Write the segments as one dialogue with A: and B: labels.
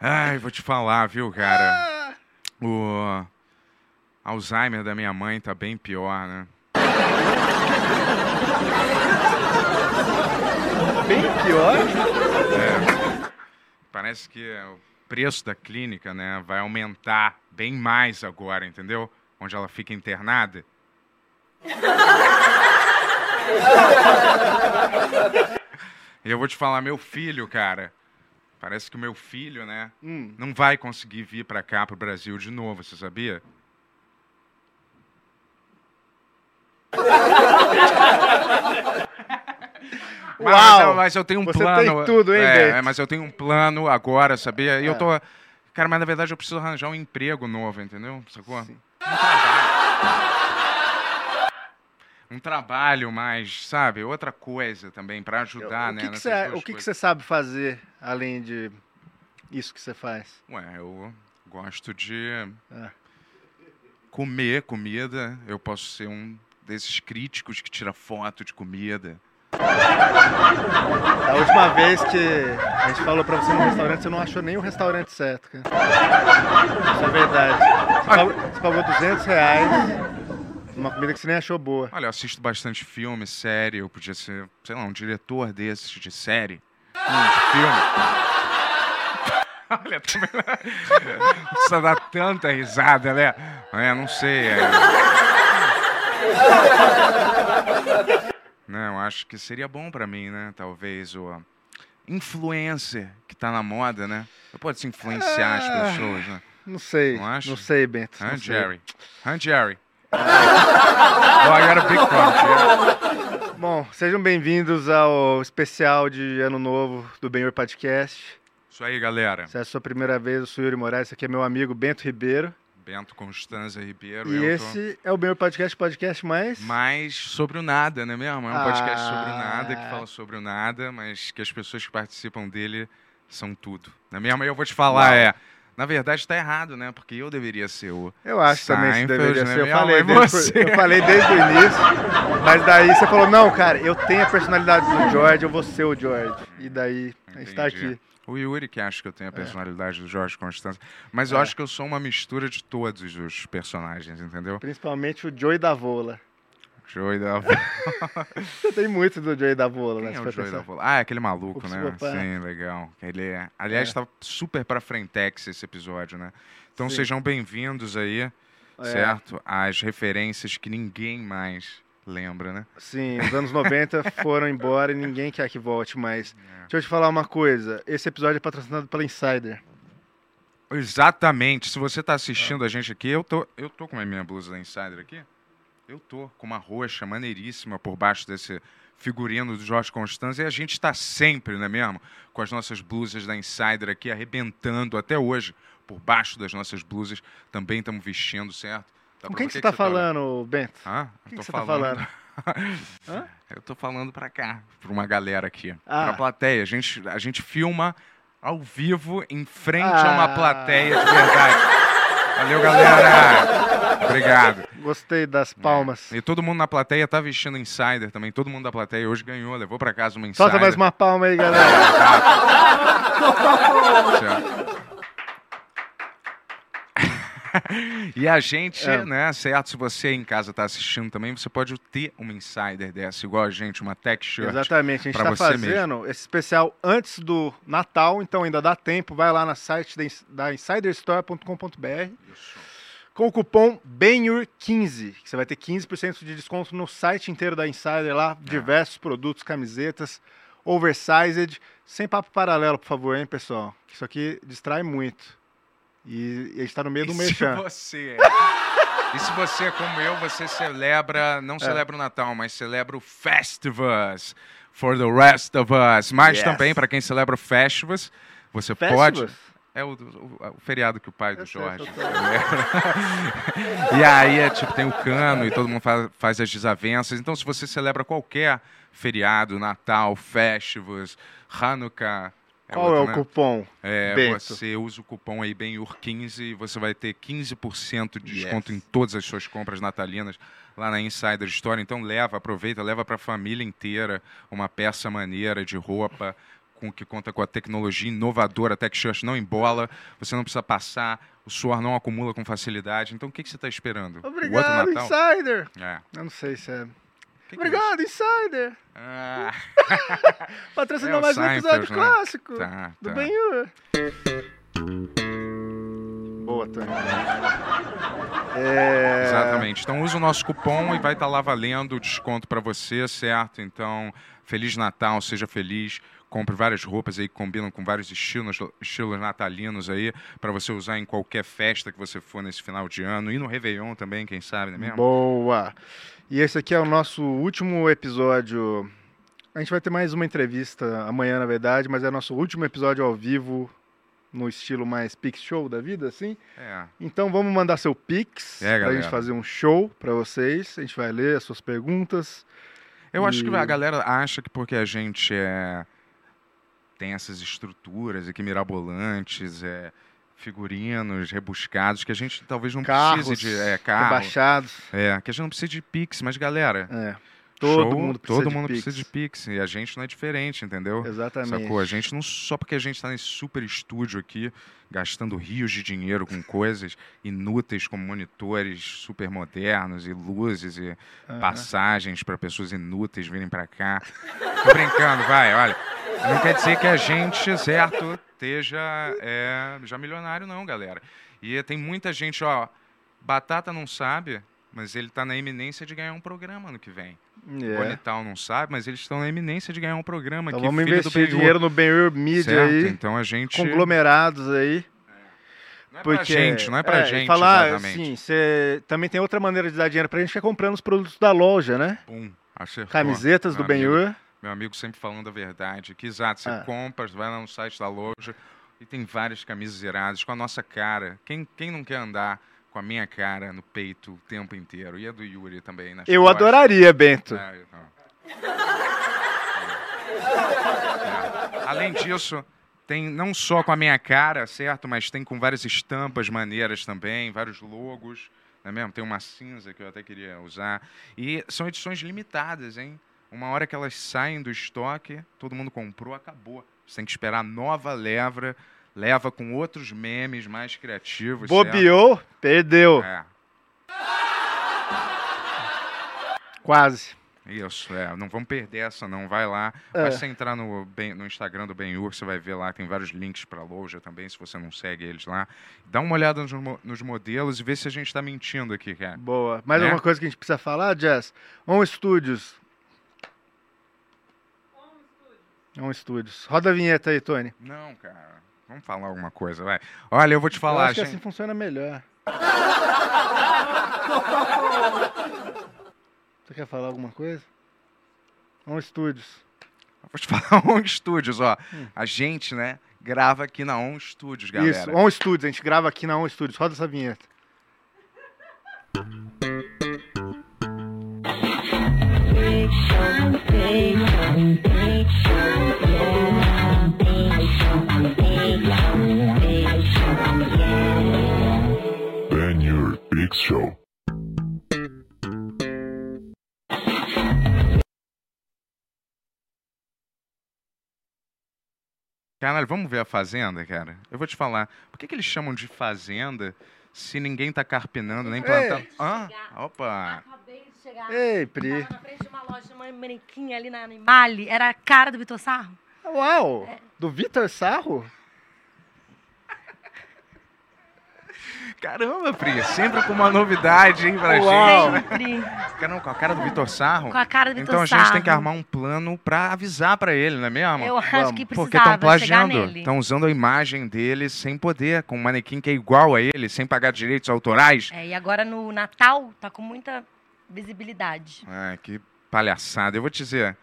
A: Ai, vou te falar, viu, cara? O Alzheimer da minha mãe tá bem pior, né?
B: Bem pior?
A: Parece que o preço da clínica, né, vai aumentar bem mais agora, entendeu? Onde ela fica internada. E eu vou te falar, meu filho, cara. Parece que o meu filho, né,
B: Hum.
A: não vai conseguir vir pra cá, pro Brasil de novo, você sabia? Mas,
B: Uau!
A: não, mas eu tenho um
B: Você
A: plano.
B: tem tudo, hein,
A: é,
B: Beto?
A: é, mas eu tenho um plano agora, sabia? E
B: É.
A: eu tô. Cara, mas na verdade eu preciso arranjar um emprego novo, entendeu? Sacou?
B: Sim.
A: Um trabalho mais, sabe? Outra coisa também, pra ajudar,
B: o
A: né?
B: que, que
A: nessas
B: você, é?
A: duas
B: o que que
A: coisas.
B: você sabe fazer além de isso que você faz?
A: Ué, eu gosto de
B: Ah.
A: comer comida. Eu posso ser um desses críticos que tira foto de comida.
B: A última vez que a gente falou pra você no restaurante, você não achou nem o restaurante certo, cara. Isso é verdade. Você pagou, você pagou 200 reais numa comida que você nem achou boa.
A: Olha, eu assisto bastante filme, série. Eu podia ser, sei lá, um diretor desses de série. De filme. Olha, também não precisa dar tanta risada, né? É, não sei. é. Não, acho que seria bom pra mim, né? Talvez o influencer que tá na moda, né? Eu posso influenciar as
B: Ah.
A: pessoas, né?
B: Não sei.
A: Não acha?
B: Não sei, Bento.
A: Huh,
B: Ah, não sei.
A: Jerry? Huh, Jerry? oh, I got a big problem, Jerry.
B: Bom, sejam bem-vindos ao especial de Ano Novo do Benhor Podcast.
A: Isso aí, galera.
B: Se é a sua primeira vez, eu sou Yuri Moraes, esse aqui é meu amigo Bento Ribeiro.
A: Bento Constanza Ribeiro.
B: E
A: eu tô-
B: esse é o Benhor Podcast, podcast mais...
A: Mas sobre o nada, né mesmo? É um podcast sobre o nada, que
B: Ah.
A: fala sobre o nada, mas que as pessoas que participam dele são tudo. Na mesma, eu vou te falar, é... Na verdade, tá errado, né? Porque eu deveria ser o...
B: Eu acho também que
A: Seinfeld,
B: deveria
A: né?
B: ser. Eu
A: Minha
B: falei,
A: mãe, assim.
B: desde,
A: você.
B: eu falei desde o início, mas daí você falou, não, cara, eu tenho a personalidade do George, eu vou ser o George. E daí, a gente tá
A: Entendi.
B: aqui.
A: O Yuri que acha que eu tenho a personalidade do Jorge Constanza. Mas eu
B: É.
A: acho que eu sou uma mistura de todos os personagens, entendeu?
B: Principalmente o Joey da Vola.
A: Joey da...
B: Você tem muito do Joey da Vola, né?
A: Quem
B: se
A: é o
B: for
A: Joey
B: pensar.
A: da Vola? Ah, é aquele
B: O
A: maluco, né?
B: psicopata.
A: Sim, legal. Ele é... Aliás,
B: É.
A: tá super pra frentex esse episódio, né? Então
B: Sim.
A: sejam bem-vindos aí,
B: É,
A: certo? Às referências que ninguém mais lembra, né?
B: Sim, os anos 90 foram embora e ninguém quer que volte mais.
A: É.
B: Deixa eu te falar uma coisa, esse episódio é patrocinado pela Insider.
A: Exatamente. Se você tá
B: Ah.
A: assistindo a gente aqui, eu tô, eu tô com a minha blusa da Insider aqui. Eu tô com uma roxa maneiríssima por baixo desse figurino do Jorge Constanza e a gente está sempre, não é mesmo? Com as nossas blusas da Insider aqui arrebentando até hoje. Por baixo das nossas blusas também estamos vestindo, certo? Dá
B: Com
A: pra-
B: quem
A: o
B: que você tá falando, Bento?
A: Hã?
B: que
A: Eu tô
B: que você tá Hã?
A: Eu tô falando pra cá, pra uma galera aqui,
B: Ah.
A: pra plateia. A gente, a gente filma ao vivo em frente a
B: Ah.
A: uma plateia de verdade. Valeu, galera! Obrigado.
B: Gostei das
A: É.
B: palmas.
A: E todo mundo na plateia tá vestindo insider também. Todo mundo da plateia hoje ganhou, levou pra casa uma insider.
B: Solta mais uma palma aí, galera.
A: E a gente,
B: É.
A: né, certo? Se você aí em casa tá assistindo também, você pode ter uma insider dessa, igual a gente, uma tech shirt.
B: Exatamente, a gente
A: pra
B: está
A: você
B: fazendo esse especial antes do Natal, então ainda dá tempo. Vai lá no site da ins- da insiderstore.com.br com o cupom BENHUR15, que você vai ter 15% de desconto no site inteiro da Insider lá,
A: É.
B: diversos produtos, camisetas, oversized, sem papo paralelo, por favor, hein, pessoal? que Isso aqui distrai muito. E a gente tá no meio do
A: e se
B: merchan.
A: você é... E se você é como eu, você celebra,
B: É.
A: não celebra o Natal, mas celebra o Festivus for the rest of us. Mas
B: Yes.
A: também, para quem celebra o Festivus, você pode.
B: Festivus?
A: É o, o- o feriado que o pai do
B: Eu sei,
A: Jorge
B: eu tô-
A: celebra. e aí, é, tipo, tem o cano e todo mundo fa- faz as desavenças. Então, se você celebra qualquer feriado, Natal, Festivus, Hanukkah.
B: Qual é
A: outro,
B: o
A: né?
B: cupom?
A: É,
B: Bento.
A: você usa o cupom aí BENUR15 e você vai ter 15% de desconto
B: Yes.
A: em todas as suas compras natalinas lá na Insider Store. Então leva, aproveita, leva para a família inteira uma peça maneira de roupa com, que conta com a tecnologia inovadora, a TechShirt não embola, você não precisa passar, o suor não acumula com facilidade. Então o que, que você está esperando? o outro
B: Obrigado,
A: Natal?
B: Insider.
A: É.
B: Eu não sei se é.
A: Que que é isso?
B: Obrigado, Insider.
A: Ah, É
B: Patrocinou
A: o
B: mais um
A: Seinfeld,
B: episódio
A: né?
B: clássico
A: tá,
B: do
A: tá.
B: Benhur. Boa, Tânia. É...
A: Exatamente. Então usa o nosso cupom e vai estar lá valendo o desconto para você, certo? Então, Feliz Natal, seja feliz. Compre várias roupas aí que combinam com vários estilos, estilos natalinos aí, para você usar em qualquer festa que você for nesse final de ano. E no Réveillon também, quem sabe, não é mesmo?
B: Boa! E esse aqui é o nosso último episódio. A gente vai ter mais uma entrevista amanhã, na verdade, mas é nosso último episódio ao vivo, no estilo mais Pix Show da vida, assim.
A: É.
B: Então vamos mandar seu Pix
A: É,
B: pra
A: galera.
B: gente fazer um show pra vocês. A gente vai ler as suas perguntas.
A: Eu acho que
B: E-
A: a galera acha que porque a gente é... tem essas estruturas aqui mirabolantes, é... figurinos rebuscados, que a gente talvez não
B: Carros,
A: precise de é, carro.
B: rebaixados.
A: É, que a gente não precisa de Pix, mas galera,
B: É. Todo
A: show,
B: mundo precisa
A: todo
B: de
A: mundo
B: Pix.
A: precisa de Pix. E a gente não é diferente, entendeu?
B: Exatamente.
A: Sacou? A gente não. Só porque a gente tá nesse super estúdio aqui, gastando rios de dinheiro com coisas inúteis, como monitores super modernos e luzes e
B: Aham.
A: passagens para pessoas inúteis virem para cá. Tô brincando, vai, olha. Não quer dizer que a gente, certo, esteja é, já milionário, não, galera. E tem muita gente, ó. Batata não sabe, mas ele tá na iminência de ganhar um programa ano que vem.
B: É.
A: Bonital não sabe, mas eles estão na iminência de ganhar um programa
B: Então
A: aqui.
B: vamos
A: filho do
B: investir
A: Ben-Hur,
B: dinheiro no Benhur Media
A: certo?
B: aí,
A: Então a gente.
B: conglomerados aí.
A: Não é pra
B: Porque,
A: gente, não é pra
B: e
A: gente.
B: Falar,
A: exatamente.
B: assim, você também tem outra maneira de dar dinheiro pra gente, que é comprando os produtos da loja, né?
A: Pum, acertou.
B: Camisetas do
A: meu amigo.
B: Benhur.
A: Meu amigo sempre falando a verdade. Que exato, você
B: Ah.
A: compra, vai lá no site da loja e tem várias camisas iradas com a nossa cara. Quem, quem não quer andar com a minha cara no peito o tempo inteiro? E a do Yuri também, né? nas
B: Eu
A: costas.
B: adoraria, Bento.
A: Ah, eu não. É. Além disso, tem não só com a minha cara, certo? Mas tem com várias estampas maneiras também, vários logos, não é mesmo? Tem uma cinza que eu até queria usar. E são edições limitadas, hein? Uma hora que elas saem do estoque, todo mundo comprou, acabou. Você tem que esperar a nova leva, leva com outros memes mais criativos. certo?
B: Bobeou, perdeu.
A: É,
B: Quase.
A: Isso, é. Não vamos perder essa, não. Vai lá.
B: É.
A: Vai você entrar no, Ben- no Instagram do Benhur, você vai ver lá, tem vários links pra loja também, se você não segue eles lá. Dá uma olhada nos, mo- nos modelos e vê se a gente tá mentindo aqui, cara.
B: Boa. Mais
A: Né?
B: alguma coisa que a gente precisa falar, Jess? On Studios. On Studios. Roda a vinheta aí, Tony.
A: Não, cara. Vamos falar alguma coisa, vai. Olha, eu vou te
B: Eu
A: falar,
B: acho que
A: gente.
B: assim funciona melhor. Você quer falar alguma coisa? On Studios.
A: Vou te falar On Studios, ó. A gente, né, grava aqui na On Studios, galera.
B: Hum. Isso, On Studios. A gente grava aqui na On Studios. Roda essa vinheta.
C: Ben Your Big Show.
A: Caralho, vamos ver a fazenda, cara? Eu vou te falar. Por que, que eles chamam de fazenda se ninguém tá carpinando, nem plantando? Hã? Opa!
D: Acabei de chegar.
B: Ei, Pri.
D: Tava na frente de uma loja de uma manequim ali na Animale. Era a cara do Vitor Sarro.
B: Uau! Do Vitor Sarro?
A: Caramba, Pri, sempre com uma novidade, hein, pra
B: Uau.
A: gente.
D: Sempre.
A: Caramba, com a cara do Vitor Sarro.
D: Com a cara do Vitor
A: Então a gente
D: Sarro.
A: tem que armar um plano pra avisar pra ele, não é mesmo?
D: Eu acho
B: Vamos.
D: que precisava
A: Porque estão
D: chegar
A: plagiando,
D: nele.
A: estão usando a imagem dele sem poder, com um manequim que é igual a ele, sem pagar direitos autorais.
D: É, e agora no Natal tá com muita visibilidade.
A: Ai, que palhaçada. Eu vou te dizer,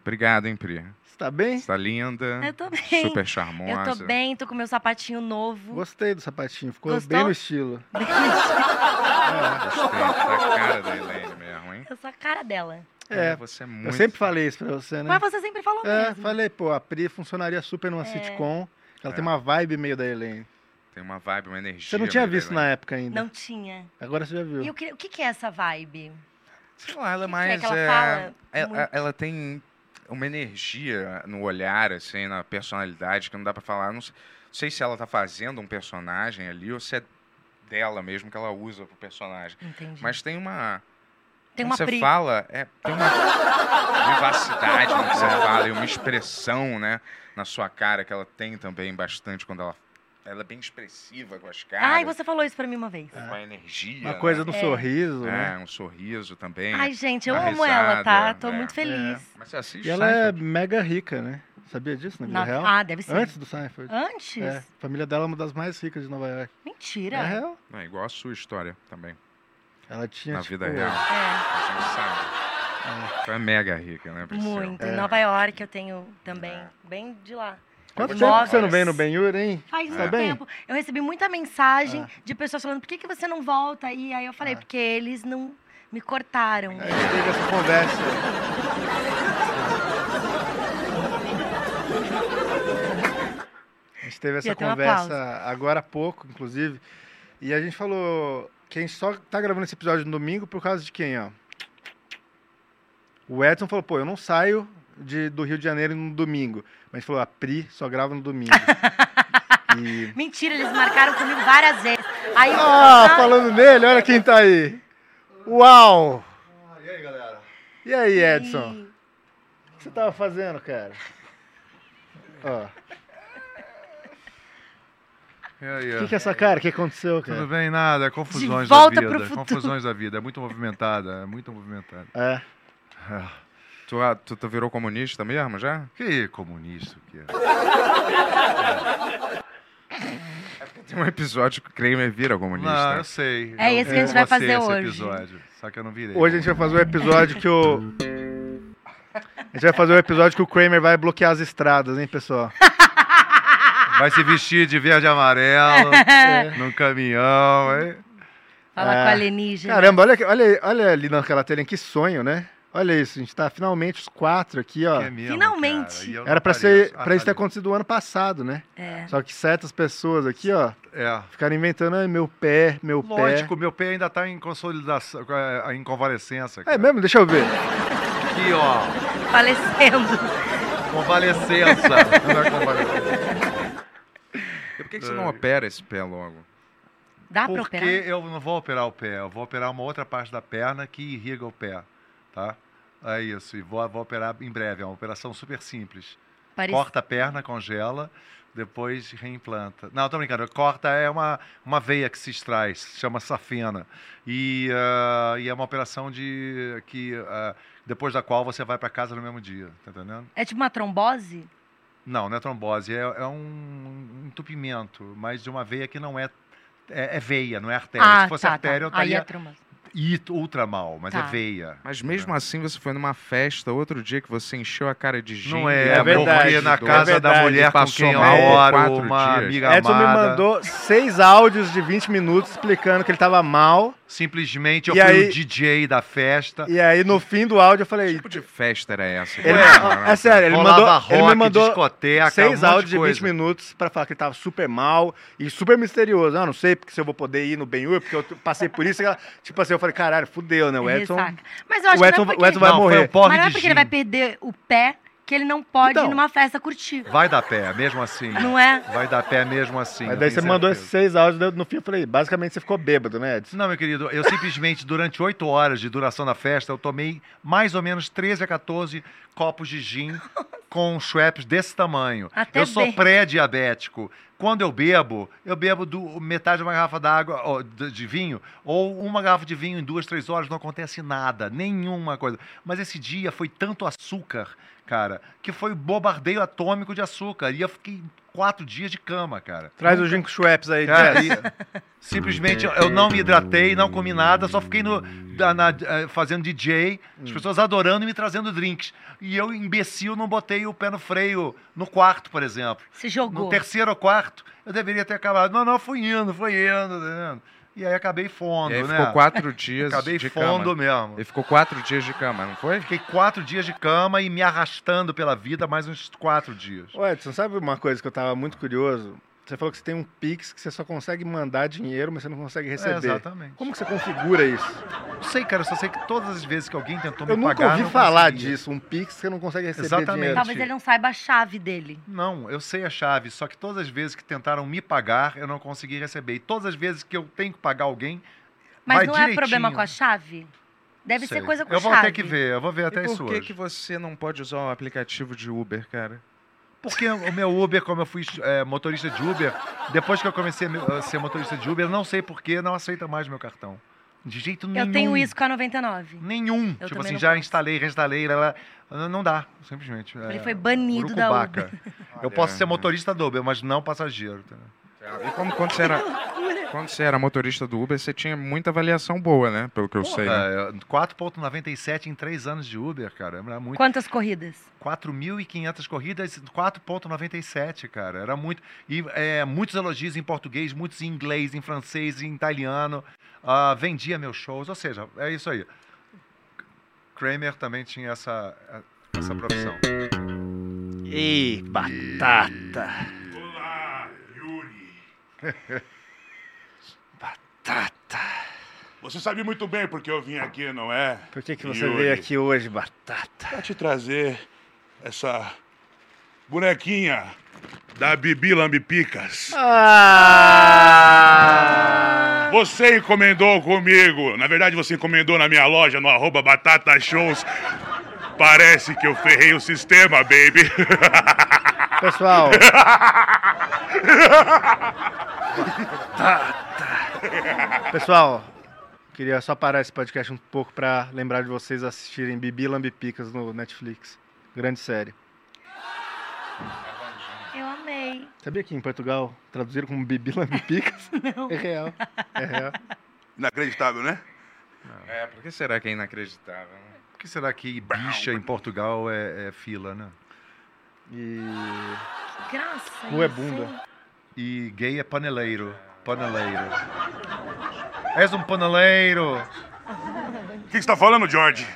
A: obrigado, hein, Pri.
B: Você tá bem?
A: Você tá linda,
D: Eu tô bem.
A: super charmosa.
D: Eu tô bem, tô com meu sapatinho novo.
B: Gostei do sapatinho, ficou
D: Gostou?
B: bem no estilo.
A: Gostei, tá a cara da Helene mesmo, hein?
D: Eu sou a cara dela.
B: É,
A: você é
B: eu
A: muito...
B: sempre falei isso pra você, né?
D: Mas você sempre falou
B: É,
D: mesmo.
B: falei, pô, a Pri funcionaria super numa sitcom. Ela
A: É.
B: tem uma vibe meio da Helene.
A: Tem uma vibe, uma energia.
B: Você não tinha
A: meio da
B: visto
A: Helene.
B: na época ainda.
D: Não tinha.
B: Agora você já viu.
D: E eu queria... o que, que é essa vibe?
A: Sei lá, ela é
D: O que que é
A: mais.
D: que ela
A: é,
D: fala?
A: é-
D: Muito.
A: ela tem uma energia no olhar, assim, na personalidade, que não dá pra falar. Não sei, não sei se ela tá fazendo um personagem ali ou se é dela mesmo que ela usa pro personagem.
D: Entendi.
A: Mas tem uma.
D: Tem
A: quando
D: uma
A: você
D: pri.
A: fala, é, tem uma vivacidade no que você fala e uma expressão, né, na sua cara que ela tem também bastante quando ela. Ela é bem expressiva com as caras.
D: Ai, você falou isso pra mim uma vez.
A: Com a energia.
B: Uma coisa do
D: É.
B: sorriso, né?
A: né? É, um sorriso também.
D: Ai, gente, eu
A: Uma
D: amo ela,
A: risada,
D: tá? Tô
A: né?
D: muito feliz.
A: Mas você assiste
B: E ela é
A: Seinfeld?
B: mega rica, né? Sabia disso na vida
D: Na-
B: real?
D: Ah, deve ser.
B: Antes do Seinfeld.
D: Antes?
B: É, a família dela é uma das mais ricas de Nova York.
D: Mentira.
B: Na real.
A: Não, é igual a sua história também,
B: Ela tinha,
A: na
B: tipo,
A: vida real.
D: É,
A: A gente sabe. Tu é mega rica, né, Priscila?
D: muito.
B: É.
D: Em Nova York eu tenho também, bem de lá.
B: Quanto tempo que
D: Imóveis.
B: você não vem no Benhur, hein?
D: Faz
B: Tá
D: muito
B: bem?
D: tempo. Eu recebi muita mensagem
B: Ah.
D: de pessoas falando, por que, que você não volta? E aí eu falei, porque eles não me cortaram.
B: Aí teve essa conversa. A gente teve essa
D: Ia ter um
B: conversa agora há pouco, inclusive. E a gente falou que a gente só tá gravando esse episódio no domingo por causa de quem, ó? O Edson falou, pô, eu não saio de, do Rio de Janeiro no domingo. Mas a gente falou, a Pri só grava no domingo. e...
D: Mentira, eles marcaram comigo várias vezes. Aí eu,
B: Ah,
D: ah,
B: falando nele, olha quem tá aí. Uau! E aí, galera? E aí, Edson?
D: e-
B: O que você tava fazendo, cara? Ó,
E: Ai,
B: o
E: ai.
B: que, que é essa cara? O que aconteceu,
E: Tudo
B: cara?
E: bem, nada. é Confusões
D: De volta
E: da
D: pro
E: vida.
D: futuro.
E: Confusões da vida. É muito movimentada. É muito movimentada.
B: É.
E: Ah,
A: Tu, tu, tu virou comunista mesmo já?
E: Que comunista que é.
A: Tem um episódio que o Kramer vira comunista.
E: Não, eu sei.
D: É
E: Eu-
D: esse que a
E: eu
D: gente vai
E: gostei
D: fazer
E: esse
D: hoje.
E: episódio, só que eu não virei.
B: Hoje a gente vai fazer um episódio que o. A gente vai fazer um episódio que o Kramer vai bloquear as estradas, hein, pessoal?
E: Vai se vestir de verde e amarelo,
D: É.
E: num caminhão. é.
D: Fala
B: É.
D: com a alienígena.
B: Caramba, olha, aqui- olha, aí- olha ali naquela telinha, que sonho, né? Olha isso, a gente tá finalmente os quatro aqui, ó.
E: Que é mesmo,
D: Finalmente.
E: cara, e eu não
B: Era pra,
E: faria Ah, tá
B: ser, pra isso ter acontecido o ano passado, né?
D: É.
B: Só que certas pessoas aqui, ó,
E: É.
B: ficaram inventando, ai, meu pé, meu
E: Lógico, meu pé ainda tá em consolidação, é, em
B: pé.
E: convalescença.
B: É
E: cara.
B: mesmo? Deixa eu ver.
E: Aqui, ó.
D: Falecendo.
E: Convalescença. Não é convalescença.
A: E por que, que
E: É.
A: você não opera esse pé logo?
D: Dá pra
E: Porque
D: operar?
E: eu não vou operar o pé, eu vou operar uma outra parte da perna que irriga o pé, tá? É isso, e vou, vou operar em breve, é uma operação super simples.
D: Parece-
E: Corta a perna, congela, depois reimplanta. Não, tô brincando, corta é uma, uma veia que se extrai, se chama safena. E, ah, e é uma operação de que ah, depois da qual você vai para casa no mesmo dia, tá entendendo?
D: É tipo uma trombose?
E: Não, não é trombose, é, é um entupimento, mas de uma veia que não é, é, é veia, não é artéria.
D: ah,
E: Se fosse
D: tá, tá.
E: artéria, eu
D: Aí
E: estaria
D: é trombose.
E: e ultra mal, mas
D: Tá.
E: é veia.
A: Mas mesmo assim, você foi numa festa outro dia que você encheu a cara de gin.
E: Não é,
B: é verdade,
E: porque na
B: é
E: casa
B: verdade.
E: da mulher com
A: Passou
E: quem eu
A: mal
E: oro,
A: quatro
E: uma
A: dias.
E: amiga
B: Edson me
E: amada,
B: mandou seis áudios de 20 minutos explicando que ele tava mal.
E: simplesmente eu
B: E
E: fui
B: aí-
E: o DJ da festa.
B: E aí, no fim do áudio, eu falei.
A: Que tipo de festa era essa?
B: Ele,
A: Ué,
B: Ah, é sério, ele,
E: rolava
B: mandou,
E: rock,
B: ele me mandou
E: discoteca, um
B: seis
E: monte
B: áudios de
E: de coisa.
B: 20 minutos pra falar que ele tava super mal e super misterioso. Ah, não sei porque se eu vou poder ir no Benhur, porque eu t- passei por isso. e ela- Tipo assim, eu falei, caralho, fudeu, né? O
D: É
B: Edson.
D: ressaca. Mas eu acho
B: o Edson-
D: que não é
B: o Edson
D: porque...
B: vai
E: não,
B: morrer.
E: Foi um porre
D: Mas não é
E: de
D: porque
E: gin.
D: ele vai perder o pé que ele não pode
B: Então.
D: ir numa festa curtir.
E: Vai dar pé, mesmo assim.
D: Não é?
E: Vai dar pé mesmo assim.
B: Mas
E: eu
B: daí você
E: tenho
B: mandou esses
E: certeza.
B: seis áudios, daí no fim eu falei, basicamente você ficou bêbado, né, Edson?
E: Não, meu querido, eu simplesmente, durante oito horas de duração da festa, eu tomei mais ou menos 13 a 14 copos de gin com Schweppes desse tamanho.
D: Até
E: eu sou
D: bem.
E: pré-diabético. Quando eu bebo, eu bebo do- metade de uma garrafa d'água, ó, de, de vinho, ou uma garrafa de vinho em duas, três horas, não acontece nada, nenhuma coisa. Mas esse dia foi tanto açúcar, cara, que foi bombardeio atômico de açúcar. E eu fiquei quatro dias de cama, cara.
B: Traz o Jinko Schweppes aí,
E: Cara,
B: Jess.
E: e- simplesmente eu não me hidratei, não comi nada, só fiquei no, da- na- eh, fazendo DJ, as
A: Hum.
E: pessoas adorando e me trazendo drinks. E eu, imbecil, não botei o pé no freio no quarto, por exemplo.
D: Se
E: No
D: jogou.
E: terceiro ou quarto, eu deveria ter acabado. Não, não, fui indo, fui indo. né? E aí acabei fundo,
A: e aí
E: né?
A: ficou quatro dias
E: acabei
A: de cama.
E: fundo mesmo.
A: Ele ficou quatro dias de cama, não foi?
E: Fiquei quatro dias de cama e me arrastando pela vida mais uns quatro dias.
B: Ô, Edson, sabe uma coisa que eu tava muito curioso? Você falou que você tem um Pix que você só consegue mandar dinheiro, mas você não consegue
E: É,
B: receber.
E: exatamente.
B: Como que você configura isso?
E: Não sei, cara, eu só sei que todas as vezes que alguém tentou
B: Eu
E: me
B: nunca
E: pagar.
B: ouvi
E: não
B: falar
E: conseguia.
B: disso, um Pix que você não consegue receber
E: Exatamente.
B: dinheiro.
D: Talvez ele não saiba a chave dele.
E: Não, eu sei a chave, só que todas as vezes que tentaram me pagar, eu não consegui receber. E todas as vezes que eu tenho que pagar alguém,
D: Mas
E: vai
D: não
E: direitinho.
D: é problema com a chave? Deve
E: Sei.
D: ser coisa com
E: Eu vou
D: chave.
E: ter que ver, eu vou ver até
A: e
E: isso
A: por que,
E: hoje.
A: que você não pode usar o aplicativo de Uber, cara?
E: Porque o meu Uber, como eu fui é, motorista de Uber, depois que eu comecei a me- a ser motorista de Uber, não sei porquê, não aceita mais meu cartão. De jeito nenhum.
D: Eu tenho isso com a 99.
E: Nenhum.
D: Eu
E: tipo
D: também
E: assim,
D: não
E: já
D: posso.
E: instalei, reinstalei, lá, lá. não dá, simplesmente. É,
D: Ele foi banido da
E: urucubaca.
D: Uber.
E: Eu
A: Olha,
E: posso ser motorista do Uber, mas não passageiro. entendeu?
A: E como quando você era, quando você era motorista do Uber, você tinha muita avaliação boa, né? Pelo que eu sei. né?
E: É, 4,97 em 3 anos de Uber, cara. Era muito.
D: Quantas corridas?
E: 4.500 corridas, 4,97, cara. Era muito. E é, muitos elogios em português, muitos em inglês, em francês, em italiano. Ah, vendia meus shows, ou seja, é isso aí. Kramer também tinha essa, essa profissão.
B: Ei, batata.
F: Olá, Yuri.
B: Batata.
F: Você sabe muito bem porque eu vim aqui, não é?
B: Por que, que você
F: Yuri.
B: veio aqui hoje, batata?
F: Pra te trazer essa bonequinha da Bibi Lambipicas.
B: Ah!
F: Você encomendou comigo. Na verdade, você encomendou na minha loja, no arroba Batata Shows. Parece que eu ferrei o sistema, baby.
B: Pessoal, pessoal, queria só parar esse podcast um pouco pra lembrar de vocês assistirem Bibi Lambipicas no Netflix. Grande série.
D: Eu amei.
B: Sabia que em Portugal traduziram como Bibi Lambipicas? Não. É real. É real.
F: Inacreditável, né?
A: É, por que será que é inacreditável? né?
E: Por que será que bicha em Portugal é, é fila, né?
B: E
D: Que graça.
B: Rua é
D: isso,
B: bunda.
D: hein?
E: E gay é paneleiro. Paneleiro. És um paneleiro!
F: O que que você tá falando, George?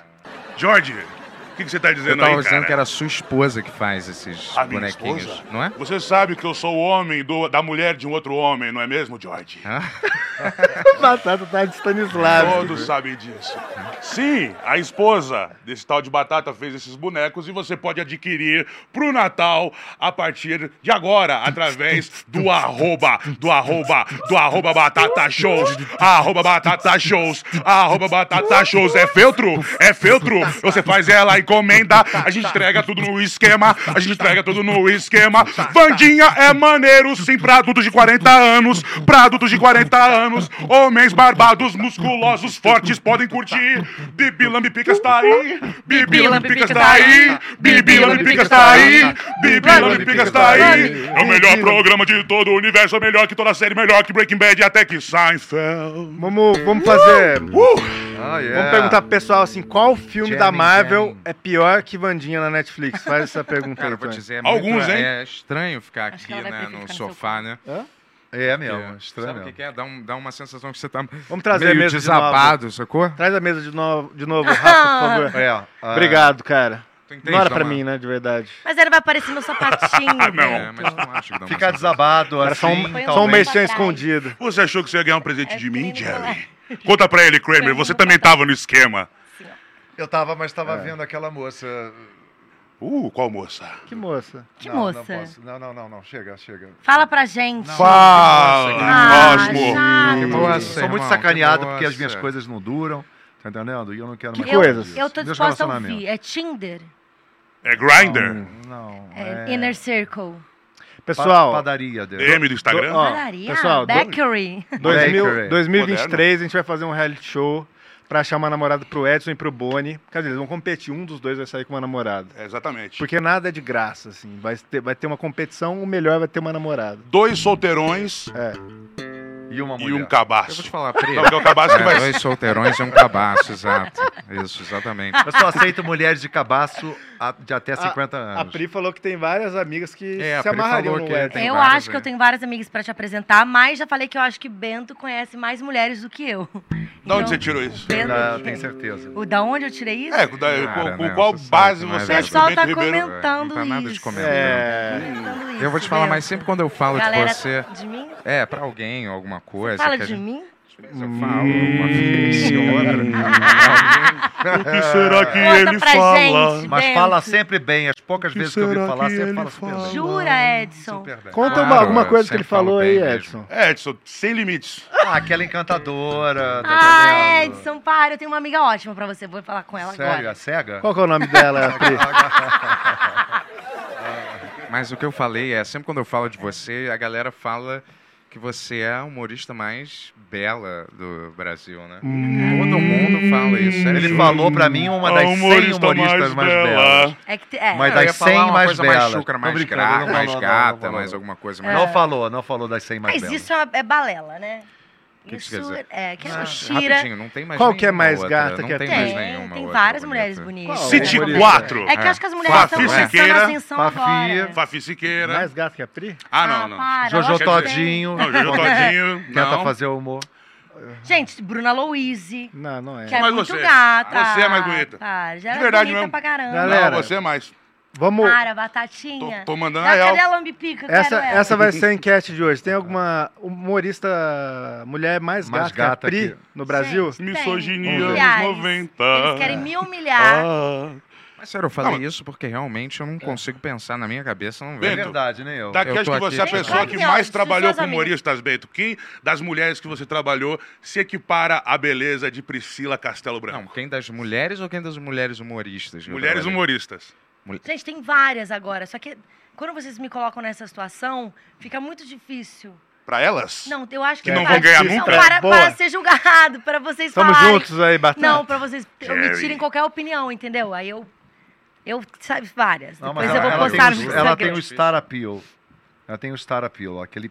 F: George, o que que você tá
A: Eu
F: dizendo
A: tava
F: aí,
A: dizendo
F: cara?
A: que era sua esposa que faz esses
F: A minha
A: bonequinhos,
F: esposa?
A: não é?
F: Você sabe que eu sou o homem do- da mulher de um outro homem, não é mesmo, George?
B: o Batata tá de Stanislavski.
F: Todos sabem disso. Sim, a esposa desse tal de Batata fez esses bonecos e você pode adquirir pro Natal a partir de agora, através do arroba, do arroba, do arroba Batata Shows, arroba Batata Shows, arroba Batata Shows. É feltro? É feltro? Você faz ela, encomenda, a gente entrega tudo no esquema, a gente entrega tudo no esquema. Vandinha é maneiro, sim, pra adultos de 40 anos, pra adultos de 40 anos, homens barbados, musculosos, fortes, podem curtir. Bibi Lambipicas tá aí, Bibi Lambipicas tá aí, Bibi Lambipicas tá aí, Bibi Lambipicas tá aí. É o melhor programa de todo o universo, é melhor que toda série, melhor que Breaking Bad e até que Seinfeld.
B: Vamos, vamos fazer.
E: Ah, yeah.
B: Vamos perguntar pro pessoal assim: qual filme da
E: Jamming,
B: Marvel
E: jamming.
B: é pior que Vandinha na Netflix? Faz essa pergunta
A: Cara,
B: aí,
A: eu vou
B: Tony.
A: dizer, é
F: Alguns,
A: muito-
F: hein?
A: É estranho ficar
D: Acho
A: aqui,
D: que ela vai
A: né, no
D: preferir ficar no seu
A: sofá, né?
E: É mesmo, estranho.
A: Sabe o que, que é? Dá, um- dá uma sensação que você tá
B: Vamos trazer a
A: meio
B: mesa de novo.
A: desabado, sacou?
B: Traz a mesa de novo, de novo Rafa, por favor.
E: É, ah,
B: Obrigado, cara.
A: Tu entende,
B: Não era pra
A: Damar?
B: mim, né, de verdade.
D: Mas ele vai aparecer no sapatinho.
A: É,
D: não.
A: mas não acho que dá uma
E: Ficar
A: sensação.
E: desabado
B: Era só um,
E: assim,
D: Foi
B: só um
E: talvez.
B: merchan
D: Pra trás.
B: escondido.
F: Você achou que você ia ganhar um presente
D: É
F: de mim,
D: que nem no
F: Jerry? Conta pra ele, Kramer, você também tava no esquema.
E: Eu tava, mas tava vendo aquela moça.
F: Uh, qual moça?
B: Que moça.
D: Que
E: não,
D: moça.
E: Não, posso. não, não, não, não, chega, chega.
D: Fala pra gente.
F: Fala,
D: ah,
F: Cosmo.
A: Que
D: chato.
A: moça,
E: assim, Sou
A: irmão,
E: muito
A: que
E: sacaneado porque
A: moça.
E: as minhas coisas não duram, tá entendendo? E eu não quero
B: Que
E: mais.
D: eu,
B: coisas?
D: eu tô
E: Meus
D: disposta a
E: relacionamentos.
D: ouvir. É Tinder?
F: É
E: Hum.
F: Grinder?
E: Não,
D: É
E: é-
D: Inner Circle?
E: pa-
B: Pessoal,
E: Padaria dele.
F: DM do Instagram?
B: Ó,
D: Padaria?
B: pessoal, do-
D: Bakery?
B: dois mil-
E: Bakery.
B: 2023 a gente vai fazer um reality show pra achar uma namorada pro Edson e pro Boni. Quer dizer, eles vão competir. Um dos dois vai sair com uma namorada.
F: É, exatamente.
B: Porque nada é de graça, assim. Vai ter, vai ter uma competição, o melhor vai ter uma namorada.
F: Dois solteirões.
B: É.
E: e uma mulher.
F: E um
A: Eu vou
F: cabaço.
A: te falar, Pri.
F: Não, porque o cabaço que
A: é,
F: vai ser.
A: Dois solteirões e um cabaço, exato. Isso, exatamente.
E: Eu só aceito mulheres de cabaço a- de até
D: Ah,
E: 50
B: A
E: anos.
B: Pri falou que tem várias amigas que
A: É, a
B: se
A: Pri
B: amarrariam
A: falou
B: no
A: que
B: Wesley.
A: tem
D: eu
A: várias
D: acho que
A: aí.
D: eu tenho várias amigas pra te apresentar, mas já falei que eu acho que Bento conhece mais mulheres do que eu.
F: De onde você tirou isso?
D: Bento,
E: Ah, tenho certeza.
D: é. o, da onde eu tirei isso?
F: É, com, da-
A: Cara,
F: com- com
A: né,
F: qual
A: você sabe
F: base
A: que não é
F: você
D: o
A: verdade.
F: acha que
D: pessoal
F: o
D: tá
F: Bento Ribeiro...
D: comentando
A: Não tá nada de
D: isso. Tá
A: comentando.
B: É.
D: Comentando isso,
A: Eu vou te falar,
D: Bento.
A: mas sempre quando eu falo
D: Galera,
A: de você.
D: de mim?
A: É, pra alguém, alguma coisa.
D: Fala
A: que a
D: de
A: gente-
D: mim?
A: Eu falo uma vez e outra.
F: O que será que
D: Conta
F: ele
D: pra
F: fala?
D: gente.
E: Mas
D: Bento.
E: fala sempre bem. As poucas vezes que eu ouvi
F: será
E: falar,
F: que
E: sempre
F: ele
E: fala super
F: fala?
E: bem.
A: Hum,
D: Jura, Edson?
E: Super bem.
B: Conta
A: Claro,
B: uma, alguma
A: eu
B: coisa que ele
A: sempre falo
B: falou aí,
A: bem mesmo.
B: Edson.
F: É, Edson, sem limites.
E: Ah, aquela encantadora. tá
D: Ah,
E: entendendo?
D: Edson, para. Eu tenho uma amiga ótima pra você. Vou falar com ela
E: Sério,
D: agora.
E: a cega?
B: Qual que é o nome dela, Pri?
A: Mas o que eu falei é, sempre quando eu falo de você, a galera fala que você é a humorista mais bela do Brasil, né?
B: Hum.
A: Todo mundo fala isso. é
E: Ele
A: juro.
E: falou pra mim uma
A: Ah,
E: das 100 humoristas mais, belas.
D: É que te- é.
E: Mas
A: Eu ia
E: das
A: falar
E: 100
A: uma
E: mais
A: coisa
E: belas.
A: mais chucra,
E: Tô
A: mais,
E: brincando,
A: gra-
E: não
A: mais
E: falou, não, não
A: gata,
E: falou.
A: mais alguma coisa.
D: É.
A: Mais...
E: Não falou, não falou das 100 mais
D: Mas
E: belas.
D: isso é, uma- é balela, né?
A: O que que isso
D: isso
A: quer dizer? Ah,
D: é que é mentira.
A: Rapidinho, não tem mais
B: Qual que é
A: nenhuma
B: mais
A: outra,
B: gata
A: não
B: que a
A: tem
B: Pri?
A: mais
D: Tem,
A: nenhuma
D: tem
A: outra
D: várias
A: bonita.
D: mulheres bonitas.
B: Qual?
F: City
B: Humorista.
F: 4.
D: É que
A: É.
D: eu acho que as mulheres
F: Fafi
D: estão começando
F: Siqueira,
D: a ascensão
E: Fafi,
D: agora.
F: Fafi Siqueira.
B: Mais gato que a Pri?
F: Ah, não, não.
D: para,
E: Jojo
D: lógico que é tem.
E: Todinho.
F: Não, Jojo Todinho,
E: Tenta
F: não.
E: fazer o humor.
D: Gente, Bruna Louise,
B: Não, não é.
D: que é
F: Mas
D: muito
F: você-
D: gata.
F: você é mais bonita.
D: Tá, já
F: De
D: é
F: verdade
D: bonita
F: mesmo.
D: pra caramba.
B: Galera,
F: Não, você é mais.
B: Vamos.
D: Para,
F: Tô,
D: batatinha.
F: tô mandando a
D: Dá- Cadê a
F: real.
D: lambipica? Ah, Eu
B: Essa,
D: quero ela.
B: essa vai ser a enquete de hoje. Tem alguma humorista mulher mais gata,
E: Mais gata
B: que a Pri
E: que-
B: no Brasil?
D: Gente, tem.
F: Misoginia
D: Vamos ver.
F: dos
D: Milhares.
F: 90.
D: Eles querem me humilhar.
F: Ah.
A: Mas É. sério, eu falei
F: Não, mas-
A: isso porque realmente eu não consigo pensar na minha cabeça, não
E: É
A: vem.
F: Bento,
E: verdade, né, eu?
F: Daqui
A: Eu
F: acho
A: tô
F: que
A: aqui
F: você é a
A: pensando.
F: pessoa que
D: Aqui, ó,
F: mais
D: de
F: trabalhou
D: suas
F: com
D: amigas.
F: humoristas, Bento. Quem das mulheres que você trabalhou se equipara à beleza de Priscila Castelo
A: Não,
F: Branco?
A: quem das mulheres ou quem das mulheres humoristas? né? que eu
F: mulheres
A: trabalhei?
F: humoristas.
D: Gente, tem várias agora. Só que quando vocês me colocam nessa situação, fica muito difícil.
F: Pra elas?
D: Não, eu acho que...
F: Que não
D: para-
F: vão ganhar
D: Não,
F: nunca? É,
D: para,
B: Boa.
D: para ser julgado, para vocês
B: Tamo
D: falarem.
B: juntos aí, Batata.
D: Não, pra vocês
F: Jerry.
D: omitirem qualquer opinião, entendeu? Aí eu... Eu, sabe, várias.
E: Não,
D: Depois
E: ela,
D: eu vou
E: ela
D: postar
E: tem,
D: no
E: o-
D: Instagram.
E: ela tem o Star Appeal. Ela tem o Star Appeal, aquele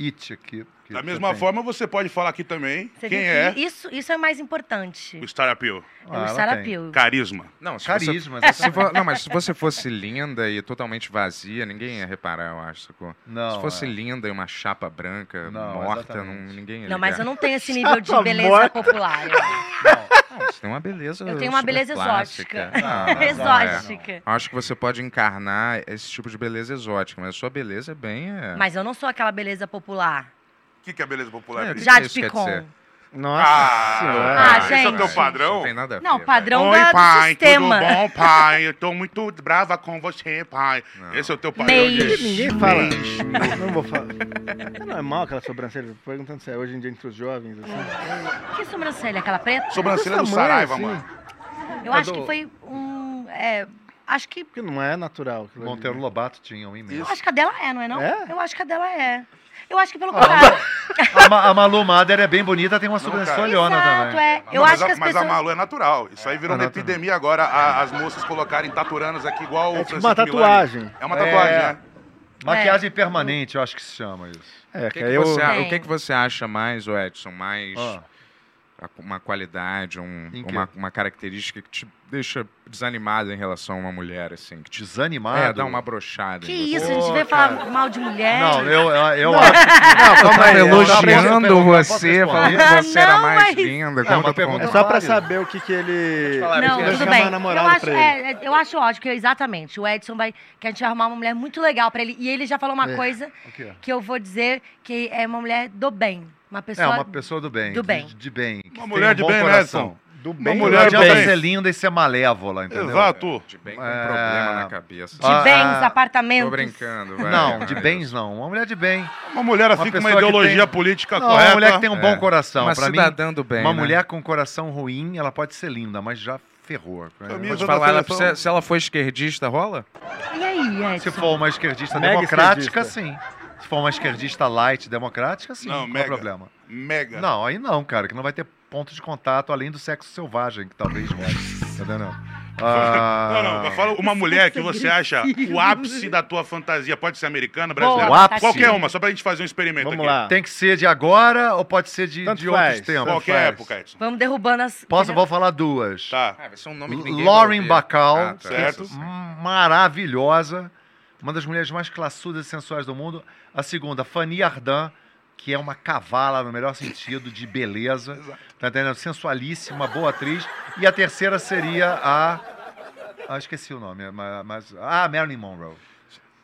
E: it aqui. que
F: Da
E: você
F: mesma
E: tem.
F: forma, você pode falar aqui também
D: Você
F: quem
D: viu
F: é
D: que Isso, isso é mais importante. É
F: o Star Appeal.
E: Ah,
D: o
E: ela tem.
D: sarapio.
F: Carisma.
A: Não, se você É,
E: Carisma, exatamente.
A: Se for- não, mas se você fosse linda e totalmente vazia, ninguém ia reparar, eu acho, sacou?
E: Não,
A: se fosse
E: é.
A: linda e uma chapa branca,
E: Não,
A: morta, não,
E: exatamente.
A: ninguém ia
D: Não, mas eu
A: ligar.
D: não tenho esse nível de
B: Chapa
D: beleza
B: morta.
D: popular. eu-
A: Não, Você tem uma beleza
D: Eu tenho uma
A: super
D: beleza
A: clássica.
D: exótica.
A: Não, não, não é.
D: Exótica.
A: Acho que você pode encarnar esse tipo de beleza exótica, mas a sua beleza é bem... É...
D: Mas eu não sou aquela beleza popular.
F: O que, que é beleza popular?
A: É,
F: Priscila?
A: Já
D: Jade
A: isso quer
D: Picon.
A: dizer?
B: Nossa senhora.
F: Ah,
D: Ah,
F: esse é o
D: gente.
F: teu
A: Isso
F: padrão?
A: Não tem nada a ver.
D: Não,
A: velho.
D: padrão
F: Oi,
D: da, do
F: pai,
D: sistema.
F: tudo bom, pai? Eu tô muito brava com você, pai.
A: Não.
F: Esse é o teu padrão
D: Meio.
F: de...
B: Ninguém fala. Não vou falar. É normal aquela sobrancelha. Perguntando se é hoje em dia entre os jovens. Assim.
D: Que sobrancelha? Aquela preta?
F: Sobrancelha do
B: Desse
F: Saraiva,
B: tamanho, assim.
F: mano.
D: Eu acho que foi um... é, acho que...
B: Porque não é natural. aquilo ali,
E: Monteiro
B: né?
E: Lobato tinha um
D: Eu
E: imenso.
D: acho que a dela é, não é não?
B: É?
D: Eu acho que a dela é. Eu acho que pelo contrário.
E: A, Ma- a Malu Mader é bem bonita, tem uma sobrancelhona
D: Exato,
E: também.
D: é. Eu
F: Ah, Não, mas
D: acho
F: a-
D: que as
F: mas
D: pessoas...
F: a Malu é natural. Isso aí virou
E: É
F: uma
E: natural.
F: epidemia agora, a- as moças colocarem taturanas aqui igual
B: É
F: o
B: tipo uma
F: Francisco Milani.
B: tatuagem.
F: É uma tatuagem,
E: É.
F: né?
E: Maquiagem permanente, eu acho que se chama isso.
B: É,
A: O que
B: que
A: que
B: aí eu.
A: você a-
D: Tem.
A: O que, que você acha mais, ô Edson? Mais
E: Ó,
A: a- uma qualidade, um-
E: Ah. Em quê?
A: uma, uma característica que te deixa desanimado em relação a uma mulher, assim, que te
E: desanimado.
A: É, dá uma brochada.
D: Que
A: em você.
D: isso, a
E: Pô,
D: gente veio
E: cara.
D: falar mal de mulher.
E: Não, eu, eu,
D: É.
E: eu acho.
B: Não, calma aí.
A: Tava
B: é só pra-
A: elogiando
E: perguntar, posso
A: você,
E: responder?
A: falando que você era
D: Não,
A: mais
D: mas-
A: linda.
E: uma
A: Como eu tô
E: pergunta
B: É
A: falando.
B: só pra
E: Vários.
B: saber o que, que ele.
D: Não,
B: Eu
D: tudo
B: chamo
D: bem.
B: a
D: Eu
B: namorada
D: acho,
B: pra ele.
D: é, é, eu acho ótimo, que eu- exatamente. O Edson vai. Que a gente vai arrumar uma mulher muito legal pra ele. E ele já falou uma coisa
E: O quê?
D: que eu vou dizer que é uma mulher do bem. Uma pessoa.
E: É uma pessoa do bem.
D: Do
E: de-
D: bem.
E: De, bem. que tem
F: mulher
E: um
F: de
E: bom
F: bem, né,
E: coração.
F: Edson?
B: Do
F: Uma
B: bem.
E: Não
F: mulher de
E: adianta
F: bem.
E: ser linda e ser malévola, entendeu?
F: Exato.
A: De bem com
E: É.
A: problema na cabeça. assim.
D: De
E: Ah,
D: bens,
E: ah,
A: Tô
D: apartamentos.
A: brincando, vai.
E: Não,
A: vai.
E: de bens não. Uma mulher de bem.
F: Uma mulher assim com uma
E: pessoa que
F: ideologia
E: tem-
F: política
E: Não,
F: Tá correta.
E: uma mulher que tem um bom
A: É.
E: coração.
A: Uma
E: pra mim,
A: cidadã do bem,
E: uma
A: né?
E: mulher com um coração ruim, ela pode ser linda, mas já ferrou.
A: Vou
F: Camisa
A: te
F: da
A: falar, ela-
F: seleção.
A: se, se ela for esquerdista, rola?
D: E aí,
E: Se
D: Edson?
E: for uma esquerdista
B: Mega
E: democrática,
B: esquerdista.
E: sim. Se for uma esquerdista light democrática, sim.
F: Não,
E: Não, qual
F: mega.
E: o problema?
F: Mega.
E: Não, aí não, cara, que não vai ter ponto de contato além do sexo selvagem, que talvez role. Tá entendendo? Ah,
F: Não, não, fala uma mulher que você acha o ápice da tua fantasia. Pode ser americana, brasileira?
D: Boa,
E: tá aqui.
F: Qualquer uma, só pra gente fazer um experimento
B: Vamos
F: aqui.
B: lá.
E: Tem que ser de agora ou pode ser de,
B: Tanto
E: de outros
B: faz,
E: tempos?
B: tanto
F: Qualquer
B: faz.
F: época, Edson.
D: Vamos derrubando as.
E: Posso, vou falar duas.
F: Tá.
A: Ah, vai ser um nome que ninguém vai
E: Lauren
A: ouvir.
E: Bacall,
A: Ah, tá.
E: que é
F: Certo.
E: maravilhosa, uma das mulheres mais classudas e sensuais do mundo. A segunda, Fanny Ardant, que é uma cavala no melhor sentido de beleza, tá entendendo? Sensualíssima, boa atriz. E a terceira seria a. Ah, esqueci o nome, ma- mas. Ah, Marilyn
F: E aí
E: Monroe.
F: a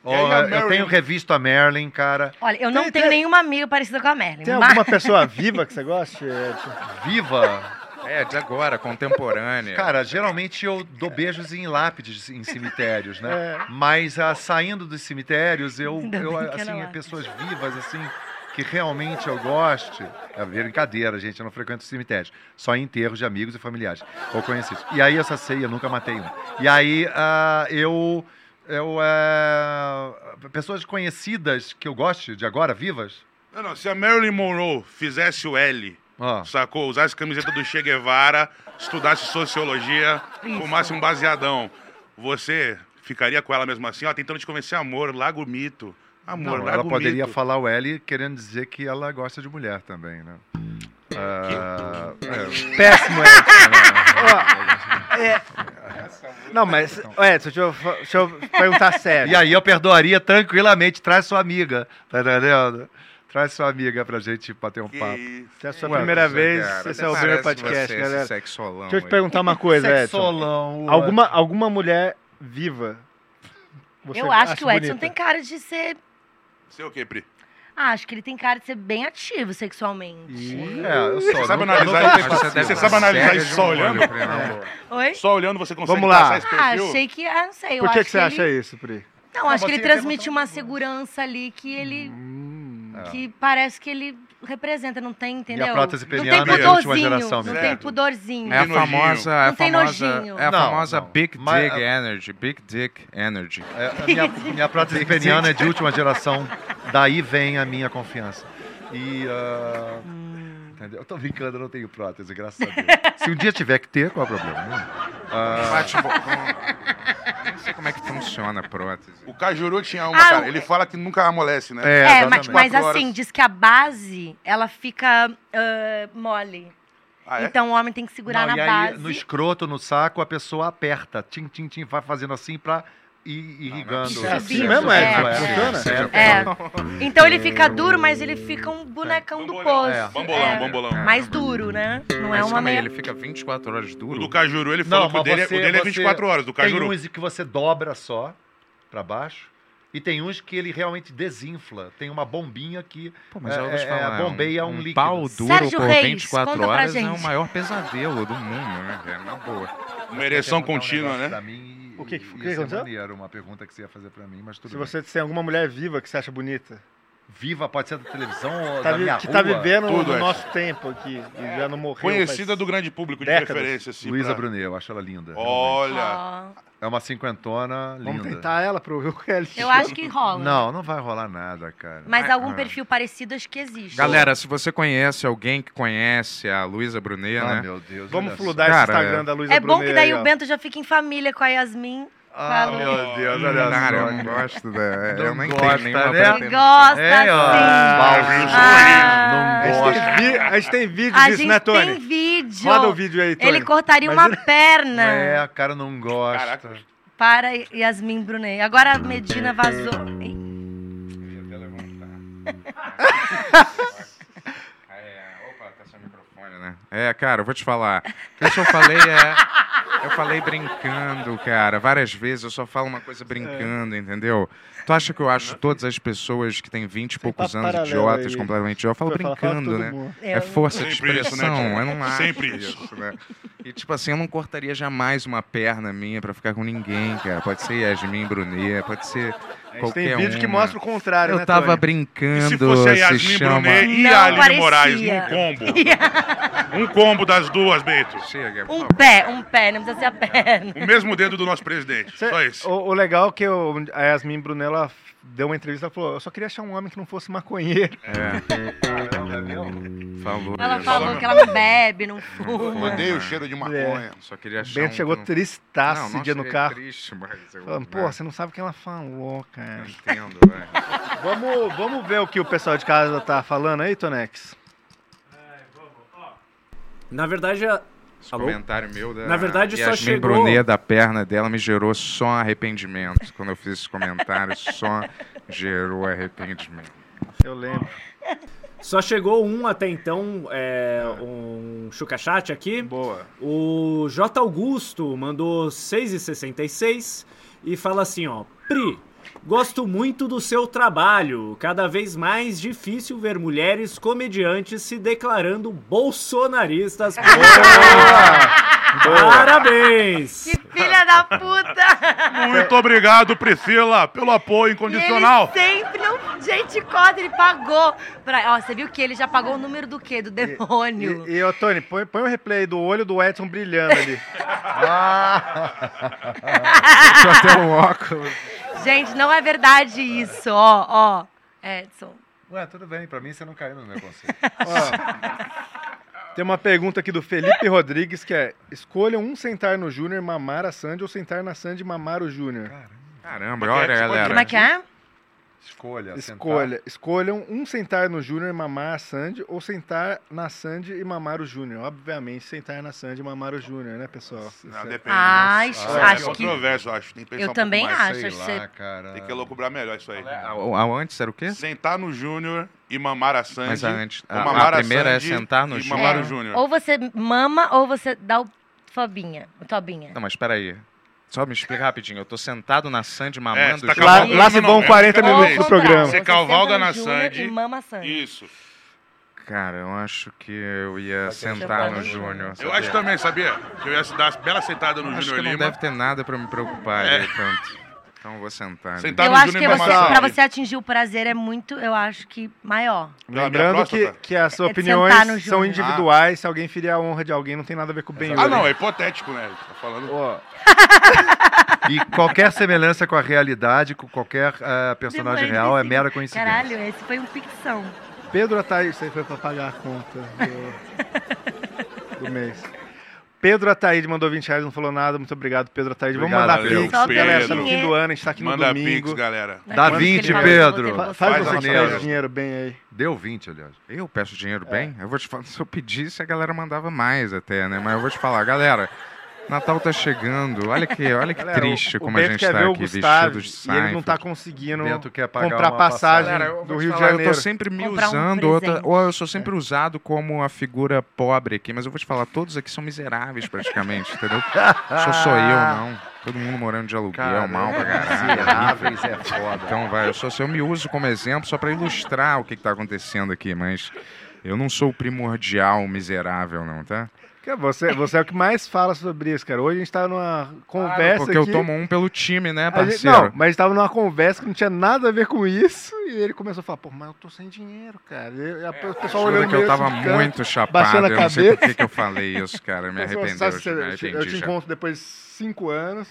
E: Oh, eu
F: Marilyn-
E: tenho revisto a Marilyn, cara.
D: Olha, eu não
B: Tem-
D: tenho
B: tem-
D: nenhuma amiga parecida com a Merlin.
B: Tem
D: mas-
B: alguma pessoa viva que você goste? Edson?
E: Viva!
A: É, de agora,
D: É.
A: contemporânea.
E: Cara, geralmente eu dou beijos em lápides em cemitérios, né?
B: É.
E: Mas ah, saindo dos cemitérios, eu,
D: Ainda
E: eu
D: bem que era
E: assim,
D: lápide.
E: pessoas vivas, assim, que realmente eu goste. É brincadeira, gente, eu não frequento cemitérios. Só em enterros de amigos e familiares ou conhecidos. E aí essa ceia, eu nunca matei um. E aí ah, eu. eu ah, pessoas conhecidas que eu goste de agora, vivas.
F: Não, não, se a Marilyn Monroe fizesse o L,
E: Ó.
F: sacou? Usasse camiseta do Che Guevara, estudasse sociologia, fumasse um baseadão, você ficaria com ela mesmo assim? Ó, tentando te convencer, amor, lago mito. Amor,
E: Não,
F: lago
E: ela poderia
F: mito.
E: falar o L querendo dizer que ela gosta de mulher também, né? Ah, é.
B: Péssimo, Edson. Ó, é- Não, mas, ô, Edson, deixa eu, fa- deixa eu perguntar
D: É.
B: sério.
E: E aí eu perdoaria tranquilamente. Traz sua amiga, tá entendendo? Traz sua amiga pra gente bater um
F: Que
E: papo.
F: isso.
B: Se é a sua
E: Ué,
B: primeira
A: Você,
B: vez,
A: cara,
B: esse é o
A: parece
B: primeiro
A: você,
B: podcast,
A: esse
B: galera.
A: Sexolão
B: Deixa eu te
A: aí.
B: perguntar uma
E: é,
B: coisa, Edson.
E: Sexolão. o-
B: Alguma, alguma mulher viva. você
D: eu acho
B: acha
D: que o Edson
B: bonita?
D: tem cara de ser.
F: Sei o quê, Pri?
D: Ah, acho que ele tem cara de ser bem ativo sexualmente.
E: É, eu sou.
F: Você sabe
E: nunca-
F: analisar
E: nunca
F: isso?
E: fui
F: Você
E: passivo.
A: deve
F: sabe
A: dar
F: analisar
A: cega
F: isso
A: de
F: só
A: um
F: olhando?
A: olho pra ela.
D: Oi?
F: Só olhando você consegue
B: Vamos lá.
F: passar esse
D: Ah,
F: perfil?
D: achei que. Ah, não sei. Eu
B: Por que,
D: acho
B: que você acha
D: ele...
B: isso, Pri?
D: Não, acho que
E: você
D: ele
E: ia
D: transmite
E: perguntar
D: uma
E: uma coisa.
D: segurança ali que ele. Que parece que ele representa, não tem, entendeu?
E: prótese
D: não
E: peniana
F: é
D: tem
F: de última
D: pudorzinho,
E: geração,
D: Não
E: me
D: tem
F: lembro.
D: pudorzinho.
A: É a
F: Tem nojinho.
A: famosa, é a
D: Não tem
A: famosa,
D: nojinho.
A: é a
E: Não,
A: famosa
E: não.
A: Big Dick
E: Mas-
A: Energy, Big Dick Energy.
E: É, a minha, minha prótese peniana é de última geração. Daí vem a minha confiança. E. ah, entendeu? Eu tô brincando, eu não tenho prótese, graças a Deus. Se um dia tiver que ter, qual é o problema?
A: Bate bo- com- Nem sei como é que funciona a prótese.
F: O Cajuru tinha uma,
D: Ah,
F: cara.
D: o-
F: Ele fala que nunca amolece, né?
E: É,
D: É, mas,
E: exatamente.
D: mas
F: Quatro
D: assim,
F: horas.
D: diz que a base, ela fica ah, mole.
F: Ah, é?
D: Então o homem tem que segurar na
E: Não, e aí,
D: base.
E: no escroto, no saco, a pessoa aperta. Tim, tim, tim, vai fazendo assim pra ir irrigando.
A: possível. É
B: assim
D: mesmo, é?
B: Funciona?
E: tá
D: É. Então ele fica duro, mas ele fica um bonecão do poço.
E: É.
F: Bambolão,
D: É.
F: bambolão.
D: Mais duro, né? Não
A: Mas
D: é uma
A: calma aí,
D: meia.
A: ele fica 24 horas
F: O
A: duro.
F: do Cajuru, ele falou
E: Não,
F: que o
E: mas
F: dele, é-
E: você,
F: o dele é
E: você-
F: 24 horas, do
E: Tem
F: Cajuru.
E: uns que você dobra só, pra baixo. E tem uns que ele realmente desinfla. Tem uma bombinha que
A: Pô, mas
E: é,
A: eu vou te
E: é,
A: falar,
E: é, bombeia um, líquido.
A: pau duro
D: Sérgio
A: por
D: Reis,
A: 24
D: conta pra
A: horas é
D: gente.
A: o maior pesadelo do mundo, né? velho? Na boa.
F: Uma ereção
E: Quer perguntar um
F: contínua,
E: negócio
F: né?
E: pra mim e-
B: O que que-
E: e
B: o que
E: ia ser
B: aconteceu?
E: maneiro, uma pergunta que você ia fazer pra mim, mas tudo
B: Se
E: bem.
B: você tem alguma mulher viva que você acha bonita,
E: Viva, pode ser da televisão ou
B: tá
E: da
B: vi-
E: minha
B: que
E: rua.
B: tá vivendo
F: Tudo,
B: no
F: Edson.
B: nosso tempo aqui e já não morreu.
F: Conhecida
B: faz-
F: do grande público, de
B: décadas.
F: preferência, assim.
E: Luísa
F: pra-
E: Brunet, eu acho ela linda. realmente.
F: Olha.
D: Ó,
E: É uma cinquentona linda.
B: Vamos tentar ela pro reality.
D: eu acho que rola.
E: Não, não vai rolar nada, cara.
D: Mas algum
E: Ah.
D: perfil parecido acho que existe.
A: Galera, se você conhece alguém que conhece a Luísa Brunet,
E: Ah,
A: né?
E: meu Deus.
B: Vamos
E: olha
B: fludar
A: só.
B: esse
A: Cara,
B: Instagram
A: é.
B: da Luísa
D: é bom que
B: Brunet
D: daí
B: aí,
D: o
B: ó.
D: Bento já fica em família com a Yasmin.
E: só. Ah,
D: Falou.
E: meu Deus, olha só.
A: Cara, eu não gosto da. Eu
E: Não
A: nem
E: gosta,
A: tenho nenhuma
E: né?
D: Ele
A: pretensão.
D: gosta, assim.
E: É, ó.
D: sim.
E: Falso.
D: Ah.
E: Não
B: A gente,
E: gosta.
B: tem vi- a gente tem vídeo
D: A
B: disso,
D: gente
B: né, Tony?
D: tem vídeo.
B: Roda o vídeo aí, Tony.
D: Ele cortaria uma
B: Imagina-
D: perna
E: É, cara, não gosta.
F: Caraca.
D: para Yasmin Brunet. Agora a Medina vazou. Ih,
A: É, opa, tá sem microfone, né? É, cara, eu vou te falar. Isso eu falei é. Eu falei brincando, cara. Várias vezes eu só falo uma coisa brincando,
B: É.
A: entendeu? Tu acha que eu acho todas as pessoas que têm 20 e poucos
B: papo
A: anos
B: tá paralelo
A: idiotas,
B: aí.
A: completamente idiotas? Eu falo
B: Vai falar, fala
A: brincando,
B: todo
A: né?
B: mundo.
A: É força de
F: Sempre isso, né,
A: expressão, é
F: Thiago?
A: eu não acho
F: Sempre isso.
A: né? E tipo assim, eu não cortaria jamais uma perna minha pra ficar com ninguém, cara. Pode ser Yasmin Brunet, pode ser
B: A gente
A: qualquer um,
B: tem vídeo que
A: uma.
B: mostra o contrário, né,
A: Eu tava
B: Tony?
A: brincando,
F: E se fosse a
A: se
F: Yasmin
A: chama...
F: Brunet e
D: Não
F: a Aline
D: parecia.
F: Moraes, um combo. um combo das duas, Beito.
A: Chega, por
D: Um
A: favor.
D: pé, um pé, não precisa ser a perna.
F: O mesmo dedo do nosso presidente.
B: Cê-
F: Só isso.
B: O, o legal é que eu- a Yasmin Brunella deu uma entrevista e falou: Eu só queria achar um homem que não fosse maconheiro.
A: É.
E: Caramba, É mesmo?
A: Falou.
D: Ela
A: isso.
D: falou que ela não bebe, não fuma.
G: Odeio o cheiro de maconha.
A: Só queria achar
B: O Bento
A: um
B: É, chegou
A: que não-
B: tristaço
A: Não,
B: esse
A: não
B: dia no
A: cheguei
B: carro.
A: triste, mas eu...
B: Falando, pô,
A: né,
B: você não sabe o que ela falou, cara.
A: eu Entendo, velho.
B: Vamos, vamos ver o que o pessoal de casa tá falando aí, Tonex.
H: Na verdade, a-
A: Esse
H: Alô?
A: comentário meu da
H: Na verdade, só
A: Yasmin
H: chegou-
A: Brunet da perna dela me gerou só arrependimento. Quando eu fiz esse comentário, só gerou arrependimento.
B: Eu lembro.
H: só chegou um até então, é, um chucachat aqui.
B: Boa.
H: O J. Augusto mandou 6,66 e fala assim, ó. Pri, gosto muito do seu trabalho. Cada vez mais difícil ver mulheres comediantes se declarando bolsonaristas. Parabéns!
D: Que filha da puta!
F: Muito obrigado, Priscila, pelo apoio incondicional.
D: E ele sempre não. Gente, cota, ele pagou. Pra... Ó, você viu que ele já pagou o número do quê? Do demônio.
B: E, e ô, Tony, põe, põe o replay do olho do Edson brilhando ali.
A: Só até o óculos.
D: Gente, não é verdade isso, ó, ó. Edson.
E: Ué, tudo bem, pra mim você não caiu no meu conselho.
B: Ó, Tem uma pergunta aqui do Felipe Rodrigues que é: escolham um sentar no Júnior mamar a Sandy ou sentar na Sandy mamar o Júnior.
A: Caramba, olha, galera.
D: Como é que é?
E: Escolha.
B: Escolha, escolham um sentar no Júnior e mamar a Sandy ou sentar na Sandy e mamar o Júnior. Obviamente, sentar na Sandy e mamar o Júnior, né, pessoal?
G: Não,
B: Isso é-
G: depende.
D: Ah, acho,
E: Ah,
G: Isso é
D: acho que.
G: controverso, eu acho. Tem que pensar
D: Eu
G: um
D: também
G: pouco mais.
D: acho.
E: Sei
D: acho que
E: lá, cara.
G: Tem que elucubrar melhor isso aí.
A: Ao, ao antes era o quê?
G: Sentar no Júnior e mamar a Sandy.
A: Mas a antes-
G: ou
A: a- a
G: mamar
A: primeira é
G: Sandy
A: sentar no
G: e
A: Júnior.
G: mamar
D: É,
G: o Júnior.
D: Ou você mama ou você dá o Fobinha. O Tobinha.
A: Não, mas peraí. Só me explica rapidinho. Eu tô sentado na Sandy
F: É,
A: mamando.
F: você tá
A: junto.
B: Lá,
F: Não,
B: lá se
F: não,
B: vão
F: não,
B: 40
F: é.
D: um
B: minutos
F: Ao
B: do
D: contrário,
B: programa.
F: Você
D: senta
F: cavalga
D: no
F: na
D: Júnior
F: Sandy.
D: E mama a
B: É.
D: Sandy.
F: Isso.
A: Cara, eu acho que eu ia
D: sentar
A: sentar
D: no
A: no
D: Júnior.
A: Júnior.
F: Eu
A: sabia?
F: acho também, sabia? Que eu ia dar uma bela sentada no
A: Acho que
F: Júnior
A: não
F: Lima.
A: deve ter nada pra me preocupar
B: É.
A: ali tanto. Então eu vou sentar.
B: tá
F: Sentar
D: Eu
F: no
D: acho que
F: Júnior e
D: você,
F: mamar a
D: pra
F: Sandy.
D: você atingir o prazer é muito, eu acho que maior.
G: Pela
B: Lembrando
G: minha
B: que,
G: próstata?
B: que as
D: É de sentar no
B: opiniões são
D: Júnior.
B: individuais. Se alguém ferir a honra de alguém, não tem nada a ver com o bem.
G: Ah, não, é hipotético, né? Tá falando.
B: Ó,
E: E qualquer semelhança com a realidade, com qualquer eh, personagem
D: Demônio,
E: real, é
D: assim.
E: mera coincidência.
D: Caralho, esse foi um ficção.
B: Pedro Ataíde, isso aí foi pra pagar a conta do, do mês. Pedro Ataíde mandou 20 reais, não falou nada. Muito obrigado, Pedro Ataíde. Vamos
E: Obrigado,
B: mandar
E: valeu,
B: pix,
D: Pedro.
B: galera. Tá no fim do ano, a gente tá aqui no
F: Manda
B: domingo.
F: pix, galera.
E: Dá
D: Quando que ele
E: 20,
D: falou que eu vou ter
E: Pedro.
D: você?
B: Fa-
E: Faz
B: Faz
E: a
B: você que
E: neira.
B: pede dinheiro bem aí.
E: Deu 20, aliás.
A: Eu peço dinheiro bem?
B: É.
A: Eu vou te falar, se eu pedisse, a galera mandava mais até, né? Mas eu vou te falar, galera, Natal tá chegando. Olha que, olha que
B: Galera,
A: triste
B: o,
A: como
B: o
A: a
B: Bento
A: gente
B: quer
A: tá
B: ver o
A: aqui
B: Gustavo
A: vestido de
B: e ele não tá
A: Seinfeld.
B: conseguindo
E: Bento quer pagar
B: comprar
E: uma
B: passagem
E: passagem.
A: eu vou
B: do
A: te
B: Rio de
A: falar,
B: Janeiro. É.
A: Eu tô sempre me
D: Comprar um
A: usando, ou, outra-
D: presente.
A: ou eu sou sempre usado como a figura pobre aqui, mas eu vou te falar, todos aqui são miseráveis praticamente, entendeu? Só sou eu, não. Todo mundo morando de aluguel, mal pra caralho.
E: Miseráveis é foda.
A: Então, vai, eu, só, eu me uso como exemplo só para ilustrar o que, que tá acontecendo aqui, mas eu não sou o primordial miserável, não, tá?
B: Cara, Você, você é o que mais fala sobre isso, cara. Hoje a gente tá numa conversa
A: Porque eu
B: aqui...
A: tomo um pelo time, né,
B: A gente-
A: parceiro?
B: não, mas a gente tava numa conversa que não tinha nada a ver com isso. E ele começou a falar, pô, mas eu tô sem dinheiro, cara. E a- o pessoal
A: Juro
B: olhando
A: É, que eu
B: meio
A: tava
B: assim de canto.
A: muito
B: baixando
A: chapado,
B: a
A: eu não sei por
B: cabeça.
A: que que eu falei isso, cara. Me
B: Ele falou,
A: arrependeu,
B: "Sabe,
A: já,
B: você-
A: me
B: eu te- eu te
A: arrependi já.
B: encontro depois de cinco anos.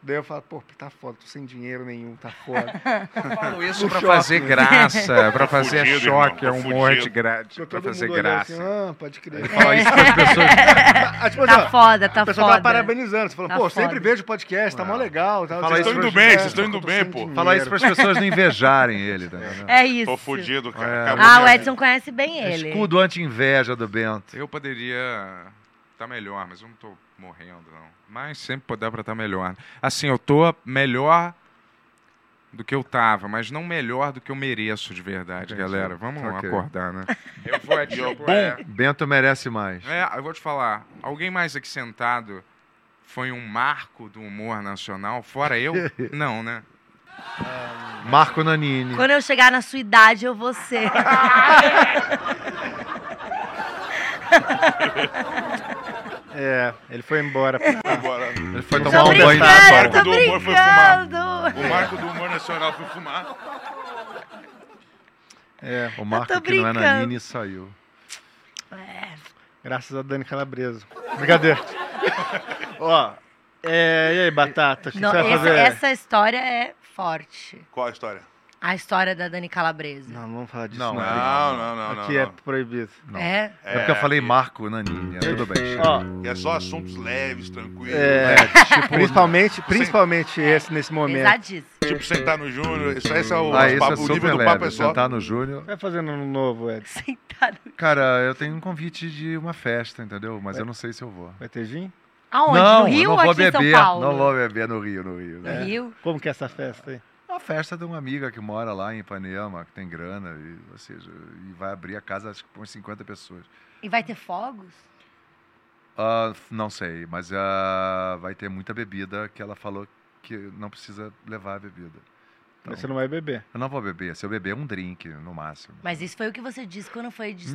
B: Daí eu falo, pô, tá foda, tô sem dinheiro nenhum, tá foda.
A: Eu falo isso
B: No
A: pra
B: shopping.
A: fazer graça, pra fazer
F: fudido,
A: choque, é
F: irmão,
A: um
F: tô
A: monte de
F: fudido.
A: graça,
B: Ficou
A: pra
B: todo
A: fazer
B: mundo olhando
A: graça.
B: Assim, ah, pode crer.
E: Fala isso pras pessoas.
D: É.
B: Ah, tipo, assim,
D: Tá
B: ó,
D: foda, tá
B: o pessoal tava
D: foda.
B: parabenizando. Você falou,
D: Tá
B: pô,
D: foda.
B: sempre vejo o podcast, tá mó legal. Tá,
E: Fala isso
B: estão
E: pra
F: gente.
B: indo
F: Vocês
B: bem,
F: estão indo
B: pô.
E: Fala isso pras pessoas não invejarem ele. Tá ligado?
D: É isso.
F: Tô fudido,
A: É.
F: cara. Acabou
D: Ah,
F: minha
D: o
F: vida.
D: Edson conhece bem ele.
E: Escudo anti-inveja do Bento.
A: Eu poderia estar melhor, mas eu não tô morrendo, não. Mas sempre dá pra estar melhor. Assim, eu tô melhor do que eu tava, mas não melhor do que eu mereço de verdade,
E: Entendi.
A: galera. Vamos
E: Ok.
A: acordar, né? Eu vou
F: E eu, tipo,
A: é,
F: bom,
E: Bento merece mais.
A: é, eu vou te falar. Alguém mais aqui sentado foi um marco do humor nacional, fora eu? Não, né?
E: Marco Nanini.
D: Quando eu chegar na sua idade, eu vou ser.
B: É, ele foi embora.
F: agora.
E: Ele foi
D: Tô
E: tomar um banho na
F: brincando.
E: praia.
D: brincando,
F: barca
D: tô
F: do humor foi fumar.
D: brincando.
F: O marco do humor nacional foi fumar.
B: É,
E: O Marco
D: tô
E: que não é
D: brincando.
E: Nanini saiu.
B: graças a Dani Calabresa. Brincadeira. Ó, é, e aí, Batata, o que, que
D: Não,
B: você vai
D: esse-
B: fazer?
D: essa história é forte.
F: Qual a história?
D: A história da Dani Calabresa.
B: Não, não vamos falar disso.
E: Não,
B: não.
F: Não, não, não, não.
B: Aqui é
F: não.
B: proibido.
E: Não.
D: É?
E: É porque eu falei Marco Nanini, né? tudo bem.
B: Ó,
F: É só assuntos leves, tranquilos.
B: é,
F: né?
B: tipo, principalmente, principalmente esse nesse momento.
D: Pesadíssimo.
F: Tipo, sentar no Júnior. Isso esse é o,
E: Ah, esse
F: papo-
E: é
F: o nível
E: super
F: do papo é
E: leve,
F: só.
E: sentar no Júnior.
B: Vai fazendo um novo, Ed.
D: Sentado.
E: Cara, eu tenho um convite de uma festa, entendeu? Mas eu não sei se eu vou.
B: Vai ter gin?
D: Aonde?
E: não,
D: no Rio
E: eu
D: ou
E: não vou
D: aqui em
E: beber.
D: São Paulo?
E: Não vou beber no Rio, no Rio. né?
D: No Rio?
B: Como que é essa festa aí?
E: Uma festa de uma amiga que mora lá em Ipanema, que tem grana, e, ou seja, e vai abrir a casa acho que para uns 50 pessoas.
D: E vai ter fogos?
E: Ah, não sei, mas ah, vai ter muita bebida que ela falou que não precisa levar a bebida. Então,
B: Mas você não vai beber.
E: Eu não vou beber, se eu beber um drink no máximo.
D: Mas isso foi o que você disse quando foi... de-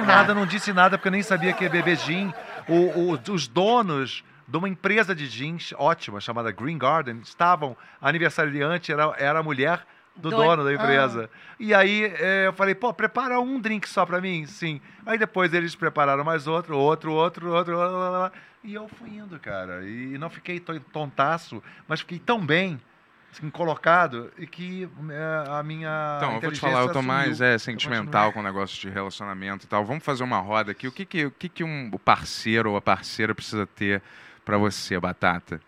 D: Ah.
E: nada, não disse nada, porque eu nem sabia que ia beber gin. O- o- os donos de uma empresa de jeans ótima, chamada Green Garden, estavam aniversariante, era, era a mulher do
D: Do-
E: dono da empresa. E aí é, eu falei, pô, prepara um drink só pra mim? Sim. Aí depois eles prepararam mais outro, outro, outro, outro, lá, lá, lá, lá. e eu fui indo, cara. E não fiquei to- tontaço, mas fiquei tão bem assim, colocado e que é, a minha
A: Então, eu vou te
E: inteligência
A: falar, eu tô
E: assumiu.
A: mais é,
E: continuo.
A: sentimental com o negócio de relacionamento e tal. Vamos fazer uma roda aqui. O que, que, o que, que um o parceiro ou a parceira precisa ter pra você, Batata?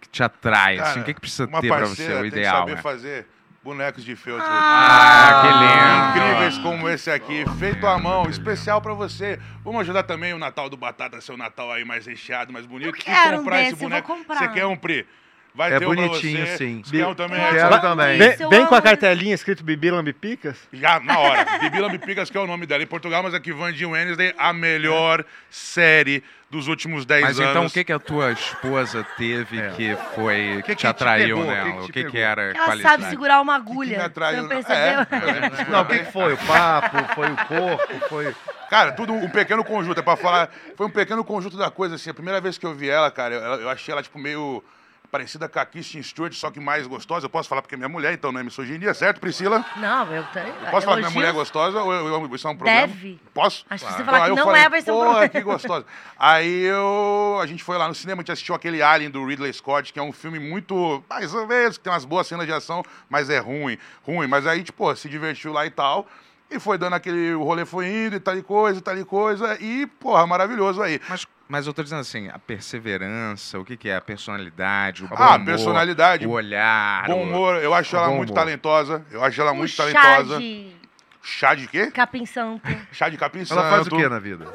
A: Que te atrai, assim?
F: Cara,
A: O que, que precisa
F: Uma
A: ter pra você,
F: parceira
A: o
F: tem que
A: ideal?
F: saber
A: né?
F: fazer bonecos de feltro.
A: Ah, que lindo!
F: Incríveis como esse aqui, feito à mão, especial pra você. Vamos ajudar também o Natal do Batata, seu Natal aí mais recheado, mais bonito.
D: Eu
F: E
D: quero um
F: comprar esse
D: desse, eu vou
F: boneco.
D: comprar.
F: Você quer um Pri? Vai
E: É
F: ter um pra
E: bonitinho,
F: você.
E: sim.
F: Você quer um também?
D: Quero
E: Quero também. é
B: Vem,
D: Isso, eu
B: vem com a
D: amo isso.
B: cartelinha escrito Bibi Lambipicas?
F: Já, na hora. Bibi Lambipigas, que é o nome dela em Portugal, mas aqui, Vandinho Wednesday, a melhor série dos últimos 10
A: Mas
F: anos.
A: então, o que, que a tua esposa teve que foi que,
E: que
A: te
E: te
A: atraiu
E: pegou? O que
A: nela?
E: que
A: O
E: te
A: que, que
E: pegou?
A: era
D: Ela
A: qualidade?
D: sabe segurar uma
F: que
D: agulha.
F: me atraiu?
D: Você não percebeu?
F: É,
E: Não, o que que foi? O papo, foi o corpo, foi.
F: Cara, tudo um pequeno conjunto. É pra falar. Foi um pequeno conjunto da coisa, assim. A primeira vez que eu vi ela, cara, eu, eu achei ela, tipo, meio parecida com a Kirsten Stewart, só que mais gostosa. Eu posso falar porque é minha mulher, então não é misoginia, certo, Priscila?
D: Não, eu... Posso
F: Posso falar que minha mulher é gostosa ou eu, eu, isso é um problema?
D: Ah, Deve.
F: Posso? Ah,
D: Acho que se você falar
F: Aí
D: que
F: eu
D: não
F: falei,
D: é, vai ser um
F: "Pô,
D: problema."
F: que gostosa. Aí eu, a gente foi lá no cinema, a gente assistiu aquele Alien do Ridley Scott, que é um filme muito, mais ou menos, que tem umas boas cenas de ação, mas é ruim, ruim. Mas aí, tipo, se divertiu lá e tal. E foi dando aquele, o rolê foi indo e tal e coisa, e tal e coisa. E, porra, maravilhoso aí.
A: Mas, mas eu tô dizendo assim, a perseverança, o que, que é? A personalidade, o bom
F: Ah,
A: humor,
F: personalidade,
A: o olhar.
F: Bom
A: o-
F: humor, eu acho ela
E: Bom
F: muito
E: humor.
F: talentosa. Eu acho ela
D: Um
F: muito
D: chá
F: talentosa.
D: de
F: Chá de quê?
D: capim santo.
F: Chá de capim santo.
E: Ela faz o quê na vida?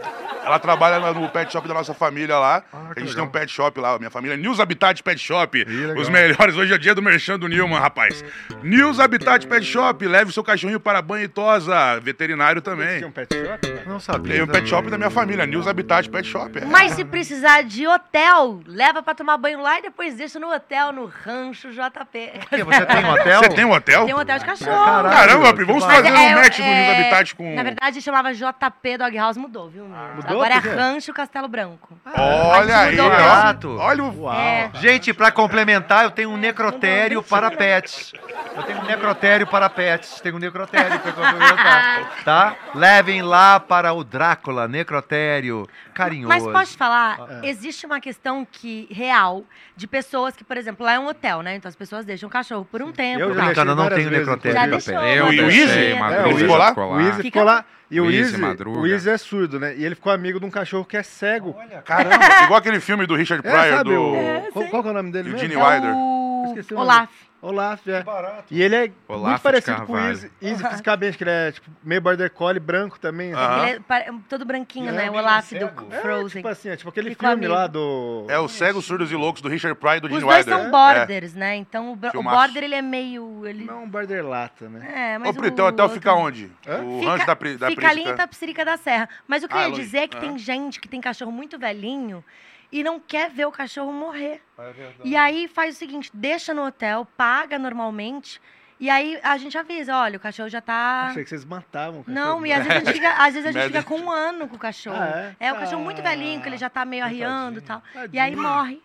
F: Ela trabalha lá no pet shop da nossa família lá.
B: Ah,
F: a gente tem um pet shop lá, minha família. News Habitat Pet Shop.
E: legal.
F: Os melhores. Hoje é dia do merchan do Newman, rapaz. News Habitat Pet Shop. Leve seu cachorrinho para banho e tosa. Veterinário
B: Tinha um
F: também.
B: pet shop?
E: Não sabia.
F: Tem um pet shop da minha família. News Habitat Pet Shop. é.
D: Mas se precisar de hotel, leva pra tomar banho lá e depois deixa no hotel, no rancho JP.
E: Você tem um hotel?
F: Você tem um hotel?
D: Tem um hotel de cachorro.
E: Caralho.
F: Caramba, Pri, vamos
E: Mas
F: fazer um match do
D: é-
F: News Habitat com.
D: Na verdade, chamava JP Dog House, mudou, viu?
B: Mudou?
D: Agora é
B: Por quê? Ah.
D: Rancho Castelo Branco.
F: Olha aí,
D: Mudou
F: ó.
E: mesmo.
F: Olha o.
D: É.
E: Gente, pra complementar, eu tenho um necrotério para pets. Eu tenho um necrotério para pets. Tenho um necrotério pra complementar. Tá? Levem lá para o Drácula, necrotério carinhoso.
D: Mas posso te
B: Ah. É.
D: falar, existe uma questão que real de pessoas que, por exemplo, lá é um hotel, né? Então as pessoas deixam o cachorro por um tempo.
B: Eu
D: e tal.
B: já
E: Não, cara, não
B: várias
E: tenho
B: vezes,
E: necrotério
D: Já
E: para
D: deixou.
E: pets.
A: Eu
F: O
A: deixei,
F: Izzy?
A: Madruga,
B: É, o Izzy
A: ficou lá?
B: O Izzy
D: Fica-
B: ficou lá. E o
A: Izzy,
B: Izzy,
A: Madruga.
B: o Izzy é surdo, né? E ele ficou amigo de um cachorro que é cego.
F: Caramba, igual aquele filme do Richard
B: É,
F: Pryor
B: sabe?
F: do.
B: o- qual, qual que é o nome dele
F: E o
B: mesmo?
F: Gene
D: É
F: Wilder.
D: o
B: Esqueci o nome.
D: Olaf.
B: Olaf, é. E ele é
A: Olaf
B: muito
A: de
B: parecido com o
A: Carvalho.
B: Izzy. Izzy fisicamente, que ele é tipo, meio border collie, branco também. assim.
F: Aham.
D: Ele é pare- todo branquinho,
E: É,
D: né? O
E: meio
D: Olaf
E: cego.
D: do
B: É,
D: Frozen.
B: tipo assim, é tipo aquele
D: Ficou
B: filme
D: amigo.
B: lá do...
F: É o Cego, Surdos e Loucos do Richard Pryor e do
D: Os
F: Gene
D: dois
F: Wilder.
D: são
F: É.
D: borders, né? Então o, br- o
F: Filmaço.
D: border ele é meio. Ele...
B: Não é um border lata, né?
D: É, mas
F: Ô, Pri, então teu
D: o
F: hotel
D: outro-
F: fica onde?
B: Hã?
F: O
D: Fica-
F: rancho da, pri, da
D: fica
F: Prisca.
D: ali em Tapsirica da Serra. Mas o que eu
F: Ah,
D: ia
F: longe.
D: dizer é que
F: Ah.
D: tem gente que tem cachorro muito velhinho e não quer ver o cachorro morrer.
F: Ah, é
D: e aí faz o seguinte, deixa no hotel, paga normalmente, e aí a gente avisa, olha, o cachorro já tá...
B: Achei que vocês matavam o cachorro.
D: Não, e às vezes a gente fica, às vezes a gente
F: Merda.
D: fica com um ano com o cachorro.
B: Ah, é?
D: o tá cachorro muito velhinho, que ele já tá meio arriando e tal. E aí
B: Tadinho.
D: morre.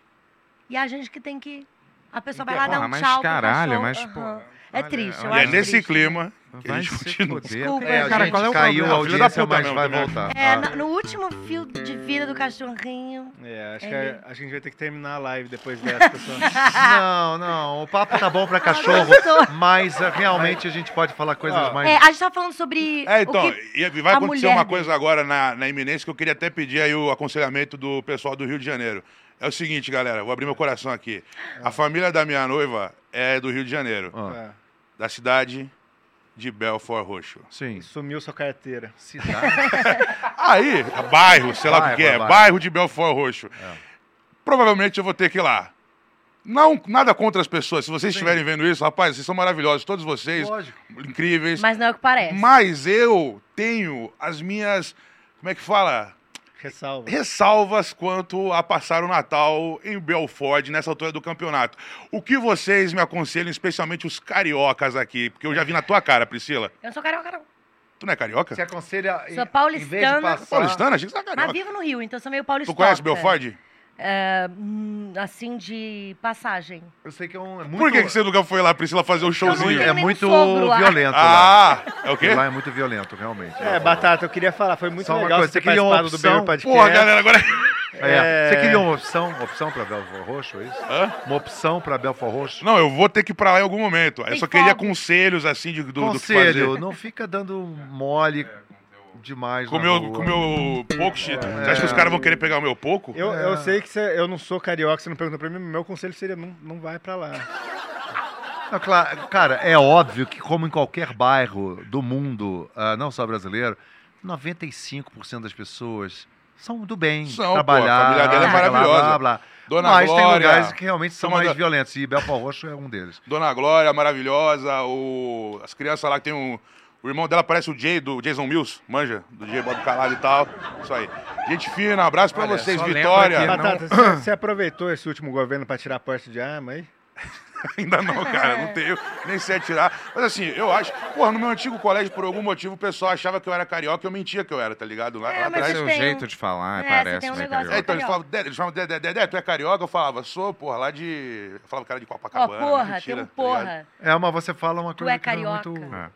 D: E a gente que tem que A pessoa vai lá dar
A: Porra,
D: um
A: mas
D: tchau pro
A: caralho,
D: cachorro.
A: mas,
D: Aham.
A: porra,
D: É
A: olha,
D: triste, eu
A: olha,
F: E é
D: acho
F: nesse
D: triste.
F: clima que a
A: Vai
F: gente
A: se
F: continua.
A: fuder.
D: Desculpa,
E: É, a
A: Cara,
E: gente
A: qual é o
E: caiu a
A: problema? Filho da
E: audiência,
F: puta
E: mas
F: mesmo
E: vai
F: também.
E: voltar.
A: Ah.
D: É,
E: tá?
D: na- no último fio de vida do cachorrinho.
B: É, acho
D: É
B: que
D: mesmo.
B: a, a gente vai ter que terminar a live depois dessa, pessoal.
E: tá? Não, não, o papo tá bom pra cachorro, mas eh, realmente a gente pode falar coisas
B: Ó.
E: mais...
D: É, a gente tá falando sobre.
F: É,
D: o
F: então,
D: que-
F: e vai
D: a
F: acontecer
D: mulher
F: uma
D: dele.
F: coisa agora na, na iminência que eu queria até pedir aí o aconselhamento do pessoal do Rio de Janeiro. É o seguinte, galera, vou abrir meu coração aqui.
D: Ah.
F: A família da minha noiva é do Rio de Janeiro,
E: Ah,
B: É.
F: da cidade de Belfort Roxo.
E: sim.
B: Sumiu sua carteira.
F: Aí, bairro, sei lá o
E: Bairro,
F: que que é,
E: é bairro. É.
F: bairro de Belfort Roxo. Provavelmente eu vou ter que ir lá. Não, nada contra as pessoas. Se vocês estiverem vendo isso, rapaz, vocês são maravilhosos, todos vocês,
E: Lógico.
F: incríveis.
D: Mas não é o que parece.
F: Mas eu tenho as minhas, como é que fala?
B: Ressalva.
F: ressalvas quanto a passar o Natal em Belford nessa altura do campeonato. O que vocês me aconselham, especialmente os cariocas aqui? Porque eu já vi na tua cara, Priscila.
D: Eu não sou carioca, não.
F: Tu não é carioca?
E: Você aconselha... em-
D: Sou
E: em vez de
D: paulistana.
E: passar-
F: Paulistana? Achei que você tá
D: Mas
F: carioca.
D: vivo no Rio, então sou meio paulista.
F: Tu conhece Belford?
D: assim, de passagem.
E: Eu sei que é um... É muito,
F: Por que, que você nunca foi lá, Priscila, fazer um
D: não
F: showzinho?
D: tenho
E: É
D: nem
E: muito
D: sogro lá.
E: violento lá.
F: Ah, é o quê?
E: Lá é muito violento, realmente.
B: É, Batata, eu queria falar, foi muito
E: Só uma
B: legal
E: coisa,
B: você
E: você
B: ter
E: queria uma
B: participado do
E: opção?
B: Bem Podcast.
F: Porra, galera, agora...
B: É.
E: É. Você queria uma opção, opção pra Belfort Roxo, é isso?
F: Hã?
E: Uma opção pra Belfort Roxo?
F: Não, eu vou ter que ir pra lá em algum momento. Eu
D: Tem
F: só queria
D: fogo.
F: conselhos, assim, de, do, do que fazer.
E: Conselho, não fica dando mole demais
F: Com
E: na
F: meu,
E: rua.
F: com meu pouco, Chita. Você acha que os caras vão querer pegar o meu pouco?
B: Eu, eu sei que você, eu não sou carioca, você não perguntou pra mim, meu conselho seria não, não vai pra lá.
E: Não, cla- cara, é óbvio que como em qualquer bairro do mundo, ah, não só brasileiro, 95% das pessoas são do bem,
F: São, pô,
E: trabalhar,
F: a família dela é
E: blá, blá,
F: maravilhosa.
E: Blá, blá,
F: Dona
E: Mas tem
F: Glória.
E: lugares que realmente são
F: São
E: mais
F: manda-
E: violentos e Belfort Roxo é um deles.
F: Dona Glória, maravilhosa. O... As crianças lá que tem um. O irmão dela parece o Jay do Jason Mills, manja, do Jay Bob Calado e tal. Isso aí. Gente fina, abraço pra
A: Olha,
F: vocês,
A: só lembra
F: Vitória.
A: que- não.
B: Batata, você, você aproveitou esse último governo pra tirar a porte de arma aí?
F: Ainda não, cara, não tenho, nem sei atirar. Mas assim, eu acho. Porra, no meu antigo colégio, por algum motivo, o pessoal achava que eu era carioca e eu mentia que eu era, tá ligado? Lá,
D: É,
F: lá
D: mas
A: Esse
F: atrás.
A: é o
D: tem um-
A: jeito de falar,
D: É, você
A: parece,
D: tem um
A: né,
D: negócio-
F: É,
A: carioca?
F: então eles falavam, Dedé, eles falavam, Dedé, Dedé, tu é carioca? Eu falava, sou, porra, lá de. Eu falava cara de
D: Ó,
F: Copacabana.
D: porra, tem
F: mentira,
D: um
F: tá ligado?
D: porra.
E: É, mas você fala uma coisa
D: é
E: que não é muito...
D: carioca.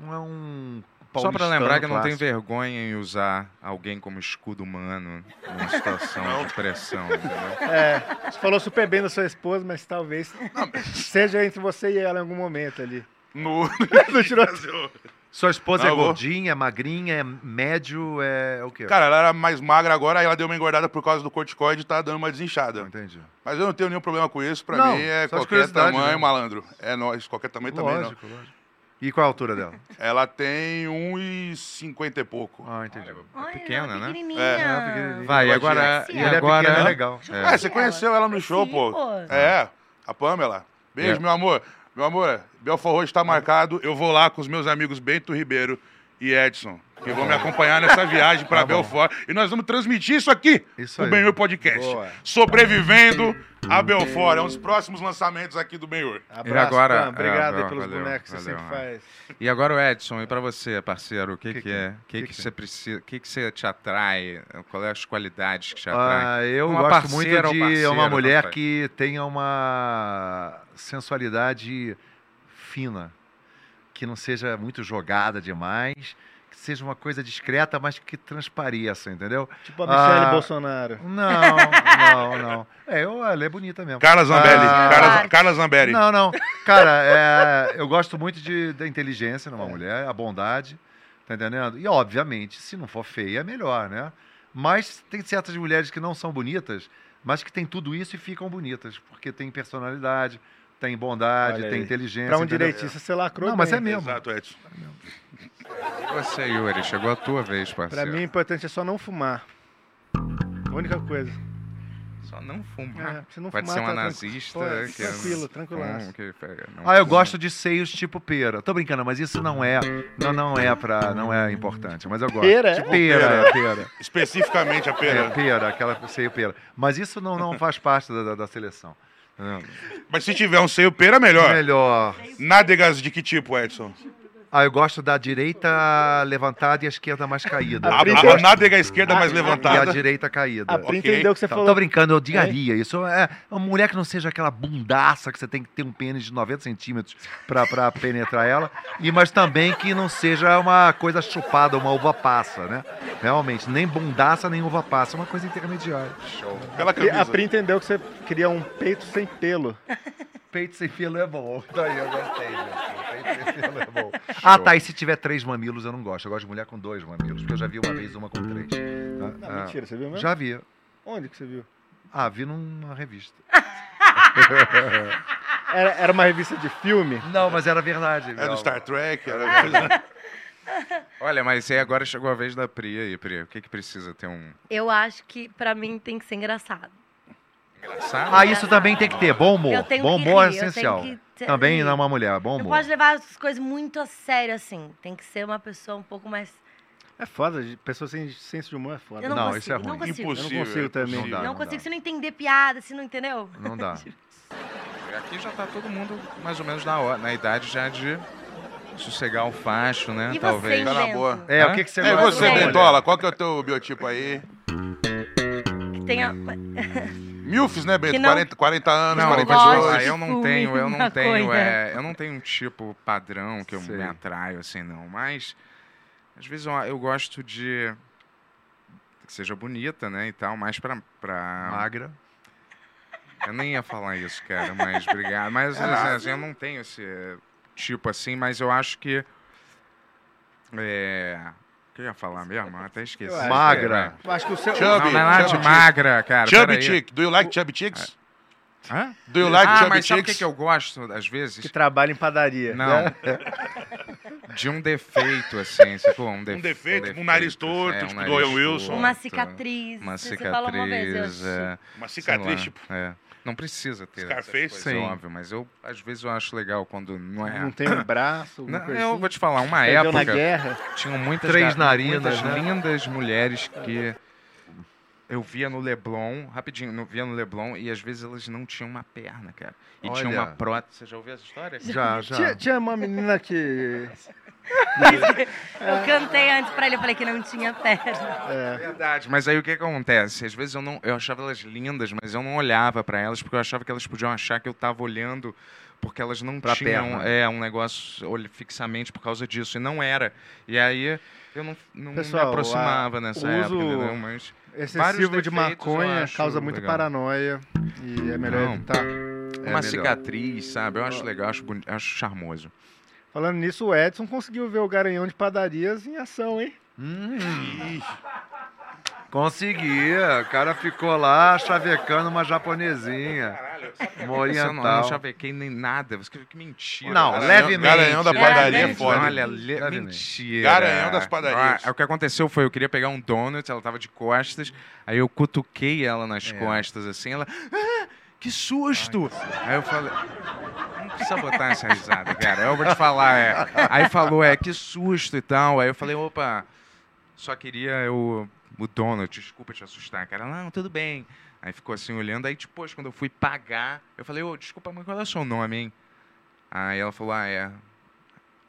E: Não é um
A: Só pra lembrar que não tem
E: vergonha.
A: vergonha em usar alguém como escudo humano numa situação de pressão. entendeu?
B: É, você falou super bem da sua esposa, mas talvez seja entre você e ela em algum momento ali.
F: No.
B: Não tirou-
E: Sua esposa
F: Não,
E: é
F: eu vou-
E: gordinha, é magrinha, é médio, é o quê?
F: Cara, ela era mais magra agora, aí ela deu uma engordada por causa do corticoide e tá dando uma desinchada.
E: Não entendi.
F: Mas eu não tenho nenhum problema com isso, pra
E: Não,
F: mim é
E: só de
F: qualquer
E: curiosidade
F: tamanho,
E: mesmo.
F: malandro. É nós, qualquer tamanho também não.
E: lógico, lógico. E qual a altura dela?
F: Ela tem 1,50 e pouco.
E: Ah, entendi.
D: Olha,
A: pequena, né?
D: Pequenininha.
F: É,
E: ela é pequenininha.
A: Vai, e
F: Ela
A: agora. E
D: é
A: agora
E: pequena, é legal.
D: Deixa eu
A: É.
D: falar
F: É, você
D: com
F: conheceu ela no show,
D: Sim,
F: pô. É, a Pamela. Beijo,
E: É.
F: meu amor. Meu amor, Belfort Roxo tá marcado. Eu vou lá com os meus amigos Bento Ribeiro e Edson, que vão me acompanhar nessa viagem pra Belfort. E nós vamos transmitir isso aqui
E: Tá Isso
F: no
E: aí.
F: Benhur
E: É,
F: Podcast.
B: Boa.
F: Sobrevivendo a Belfort. É um dos próximos lançamentos aqui do Benhur.
B: Abraço,
A: agora-
E: Ah,
B: Pan, obrigado
A: é,
B: aí pelos
A: valeu,
B: bonecos que você
A: valeu,
B: sempre
A: é.
B: faz.
A: E agora o Edson, e pra você, parceiro, o que,
E: Que
A: que,
E: que-
A: é? O que,
E: que
A: que,
E: que
A: você precisa? O que, que você te atrai? Qual é as qualidades que te atraem?
E: Ah, eu
A: Uma
E: gosto
A: parceira
E: muito
A: ou
E: de
A: parceiro,
E: uma mulher
A: papai?
E: que tenha uma sensualidade fina, que não seja muito jogada demais, que seja uma coisa discreta, mas que transpareça, entendeu?
B: Tipo a Michelle
E: Ah.
B: Bolsonaro.
E: Não, não, não. É, eu, ela é bonita mesmo.
F: Carla Zambelli.
E: Ah.
F: Carla, Carla Zambelli.
E: Não, não. Cara, é, eu gosto muito de, da inteligência
B: É.
E: numa mulher, a bondade, tá entendendo? E, obviamente, se não for feia, é melhor, né? Mas tem certas mulheres que não são bonitas, mas que têm tudo isso e ficam bonitas, porque tem personalidade, tem bondade,
B: Olha
E: tem
B: aí.
E: inteligência.
B: Pra um
E: entendeu?
B: direitista, você lacrou
E: Não, mas
B: bem.
E: é mesmo.
F: Exato, Edson.
A: Você, Yuri, chegou a tua vez,
B: Pra
A: parceiro.
B: mim, o importante é só não fumar. A única coisa.
A: Só não fumar.
B: É, se não
A: Ah, Pode
B: fumar,
A: ser uma
B: tá tranquilo.
A: nazista.
B: Pô,
A: né, que é-
B: tranquilo, tranquilaço.
A: Não, que pega- não
E: Ah, eu
A: fuma.
E: gosto de seios tipo pera. Tô brincando, mas isso não é, não, não é para, não é importante, mas eu gosto.
B: Pera, é?
E: Tipo pera, é pera.
F: Especificamente a
E: É,
F: pera.
E: pera, aquela seio pera. Mas isso não, não faz parte da, da, da seleção. entendeu?
F: Mas se tiver um seio pera, melhor.
E: É. Melhor.
F: Nádegas de que tipo, Edson?
E: Ah, eu gosto da direita levantada e a esquerda mais caída.
B: A
F: A,
B: Pri-
F: a banádega esquerda mais
E: E a
F: levantada.
E: direita caída.
B: A Pri
F: Ok.
B: entendeu o que você
E: Então,
B: falou.
E: tô brincando, eu odiaria isso. É, uma mulher que não seja aquela bundaça que você tem que ter um pênis de 90 centímetros pra, pra penetrar ela, e, mas também que não seja uma coisa chupada, uma uva passa, né? Realmente, nem bundaça, nem uva passa, é uma coisa intermediária.
B: E
F: Pela
B: A
F: camisa.
B: Pri entendeu que você queria um peito sem pelo.
E: Peito sem filo é bom. Daí eu gostei, gente. Peito sem filo é bom. Ah, tá. E se tiver três mamilos, eu não gosto. Eu gosto de mulher com dois mamilos, porque eu já vi uma vez uma com três. Ah,
B: Não,
E: ah,
B: mentira, né? você viu mesmo?
E: Já vi.
B: Onde que você viu?
E: Ah, vi numa revista.
B: Era, era uma revista de filme?
E: Não, mas era verdade.
G: É
E: não.
G: do Star Trek, era coisa.
A: Olha, mas aí agora chegou a vez da Pri aí, Pri. O que, que precisa ter um
D: Eu acho que pra mim tem que ser engraçado.
A: engraçado?
E: Ah, isso também tem que ter. Bom humor.
D: Eu tenho
E: Bom
D: que
E: humor
D: rir, eu
E: é
D: tenho
E: essencial.
D: que ter-
E: Também
D: rir.
E: não é uma mulher. Bom
D: Não
E: humor.
D: pode levar as coisas muito a sério, assim. Tem que ser uma pessoa um pouco mais.
B: É foda, de- pessoa sem senso de humor é foda.
D: Eu não,
E: Não,
D: consigo,
E: isso é
D: não
E: ruim.
D: consigo.
B: Eu não
G: Impossível.
B: consigo também.
E: Não dá.
D: Não consigo, se não entender piada, se não entendeu.
E: Não dá.
A: Aqui já tá todo mundo mais ou menos na, hora, na idade já de sossegar o facho, né?
D: E você,
A: Talvez.
G: Tá na boa.
D: invento?
E: É,
A: Hã?
E: o que, que você
G: E
E: gosta de
G: você,
E: uma mulher?
G: Bentola, qual que é o teu biotipo aí?
D: Que tenha...
G: Milfs, né,
D: Que
G: Bento?
D: não-
G: 40, 40 anos,
A: Não, eu, vou
G: 42.
A: te
D: gosto
A: falar,
D: de
A: eu não
D: fume,
A: tenho, eu não tenho,
D: maconha.
A: é, eu não tenho um tipo padrão que eu
E: Sei.
A: me atraio assim não, mas às vezes eu, eu gosto de que seja bonita, né, e tal, mais pra, pra...
E: Magra.
A: eu nem ia falar isso, cara, mas obrigado, mas assim, eu não tenho esse tipo assim, mas eu acho que é, o que eu ia falar mesmo? Eu até esqueci.
B: Eu acho
E: Magra.
B: Eu né? acho que o seu.
A: Não,
G: Chubby,
A: não é nada de
G: chubby
A: magra, cara.
G: Chubby
A: Ah, peraí.
G: Chick, do you like Chubby Chicks?
A: Hã?
G: Do you like
A: ah,
G: Chubby
A: mas sabe o que,
G: Chicks?
A: que eu gosto, às vezes?
B: Que tá trabalha em padaria. né?
A: Não. De um defeito, assim. sacou? Um, é, defe-
F: defeito, um nariz torto, tipo do Owen Wilson.
D: Uma cicatriz.
A: Uma
D: Você falou uma vez, eu
A: cicatriz. é,
F: Uma
A: sei
F: cicatriz,
A: lá,
F: tipo,
A: é. Não precisa ter. essas
F: Scarface?
A: coisas,
E: Sim.
A: óbvio, mas eu, às vezes, eu acho legal quando não é.
B: Não tem um braço, alguma
A: Não,
B: coisa
A: eu
B: assim.
A: vou te falar, uma
B: Perdeu na
A: época
B: guerra.
A: tinham muitas,
E: Três
A: gar-
E: narinas,
A: muitas
E: né?
A: lindas mulheres que eu via no Leblon, rapidinho, eu via no Leblon, e às vezes elas não tinham uma perna, cara. E tinha
E: Olha.
A: uma prótese. Você já ouviu essa história?
E: Já, já.
B: Tinha, tinha uma menina que.
D: Eu cantei antes pra ele, eu falei que não tinha perna.
A: Verdade, mas aí o que, que acontece? Às vezes eu não, eu achava elas lindas, mas eu não olhava pra elas porque eu achava que elas podiam achar que eu tava olhando porque elas não
E: Pra
A: tinham
E: perna.
A: é um negócio olhe- fixamente por causa disso e não era. E aí eu não, não
B: Pessoal,
A: me aproximava
B: a-
A: nessa
B: o
A: época,
B: uso-
A: entendeu? Mas Vários
B: Excessivo de
A: defeitos, eu
B: maconha
A: acho
B: causa muita
A: legal.
B: paranoia. E é melhor
A: Não.
B: evitar.
A: uma
E: melhor.
A: cicatriz, sabe? Eu acho legal, acho bonito, acho charmoso.
B: Falando nisso, o Edson conseguiu ver o Garanhão de Padarias em ação, hein?
E: Hum. Conseguia. O cara ficou lá chavecando uma japonesinha.
A: Eu não,
E: Uma
A: eu não
E: oriental.
A: chavequei nem nada. você- Que mentira.
E: Não,
A: cara.
E: levemente.
G: Garanhão da
D: padaria é
A: Gente,
G: foda.
A: Olha, le-
E: Levemente.
A: mentira.
G: Garanhão das padarias.
A: Ah, o que aconteceu foi, eu queria pegar um donut, ela tava de costas, aí eu cutuquei ela nas
G: É.
A: costas, assim, ela... "Ah, que susto! aí eu falei... Não precisa botar essa risada, cara. Eu vou te falar, é. Aí falou, é, que susto e tal. Aí eu falei, opa, só queria eu... O donut, desculpa te assustar, cara. Não, tudo bem. Aí ficou assim olhando. Aí depois, quando eu fui pagar, eu falei, ô, desculpa, mas qual é o seu nome, hein? Aí ela falou, ah, é.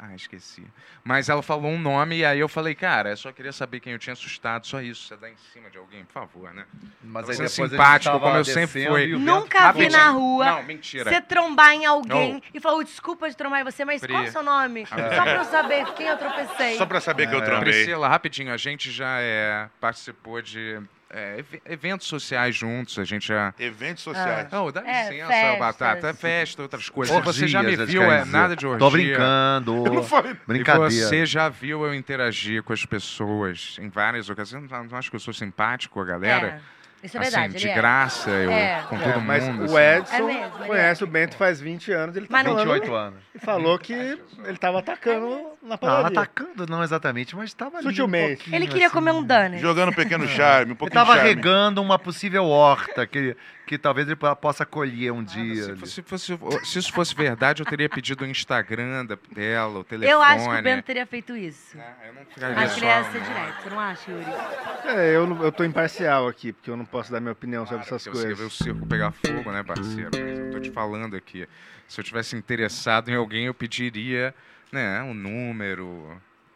A: Ah, esqueci. Mas ela falou um nome e aí eu falei, cara, eu só queria saber quem eu tinha assustado, só isso. Você dá em cima de alguém, por favor, né?
E: Mas
A: Você é
E: depois ele
A: simpático,
E: tava
A: como eu sempre
E: descendo
A: fui.
E: e o vento
D: Nunca vi
E: ficou-
D: na rua.
A: Não, mentira.
D: Você trombar em alguém e falar, "Ô, desculpa de trombar em você, mas
A: Pri.
D: qual é o seu nome? Só pra eu saber quem eu tropecei.
F: só pra saber que eu
G: é
F: trombei.
A: Priscila, rapidinho, a gente já é, participou de é, ev- eventos sociais juntos, a gente já.
G: Eventos sociais.
A: Não, dá
D: É,
A: licença,
D: festas.
A: Batata. É festa, outras coisas. Se você já me
E: Orgias, eles
A: viu,
E: querem
A: é
E: dizer.
A: nada de orgia.
E: Tô brincando.
G: Eu não falei.
A: E
E: Brincadeira.
A: você já viu eu interagir com as pessoas em várias ocasiões. Não, não acho que eu sou simpático, a galera.
D: É, Isso é
A: assim,
D: verdade,
A: de
D: ele é.
A: graça, eu
D: É.
A: com
B: É,
A: todo
B: mas
A: mundo.
B: o
A: assim.
B: Edson
D: É mesmo, ele é.
B: conhece o Bento faz 20 anos, ele tá
D: Mas Ah, não- É
B: falando-
E: 28 anos.
B: e falou que ele tava atacando na
E: Não, ela
B: padaria.
E: atacando não exatamente, mas estava ali. um
B: Sutilmente.
E: pouquinho,
D: Ele queria
E: assim.
D: comer um dano.
G: Jogando um pequeno charme, um
E: Ele
G: pouquinho de
E: estava
G: charme.
E: regando uma possível horta que, que talvez ele po- possa colher um dia.
A: Se,
E: ali.
A: fosse- fosse- oh, se isso fosse verdade, eu teria pedido o Instagram da- dela, o telefone.
D: Eu acho que o Bento teria feito isso.
A: É, eu não ficaria
D: Acho que ele
A: só
D: ia ser
A: no-
D: direto, você não acha, Yuri?
A: tá-
B: É, eu, não- eu tô imparcial aqui, porque eu não posso dar minha opinião sobre essas
A: Se você vê o
B: coisas.
A: circo pegar fogo, né, parceiro? Mas eu tô te falando aqui. Se eu tivesse interessado em alguém, eu pediria né, um número.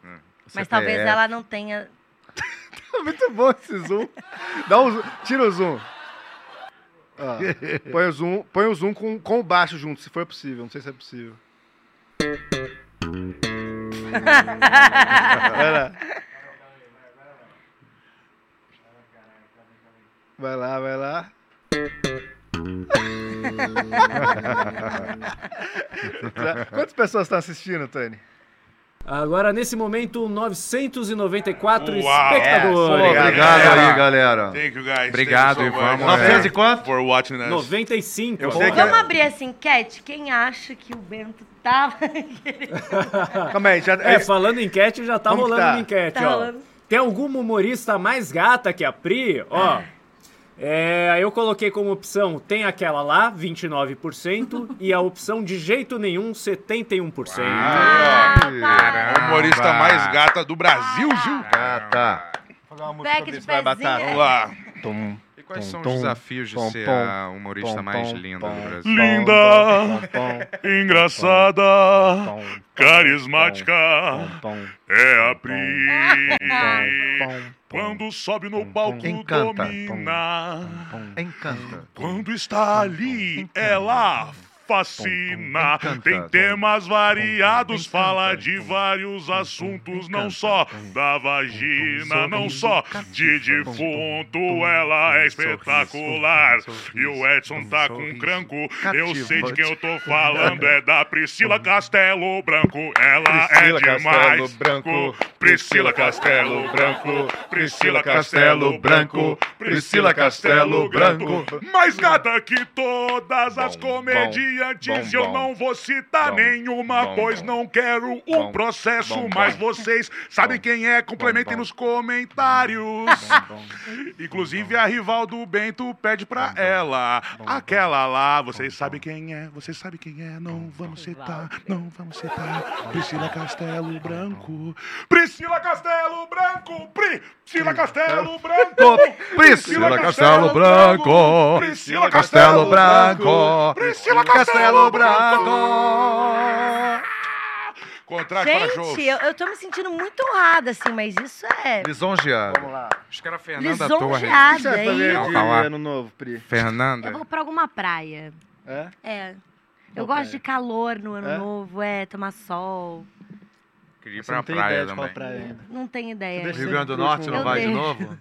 A: né,
D: Mas
A: CPF.
D: talvez ela não tenha.
B: Muito bom esse zoom. Dá um zoom. Tira o zoom. Ah, põe o zoom, põe o zoom com, com o baixo junto, se for possível. Não sei se é possível. Vai lá. Vai lá, vai lá. Tá. Quantas pessoas estão assistindo, Tony?
H: Agora, nesse momento, 994
F: Uau.
H: espectadores.
E: Obrigado Tá aí, galera.
F: Thank you, guys.
A: Obrigado,
F: Thank you so
A: e
F: much.
A: vamos- 900
E: e quanto?
F: For watching us.
H: 95.
B: Eu
H: Bom,
B: sei que-
D: Vamos abrir essa enquete? Quem acha que o Bento tava.
B: Calma aí, já,
H: É, falando em enquete, já tá
B: Como que
H: rolando
B: tá?
H: uma enquete,
D: Tá
H: ó.
D: rolando.
H: Tem alguma humorista mais gata que a Pri? Ó. É, eu coloquei como opção, tem aquela lá, 29%, e a opção de jeito nenhum, 71%.
D: Ah,
F: A humorista
A: Caramba.
F: mais gata do Brasil, Gil.
E: Ah, tá.
D: Back de pezinho.
F: Vamos lá.
A: E quais são os desafios de ser a humorista mais linda do Brasil?
F: Linda, engraçada, carismática, é a Pri. Quando sobe no palco,
E: Quem canta?
F: domina.
E: Encanta.
F: Quando está ali, ela fascina. Tem temas variados, fala de vários assuntos, não só da vagina, não só de defunto. Ela é espetacular. E o Edson tá com cranco. Eu sei de quem eu tô falando, é da Priscila Castelo Branco. Ela
E: Priscila
F: é
E: Castelo
F: demais.
E: Branco.
F: Priscila Castelo Branco. Priscila Castelo Branco. Priscila Castelo Branco. Mais gata que todas as
E: Bom,
F: comediantes.
E: bom,
F: Eu
E: bom.
F: não vou citar
E: Bom,
F: nenhuma,
E: bom,
F: pois
E: bom.
F: não quero um
E: Bom,
F: processo.
E: bom,
F: mas
E: bom.
F: vocês sabem quem é, complementem
E: bom.
F: nos comentários. Inclusive, a rival do Bento pede pra ela. Aquela lá, vocês sabem quem é, vocês sabem quem é. Não vamos citar, não vamos citar. Priscila Castelo Branco. Priscila Castelo Branco! Priscila Castelo Branco!
E: Priscila Castelo Branco.
F: Priscila Castelo
E: Castelo Branco.
F: Priscila Castelo
E: Branco.
F: Contrato para shows.
D: Gente, eu, eu tô me sentindo muito honrada, assim, mas isso é
E: Lisonjeado.
A: Acho que era Fernanda Torres.
B: O que você
D: lisonjeada.
B: vai fazer
D: hein?
A: Não,
B: de
A: calma.
B: ano novo, Pri?
A: Fernanda.
D: Eu vou pra alguma praia.
B: É?
D: É. Eu
B: Qual
D: gosto de calor no ano
B: É?
D: novo, é, tomar sol.
A: Queria ir
B: Você
A: pra
B: não tem
A: praia
B: ideia de qual
A: também.
B: praia ainda.
D: Não tenho ideia.
B: Você
E: Rio Grande do Norte não
D: Meu
E: vai de
D: Deus.
E: novo?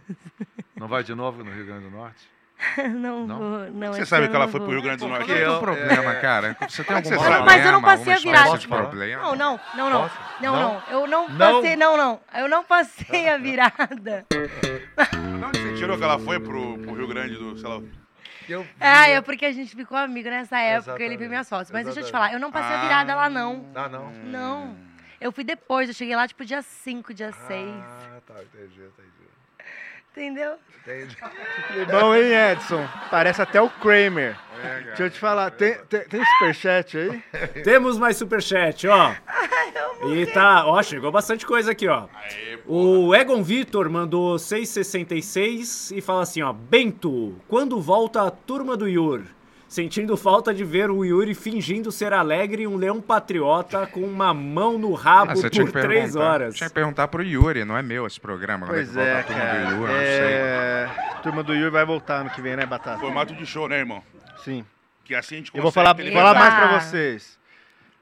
E: Não vai de novo no Rio Grande do Norte?
D: Não,
E: Não?
D: vou. Não,
F: Você
D: esse
F: sabe
D: ano
F: que ela
D: não
F: foi
D: vou.
F: pro Rio Grande do Norte.
A: Qual é o
E: Eu-
A: problema, cara? Você tem algum
F: Mas
A: problema?
D: eu não passei a
A: alguma história
D: virada.
A: de problema?
D: Não, não, não, não. Não, não. Eu não
E: Não?
D: passei, não, não. Eu não passei a virada.
F: De onde você tirou que ela foi pro, pro Rio Grande do, sei lá,
D: É, é porque a gente ficou amigo nessa época, ele
E: Exatamente.
D: veio minhas fotos. Mas deixa eu te
E: Exatamente.
D: falar, eu não passei a virada lá, não.
E: Ah, não.
D: Não. Eu fui depois, eu cheguei lá tipo dia 5, dia 6.
E: Ah, tá, entendi, entendi.
D: Entendeu?
E: Entendi.
B: Bom, hein, Edson? Parece até o
A: É,
B: Kramer. Deixa eu te falar, tem, tem, tem superchat aí?
H: Temos mais superchat, ó. E tá, ó, chegou bastante coisa aqui, ó. O Egon Vitor mandou 6,66 e fala assim, ó. Bento, quando volta a turma do Yur? Sentindo falta de ver o Yuri fingindo ser alegre e um leão patriota com uma mão no rabo
A: Ah, você tinha
H: por
A: que
H: três
A: perguntar.
H: horas.
A: Tinha que perguntar pro Yuri, não é meu esse programa. Agora
B: Pois
A: que volta
B: é,
A: a turma
B: cara.
A: do Yuri, não sei.
B: É, Turma do Yuri vai voltar ano que vem, né, Batata?
F: formato de show, né, irmão?
B: Sim.
F: Que assim a gente consegue...
B: Eu vou falar, vou
F: ter
B: falar mais
D: Eba!
B: pra vocês.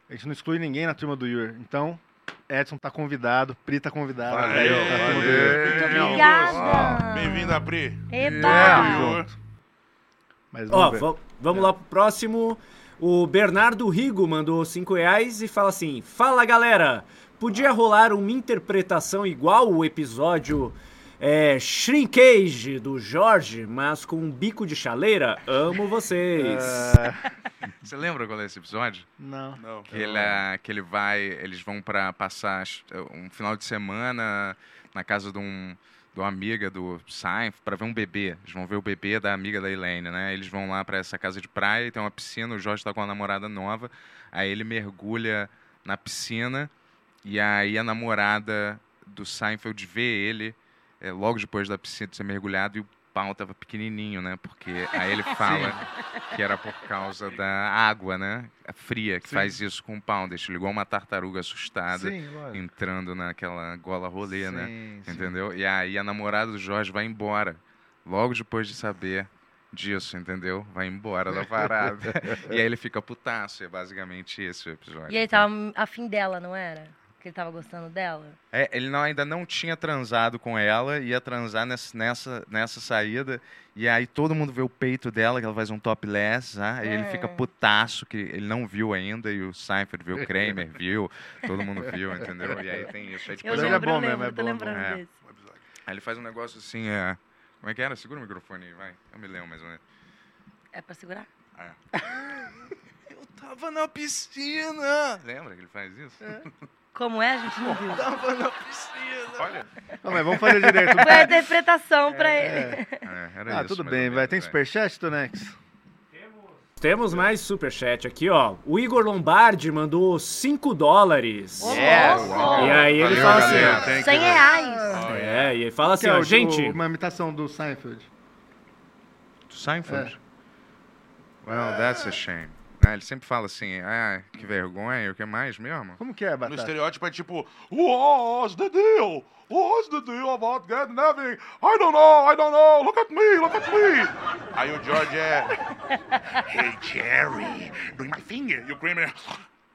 B: A gente não exclui ninguém na turma do Yuri. Então, Edson tá convidado, Pri tá convidada.
F: Valeu,
B: tá aí, tá turma do Yuri.
F: valeu.
D: Muito
F: Meu
D: obrigada.
F: Bem-vinda, Pri.
D: Eba!
A: É.
F: Yuri.
B: Mas
H: Ó,
B: vamos ver.
H: va- vamos lá pro próximo. O Bernardo Rigo mandou 5 reais e fala assim: Fala galera, podia rolar uma interpretação igual o episódio é, Shrinkage do Jorge, mas com um bico de chaleira? Amo vocês.
A: Você lembra qual é esse episódio?
B: Não.
F: Não.
A: Que ele, ah, que ele vai, eles vão pra passar as- um final de semana na casa de um de uma amiga do Sainz pra ver um bebê. Eles vão ver o bebê da amiga da Elaine, né? Eles vão lá pra essa casa de praia, tem uma piscina, o Jorge tá com uma namorada nova, aí ele mergulha na piscina e aí a namorada do Seinfeld vê ele é, logo depois da piscina de ser mergulhado e o pau tava pequenininho, né? Porque aí ele fala que era por causa da água, né? Fria, que faz isso com o pau, deixa ele igual uma tartaruga assustada
E: Sim, lógico.
A: entrando naquela gola rolê, né?
E: Sim, sim.
A: Entendeu? E aí a namorada do Jorge vai embora. Logo depois de saber disso, entendeu? Vai embora da parada. e aí ele fica putaço. É basicamente esse o episódio.
D: E ele tava afim dela, não era? Que ele tava gostando dela?
A: É, ele não- ainda não tinha transado com ela, ia transar nessa, nessa, nessa saída. E aí todo mundo vê o peito dela, que ela faz um topless, né? e ele fica
D: É.
A: putaço, que ele não viu ainda, e o Seinfeld viu, o Kramer viu, todo mundo viu, entendeu? E aí tem isso. Aí,
D: Eu
A: depois
B: Mas
A: ele-
B: ele é
D: lembro,
B: bom
D: eu lembro,
B: mesmo, é
D: eu tô
B: bom, é
D: lembrando
A: bom. É.
D: desse.
A: aí ele faz um negócio assim, é... Como é que era? Segura o microfone aí, vai. Eu me lembro mais ou menos.
D: É pra segurar?
A: Eu tava na piscina! Lembra que ele faz isso?
D: Como é? A gente não viu.
A: Tava na piscina! Olha,
B: Não, mas vamos fazer direito.
D: Foi a interpretação pra ele.
A: é, era
B: Ah,
A: É isso,
B: tudo
A: mais
B: bem,
A: ou
B: vai.
A: menos, é.
B: Tem superchat, Tonex?
H: Temos mais superchat aqui, ó. O Igor Lombardi mandou 5 dólares.
D: Ô,
B: Yes.
D: louco!
H: E aí ele
A: Valeu,
H: fala
A: galera.
H: assim,
A: Thank you.
D: 100 reais.
H: ó, é, e ele fala assim, ó, gente,
B: Uma imitação do Seinfeld.
A: Seinfeld? Well, that's a shame. Ah, ele sempre fala assim, ah, que vergonha, o que mais mesmo?
B: Como que é,
F: No
B: Batata?
F: estereótipo é tipo, what's the deal? What's the deal about getting having? I don't know, I don't know, look at me, look at me. Aí o George é, hey Jerry, bring my finger. E o Kramer,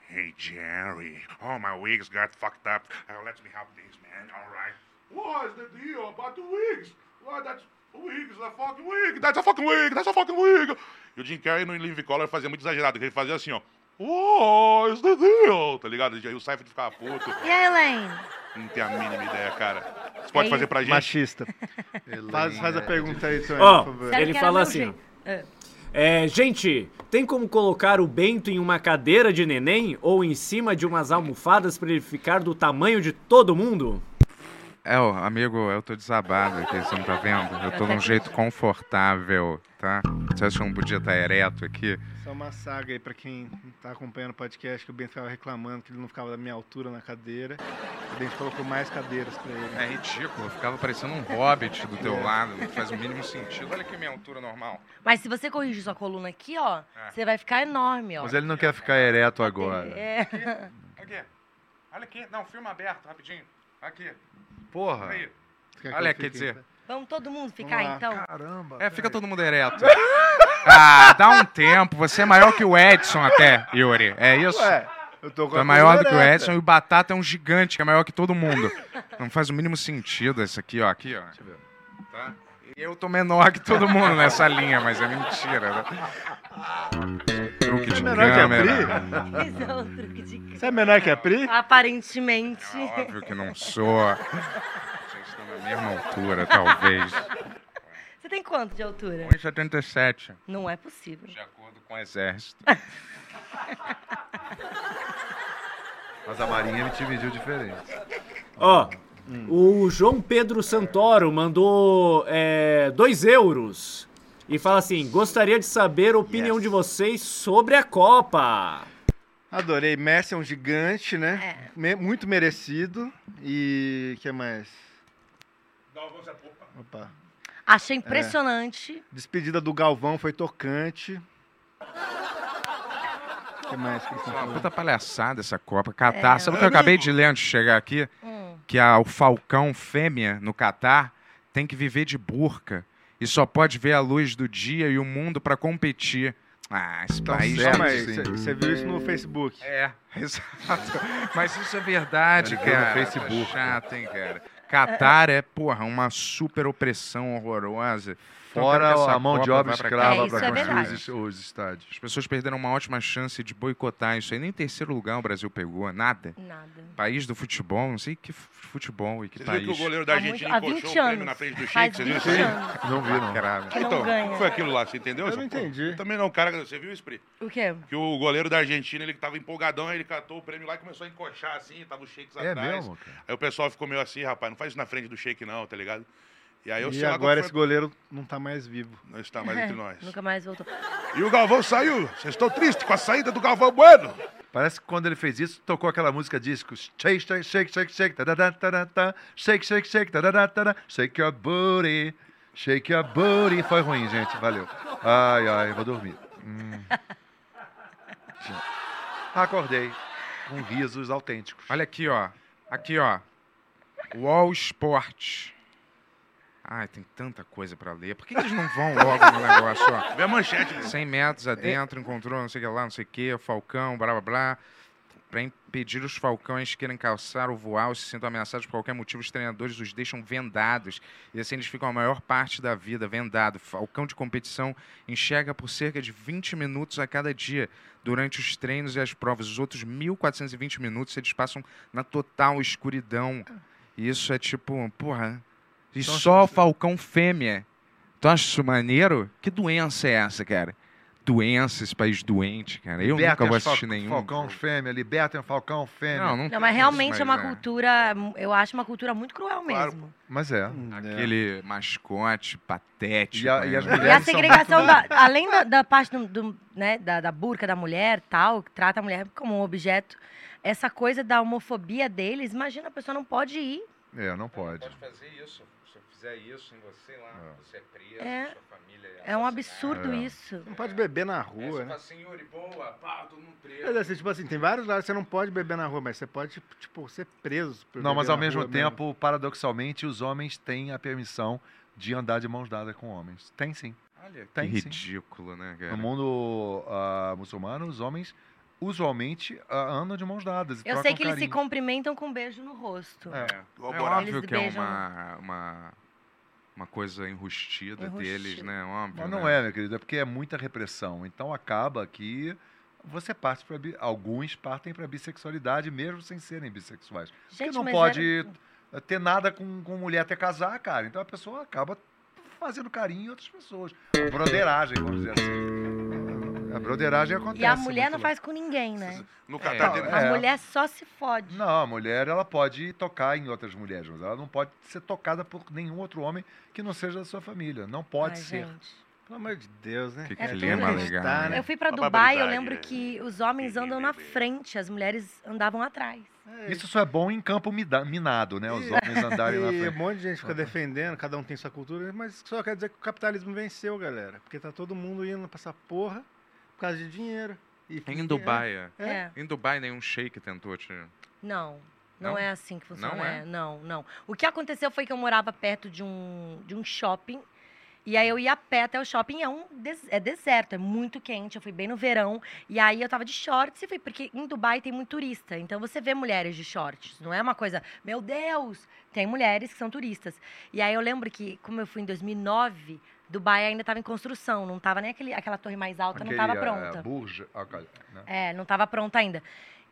F: hey Jerry, oh my wigs got fucked up. Uh, let me help this man, all right. What's the deal about the wigs? Why that's wigs, a fucking wig, that's a fucking wig, that's a fucking wig. E o Jim Carrey no Living Color fazia muito exagerado, que ele fazia assim, ó. What's the deal? Tá ligado? E aí o Seinfeld ficava puto.
D: E a Elaine?
F: Não tem a mínima ideia, cara. Você pode
D: É
F: fazer pra gente?
B: Machista. faz, faz a pergunta aí, Tonex,
H: Ó,
B: por favor.
D: Sério
H: Ele
D: que era
H: fala
D: meu
H: assim,
D: jeito? É.
H: é, gente, tem como colocar o Bento em uma cadeira de neném ou em cima de umas almofadas pra ele ficar do tamanho de todo mundo?
A: É, ó, amigo, eu tô desabado aqui, você não tá vendo? Eu tô de um jeito confortável, tá? Você acha que eu não podia estar ereto aqui?
B: Isso é uma saga aí pra quem tá acompanhando o podcast, que o Bento ficava reclamando que ele não ficava da minha altura na cadeira. O Bento colocou mais cadeiras pra ele.
A: É ridículo, eu ficava parecendo um hobbit do teu lado, não faz o mínimo sentido. Olha aqui minha altura normal.
D: Mas se você corrigir sua coluna aqui, ó, você vai ficar enorme, ó.
E: Mas ele não quer ficar ereto agora.
D: É.
A: Aqui, olha aqui, não, filme aberto, rapidinho. Aqui,
E: Porra.
A: aí.
B: Quer que
A: Olha,
B: eu
A: quer
B: fique?
A: dizer,
D: Vamos todo mundo ficar,
B: lá.
D: então?
E: Caramba.
A: é, fica todo mundo ereto. Ah, dá um tempo, você é maior que o Edson até, Yuri, é isso?
B: Ué, eu tô com
A: Tu
E: Então,
B: a
A: é maior do que o
B: colorada.
A: Edson e o Batata é um gigante que é maior que todo mundo. Não faz o mínimo sentido isso aqui, ó. Aqui, ó. Tá? E eu tô menor que todo mundo nessa linha, mas é mentira. Né? Truque de
B: Menor que a
A: câmera.
D: Esse é o truque de
B: Você é menor que a Pri?
D: Aparentemente.
A: É, Óbvio que não sou. Vocês estão na mesma altura, talvez.
D: Você tem quanto de altura?
A: 1,77.
D: Não é possível.
A: De acordo com o exército.
E: Mas a Marinha me te mediu diferente.
H: Ó, o João Pedro Santoro mandou é, 2 euros e fala assim, gostaria de saber a opinião de vocês sobre a Copa.
B: Adorei. Messi é um gigante, né? Me- muito merecido. E o que mais? Opa.
D: Achei impressionante.
B: Despedida do Galvão foi tocante. O que mais que eles estão falando?
A: Puta palhaçada essa
D: É,
A: Copa. Catar. Sabe o que eu acabei de ler antes de chegar aqui?
D: Hum.
A: Que a, o falcão fêmea no Catar tem que viver de burca e só pode ver a luz do dia e o mundo pra competir. Ah, esse país
B: Não,
A: tem-
E: Tá certo,
B: mas
E: sim.
B: você- você viu isso no Facebook.
A: É, exato. Mas isso é verdade,
E: Ele foi no
A: cara.
E: Facebook.
A: Tá chato, hein, cara. Catar é, porra, uma super opressão horrorosa. Então,
E: Fora
A: quero que essa
E: a mão de
A: Copa
E: obra
A: vá pra
D: É,
E: escrava pra
D: isso é
E: construir
D: verdade.
E: os, os estádios.
A: As pessoas perderam uma ótima chance de boicotar isso aí. Nem terceiro lugar o Brasil pegou, nada.
D: Nada.
A: País do futebol, não sei que fu- futebol e que
F: Vocês viram
A: país.
F: que o goleiro da
D: Há, muito,
F: Argentina
D: há
F: encoxou
D: 20
F: o prêmio
D: anos.
F: na frente do Chico?
D: Faz
F: Vocês viram
D: 20
F: isso? aí?
D: anos
E: Não vi, não.
A: Caralho.
D: que não
F: Então, o
D: ganha.
F: que foi aquilo lá? Você entendeu?
B: Eu
F: essa
B: não
F: porra?
B: entendi.
F: Eu também não, cara. Você viu, Spri?
D: O quê?
F: Que o goleiro da Argentina, ele que tava empolgadão, aí ele catou o prêmio lá e começou a encoxar assim, tava o Shakes
E: É
F: atrás.
E: mesmo, cara?
F: Aí o pessoal ficou meio assim, rapaz, não faz isso na frente do Shake não, tá ligado? E aí eu
B: E
F: sei lá qual
B: agora
F: foi-
B: esse goleiro não tá mais vivo.
F: Não está mais entre nós.
D: Nunca mais voltou.
F: E o Galvão saiu. Vocês estão tristes com a saída do Galvão Bueno?
E: Parece que quando ele fez isso, tocou aquela música disco. Shake, shake, shake, shake, shake, tadadá, tadadá, shake, shake, shake, tadadá, tadadá, shake your booty. Shake a booty. Foi ruim, gente. Valeu. Ai, ai, vou dormir. Hum. Acordei com risos autênticos.
A: Olha aqui, ó. Aqui, ó. Wall Sport. Ai, tem tanta coisa pra ler. Por que, que eles não vão logo no negócio, ó?
G: Vê a manchete. né?
A: 100 metros adentro,
F: É.
A: encontrou não sei o que lá, não sei o que, Falcão, blá blá blá. Para impedir os falcões que queiram calçar ou voar ou se sintam ameaçados por qualquer motivo, os treinadores os deixam vendados. E assim eles ficam a maior parte da vida vendado. Falcão de competição enxerga por cerca de 20 minutos a cada dia. Durante os treinos e as provas, os outros 1.420 minutos eles passam na total escuridão. E isso é tipo, porra. E
E: Então,
A: só o Falcão fêmea. Tu acha isso maneiro? Que doença é essa, cara? Doença, esse país doente, cara. Eu nunca
E: Libertem
A: vou
E: as fal-
A: assistir nenhum.
E: Falcão fêmea, libertem o um Falcão fêmea.
A: Não, não,
D: Não,
A: tem
D: mas
A: isso,
D: realmente é uma
A: mas,
D: cultura, eu acho uma cultura muito cruel
G: Claro.
D: mesmo.
E: Mas é.
B: Hum, né?
A: Aquele mascote patético.
E: E a- e
A: né?
E: as
D: E
E: mulheres-
D: a
E: Mulheres são
D: segregação,
E: muito-
D: da- além da, da parte do, do, né, da, da burca da mulher tal, que trata a mulher como um objeto, essa coisa da homofobia deles, imagina, a pessoa não pode ir.
E: É, não pode.
A: fazer isso. Se eu fizer isso em você lá, você é preso,
D: É.
A: sua família
D: É um absurdo
E: É.
D: isso.
B: Não pode beber na rua, né?
A: assim, Yuri, boa, pá, todo mundo
B: Mas, assim, tipo assim, tem vários lados que você não pode beber na rua, mas você pode, tipo, ser preso. por
E: Não,
B: beber
E: mas
B: é
E: ao
B: na
E: mesmo
B: rua
E: tempo, paradoxalmente, os homens têm a permissão de andar de mãos dadas com homens. Tem sim.
A: Olha, É, que
E: Tem, sim.
A: ridículo, né, cara?
E: No mundo ah, muçulmano, os homens usualmente ah, andam de mãos dadas. e
D: Eu
E: trocam
D: sei que eles se
E: carinho.
D: cumprimentam com um beijo no rosto.
E: É.
A: É
G: Corroborado.
A: óbvio
D: Eles
A: que é
D: beijam- né?
A: uma, uma, uma coisa enrustida,
D: Enrustida.
A: deles, né? Óbvio,
E: Mas não
A: né?
E: é, meu querido, é porque é muita repressão. Então acaba que você parte para alguns partem para bissexualidade mesmo sem serem bissexuais. Porque não
D: mas é-
E: pode
D: era-
E: ter nada com, com mulher até casar, cara. Então a pessoa acaba fazendo carinho em outras pessoas. Broderagem, vamos dizer assim. A broderagem acontece.
D: E a mulher não
E: muito
D: faz com ninguém, né?
G: No
A: É.
G: Catar dele.
D: A
E: É.
D: mulher só se fode.
E: Não, a mulher ela pode tocar em outras mulheres, mas ela não pode ser tocada por nenhum outro homem que não seja da sua família. Não pode
D: Ai,
E: ser.
D: gente.
B: Pelo amor de Deus, né?
A: Que, que
D: É
A: lema
D: tudo
A: legal.
B: tá,
A: né?
B: né?
D: Eu fui pra
G: Uma
D: Dubai, eu
G: barbaridade,
D: lembro
G: né?
D: que os homens andam na frente, as mulheres andavam atrás.
E: Isso só é bom em campo mida- minado, né? Os homens andarem na
B: E um
E: frente.
B: monte de gente fica defendendo, cada um tem sua cultura, mas só quer dizer que o capitalismo venceu, galera. Porque tá todo mundo indo pra essa porra por causa de dinheiro. E
A: Em Dubai, é.
B: É.
D: É.
A: Em Dubai nenhum shake tentou te...
D: Não. Não,
A: Não?
D: é assim que funciona.
A: Não
D: Não,
A: é?
D: não, não. O que aconteceu foi que eu morava perto de um, de um shopping. E aí eu ia a pé até o shopping, é um des- é deserto, é muito quente, eu fui bem no verão. E aí eu tava de shorts e fui, porque em Dubai tem muito turista. Então você vê mulheres de shorts, não é uma coisa, meu Deus, tem mulheres que são turistas. E aí eu lembro que, como eu fui em 2009, Dubai ainda estava em construção, não tava nem aquele, aquela torre mais alta, não tava
A: é,
E: Aquele, eh,
D: pronta.
E: Burj, ah, cara, né?
D: É, não estava pronta ainda.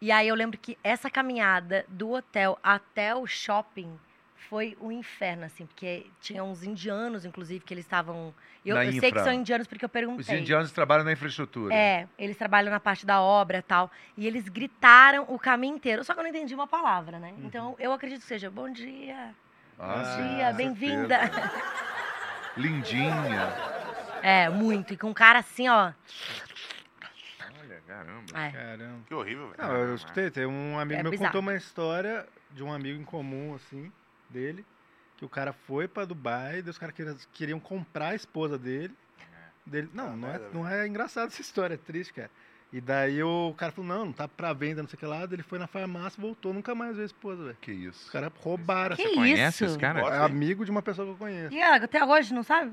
D: E aí eu lembro que essa caminhada do hotel até o shopping foi um inferno, assim, porque tinha uns indianos, inclusive, que eles estavam. Eu,
E: Na
D: eu sei que
E: infra.
D: são indianos porque eu perguntei.
E: Os indianos trabalham na infraestrutura.
D: É, eles trabalham na parte da obra e tal. E eles gritaram o caminho inteiro. Só que eu não entendi uma palavra,
E: Uhum.
D: né? Então eu acredito que seja bom dia,
E: Ah,
D: bom
E: sim,
D: dia,
E: com
D: bem-vinda.
E: certeza. Lindinha.
D: É, muito. E com um cara assim, ó.
A: Olha, caramba.
D: É.
B: Caramba.
G: Que horrível, velho.
B: Não, é- eu escutei, tem um amigo
D: É
B: meu
D: bizarro.
B: contou uma história de um amigo em comum, assim, dele, que o cara foi pra Dubai, daí os caras queriam, queriam comprar a esposa dele. dele não, não, é, não é engraçado essa história, é triste, cara. E daí o cara falou, não, não tá pra venda, não sei o que lá. daí Ele foi na farmácia, voltou, nunca mais viu a esposa, velho.
E: Que
B: Os
E: isso.
B: caras roubaram.
D: Que
A: Você conhece
D: isso?
A: esse cara?
B: É amigo de uma pessoa que eu
E: É.
B: conheço.
D: E ela, até hoje, não sabe?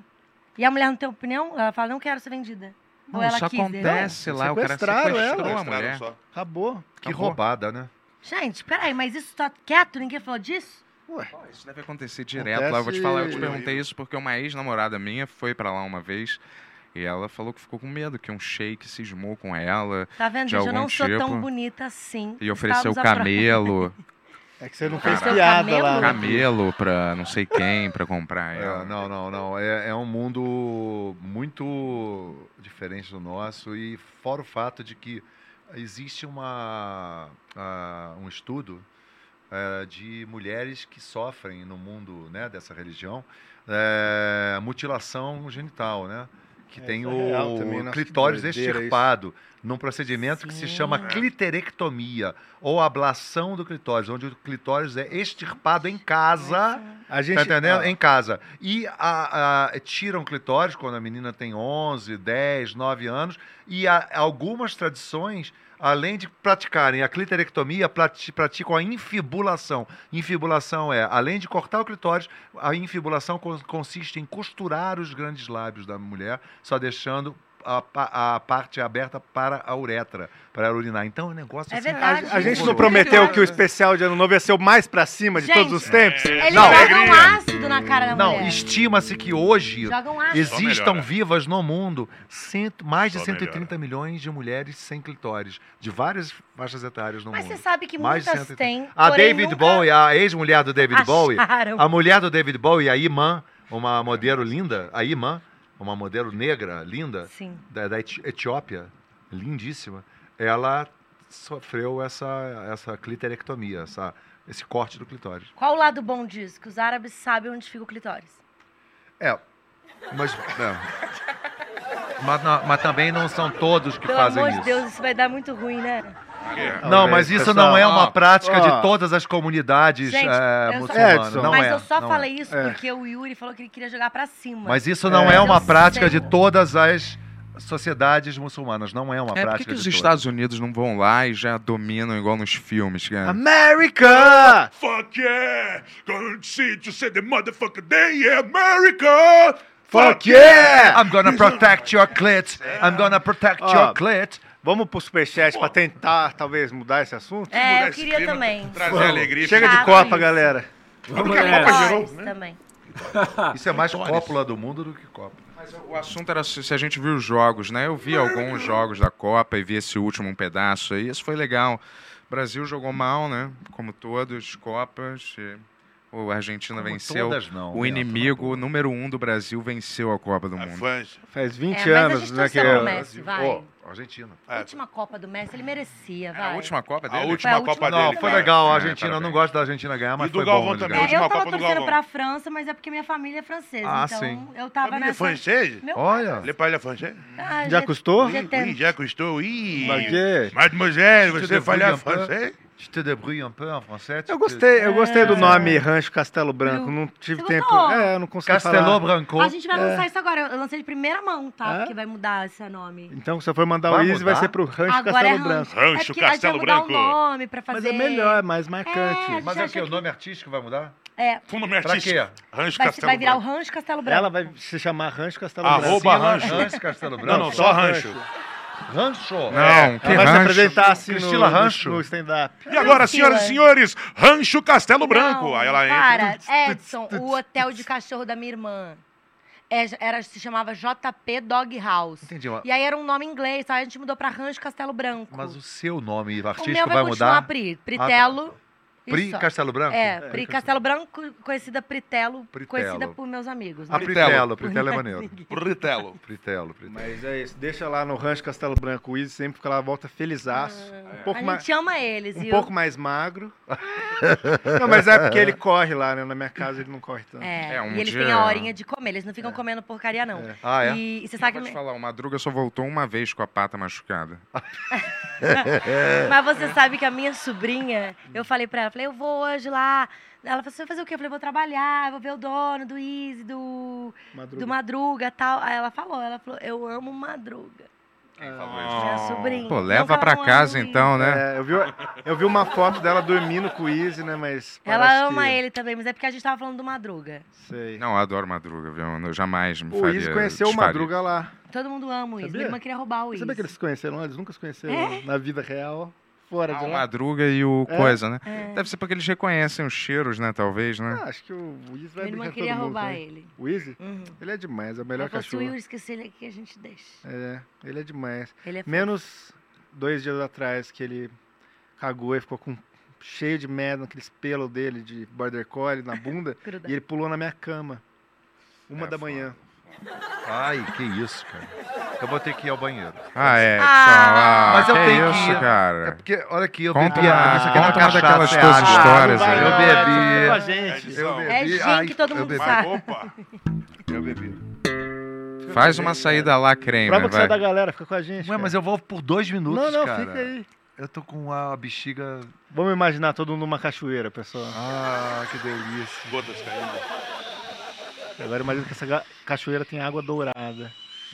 D: E a mulher não tem opinião? Ela fala, não quero ser vendida. Ou ela
A: isso
D: quis, né?
A: acontece
B: Não,
A: lá, o cara
B: sequestraram
A: sequestrou
B: ela.
A: a
G: Sequestraram
A: mulher.
G: só.
B: Acabou.
E: Que roubada, né?
D: Gente, peraí, mas isso tá quieto? Ninguém falou disso?
B: Ué,
A: Pô, Isso deve acontecer direto
B: Acontece-
A: lá. Eu vou te falar, eu te perguntei isso porque uma ex-namorada minha foi pra lá uma vez e ela falou que ficou com medo, que um shake cismou com ela
D: Tá vendo,
A: De
D: gente? Eu não
A: algum
D: sou tão
A: tipo.
D: bonita assim.
A: e ofereceu
D: Estávamos à prova.
A: camelo,
B: é que você não fez
A: Caralho.
B: piada lá. né?
A: camelo pra não sei quem, pra comprar
E: É,
A: ela.
E: não, não, não. É, é um mundo muito diferente do nosso e fora o fato de que existe uma, ah, um estudo ah, de mulheres que sofrem no mundo né, dessa religião eh, mutilação genital, né? Que
B: É,
E: tem
B: isso é real
E: o
B: também, nossa, que
E: clitóris
B: doideira isso.
E: extirpado num procedimento que se
D: Sim.
E: chama cliterectomia ou ablação do clitóris, onde o clitóris é extirpado em é casa
B: A gente,
E: Tá entendendo?
B: Ah.
E: Em casa. E a, a- tiram clitóris quando a menina tem 11, 10, 9 anos. E a- algumas tradições, além de praticarem a cliterectomia, prati- praticam a infibulação. Infibulação é, além de cortar o clitóris, a infibulação cons- consiste em costurar os grandes lábios da mulher, só deixando a, pa- a parte aberta para a uretra, para ela urinar. Então é um negócio
D: É
E: assim,
B: A,
D: verdade.
B: a gente não
E: horroroso.
B: prometeu que o
D: Maravilhoso.
B: especial de ano novo ia ser o mais pra cima de
D: Gente,
B: todos os tempos?
D: Eles
E: Não.
D: jogam ácido na cara da
E: Não,
D: mulher.
E: estima-se que hoje
D: Jogam ácido.
E: Existam
F: melhora.
E: vivas no mundo cento, mais de
F: Só melhora.
E: 130 milhões de mulheres sem clitóris, de várias faixas etárias no
D: Mas você
E: mundo.
D: sabe que
E: é Mais de
D: muitas
E: 130.
D: têm.
E: A
D: porém
E: Ah, David
D: nunca
E: Bowie, a ex-mulher do David Bowie,
D: acharam.
E: a mulher do David Bowie, a Iman, uma modelo linda, a Iman, uma modelo negra linda,
D: Sim.
E: da, da Eti- Etiópia, lindíssima, ela sofreu essa, essa cliterectomia, essa, esse corte do clitóris.
D: Qual o lado bom disso? Que os árabes sabem onde fica o clitóris.
E: É, mas... é. Mas, não- mas também não são todos que
D: Pelo
E: fazem
D: amor
E: isso.
D: de Deus, isso vai dar muito ruim, né?
E: Não,
B: Talvez,
E: mas isso
B: pessoal.
E: não é uma
B: Ó,
E: prática
B: ó.
E: de todas as comunidades
D: Gente,
E: eh,
D: eu só-
E: muçulmanas.
B: Edson.
E: Não
D: Mas
E: é,
D: eu só
E: não é.
D: falei isso
B: É.
D: porque o Yuri falou que ele queria jogar pra cima.
E: Mas isso não é,
D: É.
E: uma
D: Eu
E: prática
D: sei.
E: de todas as sociedades muçulmanas. Não é uma
A: É, por que,
E: prática
A: que os
E: de
A: Estados Unidos não vão lá e já dominam igual nos filmes, cara?
B: America!
F: Fuck yeah! Gonna see you say the motherfucker day, yeah, America!
B: Fuck yeah!
E: todas. I'm gonna protect your clit. I'm gonna protect
B: Ó.
E: your clit.
B: Vamos pro superchat pra tentar, talvez, mudar esse assunto?
D: É,
F: Mudar
D: eu
F: esse
D: queria
F: clima,
D: também.
F: Trazer
H: Vamos.
F: alegria.
B: Chega de
D: Chato
B: Copa,
D: isso.
B: galera.
H: Vamos
D: Nós
H: nessa.
D: também.
E: Isso é mais cópula do mundo do que cópula.
A: Mas o assunto era se se a gente viu os jogos, né? Eu vi alguns jogos da Copa e vi esse último um pedaço aí. Isso foi legal. O Brasil jogou mal, né? Como todos, Copas. E... O Argentina
E: Como
A: venceu.
E: todas, não, né?
A: o
E: Neto,
A: inimigo número um do Brasil venceu a Copa do Mundo.
F: Fãs.
B: Faz
D: É,
B: 20
D: mas a
B: anos,
D: gente
B: né? Que
D: torceu pro
B: eu...
D: Messi, vai.
E: Ó, Argentina.
D: A Última Copa do Messi, ele
E: É,
D: merecia, vai.
A: Era a última Copa
F: Ah, A né?
A: dele?
F: última
D: é a última
F: Copa
D: também.
E: Não,
F: dele.
E: foi
F: cara.
E: legal a
A: É,
E: Argentina. eu não
A: parabéns.
E: gosto da Argentina ganhar, mas
F: E do
E: foi
F: Galvão
E: bom. eles
F: também.
E: ganharem.
D: É,
F: última
D: eu
F: Copa
D: tava
F: do
D: torcendo
F: Galvão.
D: pra França, mas é porque minha família é francesa.
E: Ah,
D: então
E: sim.
D: eu tava
F: Família é
D: nessa...
F: francesa?
D: Meu...
E: Olha,
F: Le parle français?
D: Ah,
B: Já custou?
D: já tem-
F: Oui, já custou, oui.
B: Mas que-
F: Mademoiselle,
E: Je
F: você
E: devrais
F: falha
E: un peu.
F: francês?
E: tu te débrouilles un peu en français? tu
B: Eu
E: te-
B: gostei, eu gostei
E: É.
B: do nome Rancho Castelo Branco.
D: Eu-
B: Não tive
D: Você
B: tempo.
D: gostou?
B: É, eu não consegui
E: Castelo
B: falar.
E: Branco.
D: A gente vai lançar isso agora. Eu lancei de primeira mão, tá?
B: É?
D: Porque vai mudar esse nome.
B: Então, se eu for mandar
E: Vai
B: o Easy, vai
E: mudar?
B: ser pro Rancho
D: Agora é
B: Castelo
D: Rancho.
B: Branco.
F: Rancho
D: é porque
F: Castelo
D: a gente vai mudar
F: Branco.
D: o nome pra fazer...
B: Mas é melhor, é mais marcante.
D: É,
E: Mas é o
D: Gente,
E: quê? O
D: que-
E: nome artístico vai mudar?
D: É,
F: O nome
E: Pra
F: artístico.
E: quê?
F: Rancho
D: vai,
F: Castelo
D: vai virar o
F: Branco.
D: Rancho Castelo Branco.
B: Ela vai se chamar Rancho Castelo
F: Arroba
B: Branco.
F: Rancho.
E: Rancho Castelo
F: Não,
E: Branco.
F: não, só Rancho.
E: Rancho. É,
A: Não, que
B: Ela vai se
A: rancho.
B: apresentar assim no-
E: Cristila
B: no,
E: Rancho?
B: no stand-up.
F: E agora, senhoras e senhores, Rancho Castelo Branco.
D: Não,
F: Aí ela é- entra.
D: Para, Edson, o hotel de cachorro da minha irmã. É, era, se chamava JP Dog House.
E: Entendi, mas,
D: E aí era um nome em inglês, aí a gente mudou pra Rancho Castelo Branco.
E: mas o seu nome
D: o meu
E: artístico
D: vai,
E: vai
D: continuar
E: mudar? Ah, tá.
D: Pri. Pritelo. e
E: Pri
D: só.
E: Castelo Branco?
D: É, Pri Castelo Branco, conhecida Pritelo,
E: Pritelo.
D: conhecida por meus amigos.
E: A um
D: né?
E: Pritelo. Pritelo é maneiro.
F: Ritelo.
E: Pritelo, Pritelo.
B: Mas é isso, deixa lá no Rancho Castelo Branco. O Easy sempre fica lá, volta felizaço. Um
D: Ah, A
B: pouco mais.
D: gente ama eles,
B: Um
D: viu?
B: pouco mais magro. não, mas é porque ele corre lá, né? Na minha casa ele não corre tanto.
D: É,
A: É, um
D: e eles
A: dia-
D: têm a horinha de comer, eles não ficam comendo porcaria, não.
E: Ah, é?
D: E, e você
A: Eu
D: sabe
A: vou te
D: que...
A: falar, o Madruga só voltou uma vez com a pata machucada.
E: É.
D: Mas você sabe que a minha sobrinha,
E: Hum.
D: eu falei pra ela, falei, eu vou hoje lá. Ela falou, você vai fazer o quê? Eu falei, vou trabalhar, vou ver o dono do Easy, do, do Madruga e tal. Aí ela falou, ela falou, eu amo Madruga.
A: Ah.
D: Minha
E: Ah.
D: sobrinha.
A: Pô,
D: Não que
A: leva
D: ela
A: pra
D: não
A: casa
D: ama o
A: então, né?
B: É, eu, vi, eu vi uma foto dela dormindo com o Easy, né? Mas.
D: Easy. Ela
B: parece
D: ama
B: que-
D: ele também, mas é porque a gente tava falando do Madruga.
B: Sei.
A: Não, eu adoro Madruga, viu? Eu jamais me
B: o
A: faria...
B: Easy conheceu o
A: desfaria.
B: Madruga lá.
D: Todo mundo ama o Easy.
B: Sabia?
D: Minha irmã queria roubar o É? Easy.
B: Sabia que eles se conheceram lá? Eles nunca se conheceram na vida real, fora
A: Ah,
B: de
A: o
B: lá.
A: Madruga e o Coisa, né?
D: É.
A: Deve ser porque eles reconhecem os cheiros, né? Talvez, né?
B: Ah, acho que o Easy vai brincar
D: Minha irmã
B: com
D: queria
B: todo mundo.
D: roubar
B: né?
D: ele.
B: O Easy?
D: Uhum.
B: Ele é demais, é o melhor
D: Ela falou, se o
B: cachorro.
D: Yuri esquecer ele aqui, a gente deixa.
B: É, ele é demais.
D: Ele é fofo.
B: Menos dois dias atrás que ele cagou e ficou com cheio de merda naqueles pelos dele de border collie na bunda
D: Grudado.
B: e ele pulou na minha cama. Uma da manhã.
E: Ai, que isso, cara. Eu vou ter que ir ao banheiro.
A: Ah, é.
D: Ah,
A: Mas
E: mas eu
A: que
E: tenho que
A: isso,
E: ir. É
A: cara.
E: porque, olha aqui, eu
A: Conta
E: bebi
A: uma-
E: água, isso aqui é uma
A: conta uma
E: cachaça,
A: daquelas
E: é
A: tuas
E: água.
A: histórias
E: Ah,
A: aí.
B: né?
E: Eu bebi.
B: Com a gente.
E: Eu
D: É
E: bebi.
D: gin
E: ai,
D: que todo
E: eu
D: mundo
E: bebi.
D: sabe.
F: Opa!
E: Eu bebi.
A: Faz uma saída lá, creme,
B: Prova que você
A: vai.
B: é da galera, fica com a gente.
E: Ué, mas eu vou por dois minutos,
B: Não, não,
E: é cara.
B: fica aí.
E: Eu tô com a bexiga.
B: Vamos imaginar todo mundo numa cachoeira, pessoal.
E: Ah, que delícia.
F: Gotas caindo. É
B: Agora imagina que essa ga- cachoeira tem água dourada.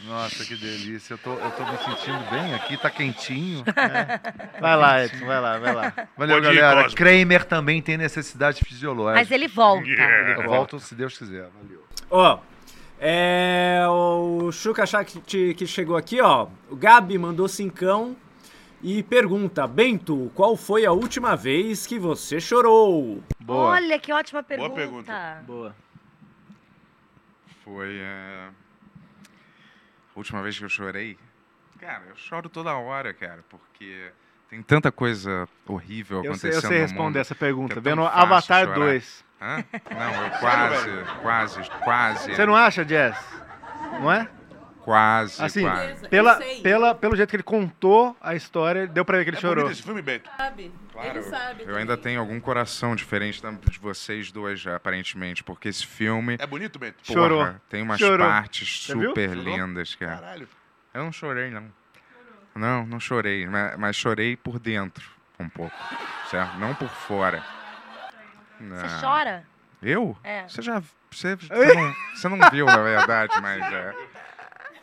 E: Nossa, que delícia. Eu tô, eu tô me sentindo bem aqui, tá quentinho.
B: Vai lá, Edson, vai lá, vai lá.
E: Valeu,
F: Pode ir,
E: galera.
F: Cosmo.
E: Kramer também tem necessidade fisiológica.
D: Mas é- ele volta.
F: Yeah.
E: Eu volto se Deus quiser. Valeu.
H: Ó, é, o Chuca Chat que chegou aqui, ó. O Gabi mandou cincão e pergunta: Bento, qual foi a última vez que você chorou?
B: Boa.
D: Olha, que ótima pergunta.
F: Boa pergunta.
B: Boa.
A: Foi. é, A última vez que eu chorei. Cara, eu choro toda hora, cara, porque tem tanta coisa horrível
B: Eu sei,
A: acontecendo.
B: eu sei
A: no
B: responder
A: mundo.
B: essa pergunta.
A: que é tão
B: Vendo
A: fácil
B: Avatar
A: chorar.
B: 2.
A: Hã? Não, eu quase, quase, quase.
B: Você não é? acha, Jess? Não é?
A: Quase,
B: Assim,
A: quase.
B: Pela,
I: Eu sei.
B: pela, pelo jeito que ele contou a história, deu pra ver que ele
F: É
B: chorou.
F: bonito esse filme, Beto.
I: sabe.
A: Claro,
I: ele sabe.
A: eu ainda tenho algum coração diferente da- de vocês dois, já, aparentemente, porque esse filme
F: É bonito, Beto?
A: porra,
B: Chorou.
A: tem umas
B: Chorou.
A: partes
B: Você viu?
A: super lindas, cara.
F: Caralho.
A: Eu não chorei, não. Não, não chorei, ma- mas, chorei por dentro um pouco, certo? Não por fora.
D: Você
A: Não.
D: chora?
A: Eu?
D: É.
A: Você já... Você, você não, você não viu, na verdade, mas é...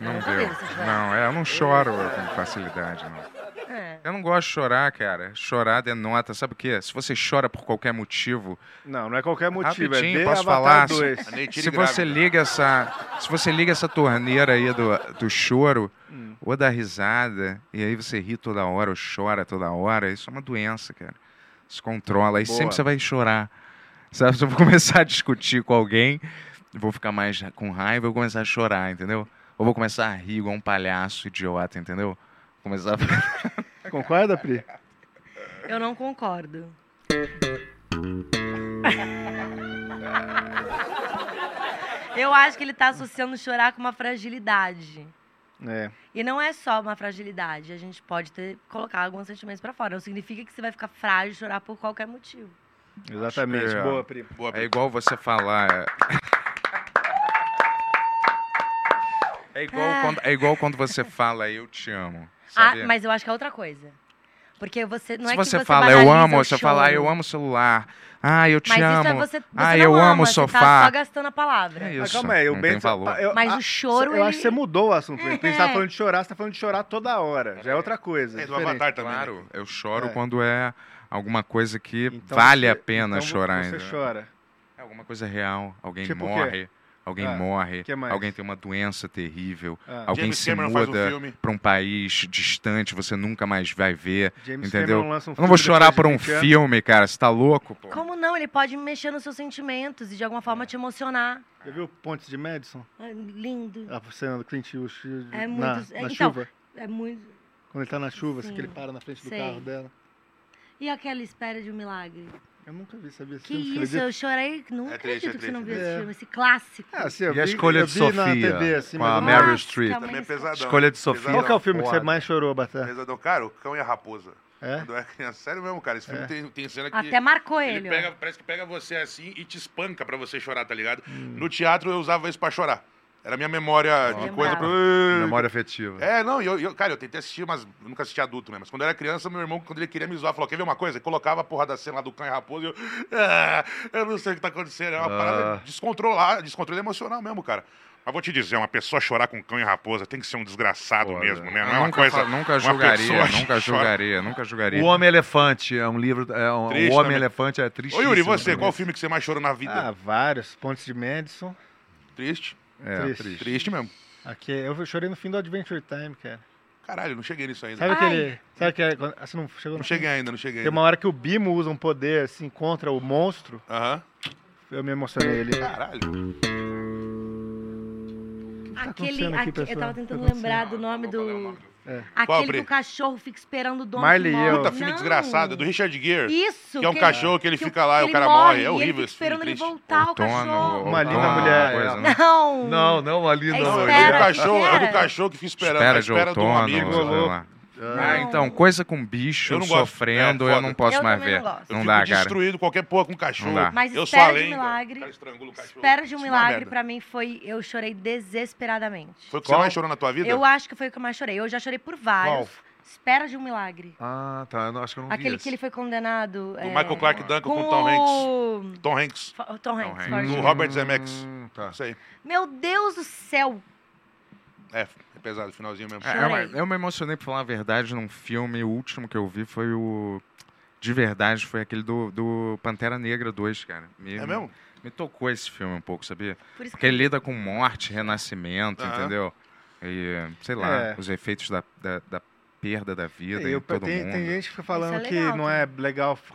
A: Não
D: nunca vi
A: viu.
D: você chorar.
A: Não, é, eu não choro com facilidade, não.
D: É.
A: Eu não gosto de chorar, cara. Chorar denota, sabe o quê? Se você chora por qualquer motivo,
B: Não, não é qualquer motivo. É
A: Rapidinho,
B: ver
A: posso falar?
B: Avatar 2.
F: A Neytiri
A: se
F: grávida.
A: você liga essa, se você liga essa torneira aí do, do choro ou da risada e aí você ri toda hora ou chora toda hora, isso é uma doença, cara. Se controla e
B: Boa.
A: sempre você vai chorar. Sabe, se eu vou começar a discutir com alguém, eu vou ficar mais com raiva, eu vou começar a chorar, entendeu? Ou vou começar a rir igual um palhaço idiota, entendeu? Começar a
B: Concorda, Pri?
D: Eu não concordo. Eu acho que ele tá associando chorar com uma fragilidade.
B: É.
D: E não é só uma fragilidade. A gente pode ter, colocar alguns sentimentos pra fora. Não significa que você vai ficar frágil e chorar por qualquer motivo.
B: Exatamente.
A: que-
B: Boa, Pri.
F: Boa,
A: É
F: Beto.
A: igual você falar. É, é igual,
D: Ah.
A: quando, é igual quando você fala eu te amo.
D: Ah,
A: Sabe?
D: mas eu acho que é outra coisa. Porque você não
A: Se
D: é que
A: você
D: você
A: fala eu
D: banaliza
A: amo,
D: o
A: você fala ah,
D: choro.
A: eu amo o celular. Ah, eu te
D: Mas
A: amo.
D: isso é você, você
A: ah,
D: não
A: eu
D: ama,
A: amo o
D: você
A: sofá.
D: tá só gastando a palavra.
A: É
B: Mas
A: isso.
B: calma aí, o
A: não
B: Bento.
A: tem valor.
B: eu-
D: Mas
B: ah,
D: o choro,
B: Eu
D: ele-
A: é
B: acho que você mudou o assunto, Pri. Porque você tava
D: É.
B: falando de chorar, você tá falando de chorar toda hora. Já é outra coisa.
F: É do
B: diferente.
F: Avatar também. né?
A: Claro, eu choro
B: É.
A: quando é alguma coisa que
B: Então
A: vale a
B: você-
A: pena
B: então
A: chorar
B: Você
A: ainda.
B: chora.
A: É alguma coisa real, alguém
B: Tipo o quê?
A: morre, alguém
B: Ah,
A: morre,
B: que mais?
A: alguém tem uma doença terrível,
B: Ah.
A: alguém
F: James
A: se
F: Cameron faz um
A: muda
F: filme.
A: para um país distante, você nunca mais vai ver.
B: James
A: Entendeu?
B: Cameron lança um
A: Eu não vou
B: filme
A: chorar
B: depois de
A: por um
B: 20 anos.
A: filme, cara. Você tá louco, pô?
D: Como não? Ele pode mexer nos seus sentimentos e de alguma
A: É.
D: forma te emocionar.
B: Já viu Pontes de Madison?
D: Ah, Lindo.
B: A cena do Clint Eastwood
D: É muito-
B: na,
D: é,
B: na
D: então,
B: chuva.
D: É muito.
B: Quando ele tá na chuva, assim,
D: sim,
B: que ele para na frente do
D: sei.
B: carro dela.
D: E aquela espera de um milagre?
B: Eu nunca vi, sabia? Esse
D: Que
B: filme, você
D: isso,
B: acredita?
D: eu chorei. Não
F: É
D: acredito
F: triste, é
D: que você não viu
F: triste,
A: né?
D: esse
B: é.
D: filme, esse clássico.
B: Ah, assim, eu
E: E a
B: vi-
E: escolha
B: eu
E: de
B: vi na
E: Sofia,
B: TV, assim,
E: com
B: mas
E: a
B: eu não-
E: Meryl
D: Nossa,
E: Streep.
D: a mãe
F: Também é
D: desse-
F: pesadão.
E: Escolha de Sofia.
F: Pesadão.
B: Qual que é o filme que você
E: Foda.
B: mais chorou, Batar?
F: Pesadão. Cara, o Cão e a Raposa.
B: É?
F: Quando eu era criança. Sério mesmo, cara. Esse filme tem, tem cena que...
D: Até marcou
F: Ele
D: ele. ó.
F: pega, parece que pega você assim e te espanca pra você chorar, tá ligado? No teatro eu usava isso pra chorar. Era minha memória de
D: Lembrava.
F: coisa pra.
E: Memória afetiva.
F: É, não, e eu, e eu- cara, eu tentei assistir, mas eu nunca assisti adulto mesmo. Mas quando eu era criança, meu irmão, quando ele queria me zoar, falou: Quer ver uma coisa? Ele colocava a porra da cena lá do cão e raposa e eu. "Ah, eu não sei o que tá acontecendo. É uma
E: Ah.
F: parada descontrolada, descontrole emocional mesmo, cara. Mas vou te dizer, uma pessoa chorar com cão e raposa tem que ser um desgraçado
E: Foda.
F: mesmo, né? Não
A: Eu
F: é uma
A: nunca,
F: coisa.
A: fa- nunca
F: uma
A: julgaria,
F: pessoa que
A: nunca
F: chora.
A: julgaria, nunca
E: O
A: julgaria.
E: Homem Elefante é um livro. É um,
F: Triste
E: o Homem
F: também.
E: Elefante é triste.
F: Ô Yuri, você, qual o filme que você mais chorou na vida?
B: Ah, vários. Pontes de Madison.
F: Triste.
E: É,
B: Triste.
E: triste.
F: Triste mesmo.
B: Aqui, eu chorei no fim do Adventure Time, cara.
F: Caralho, não cheguei nisso ainda.
B: Sabe
D: Ai.
B: aquele... Sabe que é... quando- ah, Você não chegou no
F: Não
B: fim?
F: cheguei ainda, não cheguei
B: Tem
F: ainda.
B: uma hora que o Bimo usa um poder, assim, contra o monstro.
F: Aham.
B: Eu me emocionei ali.
F: Caralho.
B: Tá acontecendo É.
D: Aquele.
B: aqui,
D: aque- eu
B: pessoal?
D: tava
B: O que
D: tentando
B: tá
D: lembrar do nome do.
F: Qual,
D: Aquele
F: Pri?
D: que o cachorro fica esperando o dono.
B: Marley e
D: que morre.
B: eu.
F: Puta, filme
D: Não.
F: desgraçado. É do Richard Gere.
D: Isso.
F: Que é um cachorro que ele fica lá e o
D: ele
F: cara morre. É
D: e ele
F: horrível
D: fica
F: esse filme,
D: esperando ele
F: triste.
D: voltar, Tá o
A: Outono,
D: cachorro.
B: Uma linda
A: outono,
B: mulher,
A: coisa,
E: é.
A: né?
D: Não.
E: Não, não, ali
D: É
E: não.
F: Não, é do
D: Espera,
F: cachorro, é do
D: espera.
F: cachorro que fica
G: tá
F: esperando.
A: Espera
F: a
A: de
F: espera de um
A: outono,
F: amigo.
A: sei
B: rolou.
A: lá.
D: Não.
A: Ah, então, coisa com bicho
F: Eu não gosto.
A: sofrendo,
F: É,
A: eu
F: foda.
A: não posso
D: Eu
A: mais
D: também
A: ver.
D: não gosto.
F: Eu
A: Não
F: fico
A: dá, cara.
F: destruído qualquer porra com cachorro.
A: Não dá.
D: Mas
F: eu sou
D: espera de
F: além.
D: milagre.
F: estrangula o cachorro.
D: Espera de um
F: Isso é uma
D: milagre
F: merda.
D: pra mim foi. Eu chorei desesperadamente.
F: Foi o que
E: Qual?
F: você mais chorou na tua vida?
D: Eu acho que foi o que eu mais chorei. Eu já chorei por
F: Qual?
D: vários. Espera de um Milagre.
E: Ah, tá. Eu não- acho que eu não
D: Aquele
E: vi
D: que ele
E: esse.
D: foi condenado.
G: O Michael Clark Duncan com, o Tom Hanks.
D: Hum. Hanks.
G: Tom Hanks.
D: O Tom Hanks.
A: Hanks.
D: Forrest
G: No
D: Gump.
G: Robert Zemeckis.
E: Hum, tá.
G: Isso aí.
D: Meu Deus do céu.
G: É, é pesado, finalzinho mesmo.
A: É, eu, eu me emocionei, pra falar a verdade, num filme. O último que eu vi foi o. De verdade, foi aquele do, do Pantera Negra 2, cara. Me,
G: É mesmo?
A: Me tocou esse filme um pouco, sabia?
D: Por isso
A: Porque ele lida com morte, renascimento,
G: Aham.
A: entendeu? E, sei lá,
B: É.
A: os efeitos da, da, da perda da vida em
B: Eu,
A: todo
B: tem,
A: mundo.
B: tem gente que fica falando
D: Isso é
B: que
D: legal
B: não é legal f-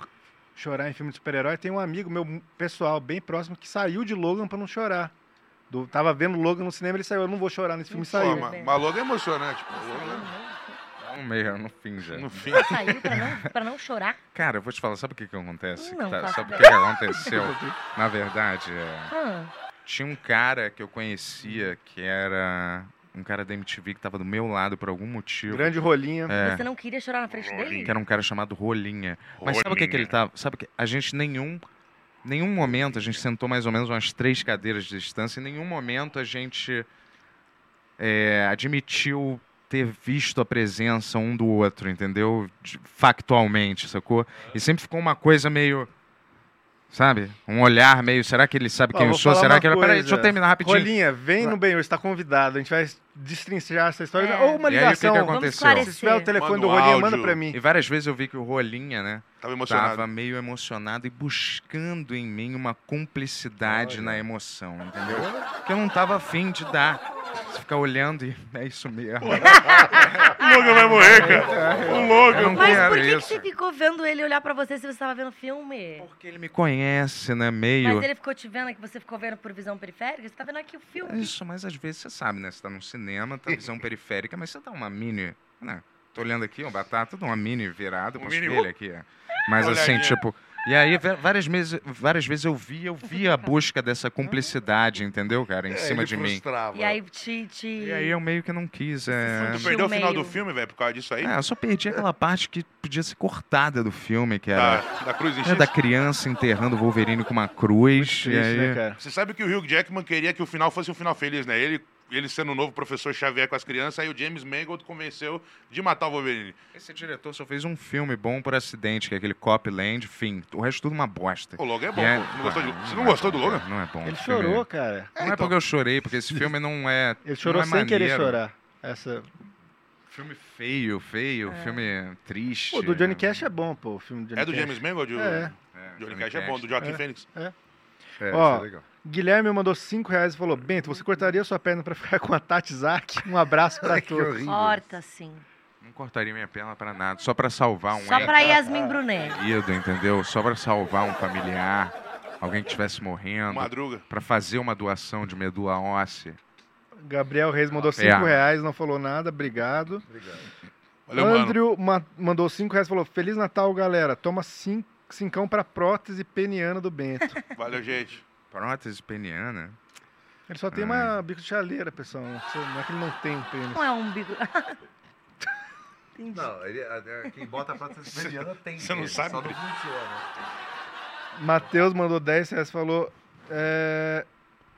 B: chorar em filme de super-herói. Tem um amigo meu m- pessoal, bem próximo, que saiu de Logan pra não chorar. Do- tava vendo Logan no cinema, ele saiu. Eu não vou chorar nesse filme, e
D: Pô,
B: saiu.
D: mas-
G: Mas logo é emocionante. pô.
A: Um meio, no fim já.
G: No fim.
D: Saiu pra não, pra não chorar?
A: Cara, eu vou te falar, sabe o que, que acontece? Tá,
D: Não faço
A: sabe o que,
D: ideia.
A: que aconteceu? Na verdade, é,
D: Ah,
A: tinha um cara que eu conhecia que era um cara da MTV que tava do meu lado por algum motivo.
B: Grande rolinha.
A: É.
D: Você não queria chorar na frente dele?
A: que era um cara chamado Rolinha. Mas sabe o que, que ele tava? Sabe que a gente nenhum nenhum momento a gente sentou mais ou menos umas três cadeiras de distância. Em nenhum momento a gente é, admitiu ter visto a presença um do outro, entendeu? De- Factualmente, sacou? E sempre ficou uma coisa meio Sabe? Um olhar meio. Será que ele sabe
B: Ó,
A: quem eu
B: vou
A: sou?
B: falar
A: Será
B: uma
A: que ele. Peraí,
B: coisa.
A: deixa eu terminar rapidinho.
B: Rolinha, vem no bem, você tá convidado. A gente vai destrinchar essa história.
D: É.
B: Ou uma
A: E aí, o que que
B: ligação.
A: aconteceu?
D: Vamos
A: aconteceu?
B: se tiver o
D: esclarecer.
B: telefone
G: Manda
B: do
G: um
B: Rolinha,
G: áudio.
B: manda pra mim.
A: E várias vezes eu vi que o Rolinha, né?
G: Tava emocionado.
A: Tava meio emocionado e buscando em mim uma cumplicidade na emoção, entendeu? Que eu não tava afim de dar. Você ficar olhando e é isso mesmo.
F: O Logan vai morrer, cara. O
A: Eu
F: Logan.
A: não
D: Mas
A: quero
D: por que, que
A: isso.
D: você ficou vendo ele olhar pra você se você tava vendo filme?
A: Porque ele me conhece, né? Meio.
D: Mas ele ficou te vendo que você ficou vendo por visão periférica? Você tá vendo aqui o
A: É
D: filme?
A: Isso, mas às vezes você sabe, né? Você tá num cinema, tá visão periférica, mas você dá uma mini. Né? Tô olhando aqui, um batata, dá uma mini virada
G: Um
A: pra
G: mini-
A: espelho aqui. é. Mas assim,
G: Olhadinha.
A: tipo. E aí, va- várias, vezes- várias vezes eu vi, eu vi a busca dessa cumplicidade, entendeu, cara?
G: É,
A: Em cima
E: Ele
A: de mim.
E: frustrava.
D: E aí te. te...
A: E aí eu meio que não quis.
D: Você
A: É...
D: se
G: Tu perdeu o final do
D: meio.
G: filme, velho, por causa disso aí?
A: É, eu só perdi aquela parte que podia ser cortada do filme, que
G: Da,
F: Tá.
A: era
G: da Cruz em
A: né,
G: X?
A: da criança enterrando o Wolverine com uma cruz. e
B: Triste,
E: É
A: aí...
B: né, cara?
G: Você sabe que o Hugh Jackman queria que o final fosse um final feliz, né? Ele, ele sendo o novo professor Xavier com as crianças, aí o James Mangold convenceu de matar o Wolverine.
A: Esse diretor só fez um filme bom por acidente, que é aquele Copland, fim. O resto tudo uma bosta.
G: O Logan é bom,
A: E
G: pô. Não gostou de-
A: Ah,
G: você não
A: é
G: gostou
A: bom,
G: do Logan?
A: cara, Não é bom.
B: Ele
A: O filme-
B: chorou, cara.
A: Não é porque eu chorei, porque esse filme não é.
B: Ele chorou
A: não é
B: sem querer
A: maneiro.
B: chorar. Essa...
A: Filme feio, feio, filme triste.
B: Pô, do Johnny Cash é bom, pô, o filme do Johnny
G: É do
B: Cash.
G: James Mangold? O
B: É.
G: Johnny Cash é bom, do Joaquim Phoenix.
A: É,
B: Ó,
A: isso é legal.
B: Guilherme mandou 5 reais e falou: Bento, você cortaria sua perna pra ficar com a Tati Zak? Um abraço pra todos.
D: Horta, sim.
A: Não cortaria minha perna pra nada, só pra salvar um
D: assim. Só
A: ente
D: pra Yasmin Brunet.
A: querido, entendeu? Só pra salvar um familiar, alguém que estivesse morrendo.
G: Madruga.
A: Pra fazer uma doação de medula óssea.
B: Gabriel Reis mandou 5
A: É.
B: reais, não falou nada, obrigado.
G: Valeu, mano.
B: Andrew ma- mandou 5 reais e falou: Feliz Natal, galera. Toma 5. Cincão pra prótese peniana do Bento.
G: Valeu, gente.
A: Prótese peniana.
B: Ele só tem uma bico de chaleira, pessoal. Não precisa- não é que ele não tem um pênis.
D: Não é um bico.
E: Não, ele- a- a- quem bota a prótese mediana tem.
G: Você não
E: ele,
G: sabe?
E: Só não funciona.
B: Matheus mandou 10 reais e falou: é,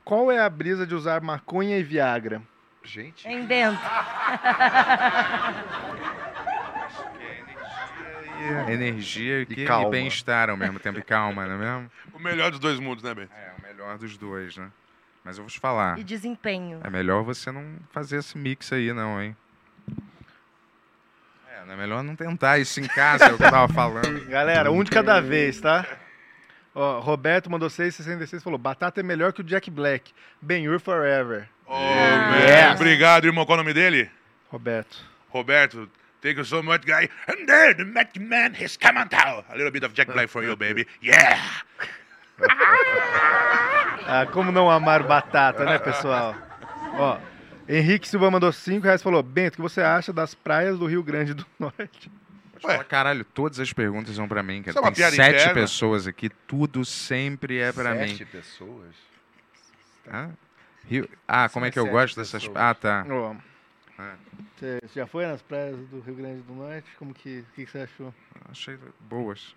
B: Qual é a brisa de usar maconha e Viagra?
E: Gente.
D: Em Bento.
A: Energia que- É. e,
E: calma.
A: bem-estar ao mesmo tempo. E calma, não é mesmo?
G: O melhor dos dois mundos, né, Ben?
A: É, o melhor dos dois, né? Mas eu vou te falar.
D: E desempenho.
A: É melhor você não fazer esse mix aí, não, hein? É, não é melhor não tentar isso em casa, é o que eu tava falando.
B: Galera, um de cada vez, tá? Ó, Roberto mandou 6,66 e falou: Batata é melhor que o Jack Black. Ben-Hur Forever.
G: Oh, man. Obrigado, irmão. Qual é o nome dele?
B: Roberto.
G: Roberto. Thank you so much, guy. And there, the Mac Man has come on town. A little bit of Jack Black for you, baby. Yeah!
B: Ah, como não amar batata, né, pessoal? Ó, Henrique Silva mandou 5 reais e falou: Bento, o que você acha das praias do Rio Grande do Norte?
G: Ué,
A: Caralho, todas as perguntas são pra mim,
G: Isso é
A: cara.
G: uma
A: Tem
G: piada
A: sete
G: interna?
A: pessoas aqui, tudo sempre é pra mim.
E: Sete pessoas?
A: Hã? Tá? Rio- Ah, como é que eu
E: Sete
A: gosto dessas.
E: pessoas.
A: Ah, tá.
B: Ó,
A: É.
B: Você você já foi nas praias do Rio Grande do Norte? Como que, o que que você achou?
A: Achei boas.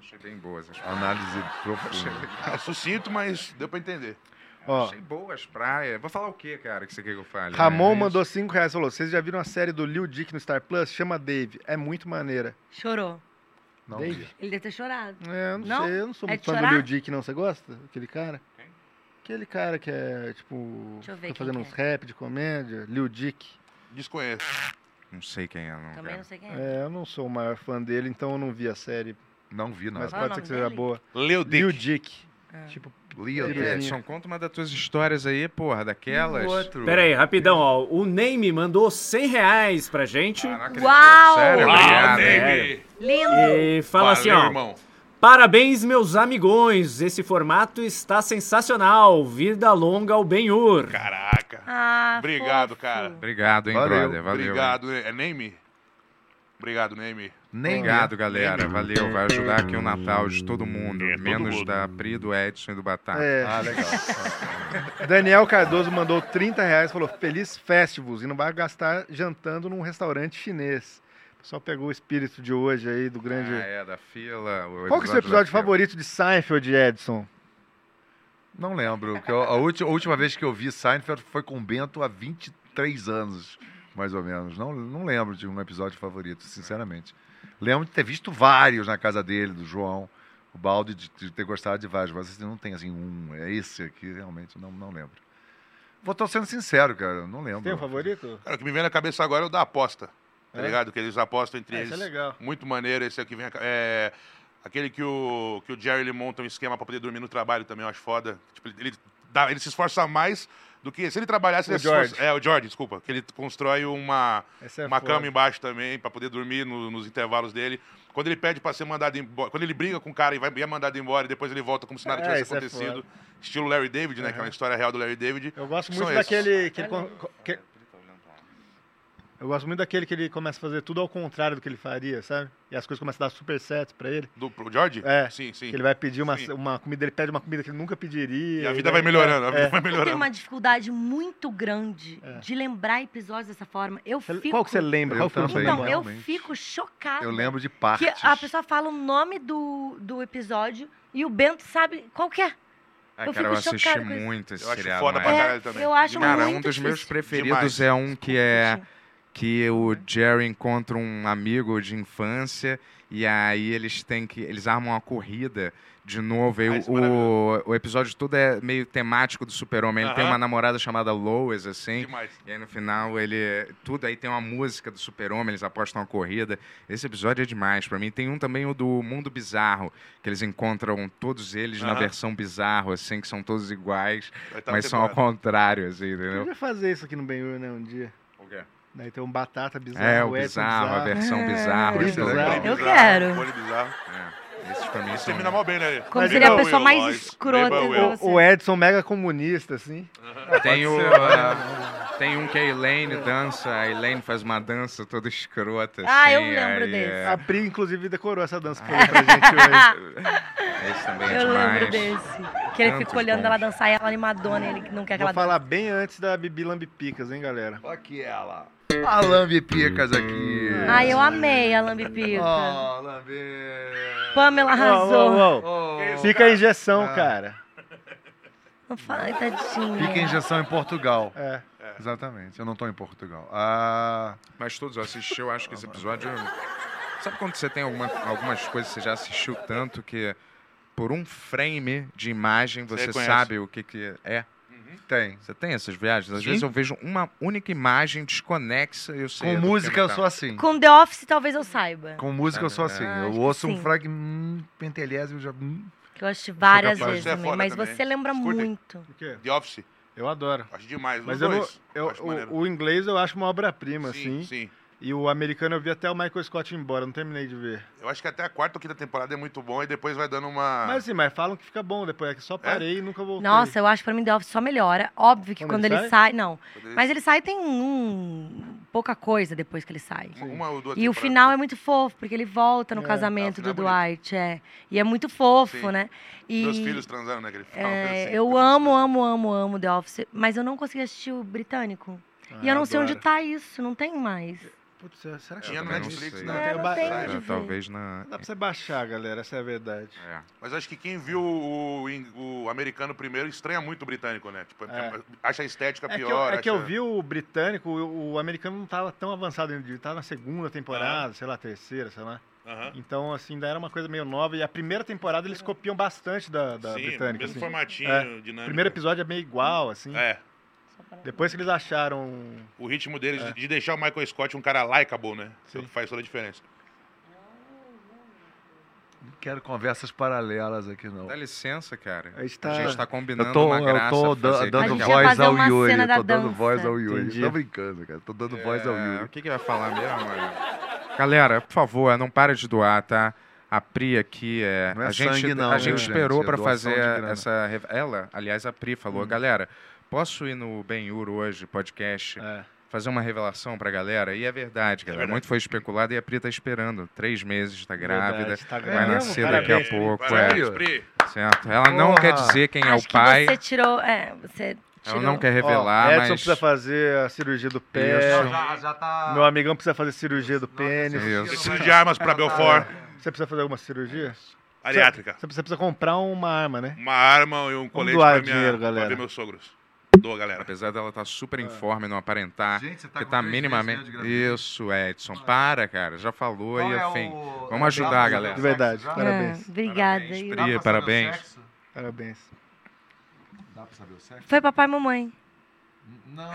A: Achei bem boas. Acho.
E: Análise profunda.
G: é sucinto, mas deu pra entender.
B: Ó.
A: Achei boas praias. Vou falar o que, cara, que você quer que eu fale?
B: Ramon
A: né?
B: mandou 5 reais e falou: Vocês já viram a série do Lil Dick no Star Plus? Chama Dave. É muito maneira.
D: Chorou.
E: Não,
B: Dave?
D: Ele deve ter chorado.
B: É, eu não,
D: Não?
B: sei, eu não sou
D: É
B: muito
D: de
B: fã
D: chorar?
B: do Lil Dick, não. Você gosta? Aquele cara? Aquele cara que é, tipo,
D: Deixa eu ver
B: fica
D: quem
B: fazendo
D: que
B: uns
D: é.
B: rap de comédia. Lil Dick.
G: Desconheço.
A: Não sei quem é, não.
D: Também
A: Cara.
D: não sei quem é.
B: É, eu não sou o maior fã dele, então eu não vi a série.
E: não vi
B: Mas
E: nada.
D: Qual é o
B: pode ser que
D: nome
B: seja
D: dele?
B: boa.
G: Leu
B: Lil
G: Dick.
B: Dick.
D: Ah.
B: Tipo,
E: Leo
B: Ele-
E: Dick.
A: Edson, conta uma das tuas histórias aí, porra, daquelas.
E: Outro.
H: Pera aí, rapidão, ó. O Name mandou 100 reais pra gente.
A: Ah, não acredito.
D: Uau!
A: Sério,
D: Uau,
A: obrigado.
F: Ney!
D: Lindo!
H: E fala assim, ó.
F: irmão.
H: Parabéns, meus amigões. Esse formato está sensacional. Vida longa ao Benhur.
F: Caraca.
D: Ah,
F: Obrigado,
D: fofo.
F: cara.
A: Obrigado, hein,
E: Valeu,
A: brother. Valeu. hein.
F: Obrigado. É Name? Obrigado, Name.
E: Nem
A: Obrigado, galera. Valeu. Vai ajudar aqui o Natal de todo mundo.
F: É, todo
A: menos
F: mundo.
A: da Pri, do Edson e do Batata.
B: é.
E: Ah, legal.
B: Daniel Cardoso mandou 30 reais e falou: Feliz Festivals e não vai gastar jantando num restaurante chinês. O pessoal pegou o espírito de hoje aí do
A: Ah,
B: grande.
A: é, da fila. o
B: Qual que é o seu
A: da
B: episódio
A: fila.
B: favorito de Seinfeld, Edson?
E: Não lembro. porque eu- A última, a última vez que eu vi Seinfeld foi com o Bento há 23 anos, mais ou menos. Não, não lembro de um episódio favorito, sinceramente. Lembro de ter visto vários na casa dele, do João, o Balde, de, de ter gostado de vários, mas assim, não tem assim um. É esse aqui, realmente, não, não lembro. Vou tô sendo sincero, cara, não lembro.
B: Tem um favorito?
G: Cara, o que me vem na cabeça agora é o da aposta. Tá
B: É?
G: ligado? Que eles apostam entre
B: É,
G: eles.
B: isso é legal.
G: Muito maneiro esse aqui vem. a ca- É, aquele que o, que o Jerry ele monta um esquema pra poder dormir no trabalho também, eu acho foda. Tipo, ele, ele dá- ele se esforça mais do que. Se ele trabalhasse,
B: O
G: ele se esforça-
B: George.
G: É, o George, desculpa. Que ele constrói uma,
B: Essa é
G: uma
B: foda.
G: cama embaixo também pra poder dormir no- nos intervalos dele. Quando ele pede pra ser mandado embora. Quando ele briga com o cara e vai, e é mandado embora e depois ele volta como se nada
B: É,
G: tivesse
B: isso é
G: acontecido. Estilo Larry David, né? Que é uma história real do Larry David.
B: Eu gosto
G: São
B: muito
G: esses.
B: daquele. Que ele con- co- que- Eu gosto muito daquele que ele começa a fazer tudo ao contrário do que ele faria, sabe? E as coisas começam a dar super certo pra ele.
G: Do pro George?
B: É,
G: Sim, sim.
B: Que ele vai pedir uma,
G: Sim.
B: uma comida, ele pede uma comida que ele nunca pediria.
G: E a
B: e
G: vida
B: daí-
G: vai melhorando, a vida vai
B: É.
D: Eu tenho
G: melhorando.
D: uma dificuldade muito grande
B: É.
D: de lembrar episódios dessa forma. Eu fico.
B: Qual que você lembra?
E: Eu
B: Qual foi o
E: também.
B: seu
D: Então,
B: maior?
D: eu
E: Realmente.
D: fico chocada.
E: Eu lembro de
D: que
E: partes.
D: a pessoa fala o nome do, do episódio e o Bento sabe qual que é.
A: Ah,
D: Eu
A: cara, eu
D: fico
A: assisti
D: chocada com isso.
A: muito esse
G: Eu acho
A: seriado.
G: foda
A: na
G: pra
A: época.
G: caralho também.
D: É, eu acho
A: É Cara,
D: muito
A: um dos meus
D: difícil.
A: preferidos
G: Demais.
A: é um que é
D: Gente,
A: que o Jerry encontra um amigo de infância e aí eles têm que eles armam uma corrida de novo. Aí
G: Ah,
A: o-
G: isso é
A: o, o episódio todo é meio temático do Super-Homem. Ele tem
G: Aham.
A: uma namorada chamada Lois assim.
G: Demais.
A: E aí no final ele é, tudo aí tem uma música do Super-Homem, eles apostam uma corrida. Esse episódio é demais pra mim. Tem um também o do Mundo Bizarro, que eles encontram todos eles na
G: Aham.
A: versão bizarro assim, que são todos iguais.
G: Vai tá
F: Tá
G: estar
A: Mas
G: no
A: são ao
G: temporada.
A: contrário, assim,
B: Eu
A: entendeu?
B: ia fazer isso aqui no Benhur, né, um dia. Daí tem um batata bizarro,
A: É, o
B: Edson
A: bizarro, a versão
D: É.
A: bizarra. Isso é
B: Bizarro.
A: legal.
D: Eu
G: Bizarro,
D: quero.
G: Olho bizarro.
A: É. Esses pra mim
G: Esse
A: são...
G: termina mal bem, né?
D: Como
G: Mas
D: seria a
G: Mabel
D: pessoa
G: Will,
D: mais
G: nós.
D: escrota
G: Mabel
D: do
G: Will.
D: Brasil.
B: O Edson mega comunista, assim.
A: Tem, o, ah, tem um que a Elaine dança, a Elaine faz uma dança toda escrota, assim.
D: Ah, eu lembro
A: aí
D: desse.
A: É,
B: A Pri, inclusive, decorou essa dança pra pra gente hoje.
A: esse também é
D: eu
A: demais.
D: lembro desse. Que ele
A: Tantos
D: fica olhando ela
A: bons.
D: dançar e ela animadona, ele não quer que
B: Vou
D: ela
B: falar bem antes da Bibi Lambipicas, hein, galera.
E: Aqui ela. A Lambe Picas aqui.
D: Ai, eu amei a Lambipica.
E: Oh, Lambe.
D: Pamela
B: Oh,
D: arrasou.
B: Uou, uou, uou.
E: Oh.
B: Fica a injeção,
G: Ah.
B: cara.
D: Não
B: oh.
D: fala, ai, tadinha.
E: Fica a injeção em Portugal.
B: É.
E: Exatamente, eu não tô em Portugal. Ah,
A: Mas todos eu assisti, eu acho que esse episódio... Sabe quando você tem alguma, algumas coisas que você já assistiu tanto que... Por um frame de imagem, você
G: reconhece.
A: sabe o que, que é.
E: tem.
A: Você tem essas viagens? Às vezes eu vejo uma única imagem desconexa e eu sei.
E: Com
A: do que
E: música
A: não
E: eu
A: tá.
E: sou assim.
D: Com The Office talvez eu saiba.
E: Com música eu sou assim.
D: Ah, acho
E: Eu
D: que
E: ouço um
D: sim.
E: fragmento pentelésimo já. hum.
D: Que eu assisti várias
G: capaz.
D: vezes
G: Você é
D: também.
G: foda
D: Mas
G: também.
D: você lembra
G: Escuta.
D: muito.
B: O quê?
G: The Office.
B: Eu adoro.
G: Acho demais.
B: Mas
G: Os
B: eu não,
G: dois.
B: eu-
G: acho maneiro.
B: o, o inglês eu acho uma obra-prima,
G: sim,
B: assim.
G: sim.
B: E o americano eu vi até o Michael Scott ir embora, não terminei de ver.
G: Eu acho que até a quarta ou quinta temporada é muito bom e depois vai dando
F: Ah.
G: uma.
B: Mas assim, mas falam que fica bom depois, é que só parei e nunca voltei.
D: Nossa, eu acho que pra mim The Office só melhora. Óbvio que
B: Quando
D: quando
B: ele
D: ele
B: sai?
D: sai... não. Mas ele sai tem um... pouca coisa depois que ele sai.
G: Uma- uma ou duas
D: é E o
G: temporadas.
D: final é muito fofo, porque ele volta no
B: É.
D: casamento
G: Ah, o
D: do
G: final é
D: Dwight, é. E é muito fofo,
G: Sim.
D: né? E
G: Meus filhos transando, né? Aquele final,
D: é,
G: uma coisa assim.
D: eu amo, amo, amo, amo The Office, mas eu não consegui assistir o britânico.
B: Ah,
D: e eu não sei onde
B: adoro.
D: tá isso, não tem mais.
B: Putz, é, será que
G: Tinha
B: eu
G: no
B: também
G: Netflix,
B: sei?
G: né?
D: É, não tem
A: É,
D: onde ver.
A: talvez na.
B: Não dá pra você baixar, galera, essa é a verdade.
A: É.
G: Mas acho que quem viu o, in- o americano primeiro estranha muito o britânico, né? Tipo,
B: É.
G: acha a estética
B: É que,
G: pior.
B: eu, é que eu
G: acha-
B: vi o britânico, o, o americano não tava tão avançado ainda, ele tava na segunda temporada, sei lá, terceira, sei lá.
F: Aham.
B: Então, assim, ainda era uma coisa meio nova. E a primeira temporada eles copiam bastante da, da
F: Sim,
B: britânica.
F: mesmo
B: assim.
F: formatinho,
B: É. O
F: dinâmico.
B: primeiro episódio é meio igual, assim.
F: É,
D: Só pra-
B: Depois que eles acharam. um-
F: o ritmo deles de- de deixar o Michael Scott um cara likeable, né?
B: É. Sim.
F: Faz toda a diferença.
E: Não quero conversas paralelas aqui, não.
A: Dá licença, cara.
B: A gente tá-
A: combinando
E: Eu tô,
A: Tá uma
E: eu
A: graça. fazer
E: tô da-
A: aqui.
E: dando
D: A gente vai
E: voz
D: fazer
E: ao
D: uma
E: Yuri.
D: cena da
E: Tô dando
D: dança.
E: voz ao Yuri.
B: Entendi.
E: Tô brincando, cara. Tô dando voz ao
A: É, O
E: Yuri.
A: que, que vai falar mesmo? olha? Galera, por favor, não para de doar, tá? A Pri aqui é.
E: Não é
A: a gente,
E: sangue, não,
A: a
E: hein,
A: gente
E: gente?
A: esperou
E: É
A: pra
E: doação
A: fazer
E: de grana.
A: essa. rev- Ela, aliás, a Pri falou, galera, posso ir no Benhur hoje, podcast,
B: É.
A: fazer uma revelação pra galera? E é verdade, galera.
F: verdade.
A: Muito foi especulado e a Pri tá esperando. Três meses, tá grávida.
B: Verdade, tá
A: Vai
B: grávida.
A: nascer
F: Parabéns,
A: daqui a
F: Pri.
A: pouco,
F: Parabéns,
E: é.
F: Pri.
A: é, certo? Ela não
E: Porra.
A: quer dizer quem é
D: Acho
A: o
D: que
A: pai,
D: você tirou. É, você
A: ela
D: tirou.
A: não quer
B: Ó,
A: revelar,
B: Edson
A: mas.
B: precisa fazer a cirurgia do pé.
A: Isso.
E: tá.
B: Meu amigão precisa fazer cirurgia do
E: é
B: pênis.
A: Isso.
F: Preciso de armas pra Belfort.
B: Você precisa fazer alguma cirurgia?
F: Ariátrica.
B: Você precisa comprar uma arma, né?
F: Uma arma e um colete
B: doar
F: pra, minha,
B: dinheiro,
F: pra
B: galera.
F: ver meus sogros. Doa, galera.
A: Apesar dela estar super informe, não aparentar.
E: Gente, você tá
A: Porque
E: com
A: tá
E: três meses, né,
A: minimamente.
E: de gravidez.
A: Isso, Edson. Para, cara. Já falou
E: Qual
A: e assim,
E: é
A: enfim.
E: o-
A: Vamos ajudar, galera.
B: De verdade.
E: Já?
D: Ah,
B: Parabéns.
D: obrigada.
A: Parabéns,
D: Yuri.
A: Pri. Pri, parabéns.
B: Parabéns.
E: Dá pra saber o sexo?
D: Foi papai e mamãe.
E: Não.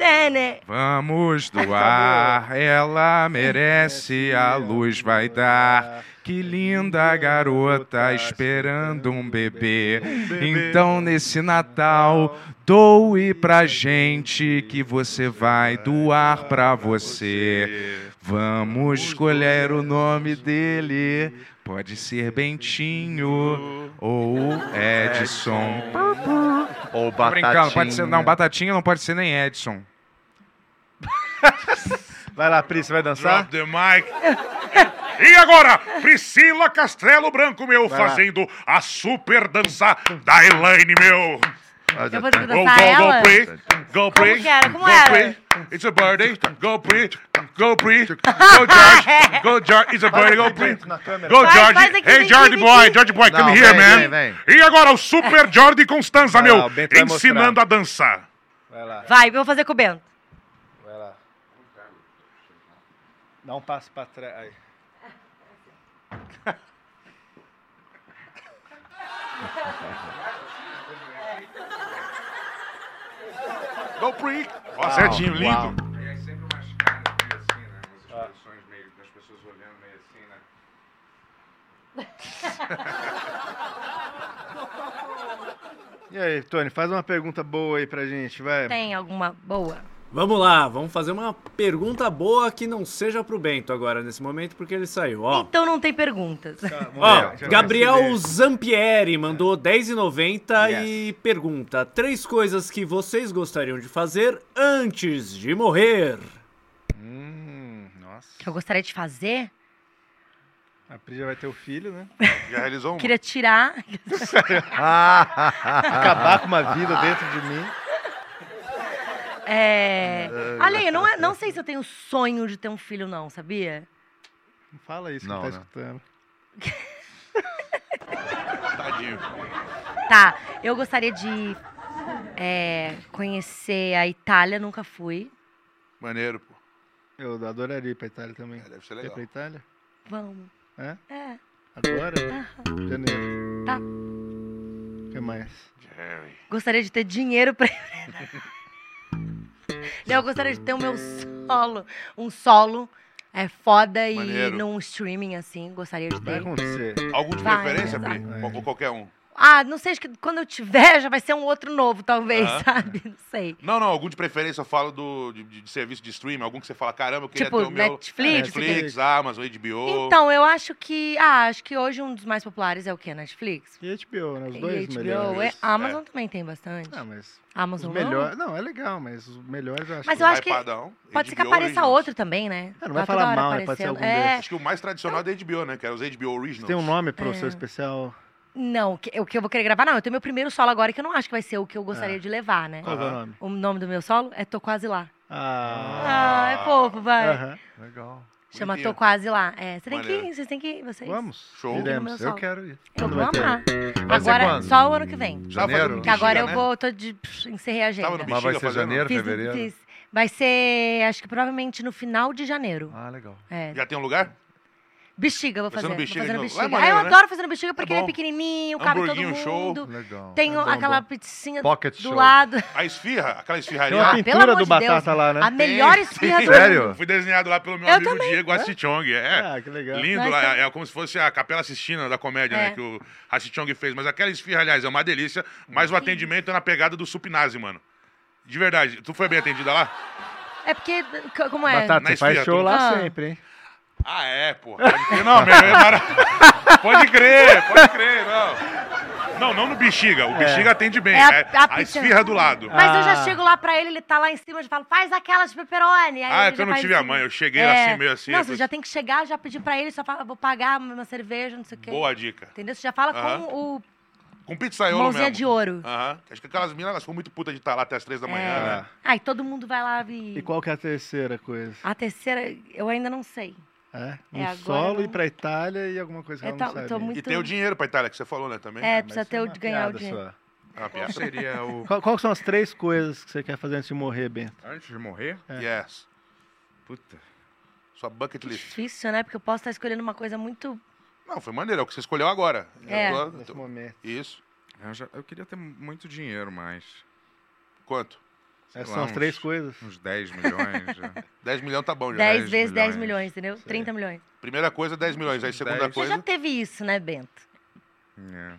D: É, né?
A: Vamos doar, ela merece, a luz vai
B: Então,
A: dar. Que linda garota esperando um bebê. Então, nesse Natal, doe pra gente que você vai doar pra você. Vamos escolher o nome dele. Pode ser Bentinho ou Edson.
E: Ou
A: Tô
E: batatinha.
A: brincando, pode ser. Não, Batatinha não pode ser nem Edson.
B: Vai lá, Pri, você vai dançar?
F: Drop the mic. E agora, Priscila Castelo Branco, meu,
B: lá.
F: fazendo a super dança da Elaine, meu.
A: um
D: Eu vou ter que
F: Go,
D: dançar ela.
F: go, go, Pri. Go, Pri.
D: que era? Como
F: go,
D: era?
F: Pri. It's a birthday. Go, Pri. Go, Pri. Go, George. Go, George. It's a birthday. Go, Pri.
B: Na câmera.
F: Go,
D: Faz,
F: George.
D: faz aqui,
F: hey,
D: vem,
F: George
D: vem,
F: Boy.
D: vem.
F: George Boy, come
E: Não,
F: here, man.
E: vem, vem,
F: E agora, o super Jordi Constanza,
B: Vai lá,
F: meu,
B: o Bento vai
F: ensinando
B: mostrar.
F: a dança.
B: Vai lá,
D: Vai, eu vou fazer com o Bento.
B: vai lá. Dá um passo pra trás. aí.
F: Go, Pri. Ó, certinho, lindo.
A: E aí sempre umas caras meio assim, né? Umas expressões meio das pessoas olhando meio assim, né?
B: E aí, Tony, faz uma pergunta boa aí pra gente, vai.
D: Tem alguma boa?
H: Vamos lá, vamos fazer uma pergunta boa que não seja pro Bento agora nesse momento, porque ele saiu, ó.
D: Então não tem perguntas.
B: Tá.
H: Ó,
B: Já
H: Gabriel
B: percebi.
H: Zampieri mandou 10,90 e
B: Yes.
H: pergunta: Três coisas que vocês gostariam de fazer antes de morrer?
B: Hum, nossa.
D: Que eu gostaria de fazer?
B: A Pri já vai ter o filho, né?
G: Já realizou um.
D: Queria tirar.
B: Acabar com uma vida dentro de mim.
D: É... Ale, eu não, é- não sei se eu tenho sonho de ter um filho, não, sabia?
B: Não fala isso
E: Não,
B: que tá
E: né?
B: escutando.
G: Tadinho.
D: Tá, eu gostaria de é, conhecer a Itália, nunca fui.
G: Maneiro, pô.
B: Eu adoraria ir pra Itália também.
G: É, deve ser
B: Quer ir
G: legal.
B: pra Itália?
D: Vamos.
B: É?
D: É,
B: Agora? Janeiro.
D: Tá.
B: O que mais?
G: Jerry.
D: gostaria de ter dinheiro pra. não, eu gostaria de ter o meu solo. Um solo é foda e
G: Maneiro.
D: num streaming assim, gostaria de
B: Vai
D: ter.
B: acontecer.
G: Algum de
D: Vai,
G: preferência,
D: vai.
G: Pri? Ou, ou qualquer um?
D: Ah, não sei, acho que quando eu tiver já vai ser um outro novo, talvez,
G: Aham.
D: sabe? Não sei.
G: Não, não, algum de preferência eu falo do, de, de- de serviço de streaming, algum que você fala, caramba, eu queria
D: Tipo,
G: ter o meu.
D: Netflix,
G: Netflix, Amazon, HBO.
D: Então, eu acho que. Ah, acho que hoje um dos mais populares é o quê? Netflix?
B: E HBO, né? Os
D: E
B: dois
D: HBO,
B: melhores.
D: é, Amazon também tem bastante.
B: Não, mas os
D: Amazon não?
B: melhores. Não, é legal, mas os melhores eu acho.
D: Mas
B: que-
D: eu Então, acho que
G: Hypadão,
D: Pode ser que
G: HBO
D: apareça
G: Originals.
D: outro também, né?
B: É, não vai
D: Tá
B: falar
D: toda hora
B: mal, né? Pode ser
D: aparecendo.
B: algum
D: é...
G: Acho que o mais tradicional é da HBO, né? Que era os HBO Originals.
B: Tem um nome pro seu especial?
D: Não, o que, o que eu vou querer gravar, não. Eu tenho
B: É.
D: meu primeiro solo agora, que eu não acho que vai ser o que eu gostaria de levar, né?
B: Qual é o nome?
D: O nome do meu solo é Tô Quase Lá.
B: Ah,
D: Ah, é fofo, vai.
B: aham.
E: Legal.
D: Chama
F: Bonitinho.
D: Tô Quase Lá. É, você tem que
F: Maneiro.
D: ir, vocês têm que ir, vocês.
B: Vamos.
F: Show.
B: Iremos.
D: Meu só.
E: Eu quero ir.
D: Eu
B: Quando
D: vou
B: vai ter?
D: amar.
E: Vai ser
D: Agora,
E: quando?
D: só o ano que vem.
F: Tava Tá
E: Janeiro?
F: fazendo
D: Que agora
F: bexiga,
D: eu
F: né?
D: vou, tô de... pff, Encerrei a agenda.
F: Tava no
E: Mas vai
F: Bexiga
E: ser
F: fazendo?
E: janeiro,
D: Fiz-
E: fevereiro?
D: fiz. Vai ser, acho que provavelmente no final de janeiro.
E: Ah, legal.
D: É.
F: Já tem um lugar?
D: Bexiga, eu vou
F: Vai ser
D: fazer.
F: no Bexiga
D: vou fazer no
F: de novo. Lá é
D: bexiga. Ah, eu
F: maneiro, né?
D: adoro fazer no bexiga porque ele é
F: bom.
D: pequenininho, cabe todo
F: Hamburguinho, show.
D: mundo.
E: Legal.
D: Tem
E: É bom,
D: aquela
E: bom.
D: pizzinha
E: Pocket
D: do
E: show.
D: lado.
F: A esfirra? Aquela
B: Tem uma
D: Ah,
F: esfirraria?
D: pelo
B: pintura
D: amor
B: do
D: de Deus.
B: Batata lá, né?
D: A melhor
F: Tem,
D: esfirra
F: tem.
D: do
E: Sério?
F: Fui desenhado lá pelo meu
D: Eu
F: amigo
D: também.
F: Diego Assichong. É.
B: Ah, que legal.
F: Lindo,
D: Nós
F: lá,
D: tamo-
F: é como se fosse a Capela Sistina da comédia,
D: É.
F: né? Que o Assichong fez. Mas aquela esfirra, aliás, é uma delícia. Mas o atendimento é na pegada do Supinazi, mano. De verdade. Tu foi bem atendida lá?
D: É porque, c- como é?
B: Batata,
F: Na
B: Tá, você faz
F: esfirra,
B: show
F: tudo.
B: lá
D: Ah.
B: sempre, hein?
F: Ah, é, pô. Pode crer, Não, meu, é mara- Pode crer, pode crer, não. Não, não no bexiga. O bexiga atende bem.
D: É a-
F: É
D: a
F: a,
D: pizza. É,
F: esfirra do lado.
D: Mas eu
B: Ah.
D: já chego lá pra ele, ele tá lá em cima, eu já falo, faz aquela de pepperoni. Aí
F: Ah, é
D: ele
F: que eu
D: já
F: não
D: faz
F: tive
D: em
F: a
D: cima.
F: mãe, eu cheguei assim, meio assim,
D: Não,
F: eu
D: você
F: falei-
D: já tem que chegar, já pedir pra ele, só fala, vou pagar uma cerveja, não sei o quê.
F: Boa dica.
D: Entendeu? Você já fala
F: Aham.
D: com o
F: Com pizzaiolo
D: mãozinha
F: mesmo.
D: de ouro.
F: Aham. Acho que aquelas minas, elas ficam muito putas de estar lá até as três da manhã,
D: É.
F: né?
D: Aí todo mundo vai lá e...
B: E qual que é a terceira coisa?
D: A terceira, eu ainda não sei.
B: É, um
D: É, agora
B: solo,
D: não-
B: ir pra Itália e alguma coisa que
D: Eu
B: eu
D: tô-
B: não sabe.
D: tô muito-
F: E tem o dinheiro pra Itália, que você falou, né, também?
D: É,
B: Mas
D: precisa
B: isso
D: ter
B: é
D: o
B: uma
D: de ganhar o
B: piada
D: dinheiro.
B: sua.
F: É uma
A: Qual
F: piada.
A: seria o.
B: Qual, qual que são as três coisas que você quer fazer antes de morrer, Bento?
A: Antes de morrer?
D: É.
F: Yes.
A: Puta.
F: Sua bucket list.
D: Difícil, né? Porque eu posso estar escolhendo uma coisa muito...
F: Não, foi maneiro, é o que você escolheu agora.
D: É.
F: Eu tô-
B: Nesse
A: Então,
F: tô-
B: momento.
F: Isso.
A: Eu, já- eu queria ter muito dinheiro, mas.
F: Quanto?
A: sei
B: Essas
A: lá,
B: É, são as
A: uns-
B: três coisas.
A: Uns 10 milhões. né? já.
F: 10 milhões tá bom já.
D: 10
A: 10
D: vezes 10
A: milhões.
D: milhões, entendeu? 30 milhões.
F: Primeira coisa, 10 milhões. Aí, segunda
A: Dez.
D: Você já
F: coisa.
D: teve isso, né, Bento?
A: É.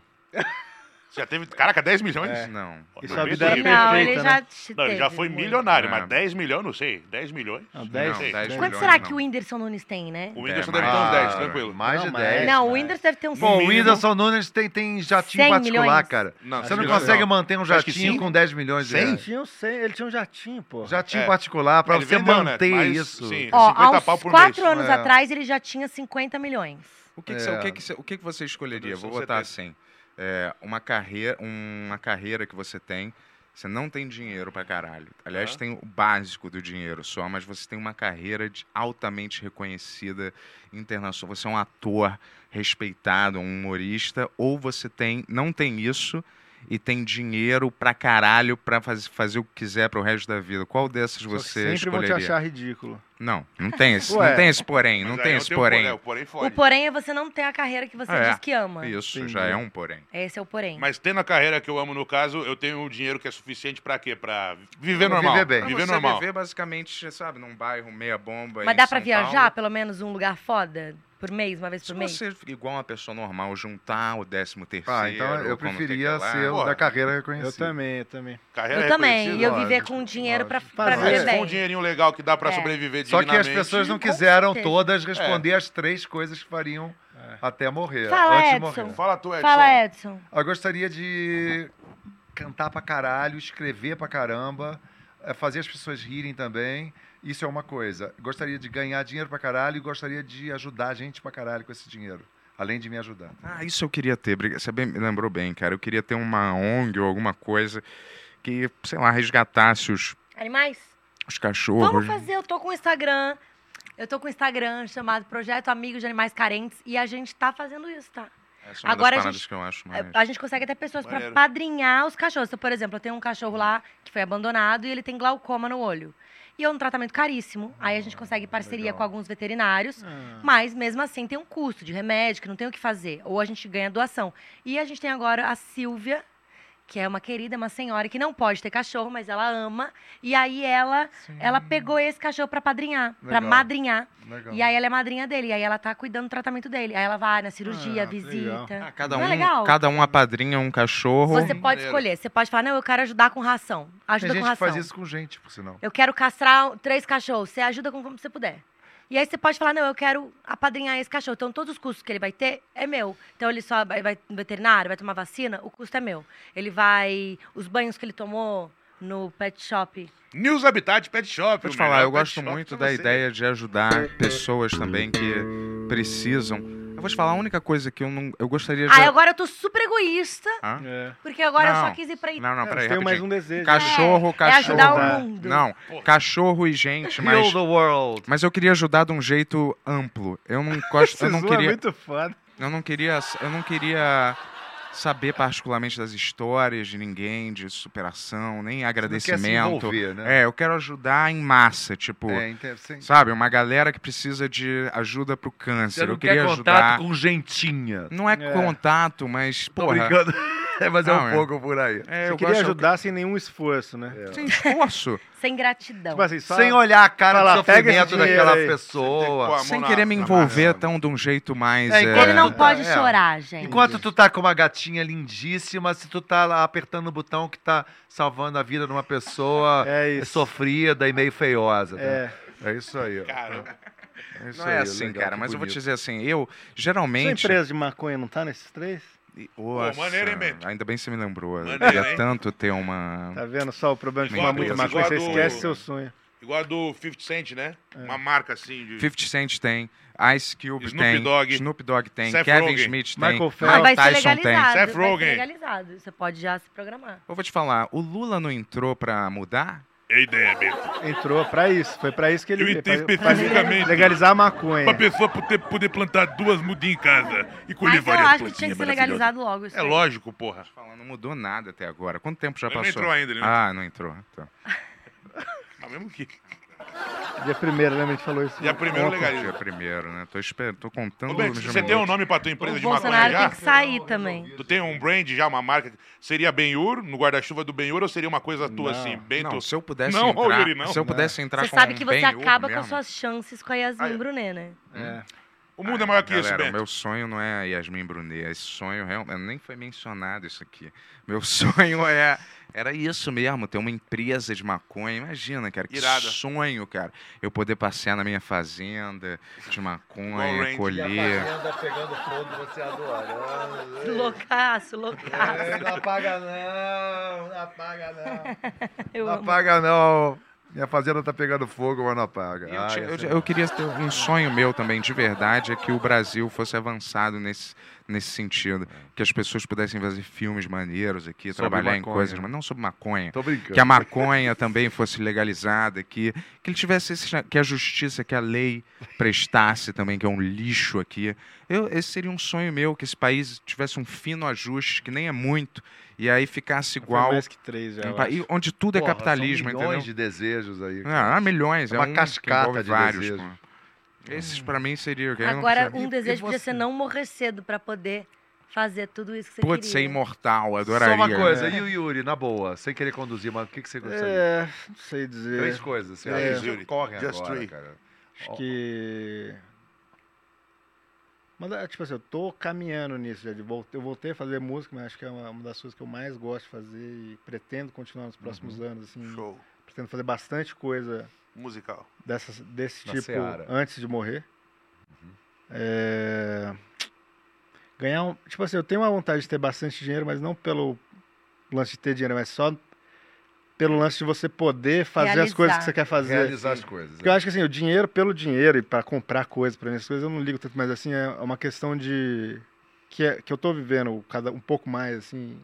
F: Já teve. Caraca, 10 milhões?
A: Não.
F: Ó,
B: E
F: não,
B: sua
F: isso
B: vida era
F: aí-
B: perfeita.
D: não, ele já
B: né?
D: te
F: Não, ele já
D: teve,
F: foi
D: muito.
F: milionário,
A: É.
F: mas 10 milhões, não sei. 10 milhões?
B: Não, dez?
A: Não, 10
D: Quanto
A: milhões,
D: será que
A: não.
D: o Whindersson Nunes tem, né?
F: O Whindersson
A: É,
F: deve ter
A: mas-
F: uns 10,
A: Ah,
F: tranquilo.
E: Mais de
B: Não, mas-
E: 10.
D: Não, o
E: né?
D: Whindersson deve ter um uns
E: Pô, o
D: 100
E: Whindersson Nunes tem, tem jatinho
D: 100
E: particular,
D: milhões.
E: cara.
F: Não,
E: Você
F: acho
E: não
F: que
E: consegue manter um
F: Acho que
E: jatinho
F: sim.
E: com 10 milhões de
B: Ele
E: reais.
B: tinha, um cem, ele tinha um jatinho, pô.
E: Jatinho
F: É.
E: particular pra
F: Ele
E: você
F: vendeu, né?
E: manter
F: Mas,
E: isso.
F: sim.
D: Ó,
F: 50
D: há
F: pau
D: uns
F: por
D: quatro
F: mês.
D: anos
E: É.
D: atrás ele já tinha 50 milhões.
A: O que, que você,
E: É.
A: o que, que, você, o que, que você escolheria?
F: Produção
A: Vou botar assim. é, uma, carreira, uma carreira que você tem, você não tem dinheiro pra caralho. Aliás,
F: Aham.
A: tem o básico do dinheiro só, mas você tem uma carreira de- altamente reconhecida, internacional. Você é um ator respeitado, um humorista, ou você tem, não tem isso e tem dinheiro pra caralho pra faz, fazer o que quiser pro resto da vida. Qual dessas
B: Só que
A: você
B: sempre vão te
A: escolheria?
B: achar ridículo.
A: Não, não tem esse,
B: Ué. é
A: não tem esse porém,
F: Mas
A: não
F: aí
A: tem
F: eu
A: esse
F: tenho
A: porém.
F: O porém
D: O
F: fode.
D: porém é você não ter a carreira que você
A: É.
D: diz que ama.
A: Isso,
B: Entendi.
A: já é um porém.
D: Esse é o porém.
F: Mas tendo a carreira que eu amo, no caso, eu tenho o dinheiro que é suficiente pra quê? Pra viver
E: Pra
F: normal.
E: viver bem.
A: Pra
F: Viver
A: você
F: normal.
A: viver basicamente, sabe, num bairro meia bomba.
D: Mas
A: em
D: dá pra
A: São
D: viajar,
A: Paulo.
D: pelo menos, um lugar foda? Por mês, uma vez
A: Se
D: por mês?
A: você, igual uma pessoa normal, juntar o décimo terceiro.
E: Ah, então eu
A: como tem que
E: preferia
A: lá.
E: ser o
F: Porra.
E: da carreira
A: É,
B: Eu
E: reconhecida.
B: também, eu também.
F: Carreira
D: Eu também. E
F: reconhecida,
D: eu viver
E: lógico,
D: com dinheiro pra,
E: lógico.
D: pra
B: Mas
D: viver
F: Mas com um
D: bem.
F: dinheirinho legal que dá pra
D: É.
F: sobreviver
E: Só que as
F: dignamente.
E: pessoas não
D: Com
E: quiseram
D: certeza. É.
E: todas
F: É.
E: responder as três coisas que fariam até morrer.
D: Fala,
E: antes de
D: Edson.
E: morrer.
F: Fala tu, Edson.
D: Fala, Edson.
E: Eu gostaria de cantar pra caralho, escrever pra caramba, eh, fazer as pessoas rirem também. Isso é uma coisa. Gostaria de ganhar dinheiro pra caralho e gostaria de ajudar a gente pra caralho com esse dinheiro. Além de me ajudar.
A: Ah, isso eu queria ter. briga- Você bem, me lembrou bem, cara. Eu queria ter uma ONG ou alguma coisa que, sei lá, resgatasse os,
D: Animais?
A: os cachorros.
D: Vamos fazer, eu tô com o Instagram. Eu tô com o Instagram chamado Projeto Amigos de Animais Carentes e a gente tá fazendo isso, tá?
A: Essa é uma
D: Agora
A: das
D: a
A: paradas
D: gente- é,
A: que eu acho mais.
D: A- A gente consegue até pessoas pra
F: Maneiro.
D: padrinhar os cachorros. Então, por exemplo, eu tenho um cachorro lá que foi abandonado e ele tem glaucoma no olho. E é um tratamento caríssimo. Aí a gente consegue parceria
E: legal.
D: com alguns veterinários,
B: Ah,
D: mas mesmo assim tem um custo de remédio que não tem o que fazer. Ou a gente ganha doação. E a gente tem agora a Silvia, que é uma querida, uma senhora que não pode ter cachorro, mas ela ama. E aí ela, ela pegou esse cachorro pra padrinhar, pra
E: Legal.
D: madrinhar.
E: Legal.
D: E aí ela é madrinha dele. E aí ela tá cuidando do tratamento dele. Aí ela vai na cirurgia,
B: Ah, que legal.
D: visita.
A: Ah, cada
D: Não é
A: um,
D: legal?
A: cada um apadrinha um cachorro.
D: Você
F: Hum,
D: pode
F: maneiro.
D: escolher. Você pode falar, não, eu quero ajudar com ração.
E: Tem
D: Ajuda
E: gente
D: com
E: que
D: ração.
E: faz isso com gente, por sinal.
D: Eu quero castrar três cachorros. Você ajuda com como você puder. E aí você pode falar, não, eu quero apadrinhar esse cachorro. Então todos os custos que ele vai ter é meu. Então ele só vai, vai no veterinário, vai tomar vacina, o custo é meu. Ele vai... Os banhos que ele tomou no pet shop.
F: News Habitat Pet Shop.
A: Vou te
F: o
A: falar,
F: melhor
A: eu
E: é
F: pet
A: gosto
F: shop
A: muito
F: pra
A: da
F: você.
A: ideia de ajudar pessoas também que precisam. Eu vou te falar a única coisa que eu não. Eu gostaria de.
D: Aí agora Ah, eu tô super egoísta,
A: Hã?
B: É.
D: porque agora eu
A: Não.
D: só quis ir pra Itália.
A: Não, não, peraí.
B: tem mais
A: rapidinho.
B: um desejo.
A: Cachorro,
D: É
A: cachorro. né?
D: ajudar
B: Tá.
D: o mundo.
A: Não, cachorro e gente,
E: Heal
A: mas.
E: the world.
A: Mas eu queria ajudar de um jeito amplo. Eu não gosto. eu não
B: Esse zoom é
A: queria.
B: muito foda.
A: Eu não queria, eu não queria saber particularmente das histórias de ninguém, de superação, nem agradecimento.
E: envolver, né?
A: É, eu quero ajudar em massa, tipo,
E: É, ente- sim.
A: sabe, uma galera que precisa de ajuda pro
E: Você
A: câncer.
E: não
A: Eu queria
E: quer
A: ajudar.
E: contato com gentinha.
A: Não é,
B: É.
A: contato, mas
E: Tô
A: porra.
E: brincando. É, mas é
A: Não,
E: um
A: é.
E: pouco por aí.
A: É,
B: Você
A: eu
B: queria
A: gosto- É.
B: ajudar sem nenhum esforço, né?
A: Sem esforço,
D: Sem gratidão.
B: Tipo assim, só...
E: Sem olhar a cara
B: Fala,
E: de
B: pega esse
E: sofrimento
B: dinheiro
E: daquela
B: aí.
E: pessoa.
G: Você tem que pôr a mão
A: sem
G: na-
A: querer me
G: na
A: envolver
G: massa.
A: tão de um jeito mais.
E: tá É,
A: é,
E: enquanto
D: Ele não
E: É.
D: pode
E: É.
D: chorar, gente.
E: Enquanto tu tá com uma gatinha lindíssima, se tu tá lá apertando o botão que tá salvando a vida de uma pessoa
B: É isso.
E: sofrida e meio feiosa. né?
B: É.
E: É. isso aí. ó.
G: Cara,
E: É isso
A: Não é
E: aí,
A: assim,
E: legal,
A: cara,
E: que
A: mas eu vou te
E: bonito.
A: dizer assim, eu
B: Sua
A: geralmente.
B: empresa de maconha não tá nesses três?
A: Nossa,
F: maneiro, hein, Beto?
A: ainda bem que você me lembrou. Eu
F: Maneiro,
A: queria
F: hein?
A: tanto ter uma.
B: Tá vendo só o problema de
A: Igual
B: fumar
A: do-
B: muito
A: igual
B: maconha? Você
F: do-
B: esquece seu sonho.
F: Igual a do 50 Cent, né? Uma marca assim de.
A: 50 Cent tem, Ice Cube
F: Snoop
A: tem,
F: Dogg.
A: Snoop Dogg tem,
F: Seth
A: Kevin
F: Rogen.
A: Smith tem,
B: Michael Phelps.
D: Mas
A: Mike
D: Ah, vai ser
A: Tyson tem.
D: legalizado.
F: Seth
D: vai
F: Rogen.
D: ser legalizado. Você pode já se programar.
A: Eu vou te falar, o Lula não entrou pra mudar?
F: É ideia, Beto.
B: Entrou pra isso. Foi pra isso que ele
F: Eu
B: veio,
F: entrei
B: pra-
F: especificamente.
B: pra legalizar a maconha.
F: Pra pessoa poder, poder plantar duas mudinhas em casa e colher
D: Mas eu
F: várias
D: acho que tinha que
F: plantinhas
D: ser
F: maravilhosas.
D: legalizado logo. Isso
F: É
D: aí.
F: lógico, porra.
A: Falar, não mudou nada até agora. Quanto tempo já
F: Ele não
A: passou?
F: entrou ainda, ele não
A: Ah, não entrou. Tá.
F: Mas mesmo que.
B: Dia primeiro, lembra? A gente falou isso.
F: E a primeira
A: Dia
F: legaliza.
A: primeiro, né? Tô esperando, tô
F: Ô,
A: contando.
F: Beto,
A: os
F: você tem um nome pra tua empresa
D: O
F: de maconha
D: Bolsonaro tem
F: já?
D: que sair também.
F: Tu tem um brand já, uma marca? Seria Benhur, no guarda-chuva do Benhur, ou seria uma coisa tua assim? Bento.
A: Não, se eu pudesse
F: Não,
A: entrar,
F: Yuri, não.
A: se eu pudesse entrar
D: Você
A: com
D: sabe
A: um
D: que você
A: Ben Hur
D: acaba com
A: mesmo-
D: as suas chances com a Yasmin Brunet, né?
F: O mundo é maior
G: Ah,
F: que isso,
A: Galera, o
F: Bento.
A: meu sonho não é a Yasmin Brunet. Esse sonho realmente nem foi mencionado isso aqui. Meu sonho é era isso mesmo, ter uma empresa de maconha. Imagina, cara, que
F: Irada.
A: sonho, cara. Eu poder passear na minha fazenda de
F: Igual o
A: maconha,
F: Randy.
E: E a
A: colher.
E: fazenda pegando fogo, você adora.
D: Loucaço, loucaço.
E: É, Não apaga não, não apaga não.
D: Eu
E: Não
D: amo.
E: apaga não. Minha fazenda tá pegando fogo, mas não apaga.
A: E Eu,
E: Ah,
A: ti-
E: ia
A: eu-
E: ser
A: eu queria ter um sonho meu também, de verdade, é que o Brasil fosse avançado nesse, nesse sentido. Que as pessoas pudessem fazer filmes maneiros aqui,
E: É. Sobre
A: trabalhar em
E: maconha.
A: coisas, mas não sobre maconha.
E: Tô brincando.
A: que a maconha também fosse legalizada, que, que ele tivesse esse- que a justiça, que a lei prestasse também, que é um lixo aqui. Eu, esse seria um sonho meu, que esse país tivesse um fino ajuste, que nem é muito, e aí ficasse igual.
B: Foi mais que três já.
A: um
B: eu
A: pa-
B: acho.
A: e onde tudo é
E: Porra,
A: capitalismo,
E: são milhões
A: entendeu?
E: de desejos aí.
A: Ah, há milhões,
E: É
A: é
E: uma
A: um que
E: cascata
A: envolve
E: de
A: vários.
E: desejos.
A: pô. Esses pra mim seria. eu não
D: Agora,
A: sei.
D: um
E: E-
D: desejo
E: e
D: podia
E: você?
D: ser não morrer cedo pra poder fazer tudo isso que você
A: Putz, ser
D: queria.
A: imortal,
E: Só
A: adoraria. né?
E: uma coisa, e o Yuri, na boa, sem querer conduzir, mas o que, que você gostaria?
B: É, não sei
E: Três
B: dizer.
E: coisas. Você
B: É.
E: acha que correm
G: Just
E: agora,
G: three.
E: cara.
B: Acho que. Mas, é, tipo assim, eu tô caminhando nisso já. de vol- Eu voltei a fazer música, mas acho que é uma, uma das coisas que eu mais gosto de fazer e pretendo continuar nos próximos anos. Assim,
G: Show.
B: pretendo fazer bastante coisa
G: Musical.
B: dessas, desse
E: Na
B: tipo
E: seara. Uhum.
B: antes de morrer. É, Ganhar um. Tipo assim, eu tenho uma vontade de ter bastante dinheiro, mas não pelo lance de ter dinheiro, mas só pelo lance de você poder fazer as
D: Realizar.
B: coisas que você quer fazer.
E: Realizar as coisas. é.
B: Porque eu acho que assim, o dinheiro pelo dinheiro e para comprar coisas, para essas coisas, eu não ligo tanto, mas assim, é uma questão de. que, é- que eu tô vivendo cada, um pouco mais, assim.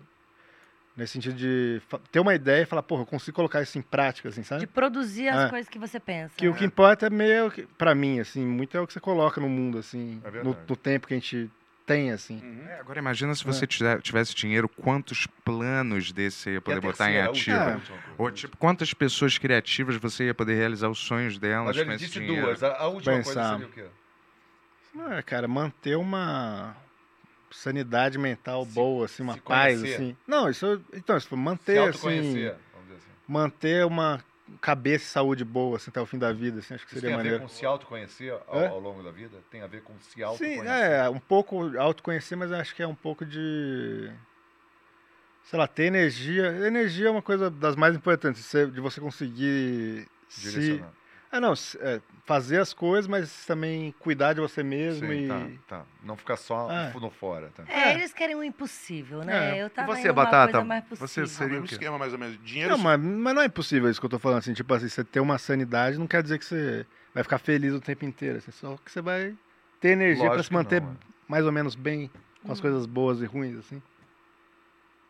B: Nesse sentido de fa- ter uma ideia e falar, porra, eu consigo colocar isso em prática, assim, sabe?
D: De produzir as
B: É.
D: coisas que você pensa.
B: Que o que importa é meio que, pra mim, assim, muito é o que você coloca no mundo, assim,
E: É
B: no,
E: verdade. Hum.
B: no tempo que a gente tem, assim.
A: É, Agora imagina se você tiver- tivesse dinheiro, quantos planos desse você ia poder botar
E: é
A: em ativo.
B: é última.
A: Ou, tipo, quantas pessoas criativas você ia poder realizar os sonhos delas
E: Mas
A: com
E: ele
A: esse
E: disse
A: dinheiro?
E: duas. A, a última coisa
B: Pensar.
E: seria o quê?
B: Não é, cara, manter uma sanidade mental boa, assim, uma
E: se
B: paz,
E: conhecer.
B: assim. Não, isso, então, isso foi
E: Se
B: manter, assim,
E: autoconhecer, vamos dizer assim.
B: manter uma cabeça e saúde boa, assim, até o fim da vida, assim, acho que
E: Isso
B: seria
E: tem a ver
B: maneiro.
E: com se autoconhecer ao,
B: Hã?
E: ao longo da vida? Tem a ver com se
B: Sim,
E: autoconhecer?
B: é, um pouco autoconhecer, mas acho que é um pouco de... Sei lá, ter energia. Energia é uma coisa das mais importantes, de você- de você conseguir se,
E: Direcionar.
B: Ah, não, s- é, fazer as coisas, mas também cuidar de você mesmo
E: Sim,
B: e.
E: tá, tá. Não ficar só
B: Ah.
E: no fora. Tá.
D: É,
B: É.
D: eles querem o impossível, né?
B: É.
D: Eu tava
E: E você,
D: indo numa
E: Batata?
D: coisa mais
E: Você
D: possível.
F: um
E: seria-
G: É o mesmo
E: o quê?
G: esquema, mais ou menos. Dinheiro
B: Não, mas, mas não é impossível isso que eu tô falando, assim, tipo assim, você ter uma sanidade não quer dizer que você vai ficar feliz o tempo inteiro, assim, só que você vai ter energia pra
E: Lógico
B: se
E: que
B: manter
E: não, é.
B: mais ou menos bem com
E: Hum.
B: as coisas boas e ruins, assim?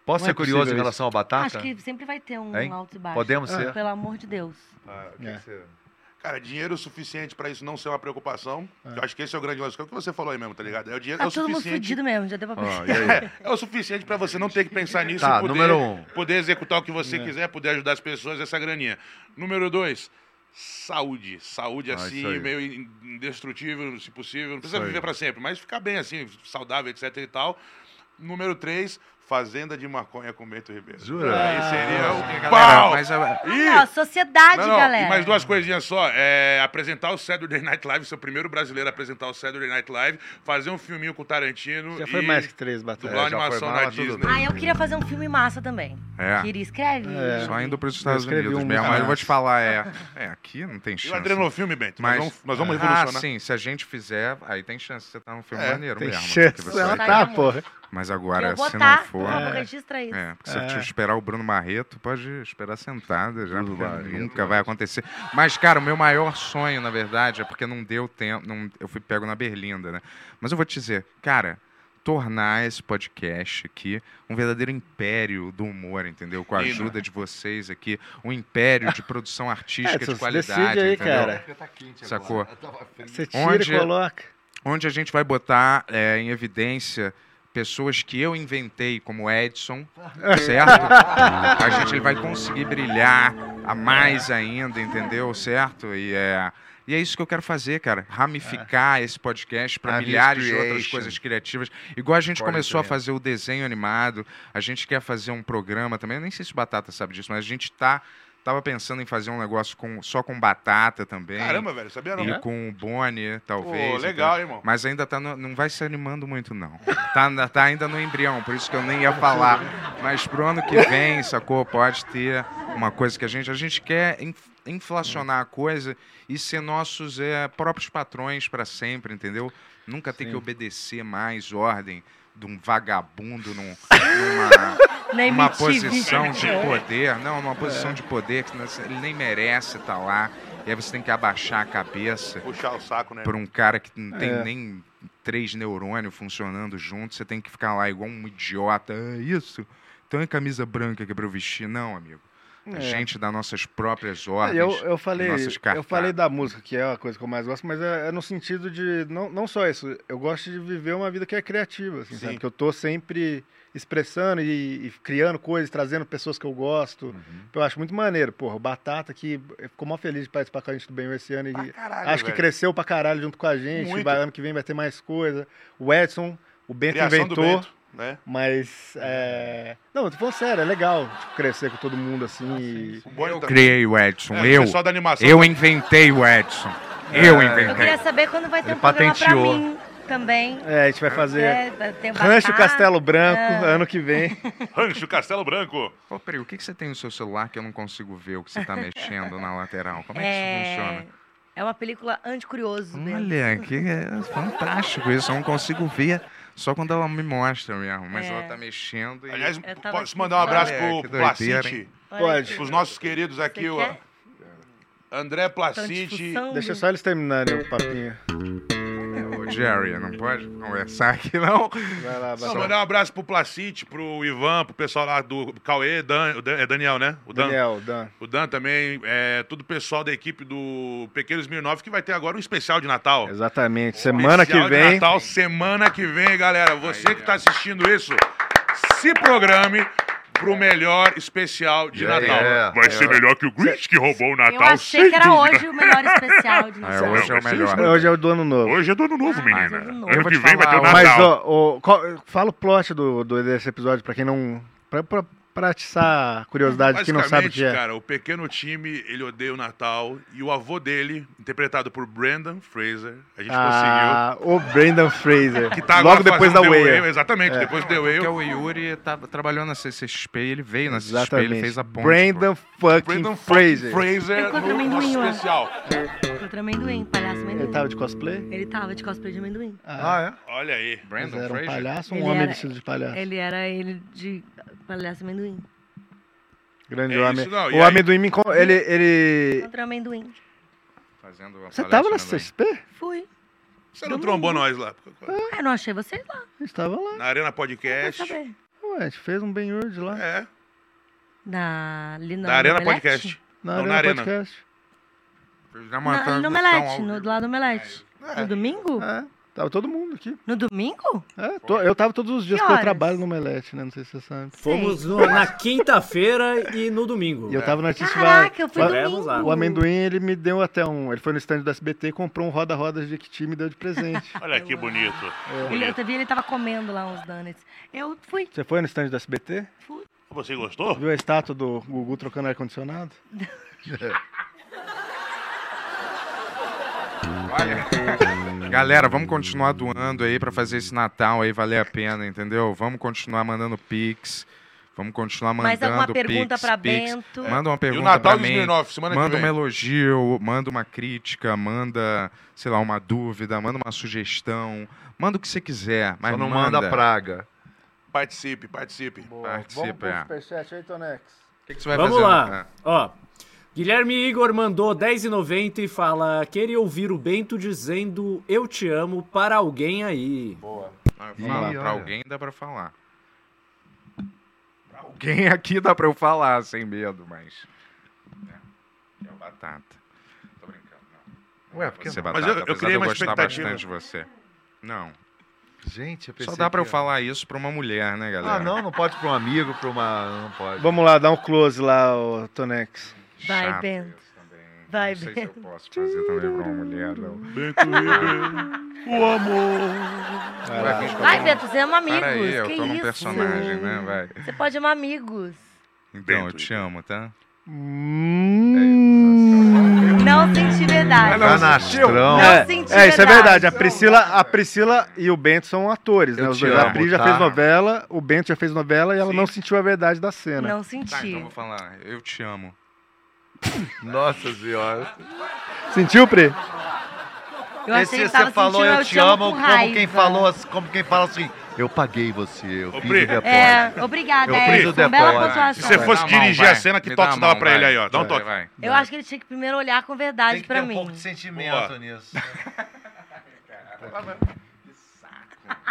E: Posso
B: Não
E: ser
B: é possível
E: curioso em
B: isso.
E: relação à batata?
D: Acho que sempre vai ter um
E: Hein?
D: alto e baixo.
E: Podemos ser?
D: Pelo amor de Deus.
E: Ah,
B: É.
F: Cara, dinheiro suficiente pra isso não ser uma preocupação. Eu acho que esse é o grande lance. que É o que você falou aí mesmo, tá ligado? É o dinheiro
D: Tá
F: é o
D: todo mundo
F: suficiente.
D: fudido mesmo, já deu pra
E: Ó,
D: perceber.
E: Ah, e aí?
F: É o suficiente pra você não ter que pensar nisso
E: Tá,
F: e poder,
E: número um. É.
F: poder executar o que você quiser, poder ajudar as pessoas, essa graninha. Número dois, saúde. Saúde
E: Ah,
F: assim,
E: isso aí.
F: meio in- indestrutível, se possível. Não precisa
E: Isso aí.
F: viver pra sempre, mas ficar bem assim, saudável, etc e tal. Número três, fazenda de maconha com Bento Ribeiro.
E: Jura? Ah.
F: Aí seria o
A: Galera,
F: pau!
A: mas é-
F: Ih!
D: Olha, ó, sociedade,
F: Não, não,
D: galera.
F: E mais duas coisinhas só. É, apresentar o Saturday Night Live, ser o primeiro brasileiro a apresentar o Saturday Night Live, fazer um filminho com o Tarantino.
B: Já foi
F: e
B: mais que três batalhas.
F: dublar a
E: já foi
F: animação
E: mal,
F: da
E: mas tudo
F: Disney.
E: bem.
D: Ah, eu queria fazer um filme massa também.
A: É.
D: Queria, escreve.
A: Só indo para os Estados
B: escrevi
A: Unidos
B: um
A: mesmo. Mas eu vou
B: antes.
A: te falar, é. É, aqui não tem
F: E
A: chance.
F: o Adrenofilme, Bento.
A: Mas,
F: nós vamos, nós vamos
A: ah,
F: revolucionar.
A: sim, se a gente fizer, aí tem chance de você estar num filme
F: É,
A: maneiro
B: Tem
A: mesmo. tipo,
B: chance.
A: que você
B: Ela
A: vai
D: tá,
A: ter.
B: tá, porra.
A: Mas
D: Que
A: agora,
D: eu vou
A: se não
D: tá,
A: for.
D: por favor,
A: É,
D: registra isso.
A: porque se
B: É.
A: te esperar o Bruno Marreto, pode esperar sentada já, porque nunca vai acontecer. Mas, cara, o meu maior sonho, na verdade, é porque não deu tempo, não- eu fui pego na berlinda, né? Mas eu vou te dizer, cara, tornar esse podcast aqui um verdadeiro império do humor, entendeu? Com a
F: Lindo.
A: ajuda de vocês aqui, um império de produção artística
B: É, tu
A: de qualidade,
B: decide aí,
A: entendeu?
B: cara.
E: tá
A: Sacou?
B: Você tira
A: Onde-
B: e coloca.
A: onde a gente vai botar é, em evidência pessoas que eu inventei, como Edson, certo? A gente ele vai conseguir brilhar a mais ainda, entendeu? Certo? E é, e é isso que eu quero fazer, cara.
F: É.
A: Ramificar esse podcast para
E: Ah,
A: milhares de
E: Miscreation.
A: outras coisas criativas. Igual a gente
E: Pode
A: começou a
E: crer.
A: fazer o desenho animado, a gente quer fazer um programa também. Eu nem sei se o Batata sabe disso, mas a gente tá. Tava pensando em fazer um negócio com, só com batata também.
F: Caramba, velho, sabia não?
A: E com o Boni,
F: Pô,
A: talvez. entendeu?
F: legal, hein, irmão.
A: Mas ainda tá no- não vai se animando muito, não. Tá, na- tá ainda no embrião, por isso que eu nem ia falar. Mas pro ano que vem, sacou? Pode ter uma coisa que a gente. A gente quer in- inflacionar a coisa e ser nossos eh, próprios patrões para sempre, entendeu? Nunca ter que obedecer mais ordem de um vagabundo num- numa
D: Nem
A: É. uma
D: MTV.
A: posição de
D: É.
A: poder, não, uma posição de poder que não- é, ele nem merece estar lá. E aí você tem que abaixar a cabeça
F: Puxar o saco, né?
A: por um cara que não tem
B: É.
A: nem três neurônios funcionando junto, você tem que ficar lá igual um idiota. É isso? Então é camisa branca que é pra eu vestir? Não, amigo. A
B: É.
A: gente dá nossas próprias
B: Ah,
A: ordens.
B: Eu, eu falei,
A: nossas
B: eu
A: cartas.
B: falei da música, que é a coisa que eu mais gosto, mas é, é no sentido de. Não, não só isso, eu gosto de viver uma vida que é criativa, assim,
F: Sim.
B: sabe? Que eu tô sempre expressando e, e criando coisas, trazendo pessoas que eu gosto.
F: Uhum.
B: Eu acho muito maneiro, porra. O Batata, que ficou mó feliz de participar com a gente do Bem esse ano. E
F: Pra caralho,
B: acho que
F: velho.
B: cresceu pra caralho junto com a gente.
F: Muito.
B: Vai, ano que vem vai ter mais coisa. O Edson, o Bento
F: Criação do
B: inventou.
F: Bento, né?
B: Mas. É... Não, eu tô falando sério, é legal tipo, crescer com todo mundo assim. e-
F: O Boni
A: Eu
F: tá-
A: criei o Edson.
F: É, o
A: eu.
F: pessoal da animação.
A: Eu inventei o Edson.
B: É.
A: Eu
D: Eu
A: inventei.
D: queria saber quando vai ter
E: Ele
D: um programa pra
E: patenteou.
D: mim também.
B: É, a gente vai fazer.
D: É, vai ter batata.
B: Rancho Castelo Branco,
D: Ah.
B: ano que vem.
F: Rancho Castelo Branco.
A: Ô, Pri, o que, que você tem no seu celular que eu não consigo ver o que você tá mexendo na lateral? Como é que isso funciona?
D: É... é uma película anticurioso mesmo.
A: Olha, que é fantástico isso. Eu não consigo ver só quando ela me mostra mesmo. Mas
D: É.
A: ela tá mexendo e.
F: Aliás,
D: Eu tava
F: posso
D: aqui.
F: mandar um abraço
A: Olha,
F: pro
A: que doideira,
F: Placite,
D: Olha
B: Pode.
D: aqui.
F: pros nossos queridos aqui,
D: Você
F: o
D: quer?
F: André
D: Tão de
F: Placite.
D: função,
B: Deixa
D: meu.
B: só eles terminarem o papinho.
A: Ô, Jerry, não pode conversar aqui, não?
B: Vai lá,
F: Não,
B: Batata.
F: mandar um abraço pro Placite, pro Ivan, pro pessoal lá do Cauê, Dan, o Dan- é Daniel, né? O Dan.
B: Daniel, Dan.
F: O Dan também, é, todo o pessoal da equipe do Pequeno Smirnoff, que vai ter agora um especial de Natal.
B: Exatamente. Semana que
F: Especial de
B: vem.
F: Natal, semana que vem, galera. Você que tá assistindo isso, se programe pro melhor especial de
E: Yeah,
F: Natal.
E: yeah.
J: Vai ser melhor que o Grinch que roubou o
D: Eu
A: tá
J: Natal,
D: achei
J: sem
D: que era
J: dúvida.
D: hoje o melhor especial de
A: né? Ah,
D: Natal.
A: hoje é o
J: vocês
A: melhor.
B: Hoje é o do ano novo.
J: Hoje é do ano novo,
D: Ah,
J: menina.
D: ano novo. Eu
J: Ano
A: vou
J: que
A: te
J: vem vai ter o
A: falar,
J: Natal.
B: Mas, ó, ó, qual- fala o plot do, do- desse episódio pra quem não. Pra, pra pratiçar a curiosidade de quem não sabe o que é.
F: cara, o pequeno time, ele odeia o Natal. E o avô dele, interpretado por Brandon Fraser, a gente conseguiu.
B: Ah, o Brandon Fraser.
F: Que tá
B: Logo
F: agora
B: depois da
F: fazendo The
B: Whale. É.
F: Exatamente, depois do The
A: Porque
F: Whale.
A: o Yuri tá, trabalhou na CCXP, ele veio na CCXP, ele
B: Exatamente.
A: fez a ponte.
B: Brandon fucking
F: Brandon
B: Fraser.
F: Fraser
D: Encontra
F: no nosso
D: amendoim lá.
F: especial.
D: Contra amendoim, palhaço amendoim.
B: Ele tava de cosplay?
D: Ele tava de cosplay de amendoim.
E: Ah, é?
F: Olha aí.
B: Mas
A: Brandon
B: era um
A: Fraser?
B: palhaço ou um
D: Ele
B: homem
D: era-
B: vestido de palhaço?
D: Ele era ele de palhaço amendoim.
B: Grande
F: É
B: homem.
F: isso, não, e
B: o
F: aí-
B: amendoim me encon- ele, ele.
D: Contra amendoim.
A: Fazendo uma
B: Você
A: palestra
B: tava na
A: também.
B: CSP?
D: Fui. Ah,
F: Você não trombou nós lá?
D: Eu não achei vocês lá.
B: A gente tava lá.
F: Na Arena
D: Quer
F: Podcast.
D: saber?
B: Ué, a gente fez um bem de lá.
F: É,
D: Na, ali na
F: na Arena
D: Omelete?
F: Podcast.
B: Na
F: não,
B: Arena
F: na Arena.
B: Podcast.
A: Já uma
D: Na, no
A: transmissão ao
D: Omelete,
A: vivo.
D: no, lá do Omelete. No domingo?
B: É, tava todo mundo aqui.
D: No domingo?
B: É, to- eu tava todos os dias,
D: Que
B: porque eu
D: horas?
B: trabalho no Melete, né? Não sei se você sabe.
D: Sim.
H: Fomos no- na quinta-feira e no domingo.
B: E
F: É.
B: eu tava no Artist
D: Caraca, eu fui
B: O-
H: Vamos
D: domingo.
H: lá.
B: O amendoim, ele me deu até um. Ele foi no stand do SBT e comprou um roda-roda de Equiti e me deu de presente.
F: Olha que bonito.
D: Ele, eu
F: bonito.
D: te vi, ele tava comendo lá uns donuts. Eu fui.
B: Você foi no stand do SBT?
F: Você gostou?
B: Viu a estátua do Gugu trocando ar-condicionado?
A: Galera, vamos continuar doando aí pra fazer esse Natal aí valer a pena, entendeu? Vamos continuar mandando pix. Vamos continuar mandando
D: Mais alguma pergunta
A: pix,
D: pra
A: pix.
D: Bento?
A: Manda uma
G: E
A: pergunta
G: o Natal
A: pra
G: de
A: mim.
G: 2009, semana
A: manda
G: que
A: um
G: vem.
A: elogio, manda uma crítica, manda, sei lá, uma dúvida, manda uma sugestão, manda o que você quiser, mas
E: Só não manda, praga.
G: Participe, participe.
A: Participa. é.
B: superchat aí,
A: O
B: Tonex.
A: que, que você vai
H: Vamos
A: fazer?
H: lá.
B: né?
A: É.
H: Ó. Guilherme Igor mandou 10,90 e fala: Queria ouvir o Bento dizendo eu te amo para alguém aí.
A: Ah,
E: Ih,
A: fala,
E: olha.
A: pra alguém dá pra falar. Pra alguém aqui dá pra eu falar, sem medo, mas. É, é o batata. Tô brincando, não.
E: Ué, porque.
A: Você é
E: não?
A: batata,
F: Mas eu- eu
A: apesar de
F: criei uma
A: gostar
F: expectativa.
A: bastante de você. Não.
E: Gente, eu pensei.
A: Só dá pra eu
E: que-
A: falar isso pra uma mulher, né, galera?
E: Ah, não, não pode pra um amigo, pra uma. Não pode.
B: Vamos lá, dá um close lá, ô,
F: É
B: Tonex.
F: tá
D: Vai,
A: Chato
D: Bento.
A: isso também.
D: Vai,
A: não sei se eu posso fazer também pra uma mulher, não.
F: Bento Ribeiro, o amor.
B: Vai lá.
A: que a gente
D: Vai,
A: tá num-
D: Bento, você ama amigos.
A: Pera aí, eu
D: que
A: tô
D: isso?
A: num personagem, né? Vai.
D: Você pode um amar amigos.
A: Então,
F: Bento,
A: eu te amo, tá?
B: Hum.
D: Não senti verdade.
A: Não,
E: Canastrão.
D: Não
B: é,
D: senti
B: é, isso é verdade.
D: verdade.
B: A Priscila, a Priscila e o Bento são atores, né?
E: Eu
B: Os
E: te
B: dois. A
E: amo,
B: Pri já
E: tá?
B: fez novela, o Bento já fez novela e ela
F: Sim.
B: não sentiu a verdade da cena.
D: Não senti.
A: Tá, então eu vou falar. Eu te amo.
E: Nossa senhora.
B: Sentiu, Pri?
D: Eu achei que
E: Esse
D: tava
E: você falou
D: sentindo
E: eu te amo,
D: com
E: como quem,
D: raiva.
E: falou, assim- como quem fala assim, eu paguei você, eu fiz
F: Pri.
E: o depósito.
D: É, obrigada,
E: Eu
D: é,
E: fiz o
D: foi uma bela
E: depósito.
D: pontuação.
F: Se você fosse
A: Dá a mão,
F: dirigir
A: vai.
F: a cena, que
A: Me
F: toque
A: dá
F: você
A: a
F: dava
A: mão,
F: pra ele
A: vai.
F: aí, ó. Dá um
A: Vai,
F: toque.
A: vai.
D: Eu acho que ele tinha que primeiro olhar com verdade
E: Tem que ter
D: pra
E: um
D: mim.
E: pouco de sentimento
F: Boa.
E: nisso.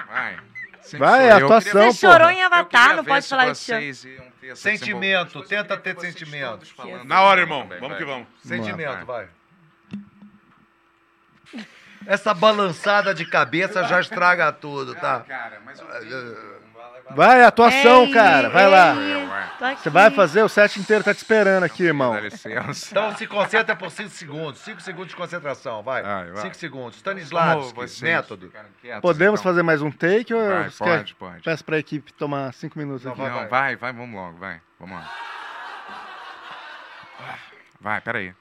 A: Vai. Sempre
B: Vai,
A: sou
B: é
A: eu.
B: atuação,
A: Eu
D: Você
B: Não,
D: chorou
B: porra.
D: em
A: queria
D: Avatar,
A: ver
D: não pode
A: se
D: falar que te
A: vocês um iam ter essa
E: Sentimento,
A: desenvoltura.
E: tenta
A: Eu queria
E: ter
A: ver assim, vocês
E: sentimento.
A: todos falando
F: Na hora, irmão.
A: também,
F: Vamos
A: vai.
F: que vamos.
E: Sentimento, vai. Essa balançada de cabeça já estraga tudo, tá?
A: Cara, mas eu
B: Vai, atuação,
D: Ei,
B: cara. Vai
D: ei,
B: lá.
D: É, tô aqui.
B: Você vai fazer, o set inteiro tá te esperando aqui, irmão.
A: Dá licença.
E: Então se concentra por 5 segundos. 5 segundos de concentração,
A: Vai,
E: vai.
A: vai. Então,
E: 5 segundos.
A: Como vocês
E: Stanislavski, método.
A: ficaram quietos,
B: Podemos
A: então?
B: fazer mais um take ou
A: Vai,
B: você quer-
A: pode, pode.
B: peço pra equipe tomar cinco minutos aqui?
A: Não, vai, vai, vamos logo, vai. Vamos lá. Vai, peraí.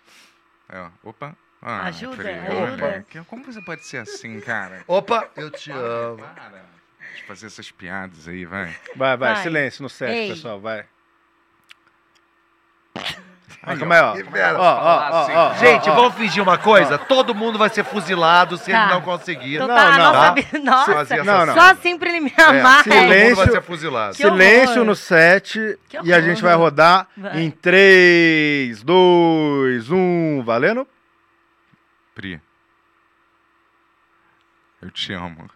A: Aí, ó. Opa. Ah,
D: Ajuda,
A: Pri,
D: ajuda.
A: olha, que- Como você pode ser assim, cara?
E: Opa, eu te amo.
A: Para de fazer essas piadas aí, vai.
B: Vai, vai,
D: Vai.
B: silêncio no set,
D: Ei.
B: pessoal, vai. Mas calma aí, ó.
E: Libera.
B: Ó, ó, ó, ó, ó,
E: Gente,
B: ó.
E: vamos fingir uma coisa? Todo mundo vai ser fuzilado se
D: Tá.
E: ele não conseguir.
D: Então
B: Não,
D: tá,
B: não.
D: nossa,
E: Tá?
D: vida- nossa.
E: Fazer essa
B: Não, não.
D: Só assim pra ele me amar.
E: Todo mundo vai
B: Silêncio.
E: ser fuzilado.
D: Que
B: Silêncio
D: horror.
B: no set
D: Que
B: e a gente vai
D: horror.
B: rodar
D: Vai.
B: em 3, 2, 1, valendo?
A: Pri. Eu te amo.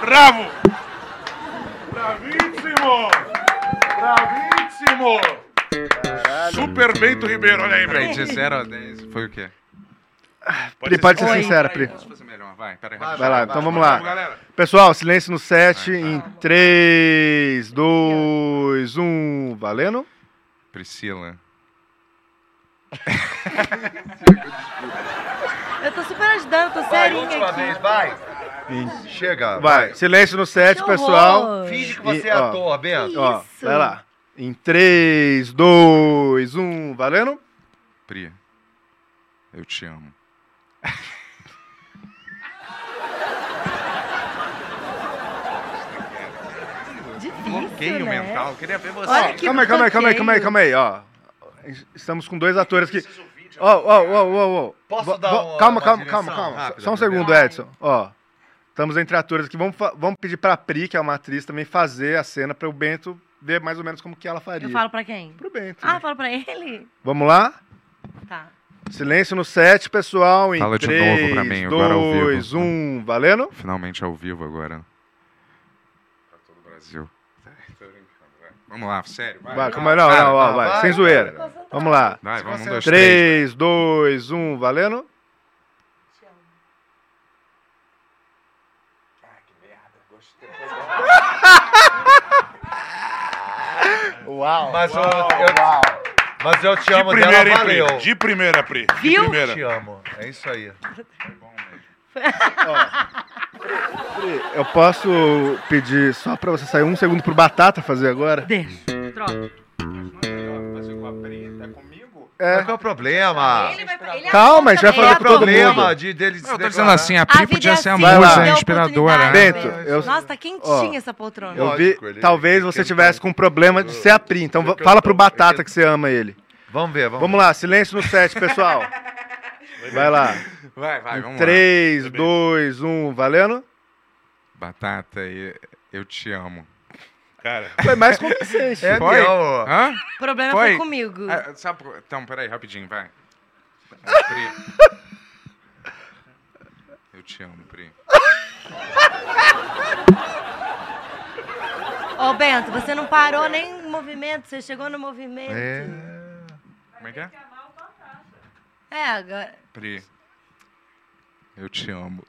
F: Bravo! Bravíssimo! Bravíssimo! Super Bento Ribeiro, olha aí,
A: Peraí,
F: meu.
A: de 0 a 10, foi o quê?
B: Pri, pode ser
D: Oi.
B: sincera, Pri.
A: Posso fazer melhor, vai, peraí.
E: Vai,
B: Vai lá, então vamos
F: Vamos,
B: lá.
F: galera.
B: Pessoal, silêncio no set em 3, 2, 1, valendo?
A: Priscila.
D: Eu tô super ajudando, tô
E: Vai,
D: serinha
E: última
D: aqui.
E: vez, vai. Chega.
B: Vai, silêncio no set,
D: Que
B: pessoal.
D: horror.
E: Finge que você
B: E,
E: é
B: ó.
E: ator, Bento.
B: Ó,
D: Isso.
B: vai lá. Em 3, 2, 1, valendo?
A: Pri. Eu te amo.
D: Difícil, né?
A: queria ver você.
D: Olha que
B: Calma aí, calma aí, calma aí, calma aí, calma aí, ó. Estamos com dois atores aqui. Ó, ó, ó, ó, ó.
E: Posso
B: Vo-
E: dar
B: vo-
E: uma-
B: Calma,
E: uma
B: calma,
E: direção
B: calma, calma.
E: rápida,
B: Só um
E: Gabriel?
B: segundo, Edson. Ó. Estamos entre atores aqui. Vamos, fa- vamos pedir pra Pri, que é uma atriz, também fazer a cena pra o Bento ver mais ou menos como que ela faria. né?
D: Eu falo pra quem?
B: pro Bento.
D: Ah,
B: né?
D: eu falo pra ele?
B: Vamos lá?
D: Tá.
B: Silêncio no set, pessoal. Em
A: Fala de
B: três,
A: novo pra mim, agora ao vivo.
B: dois, um, valendo?
A: Finalmente ao vivo agora. Pra todo o Brasil. Tô brincando, vai. Vamos lá, sério. Vai,
B: Vai, calma aí, não, não,
E: tá,
B: ó, vai, sem zoeira. Vamos lá.
A: Vai, vamos, um, dois, três.
B: Três, dois, um, valendo? Uau!
E: Mas eu, eu- mas eu te
F: De
E: amo dela,
F: primeira, hein,
E: valeu.
F: Pri? De primeira, Pri. De
D: Viu?
F: primeira.
E: Te amo. É isso aí.
B: Eu posso pedir só pra você sair um segundo pro Batata fazer agora?
D: Deixa. Troca.
A: Fazer com a Pri, tá comigo?
E: Mas qual é o problema?
D: Ele vai, ele
B: Calma, a gente vai
E: Qual é
B: falar
E: o
B: com todo
E: problema
B: mundo.
E: de dele se
A: Eu tô dizendo
E: declarar?
A: assim, a
D: A
A: Pri
D: vida
A: podia
D: é
A: ser
D: assim,
A: uma
B: vai
A: música
B: lá.
A: inspiradora, né?
B: Bento,
D: Bento,
B: eu-
D: Nossa, tá
B: Ó,
D: quentinha essa poltrona.
B: Eu vi,
E: Lógico, ele-
B: talvez
E: ele
B: você
E: cantou.
B: tivesse com problema de ser a Pri, então va- fala pro Batata que você ama ele.
E: Vamos ver, vamos,
B: Vamos lá, silêncio no set, pessoal. Vai lá.
A: Vai, vai, vamos lá.
B: 3, 2, 1, valendo?
A: Batata, e- eu te amo.
F: Cara,
B: Foi mais convincente.
E: É
A: Foi?
E: meu.
A: Hã?
D: O problema
A: Foi.
D: foi comigo.
A: Ah, sabe por- então, peraí, rapidinho, vai. É, Pri. Eu te amo, Pri.
D: Ô, Bento, você não parou nem no movimento, você chegou no movimento.
E: É.
A: Como é que é?
D: É, agora.
A: Pri. Eu te amo.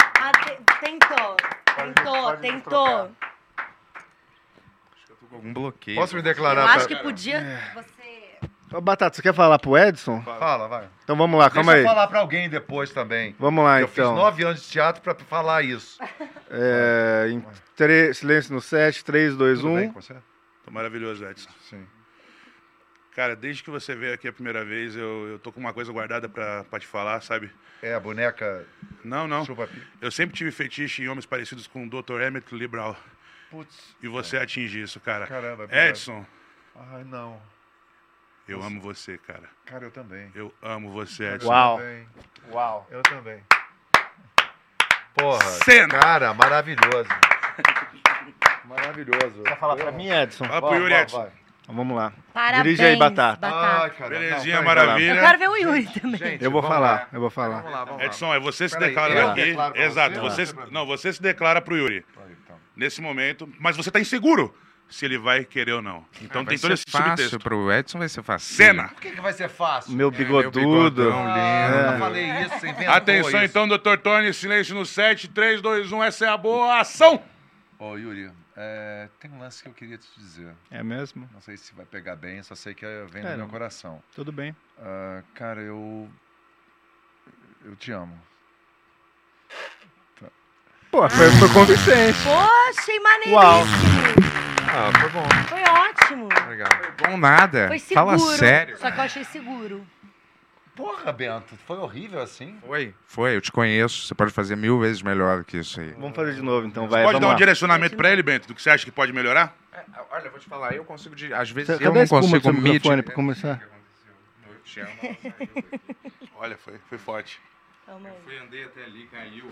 D: Ah, te- tentou. Tentou, tentou.
A: Eu tô com algum bloqueio.
E: Posso me
D: Eu
E: declarar?
D: acho
E: pra-
D: que podia.
E: É.
D: Você.
B: Ô, Batata, você quer falar pro Edson?
E: Fala, vai.
B: Então vamos lá, calma
E: Deixa eu
B: aí.
E: falar pra alguém depois também.
B: Vamos lá,
E: eu
B: então.
E: fiz nove anos de teatro pra falar isso.
B: É, em tre- Silêncio no set, 3, 2,
E: Tudo bem
B: 1.
E: com você?
F: tá maravilhoso, Edson.
E: Sim.
F: Cara, desde que você veio aqui a primeira vez, eu, eu tô com uma coisa guardada pra, pra te falar, sabe?
E: É, a boneca
F: Não, não.
E: chupa pi-
F: Eu sempre tive fetiche em homens parecidos com o Dr. Emmett Libral.
E: Putz.
F: E você atinge isso, cara.
E: Caramba, é verdade.
F: Edson,
E: Ai, não.
F: eu amo você, cara.
E: Cara, eu também.
F: Eu amo você, Edson.
B: Uau.
E: Uau. Eu também. Porra.
F: Cena.
E: Cara, maravilhoso. Maravilhoso. Quer falar pra
B: Mim, Edson.
F: Fala pro Yuri, Edson.
B: Então, vamos lá.
D: Parabéns.
B: Dirige aí, Batata.
E: Ai, cara.
F: Belezinha,
E: não, peraí,
D: Eu
F: maravilha.
D: quero ver o Yuri também.
B: Eu vou falar, eu vou falar.
A: Vamos lá, vamos lá.
F: Edson, é você se
E: Peraí,
F: declara
E: eu
F: aqui.
E: declaro pra
F: Exato.
E: você? então.
F: Você,
E: Ah.
F: se- não, você se declara pro Yuri. Nesse momento. Mas você tá inseguro se ele vai querer ou não. Então
A: Vai
F: tem todo
A: ser
F: esse
A: fácil
F: subtexto.
A: pro Edson, vai ser fácil. É,
F: Cena.
E: Por que, que vai ser fácil?
B: Meu bigodudo.
A: bigodão
E: Eu
A: lindo.
E: não falei isso, você inventou
F: Atenção
E: isso.
F: então, Dr. Tony, silêncio no 7, 3, 2, 1, essa é a boa ação!
E: Ô, Yuri, é, tem um lance que eu queria te dizer.
B: É mesmo?
E: Não sei se vai pegar bem, só sei que é- vem
B: É,
E: do meu
B: não.
E: coração.
B: Tudo bem.
E: Ah, cara, eu. Eu te amo.
B: Pô, foi, foi convincente.
D: Poxa, achei maneiríssimo.
B: Uau.
E: Ah, foi bom.
D: Foi ótimo.
E: Obrigado.
A: Bom nada.
D: Foi seguro.
A: Fala sério.
D: Só que eu achei seguro.
E: Porra, Bento, foi horrível assim?
A: Foi? Foi, eu te conheço. Você pode fazer mil vezes melhor que isso aí.
B: Vamos fazer de novo, então,
A: É,
B: vai.
F: Pode
B: vamos
F: dar um
B: lá.
F: direcionamento pra ele, Bento, do que você acha que pode melhorar?
A: Olha, eu vou te falar, eu consigo. de- Às vezes
B: Cadê
A: eu
B: a
A: não
B: espuma do
A: consigo
B: seu
A: me.
B: microfone um pra começar?
A: Eu te amo, ela saiu daqui.
F: Olha, foi, foi forte.
D: Calma aí.
A: Fui, andei até ali, caiu.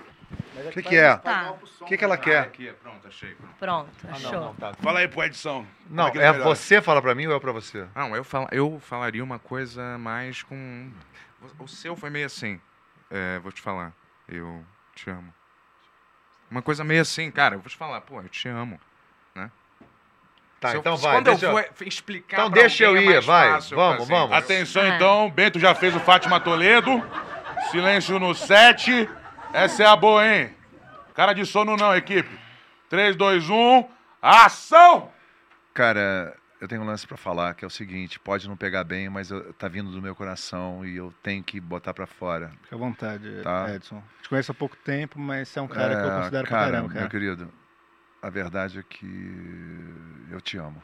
E: O que, que é?
D: Então, Tá,
E: O que, que ela
A: Ah,
E: quer?
A: aqui, pronto, achei. pronto.
D: pronto, achou. É,
F: Fala aí pro Edson.
E: Não,
F: Como que ele
E: é
F: melhora?
E: você fala pra mim ou eu pra você?
A: Não, Ah, eu, fal, eu falaria uma coisa mais com. O seu foi meio assim. É, vou te falar. Eu te amo. Uma coisa meio assim, cara. Eu vou te falar, pô, eu te amo.
E: Tá,
A: Se eu-
E: então
A: se
E: vai.
A: Quando eu é-
E: deixa eu-
A: for explicar.
E: Então
A: pra
E: deixa eu
A: alguém, é
E: ir,
A: mais
E: vai.
A: fácil eu
E: Vamos,
A: fazer.
E: vamos.
F: Atenção
D: Ah.
F: então, Bento já fez o Fátima Toledo. Silêncio no 7. Essa é a boa, hein? Cara de sono não, equipe. 3, 2, 1, ação!
E: Cara, eu tenho um lance pra falar que é o seguinte: pode não pegar bem, mas eu- tá vindo do meu coração e eu tenho que botar pra fora.
B: Fica à vontade,
E: Tá.
B: Edson. Te conheço há pouco tempo, mas você é um cara que eu
E: É,
B: considero
E: cara,
B: pra caramba,
E: Meu
B: cara.
E: querido, a verdade é que eu te amo.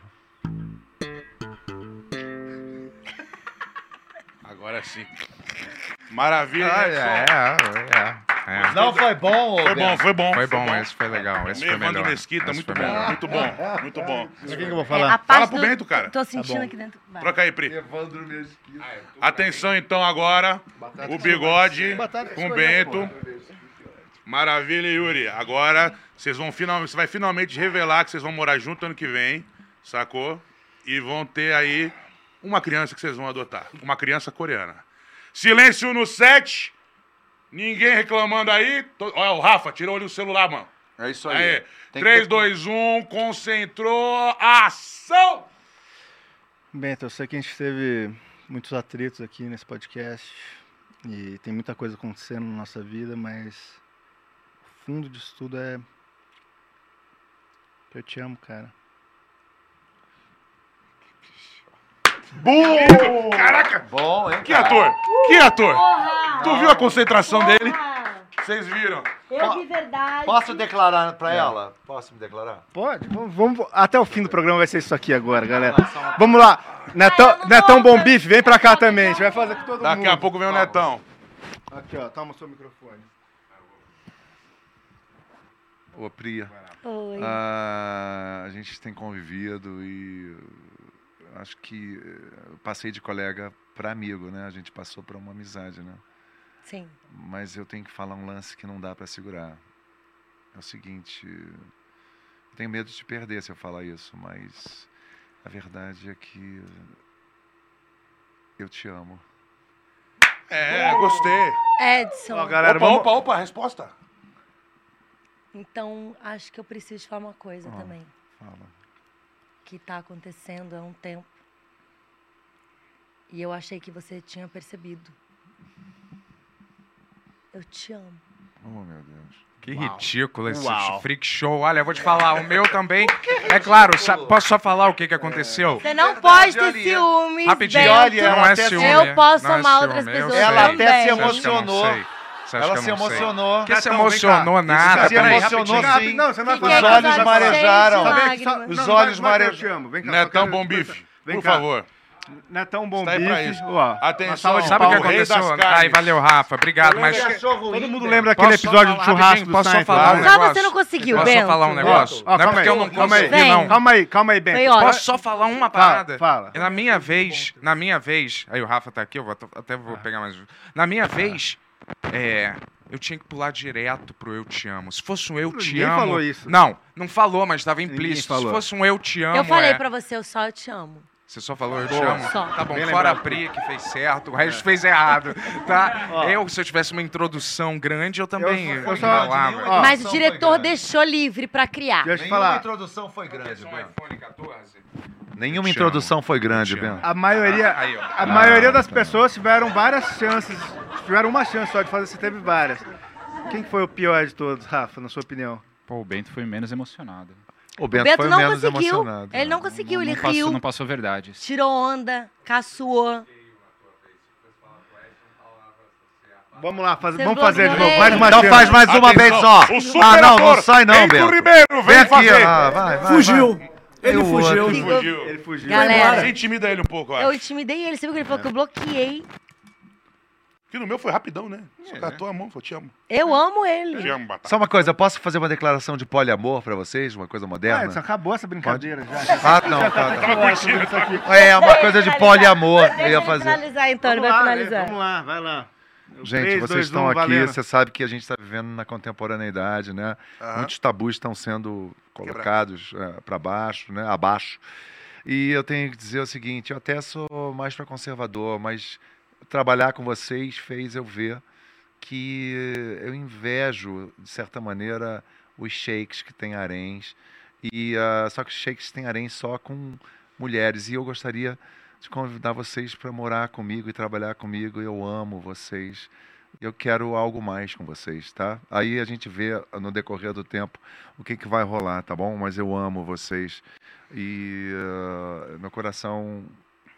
F: Agora sim. Maravilha,
A: Ah,
F: Edson.
A: É, é, é.
E: Não É, foi bom,
F: Foi bom, foi bom.
A: Foi bom, esse foi legal. Esse foi
F: Evandro
A: melhor.
F: Mesquita, é
A: Esse
F: muito
A: foi
F: bom,
A: melhor.
F: muito bom, muito bom.
B: Pra quem que eu vou
D: É, a
B: falar?
D: parte
F: Fala pro
D: do-
F: Bento, cara.
D: Tô sentindo aqui dentro. Vai.
F: Troca aí, Pri.
E: Evandro Mesquita.
G: Ah, é,
F: Atenção então agora, o bigode
B: Batata
F: com o
B: escolheu,
F: Bento. Maravilha, Yuri. Agora vocês vão finalmente, você vai finalmente revelar que vocês vão morar junto ano que vem, sacou? E vão ter aí uma criança que vocês vão adotar, uma criança coreana. Silêncio no set. Ninguém reclamando aí. To- Olha, o Rafa tirou ali o celular, mano.
G: É isso aí.
F: Aí,
G: Tem que
F: 3,
G: ter-
F: 2, 1, concentrou, ação!
B: Bento, eu sei que a gente teve muitos atritos aqui nesse podcast e tem muita coisa acontecendo na nossa vida, mas o fundo disso tudo é. Eu te amo, cara.
F: Bum! Caraca,
E: Bom, hein?
F: que
E: cara?
F: ator! Que ator!
D: Porra!
F: Tu viu a concentração dele?
D: Porra!
F: Vocês viram?
D: Eu de verdade.
E: Posso declarar pra ela? Posso me declarar?
B: Pode, vamos, vamos- Até o fim do programa vai ser isso aqui agora, galera.
E: Só-
B: Vamos lá. é
D: Ai, eu
B: Netão,
D: não
B: Netão
D: gosto.
B: Bom Bife, vem pra cá também. A gente vai fazer com todo mundo.
F: Daqui a pouco vem o Netão.
B: Aqui, ó, toma o seu microfone.
E: Ô, Priya,
D: Oi.
E: ah, a gente tem convivido e eh, acho que eh, eu passei de colega pra amigo, né? A gente passou pra uma amizade, né?
D: Sim.
E: Mas eu tenho que falar um lance que não dá pra segurar. É o seguinte, eu tenho medo de te perder se eu falar isso, mas a verdade é que eu te amo.
F: É, gostei.
D: Edson.
B: Ó, galera,
F: opa,
B: vamos...
F: opa, opa, resposta.
D: Então, acho que eu preciso te falar uma coisa
E: Ah.
D: também.
E: Fala.
D: Que tá acontecendo há um tempo. E eu achei que você tinha percebido. Eu te amo.
E: Oh, meu Deus.
A: Que ridículo esse
B: Uau.
A: freak show. Olha, eu vou te falar, o meu também. É claro, sa- posso só falar o que, que aconteceu?
D: Você não
E: verdade,
D: pode ter
E: olha,
D: ciúmes,
A: Rapidinho,
D: Bento.
E: olha,
A: não é
E: até-
A: ciúme.
D: Eu posso
A: não é
D: amar
A: ciúme,
D: outras
A: eu
D: pessoas
A: sei.
E: Ela
D: também.
E: até se
A: Você acha que eu não
E: emocionou.
A: sei? Você acha
E: Ela
A: que eu
E: se
A: não sei?
E: emocionou.
A: Que se
E: Netão, vem cá.
A: emocionou nada.
E: Se
A: peraí,
E: emocionou
A: rapidinho.
E: sim.
B: Não, você não
D: Fiquei
E: Os
B: vai
D: com
E: olhos
D: cheios de
E: marejaram.
D: lágrimas.
E: Os olhos
B: é
E: marejaram.
B: Vem
A: é
B: cá, só
F: Netão
B: quero-
F: Bom Bife,
B: Vem
F: por
B: cá.
F: favor.
B: Netão Bom
F: Está
A: tá
F: aí pra
B: Bife.
F: isso.
B: Ó,
F: Atenção,
B: uma salva de
A: Sabe o que
B: palmas.
F: Paulo, rei das
A: aconteceu?
F: carnes.
A: Ai, valeu, Rafa. Obrigado, mas...
B: é? Todo mundo lembra aquele
A: Posso
B: episódio do
A: falar
B: churrasco
A: rapidinho?
B: do
A: Posso só
B: Seinfeld?
A: falar um
D: Só
A: negócio?
D: você não conseguiu,
A: Posso só
D: Bento.
A: falar um negócio?
B: Ó,
A: não é
B: calma
A: porque
B: aí,
A: eu não
B: calma aí.
A: consegui, não.
B: Calma aí, calma aí, Bento.
D: Foi ótimo.
A: Posso só falar uma parada?
B: fala.
A: Na minha vez, na minha vez, aí o Rafa tá aqui, eu vou, até- até
B: Ah.
A: vou pegar mais. um. Na minha vez, é, eu tinha que pular direto pro eu te amo. Se fosse um eu te
B: Ninguém
A: amo.
B: falou isso.
A: Não, não falou, mas estava
B: Ninguém
A: implícito. Se
B: falou.
A: fosse um eu te amo,
D: Eu falei
A: é.
D: pra você, eu só te amo.
A: Você só falou eu te
B: Boa.
A: amo.
D: Só.
A: Tá bom,
B: Bem
A: fora a
B: lembrado. É.
A: Pri que fez certo, o resto fez errado, tá? Eu, se eu tivesse uma introdução grande, eu também
B: Eu-
A: eu,
B: eu só-
A: embalava.
B: Ó,
D: Mas o
E: Só
D: diretor
E: né? foi grande.
D: deixou livre pra criar.
B: Deixa eu te
E: Nenhuma
B: falar.
E: introdução foi grande,
A: Um
E: Bento.
A: iPhone 14.
E: Nenhuma
A: Eu te
E: introdução foi grande,
A: Eu te amo.
E: Bento.
B: A maioria,
A: Ah, Aí, ó.
B: a maioria das
E: tá.
B: pessoas tiveram várias chances. Tiveram uma chance só de fazer, você teve várias. Quem que foi o pior de todos, Rafa, na sua opinião?
I: Pô, o Bento foi menos emocionado.
E: O
D: O
E: Bento,
D: Bento
E: foi
D: não
E: menos
D: conseguiu.
E: emocionado.
D: Ele não conseguiu,
I: não,
D: ele
I: passou,
D: riu,
I: Não passou verdade.
D: tirou onda, caçoou.
B: Vamos lá, faz-
D: Você
B: vamos
D: falou
B: fazer de
D: que
B: novo.
D: não
B: Mais
D: é.
B: uma
E: Então
B: chance.
E: faz mais uma
F: Atenção,
E: vez só.
F: o super
E: Ah, não,
F: ator
E: não sai não,
F: Bento
E: Bento.
F: Ribeiro,
E: Vem
F: vem
E: aqui.
F: fazer.
E: Ah, vai, vai,
H: Fugiu. Ele
E: E o
H: fugiu.
E: outro?
F: Fugiu.
B: Ele fugiu.
D: Galera.
F: Você intimida ele um pouco, eu
D: Eu
F: acho.
D: intimidei ele, você viu que ele falou que eu bloqueei.
F: Que no meu foi rapidão, né? Só catou a mão, falou, te amo.
D: Eu amo
F: Te
D: ele.
F: amo, Batata.
E: Só uma coisa, posso fazer uma declaração de poliamor pra vocês? Uma
B: Ah,
E: coisa
B: Edson,
E: moderna?
B: acabou essa brincadeira já.
E: Ah, não, tá, tá.
F: Tava curtindo.
E: É, uma coisa de
D: Deixa ele
E: poliamor
D: finalizar.
E: eu ia
D: Deixa ele
E: fazer.
D: finalizar, então, ele
B: Vamos
D: vai
B: lá, né?
D: finalizar.
B: Vamos lá, vai lá.
E: Gente,
B: Três,
E: vocês
B: dois,
E: estão
B: um,
E: aqui,
B: valendo.
E: você sabe que a gente está vivendo na contemporaneidade, né? Muitos tabus estão sendo colocados para baixo, né? Abaixo. E eu tenho que dizer o seguinte, eu até sou mais para conservador, mas trabalhar com vocês fez eu ver que eu invejo, de certa maneira, os shakes que têm haréns. E, ah, só que os shakes têm harém só com mulheres. E eu gostaria de convidar vocês para morar comigo e trabalhar comigo. Eu amo vocês. Eu quero algo mais com vocês, tá? Aí a gente vê no decorrer do tempo o que, que vai rolar, tá bom? Mas eu amo vocês. E ah, meu coração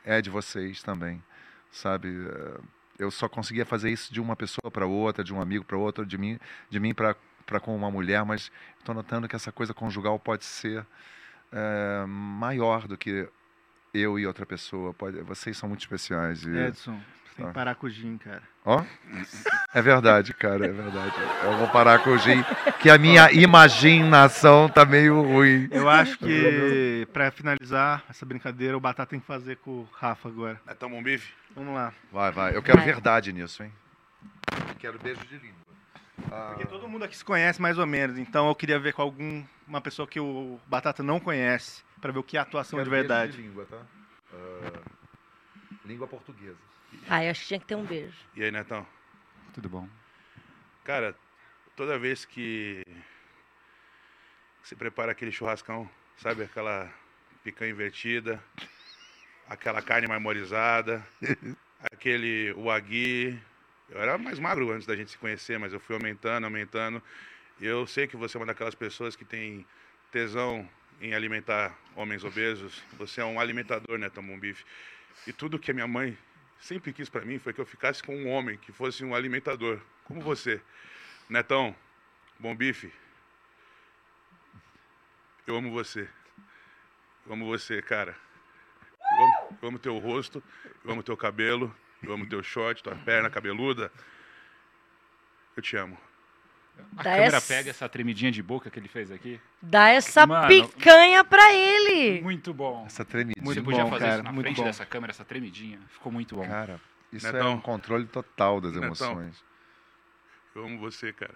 E: é de vocês também, sabe? Ah, Eu só conseguia fazer isso de uma pessoa para outra, de um amigo para outro, de mim, de mim para com uma mulher, mas estou notando que essa coisa conjugal pode ser eh, maior do que eu e outra pessoa. Pode, vocês são muito especiais. e-
B: Edson, você tem
E: Tá.
B: que parar com o Jim, cara.
E: Ó, é verdade, cara, é verdade. Eu vou parar com o Gin, que a minha imaginação tá meio ruim.
B: Eu acho que, pra finalizar essa brincadeira, o Batata tem que fazer com o Rafa agora.
F: É, tamo um bife.
B: Vamos lá.
E: Vai, vai. Eu quero
D: Vai.
E: verdade nisso, hein? Quero beijo de língua. Ah,
B: Porque todo mundo aqui se conhece mais ou menos, então eu queria ver com alguma pessoa que o Batata não conhece, pra ver o que é atuação de verdade.
E: língua, tá? língua portuguesa.
D: Ai, acho que tinha que ter um beijo.
F: E aí, Netão?
I: Tudo bom.
F: Cara, toda vez que você prepara aquele churrascão, sabe? Aquela picanha invertida, aquela carne marmorizada, aquele wagyu. Eu era mais magro antes da gente se conhecer, mas eu fui aumentando, aumentando. Eu sei que você é uma daquelas pessoas que tem tesão em alimentar homens obesos. Você é um alimentador, né, Tom Bife? E tudo que a minha mãe sempre quis pra mim foi que eu ficasse com um homem que fosse um alimentador, como você. Netão, bom bife. Eu amo você. Eu amo você, cara. Eu amo, eu amo teu rosto, eu amo teu cabelo, eu amo teu short, tua perna cabeluda. Eu te amo.
I: A
D: Dá
I: câmera
D: essa-
I: pega essa tremidinha de boca que ele fez aqui.
D: Dá essa
I: Mano.
D: picanha pra ele.
I: Muito bom.
E: Essa tremida.
I: Você
B: Muito
I: podia
B: bom,
I: fazer
B: cara,
I: isso na
B: muito
I: frente
B: bom.
I: dessa câmera, essa tremidinha. Ficou muito bom.
E: Cara, isso é
F: Netão.
E: um controle total das
F: Netão.
E: emoções.
F: Eu amo você, cara.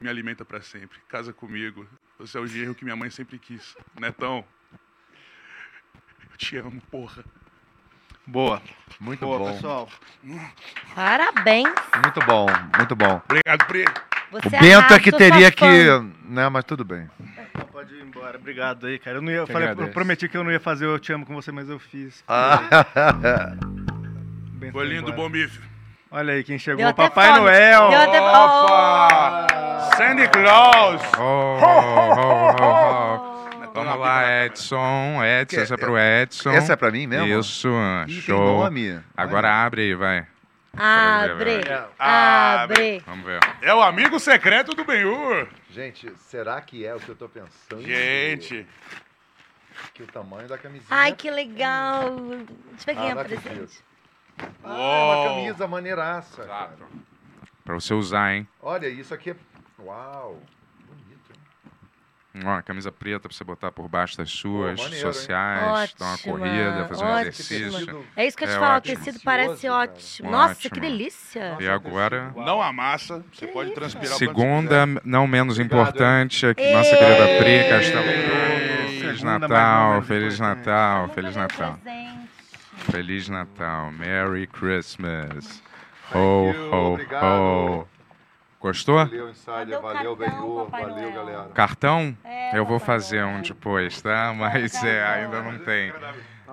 F: Me alimenta pra sempre. Casa comigo. Você é o genro que minha mãe sempre quis. Netão. Eu te amo, porra.
B: Boa.
E: Muito
B: Boa,
E: bom.
B: pessoal.
D: Parabéns.
E: Muito bom, muito bom.
F: Obrigado, Pri.
D: Você
E: o Bento é
D: arrasa,
E: que
D: sou
E: teria
D: sua fã.
E: que. Né, mas tudo bem.
B: Então Pode ir embora. Obrigado aí, cara. Eu, não ia, eu
I: Que
B: falei,
I: agradeço.
B: eu prometi que eu não ia fazer o Eu Te Amo com você, mas eu fiz. Bem,
F: Foi
B: tá
F: lindo,
B: embora.
F: bom bife.
B: Olha aí quem chegou.
D: Deu até
B: Papai
D: fome.
B: Noel.
D: Deu até...
F: Opa! Sandy Claus!
A: Oh, oh, oh, oh,
D: Oh.
A: oh. Vamos lá, Edson. Edson, essa é pro Edson.
E: Essa é pra mim mesmo?
A: Isso,
E: Ih, tem
A: show.
E: nome.
A: Agora abre aí, vai.
D: Abre, abre.
A: Vamos ver.
F: É o amigo secreto do Benhur.
E: Gente, será que é o que eu tô pensando?
F: Gente,
E: Que o tamanho da camisinha.
D: Ai, que legal. Deixa eu ver quem é
E: Ah,
D: o
E: não acredito.
D: presente.
E: Ah,
F: Uou.
E: uma camisa maneiraça. cara.
A: Pra você usar, hein?
E: Olha, isso aqui é. Uau! Bonito. hein?
A: Ó, camisa preta pra você botar por baixo das suas
E: Pô, maneiro, hein?
A: sociais, dar uma
D: Ótima,
A: corrida, fazer um
D: ótimo.
A: exercício.
D: É isso que eu te
A: É
D: falo,
A: ótimo.
D: o tecido parece
E: Delicioso,
D: ótimo.
A: cara.
D: Nossa,
A: Ótimo.
D: que delícia.
A: E agora,
F: não amassa. Você pode transpirar o quanto
A: segunda, não menos
E: Obrigado,
A: importante, aqui,
D: Ei!
A: nossa querida Pri Castelo. Feliz
B: Segunda, mas não
A: Natal,
B: menos
E: né?
A: Feliz
B: importante.
A: Natal,
D: Vamos
A: Feliz
D: ganhar um
A: Natal.
D: presente.
A: Feliz Natal, Merry Christmas. Ho,
E: you,
A: ho,
E: obrigado.
A: ho. Gostou?
E: Valeu,
D: Cadê
E: Insider.
D: o
E: Valeu,
D: cartão,
E: Benhur.
D: Papai
E: Valeu,
D: Noel?
E: galera.
A: Cartão?
D: É,
A: Eu vou
D: Papai
A: fazer
D: Noel.
A: um depois, tá? Mas é,
D: Papai
A: ainda
D: Noel.
A: não tem.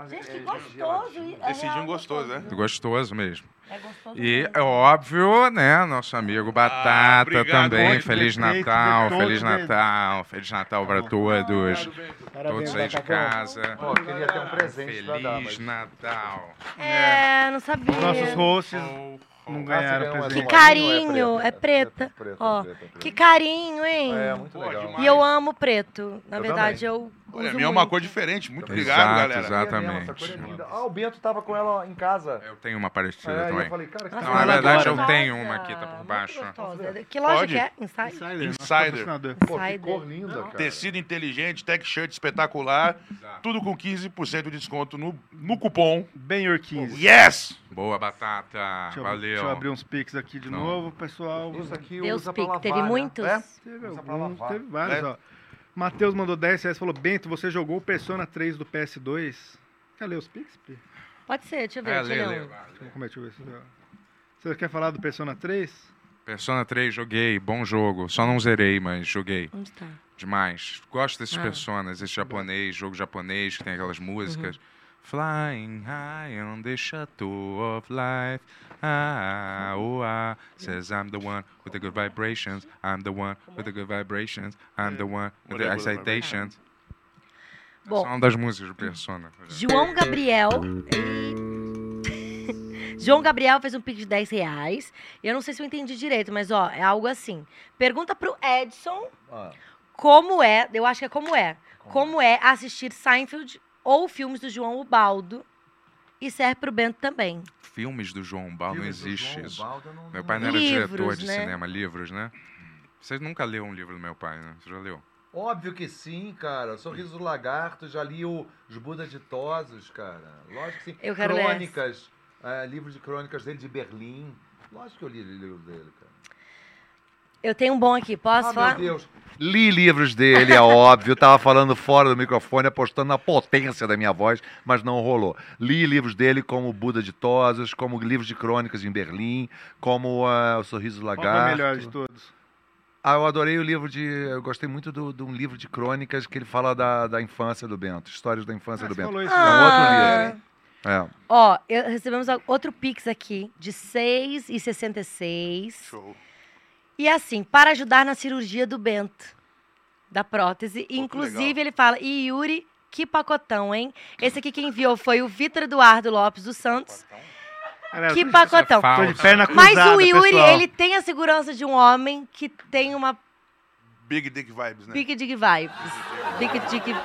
D: Gente,
E: É,
D: que gostoso. e- é
F: Esse
D: real
F: gin gostoso, né?
A: Gostoso mesmo.
D: É gostoso.
A: E
D: mesmo.
A: é óbvio, né? Nosso amigo
B: Ah,
A: Batata
F: obrigado,
A: também.
F: Bento,
A: Feliz
B: perfeito,
A: Natal,
B: Bento,
A: Feliz
B: todos
A: Natal, Feliz Natal pra todos. Todos aí de casa.
E: Pô, queria ter um presente pra dar.
A: Feliz
E: Mas...
A: Natal.
D: É, não sabia.
B: Nossos hosts não
E: Ah, você
B: ganharam
E: ganhou mais
B: presente.
E: um
D: Que carinho,
E: aninho,
D: é preta.
E: preta,
D: Ó,
E: preta, preta.
D: Que carinho, hein?
E: É, muito legal.
D: E eu amo preto. Na
E: Eu
D: verdade,
E: também.
D: eu.
F: Olha, a
D: uso
F: minha é uma
D: muito.
F: cor diferente. Muito obrigado,
A: Exato,
F: galera.
A: exato.
E: Essa cor é
A: Exatamente.
E: linda. Ah, o Bento tava com ela em casa.
A: Eu tenho uma parecida
E: É, e eu
A: também.
E: falei, cara, que
D: Nossa,
A: Não,
E: coisa
A: na verdade, eu
D: gostosa.
A: tenho uma aqui, tá por
D: Muito
A: baixo.
D: gostosa. Que loja
F: Pode?
D: que é? Insight?
B: Insider. nosso
F: Insider.
B: patrocinador.
E: Pô, que cor
D: Insider.
E: linda, cara.
F: Tecido inteligente, tech shirt espetacular. Tudo com 15% de desconto no, no cupom.
B: Benhur
F: Oh,
B: 15.
F: Yes!
A: Boa, Batata.
B: Deixa eu,
A: Valeu.
B: deixa eu abrir uns pics aqui de
A: Não.
B: novo, pessoal.
E: Isso aqui
D: Deus
E: usa pra
D: Pic,
E: lavar,
D: teve
E: né?
D: muitos.
F: É?
B: Teve
E: Usa pra
B: alguns,
E: lavar.
B: teve vários,
F: É.
B: ó. Matheus mandou 10 reais e falou: Bento, você jogou o Persona 3 do PS2? Quer ler os pics, Pi?
D: Pode ser, deixa eu ver.
A: É,
D: deixa eu
A: lê,
D: ler
A: lê,
D: um.
A: vai.
B: Então, Como é que eu ver isso? ó. Você quer falar do Persona 3?
A: Persona 3, joguei. Bom jogo. Só não zerei, mas joguei.
D: Onde tá?
A: Demais. Gosto desses
D: Ah.
A: personas, esse japonês, jogo japonês, que tem aquelas
D: Uhum.
A: músicas. Flying high on the chateau of life. Ah, oh, ah. Says I'm the one with the good vibrations. I'm the one with the good vibrations. I'm the one with the excitations.
D: Bom.
A: São das músicas do Persona.
D: João Gabriel. João Gabriel fez um pix de 10 reais. Eu não sei se eu entendi direito, mas ó, é algo assim. Pergunta pro Edson
E: Ah,
D: como é, eu acho que é como é, como é assistir Seinfeld ou filmes do João Ubaldo e serve pro Bento também.
A: Filmes do João Bal Ah, não
E: filmes do
A: existe
E: João
A: isso.
E: Ubaldo, eu não-
A: Meu
E: não-
A: pai não era
D: Livros,
A: diretor de
D: né?
A: cinema, livros, né? Você nunca leu um livro do meu pai, né? Você já leu?
E: Óbvio que sim, cara. Sorriso do Lagarto, já li o Os Budas Ditosos, cara. Lógico que sim.
D: Eu quero ler
E: crônicas, é, ah, livro de crônicas dele de Berlim. Lógico que eu li o livro dele, cara.
D: Eu tenho um bom aqui, posso falar?
E: Ah, Li livros dele, é óbvio. Tava falando fora do microfone, apostando na potência da minha voz, mas não rolou. Li livros dele como Buda de Tosas, como livros de crônicas em Berlim, como ah, O Sorriso do
B: Qual que é o
E: Lagarto.
B: melhor de todos?
E: Ah, eu adorei o livro de. Eu gostei muito do- de um livro de crônicas que ele fala da, da infância do Bento, histórias da infância
B: Ah,
E: do
B: você
E: Bento.
B: falou isso.
E: Ah.
B: né?
E: outro livro. É.
D: Ó, eu- recebemos a- outro Pix aqui, de 6,66.
G: Show.
D: E é assim, para ajudar na cirurgia do Bento, da prótese. E,
G: que
D: Inclusive,
G: legal.
D: ele fala, e Yuri, que pacotão, hein? Esse aqui que enviou foi o Vitor Eduardo Lopes dos Santos.
B: Cara,
D: Que
B: eu
D: pacotão.
B: assim, Tô de perna cruzada,
D: Mas o Yuri,
B: pessoal.
D: ele tem a segurança de um homem que tem uma
G: Big Dick
F: É.
G: Vibes, né?
D: Big Dig Vibes. Big Dig. Dig-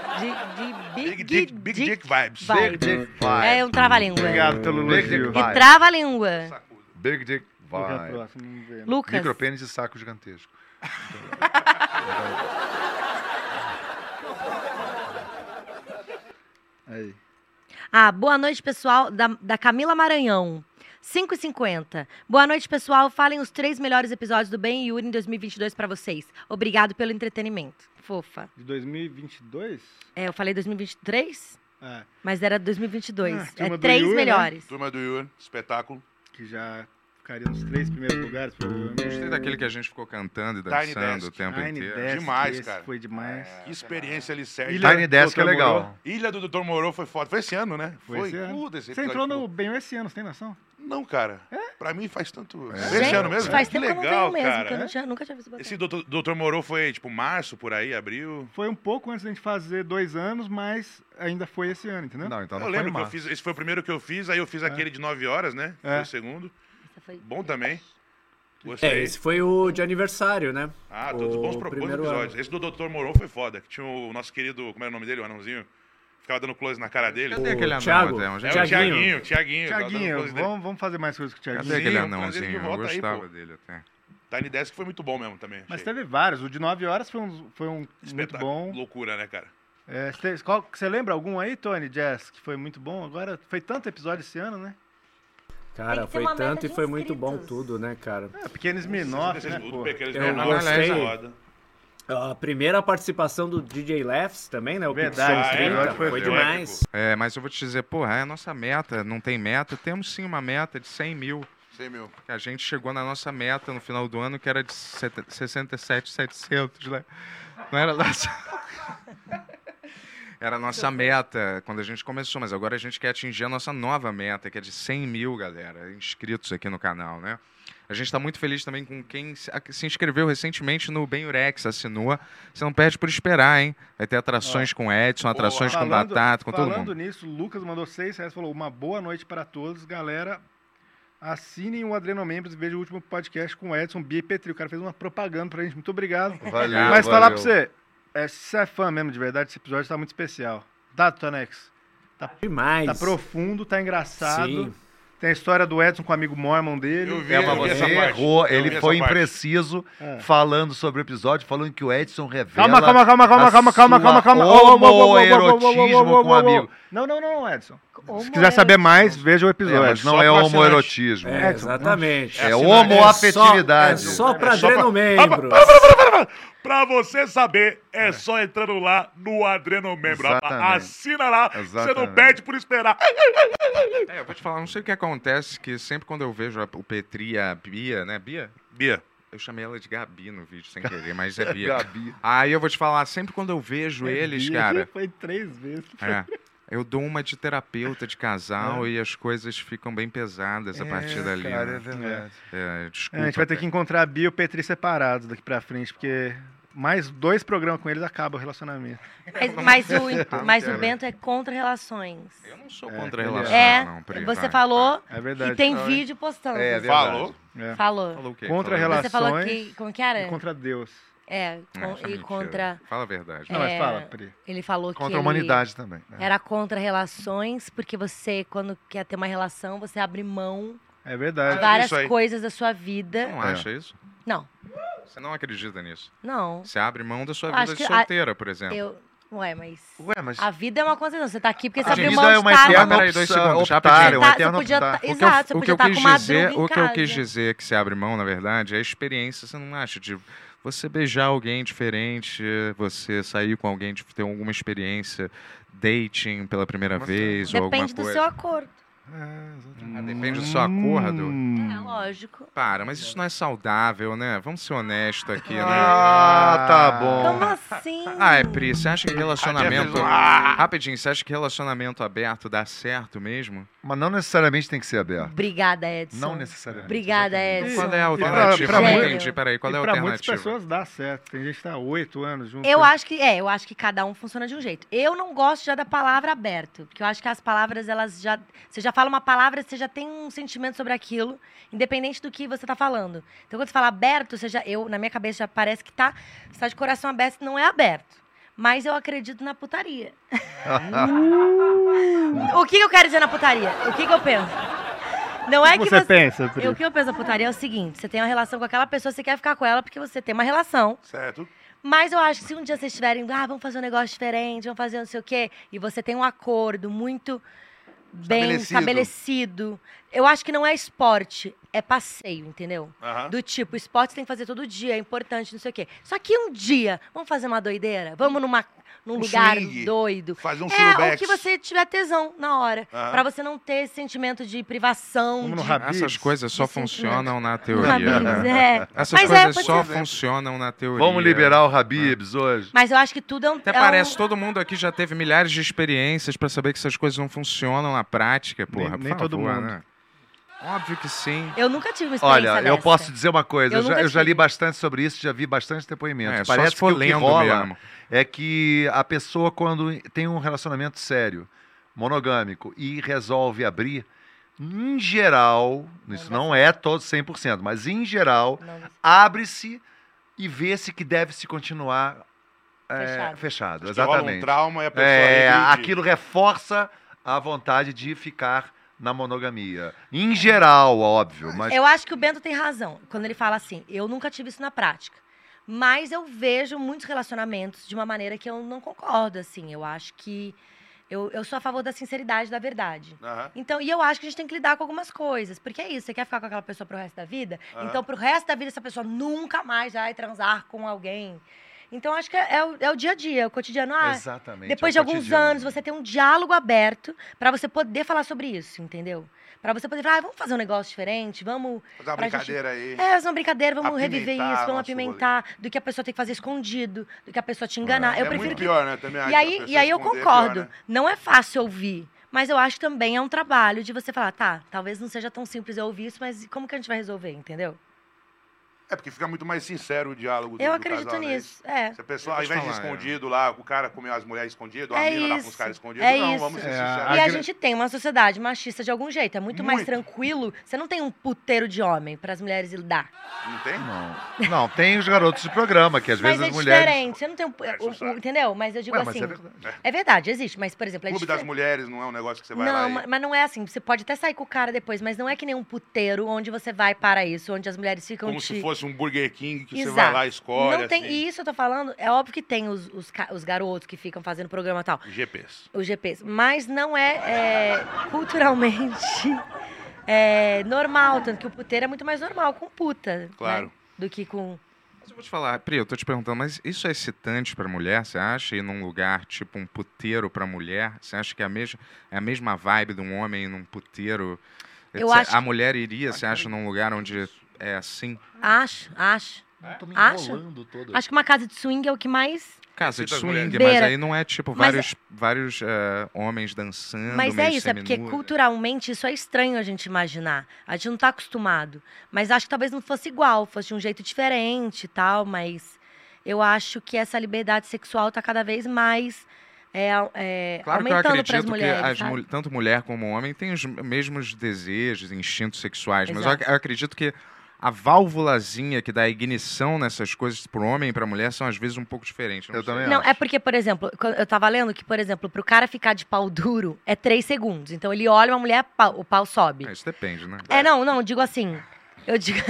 G: Big
D: Big,
G: Dick, Big Dick Vibes.
D: Vibes. É um trava-língua.
B: Obrigado pelo
E: Big Dick
B: elogio.
E: Vibes.
D: E trava-língua.
E: Big Dick
B: Qual que é a
E: vai.
B: próxima? Vamos ver.
D: Lucas.
E: Micropênis e saco gigantesco.
B: Aí.
D: Ah, boa noite, pessoal, da, da Camila Maranhão. 5h50. Boa noite, pessoal. Falem os três melhores episódios do Ben e Yuri em 2022 pra vocês. Obrigado pelo entretenimento. Fofa.
B: De 2022?
D: É, eu falei 2023,
B: É,
D: mas era 2022.
B: Ah,
D: é
B: turma do
D: três
B: Yuri, né?
D: melhores.
G: Turma do Yuri, espetáculo.
B: que já ficaria nos três primeiros lugares, provavelmente.
A: Gostei daquele que a gente ficou cantando e
G: Tiny
A: dançando
G: Desk.
A: o tempo
B: Tiny
A: inteiro.
B: Desk,
G: Demais,
B: esse
G: cara.
B: Foi demais.
F: É.
G: Que experiência alicerce.
B: Ilha-
G: Ilha,
E: Tiny Desk é
B: Doutor
E: legal.
B: Moreau.
G: Ilha do Dr. Moro foi foda. Foi esse ano, né?
B: Foi esse ano.
G: Puta, esse
B: Você
G: episódio
B: entrou no
G: ficou-
B: bem esse ano, você tem noção?
G: Não, cara. Pra mim faz tanto... Foi
D: Gente,
G: esse ano mesmo?
D: Faz
G: Que
D: tempo que eu
G: legal,
D: não venho mesmo,
G: cara.
D: que eu não tinha- nunca tinha visto
G: Esse
D: bater.
G: Dr. Dr. Moro foi, tipo, março, por aí, abril.
B: Foi um pouco antes da gente fazer dois anos, mas ainda foi esse ano, entendeu?
E: Não, então
G: Eu
E: não foi
G: lembro que eu
E: massa.
G: fiz... Esse foi o primeiro que eu fiz, aí eu fiz aquele de 9 horas, né? Foi
B: É.
G: o segundo.
D: Essa foi-
G: Bom também.
H: É,
G: Gostei.
H: esse foi o de aniversário, né?
G: Ah, todos
H: O
G: bons propôs
H: primeiro
G: episódios.
H: ano.
G: Esse do Dr. Moron foi foda, que tinha o nosso querido, como era o nome dele, o anãozinho? Ficava dando close na cara dele.
A: Cadê aquele anão,
H: Thiago.
A: Adão? A
G: É
A: gente-
G: o
H: Thiaguinho.
G: Tiaguinho, Tiaguinho. ficava dando
B: Tiaguinho,
G: close nele.
B: vamos, vamos fazer mais coisas com o
A: Cadê
B: Tiaguinho.
G: Sim,
A: aquele
G: vamos trazer ele de
A: anãozinho? Eu
G: volta aí,
A: gostava
G: pô.
A: dele até.
G: Tiny Desk foi muito bom mesmo também.
B: Mas
G: achei.
B: teve vários. O de 9 horas foi um, foi um muito
G: Espetáculo.
B: bom.
G: Loucura, né, cara?
B: É, você, teve- qual- você lembra algum aí, Tony, Jess, que foi muito bom? Agora, foi tanto episódio esse ano, né?
D: Tem
H: Cara,
D: que ter
H: foi
D: uma meta
H: tanto e
D: de
H: foi muito bom
D: inscritos.
H: tudo, né, cara?
B: É, Pequenos Minoff, né,
G: Tudo
B: pô?
G: bem, aqueles
H: eu
G: menores,
H: gostei.
G: foda.
H: A primeira participação do DJ Laughs também, né? O
B: Verdade,
H: Pixels
G: esse
H: 30,
G: episódio
H: foi,
G: foi épico.
H: demais.
A: É, mas eu vou te dizer, porra, é a nossa meta, não tem meta. Temos sim uma meta de 100 mil.
G: Sei, meu.
A: que a gente chegou na nossa meta no final do ano, que era de 67,700, né? Não era nossa. Era a nossa meta quando a gente começou, mas agora a gente quer atingir a nossa nova meta, que é de 100 mil, galera, inscritos aqui no canal, né? A gente está muito feliz também com quem se a- se inscreveu recentemente no Benurex, assinou. Você não perde por esperar, hein? Vai ter atrações com Edson, atrações com
B: Falando-
A: Batata, com todo
B: falando
A: mundo.
B: nisso, o Lucas mandou seis reais, falou uma boa noite para todos, galera. Assinem o Adreno Membros e vejam o último podcast com o Edson Bia e Petri. O cara fez uma propaganda pra gente, muito obrigado.
E: Valeu,
B: Mas falar
E: valeu.
B: pra você, é, se você é fã mesmo de verdade, esse episódio tá muito especial. Tá, Tonex?
H: Demais.
B: Tá profundo, tá engraçado.
H: Sim.
B: Tem a história do Edson com o amigo Mormon dele.
G: Eu vi,
E: É,
G: eu
E: mas
G: vi
E: você
G: essa parte.
E: errou.
G: Eu vi
E: Ele
G: essa
E: foi
G: parte.
E: impreciso
B: É.
E: falando sobre o episódio, falando que o Edson revela.
B: Calma, calma, calma, calma,
E: a
B: calma, calma, calma,
E: sua
B: calma. Ô, ô, ô, ô, ô, ô, ô, ô, ô, ô, ô, ô,
E: homoerotismo com o amigo.
B: Não, não, não, Edson. Se
D: Homoerotismo.
B: quiser saber mais, veja o
E: É,
B: episódio.
E: mas não
G: só
E: é
G: pro
E: homoerotismo.
H: É, exatamente.
B: assim
E: É homoafetividade.
H: É só, é só pra
G: É só pra-
H: Adreno Membros.
F: Pra você saber, é, só entrando lá no Adrenomembro.
E: Exatamente.
F: Assina lá, você não
E: Exatamente.
F: perde por esperar.
A: É, eu vou te falar, não sei o que acontece, que sempre quando eu vejo a- o Petri e a Bia, né, Bia?
G: Bia.
A: Eu chamei ela de Gabi no vídeo, sem querer, mas é Bia.
E: Gabi.
A: Aí eu vou te falar, sempre quando eu vejo
B: É
A: eles, cara,
B: Foi três vezes.
A: é, eu dou uma de terapeuta de casal
B: É.
A: e as coisas ficam bem pesadas a partir dali.
E: Cara, é
A: né?
E: verdade.
A: É,
B: É,
A: desculpa.
B: a gente vai ter que
A: cara.
B: encontrar a Bia e o Petri separados daqui pra frente, porque mais dois programas com eles acaba o relacionamento.
D: Mas, mas o, mas
A: Cara.
D: o Bento é contra relações.
A: Eu não sou contra
B: É,
A: a relação,
D: É,
A: não, Pri,
D: você
A: vai.
D: falou
B: É
D: e
B: verdade.
D: tem vídeo postando.
E: É, é verdade.
G: Falou.
B: É.
D: Falou.
A: Falou o quê?
B: Contra
A: Falou
B: relações
D: Você falou que. Como que era?
B: E contra Deus.
D: É,
A: o quê?
D: com-
A: Ah, isso é
D: e
A: mentira.
D: contra.
A: Fala a verdade.
B: Não,
D: É.
B: mas fala, Pri.
D: Ele falou que.
E: Contra a
D: ele
E: humanidade também. né?
D: Era contra relações, porque você, quando quer ter uma relação, você abre mão
B: É
D: de
B: verdade.
D: várias
G: isso aí.
D: coisas da sua
A: Você
D: vida.
A: não é. acha isso?
D: É. Não,
A: Você não acredita nisso.
D: não.
A: Você abre mão da sua
D: Acho
A: vida de
D: que a-
A: solteira, por exemplo.
D: Eu. Ué, mas.
E: Ué, mas.
D: A vida é uma consequência. Você tá aqui porque você
E: A
D: abriu
E: vida
D: mão de
E: é uma
D: estar numa
E: eterna
A: Peraí, dois
E: opção,
A: segundos,
E: optar, é
A: rapidinho.
E: uma
D: Tá,
E: eterna
D: você podia
E: optar.
D: tá-
A: O que eu-
D: Exato, você
A: o que
D: podia
A: eu
D: estar com
A: quis
D: uma
A: dizer,
D: madruga em
A: o que eu quis
D: casa.
A: dizer que se abre mão, na verdade, é a experiência, você não acha? De você beijar alguém diferente, você sair com alguém, tipo, ter alguma experiência, dating pela primeira vez, ou alguma
D: Depende do
A: coisa.
D: seu acordo.
A: Ah, depende do seu
B: Hum.
A: acordo.
D: É,
E: Hum.
D: lógico.
A: Para, mas isso não é saudável, né? Vamos ser honestos aqui, né?
E: Ah, tá
D: Como
E: bom.
D: assim?
A: Ah, é Pri, você acha que relacionamento.
G: fez um
A: Rapidinho, você acha que relacionamento aberto dá certo mesmo?
E: Mas não necessariamente tem que ser aberto.
D: Obrigada, Edson.
E: é. Não necessariamente.
D: Obrigada, Edson.
A: Qual é a
B: pra-
A: alternativa?
B: pra
A: Não
B: muito-
A: entendi, peraí, qual
B: e
A: é a
B: pra muitas
A: alternativa?
B: pessoas dá certo. Tem gente que tá há oito anos junto.
D: Eu acho que é, eu acho que cada um funciona de um jeito. Eu não gosto já da palavra aberto, porque eu acho que as palavras elas já, você já fala uma palavra, você já tem um sentimento sobre aquilo, independente do que você tá falando. Então quando você fala aberto, você já, eu na minha cabeça já parece que tá, você tá de coração aberto, não é aberto. Mas eu acredito na putaria. o que que eu quero dizer na putaria? O que que eu penso? Não é
B: O que
D: que
B: você
D: você
B: pensa, Pri?
D: E o que eu penso na putaria é o seguinte: você tem uma relação com aquela pessoa, você quer ficar com ela porque você tem uma relação.
G: Certo.
D: Mas eu acho que se um dia vocês estiverem, ah, vamos fazer um negócio diferente, vamos fazer não sei o quê, e você tem um acordo muito bem
G: Estabelecido.
D: estabelecido, eu acho que não é esporte, é passeio, entendeu?
G: Aham.
D: Do tipo, esporte você tem que fazer todo dia, é importante, não sei o quê. Só que um dia, vamos fazer uma doideira? Vamos numa, num
G: Um
D: lugar
G: swing.
D: doido?
G: Fazer um
D: é, o
G: surubex.
D: que você tiver tesão na hora.
G: Aham.
D: Pra você não ter esse sentimento de privação,
B: Vamos no
D: de
B: Habib's.
A: Essas coisas só
D: De sentimento.
A: funcionam na teoria. né?
D: Habib's, é.
A: Essas
D: Mas é,
A: coisas
D: pode
A: só
D: ser.
A: funcionam na teoria.
E: Vamos liberar o Habibs hoje.
D: Mas eu acho que tudo é um...
A: Até
D: é um-
A: parece, todo mundo aqui já teve milhares de experiências pra saber que essas coisas não funcionam na prática, porra.
B: nem
A: por
B: todo
A: favor,
B: mundo.
A: Né? Óbvio que sim.
D: Eu nunca tive uma experiência
E: Olha, eu
D: dessa.
E: posso dizer uma coisa.
D: Eu
E: Eu, já,
D: nunca
E: eu já li
D: tive.
E: bastante sobre isso, já vi bastante depoimentos.
A: É, só
E: Parece
A: se for
E: que o que
A: lendo
E: rola
A: mesmo.
E: é que a pessoa, quando tem um relacionamento sério, monogâmico, e resolve abrir, em geral, isso não é todo 100%, mas em geral,
D: Não,
E: abre-se e vê-se que deve se continuar é,
D: Fechado.
E: fechado.
G: Acho que rola um
E: exatamente.
G: trauma e a pessoa
E: É,
G: regride.
E: aquilo reforça a vontade de ficar na monogamia. Em geral, óbvio, mas
D: Eu acho que o Bento tem razão quando ele fala assim: eu nunca tive isso na prática. Mas eu vejo muitos relacionamentos de uma maneira que eu não concordo, assim. Eu acho que. Eu, eu sou a favor da sinceridade, da verdade.
G: Aham.
D: Então, e eu acho que a gente tem que lidar com algumas coisas. Porque é isso, você quer ficar com aquela pessoa pro resto da vida?
G: Aham.
D: Então, pro resto da vida, essa pessoa nunca mais vai transar com alguém. Então, acho que é, é o, é o dia a dia, é o cotidiano. Ah,
E: exatamente.
D: Depois de
E: é o
D: alguns
E: cotidiano.
D: anos, você tem um diálogo aberto pra você poder falar sobre isso, entendeu? Pra você poder falar, ah, vamos fazer um negócio diferente, vamos.
G: Fazer uma
D: pra gente-
G: brincadeira aí.
D: É, fazer uma brincadeira, vamos reviver
G: Apimentar
D: isso, vamos
G: nosso
D: apimentar, do que a pessoa tem que fazer escondido, do que a pessoa te enganar. eu
G: é
D: prefiro
G: muito
D: que.
G: pior, né? Também acho
D: E
G: que a
D: aí,
G: pessoa
D: e aí eu
G: esconder é pior,
D: concordo.
G: né?
D: Não é fácil ouvir. Mas eu acho que também é um trabalho de você falar, tá, talvez não seja tão simples eu ouvir isso, mas como que a gente vai resolver, entendeu?
G: É porque fica muito mais sincero o diálogo do
D: eu
G: do
D: acredito
G: casal, né?
D: nisso. É.
G: Se a pessoa,
A: Eu
G: ao
A: vou
G: invés
A: te
G: de
A: falar, é.
G: escondido lá, o cara comeu as mulheres escondido, a
D: É
G: mina dá com os
D: isso.
G: caras escondidos,
D: É
G: não,
D: isso.
G: vamos ser
B: É,
G: sinceros.
B: a
D: E a
B: gra-
D: gente tem uma sociedade machista de algum jeito. É muito, mais
G: Muito.
D: tranquilo. Você não tem um puteiro de homem para as mulheres ir dar.
G: Não tem?
E: Não, não, tem os garotos de programa, que às
D: mas
E: vezes
D: é
E: as mulheres.
D: diferente. Você não tem um.
G: É,
D: o- o-
G: sociedade.
D: entendeu? Mas eu digo
E: Ué, mas
D: assim.
E: é verdade.
D: é verdade, existe. Mas, por exemplo, é
G: Clube das
D: diferente.
G: Mulheres não é um negócio que você vai lá
D: Não,
G: e...
D: ma- mas não é assim. Você pode até sair com o cara depois, mas não é que nem um puteiro onde você vai para isso, onde as mulheres ficam
G: Como
D: te...
G: se fosse um Burger King que você vai
D: Exato.
G: lá e escolhe,
D: não tem,
G: assim.
D: E isso eu tô falando, é óbvio que tem os, os, ca- os garotos que ficam fazendo programa e tal.
G: GPs.
D: os GPs. Mas não é, é, culturalmente é, normal, tanto que o puteiro é muito mais normal com puta. né?
G: Claro.
D: Do que com.
A: Mas eu vou te falar, Pri, eu tô te perguntando, mas isso é excitante pra mulher, você acha? Ir num lugar tipo um puteiro pra mulher? Você acha que é a mesma, é a mesma vibe de um homem ir num puteiro?
D: Eu
A: Você-
D: acho
A: A
D: que-
A: mulher iria, você acha, num lugar onde é assim?
D: Acho, acho.
E: Tô me
D: Acha?
E: enrolando todo.
D: Acho que uma casa de swing é o que mais.
A: Casa de
G: Excita as
A: swing,
G: mulheres.
A: mas
D: Beira.
A: aí não é tipo
D: Mas-
A: vários, vários eh, homens dançando,
D: Mas
A: meio
D: é isso, é porque
A: seminudo.
D: culturalmente isso é estranho a gente imaginar. A gente não tá acostumado. Mas acho que talvez não fosse igual, fosse de um jeito diferente e tal, mas eu acho que essa liberdade sexual tá cada vez mais. É, é,
A: Claro que eu
D: aumentando para as
A: acredito
D: mulheres.
A: que as
D: sabe?
A: mul- tanto mulher como homem têm os mesmos desejos, instintos sexuais, mas eu,
D: Exato.
A: ac- eu acredito que a válvulazinha que dá ignição nessas coisas pro homem e pra mulher são às vezes um pouco diferentes.
E: Eu
A: sei.
E: também
D: Não,
E: acho.
D: é porque, por exemplo, quando eu tava lendo que, por exemplo, pro cara ficar de pau duro é três segundos. Então ele olha uma mulher, pau- o pau sobe.
A: É, isso depende, né?
D: É, não, não, digo assim. Eu digo.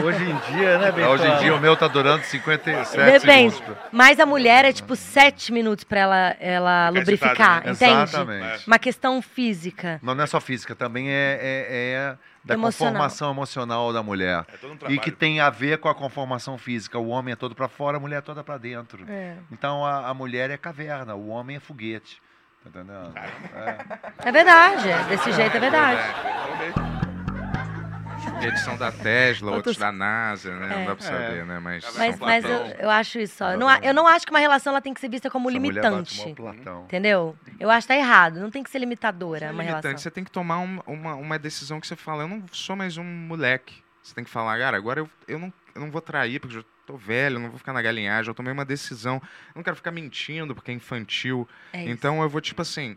E: Hoje em dia, né, Bento? Hoje em dia o meu tá durando 57
D: é? Depende.
E: segundos.
D: Mas a mulher é tipo sete minutos pra ela, ela
G: Ficar
D: lubrificar,
G: excitada,
D: entende?
E: né? Exatamente.
D: Uma questão física.
E: Mas não é só física, também é, é- é da
D: Emocional.
E: conformação emocional da mulher.
G: É todo um
E: E
G: trabalho.
E: que tem a ver com a conformação física. O homem é todo pra fora, a mulher é toda pra dentro.
D: É.
E: Então a, a mulher é caverna, o homem é foguete. Tá entendendo? É.
D: É verdade, é. desse jeito é verdade.
A: Edição da Tesla, outros
D: Outros-
A: da NASA, né? Não
D: É.
A: dá pra saber, né? Mas,
D: Mas,
A: são
D: mas eu,
A: Platão.
D: eu acho isso só. Eu não, a- eu não acho que uma relação ela tem que ser vista como
E: Essa mulher bate
D: limitante.
E: mó Platão.
D: Entendeu? Eu acho que tá errado. Não tem que ser limitadora
A: Não
D: uma
A: é limitante,
D: relação.
A: Você tem que tomar um- uma, uma decisão que você fala, eu não sou mais um moleque. Você tem que falar, cara, agora eu, eu, não, eu não vou trair, porque eu já tô velho, eu não vou ficar na galinhagem, eu tomei uma decisão. Eu não quero ficar mentindo, porque é infantil.
D: É isso.
A: então eu vou, tipo assim,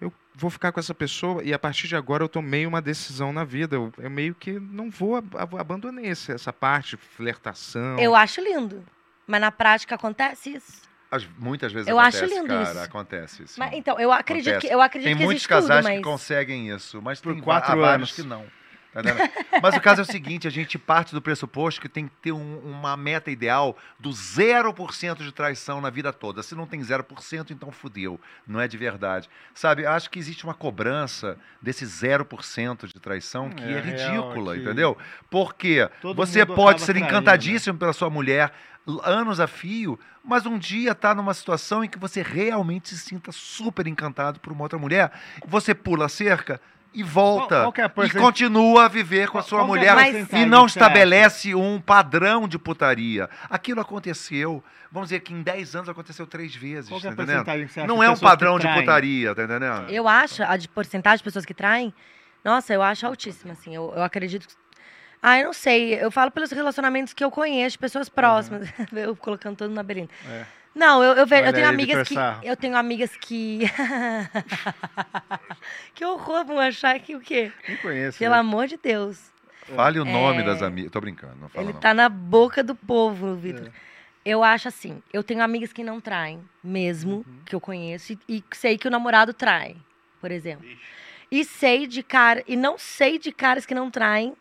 A: eu vou ficar com essa pessoa e a partir de agora eu tomei uma decisão na vida. Eu, eu meio que não vou, ab- ab- abandonei esse- essa parte, flertação.
D: Eu acho lindo. Mas na prática acontece isso.
E: As- muitas vezes
D: Eu
E: acontece,
D: acho lindo
E: cara,
D: isso.
E: acontece isso.
D: Mas, então, eu acredito
E: Acontece.
D: que eu acredito
E: Tem
D: que
E: muitos
D: existe
E: casais
D: tudo, mas
E: que conseguem isso, mas
B: Por
E: tem va-
B: quatro
E: há vários
B: anos.
E: que não. tá entendendo? Mas o caso é o seguinte, a gente parte do pressuposto que tem que ter um- uma meta ideal do 0% de traição na vida toda. Se não tem 0%, então fudeu. Não é de verdade. Sabe, acho que existe uma cobrança desse 0% de traição que é,
B: É, real,
E: ridícula,
B: que-
E: entendeu? Porque
B: Todo
E: você
B: mundo
E: pode
B: acaba
E: ser
B: traindo, né?
E: encantadíssimo pela sua mulher l- anos a fio, mas um dia tá numa situação em que você realmente se sinta super encantado por uma outra mulher, você pula a cerca e volta
B: Qual- qual que é a
E: e
B: porcent-
E: continua a viver com a
B: Qual-
E: sua
B: qual que é
E: mulher
B: a
E: e
B: porcentagem
E: não
B: que você acha?
E: estabelece um padrão de putaria. Aquilo aconteceu, vamos dizer que em 10 anos aconteceu três vezes,
B: Qual que
E: tá
B: é a
E: entendendo?
B: porcentagem que você acha
E: Não
B: de
E: é um
B: pessoas que
E: padrão de
B: traem?
E: putaria, tá entendendo?
D: Eu acho, a de porcentagem de pessoas que traem, nossa, eu acho altíssima, assim. Eu, eu acredito que. Ah, eu não sei. Eu falo pelos relacionamentos que eu conheço, pessoas próximas. eu colocando tudo na berlinda.
B: Uhum. É.
D: Não, eu, eu vejo.
B: Olha
D: Eu tenho
B: aí, tá.
D: amigas
B: Vitor
D: que.
B: Sarro.
D: Eu tenho amigas que. que horror vão achar que o quê?
B: Nem conheço.
D: Pelo amor de Deus.
E: Fale o nome
D: É.
E: das amigas. Tô brincando, não fala
D: Ele
E: não.
D: tá na boca do povo, Vitor. Eu acho assim, eu tenho amigas que não traem, mesmo, que eu conheço, e, e sei que o namorado trai, por exemplo. E sei de cara, e não sei de caras que não traem,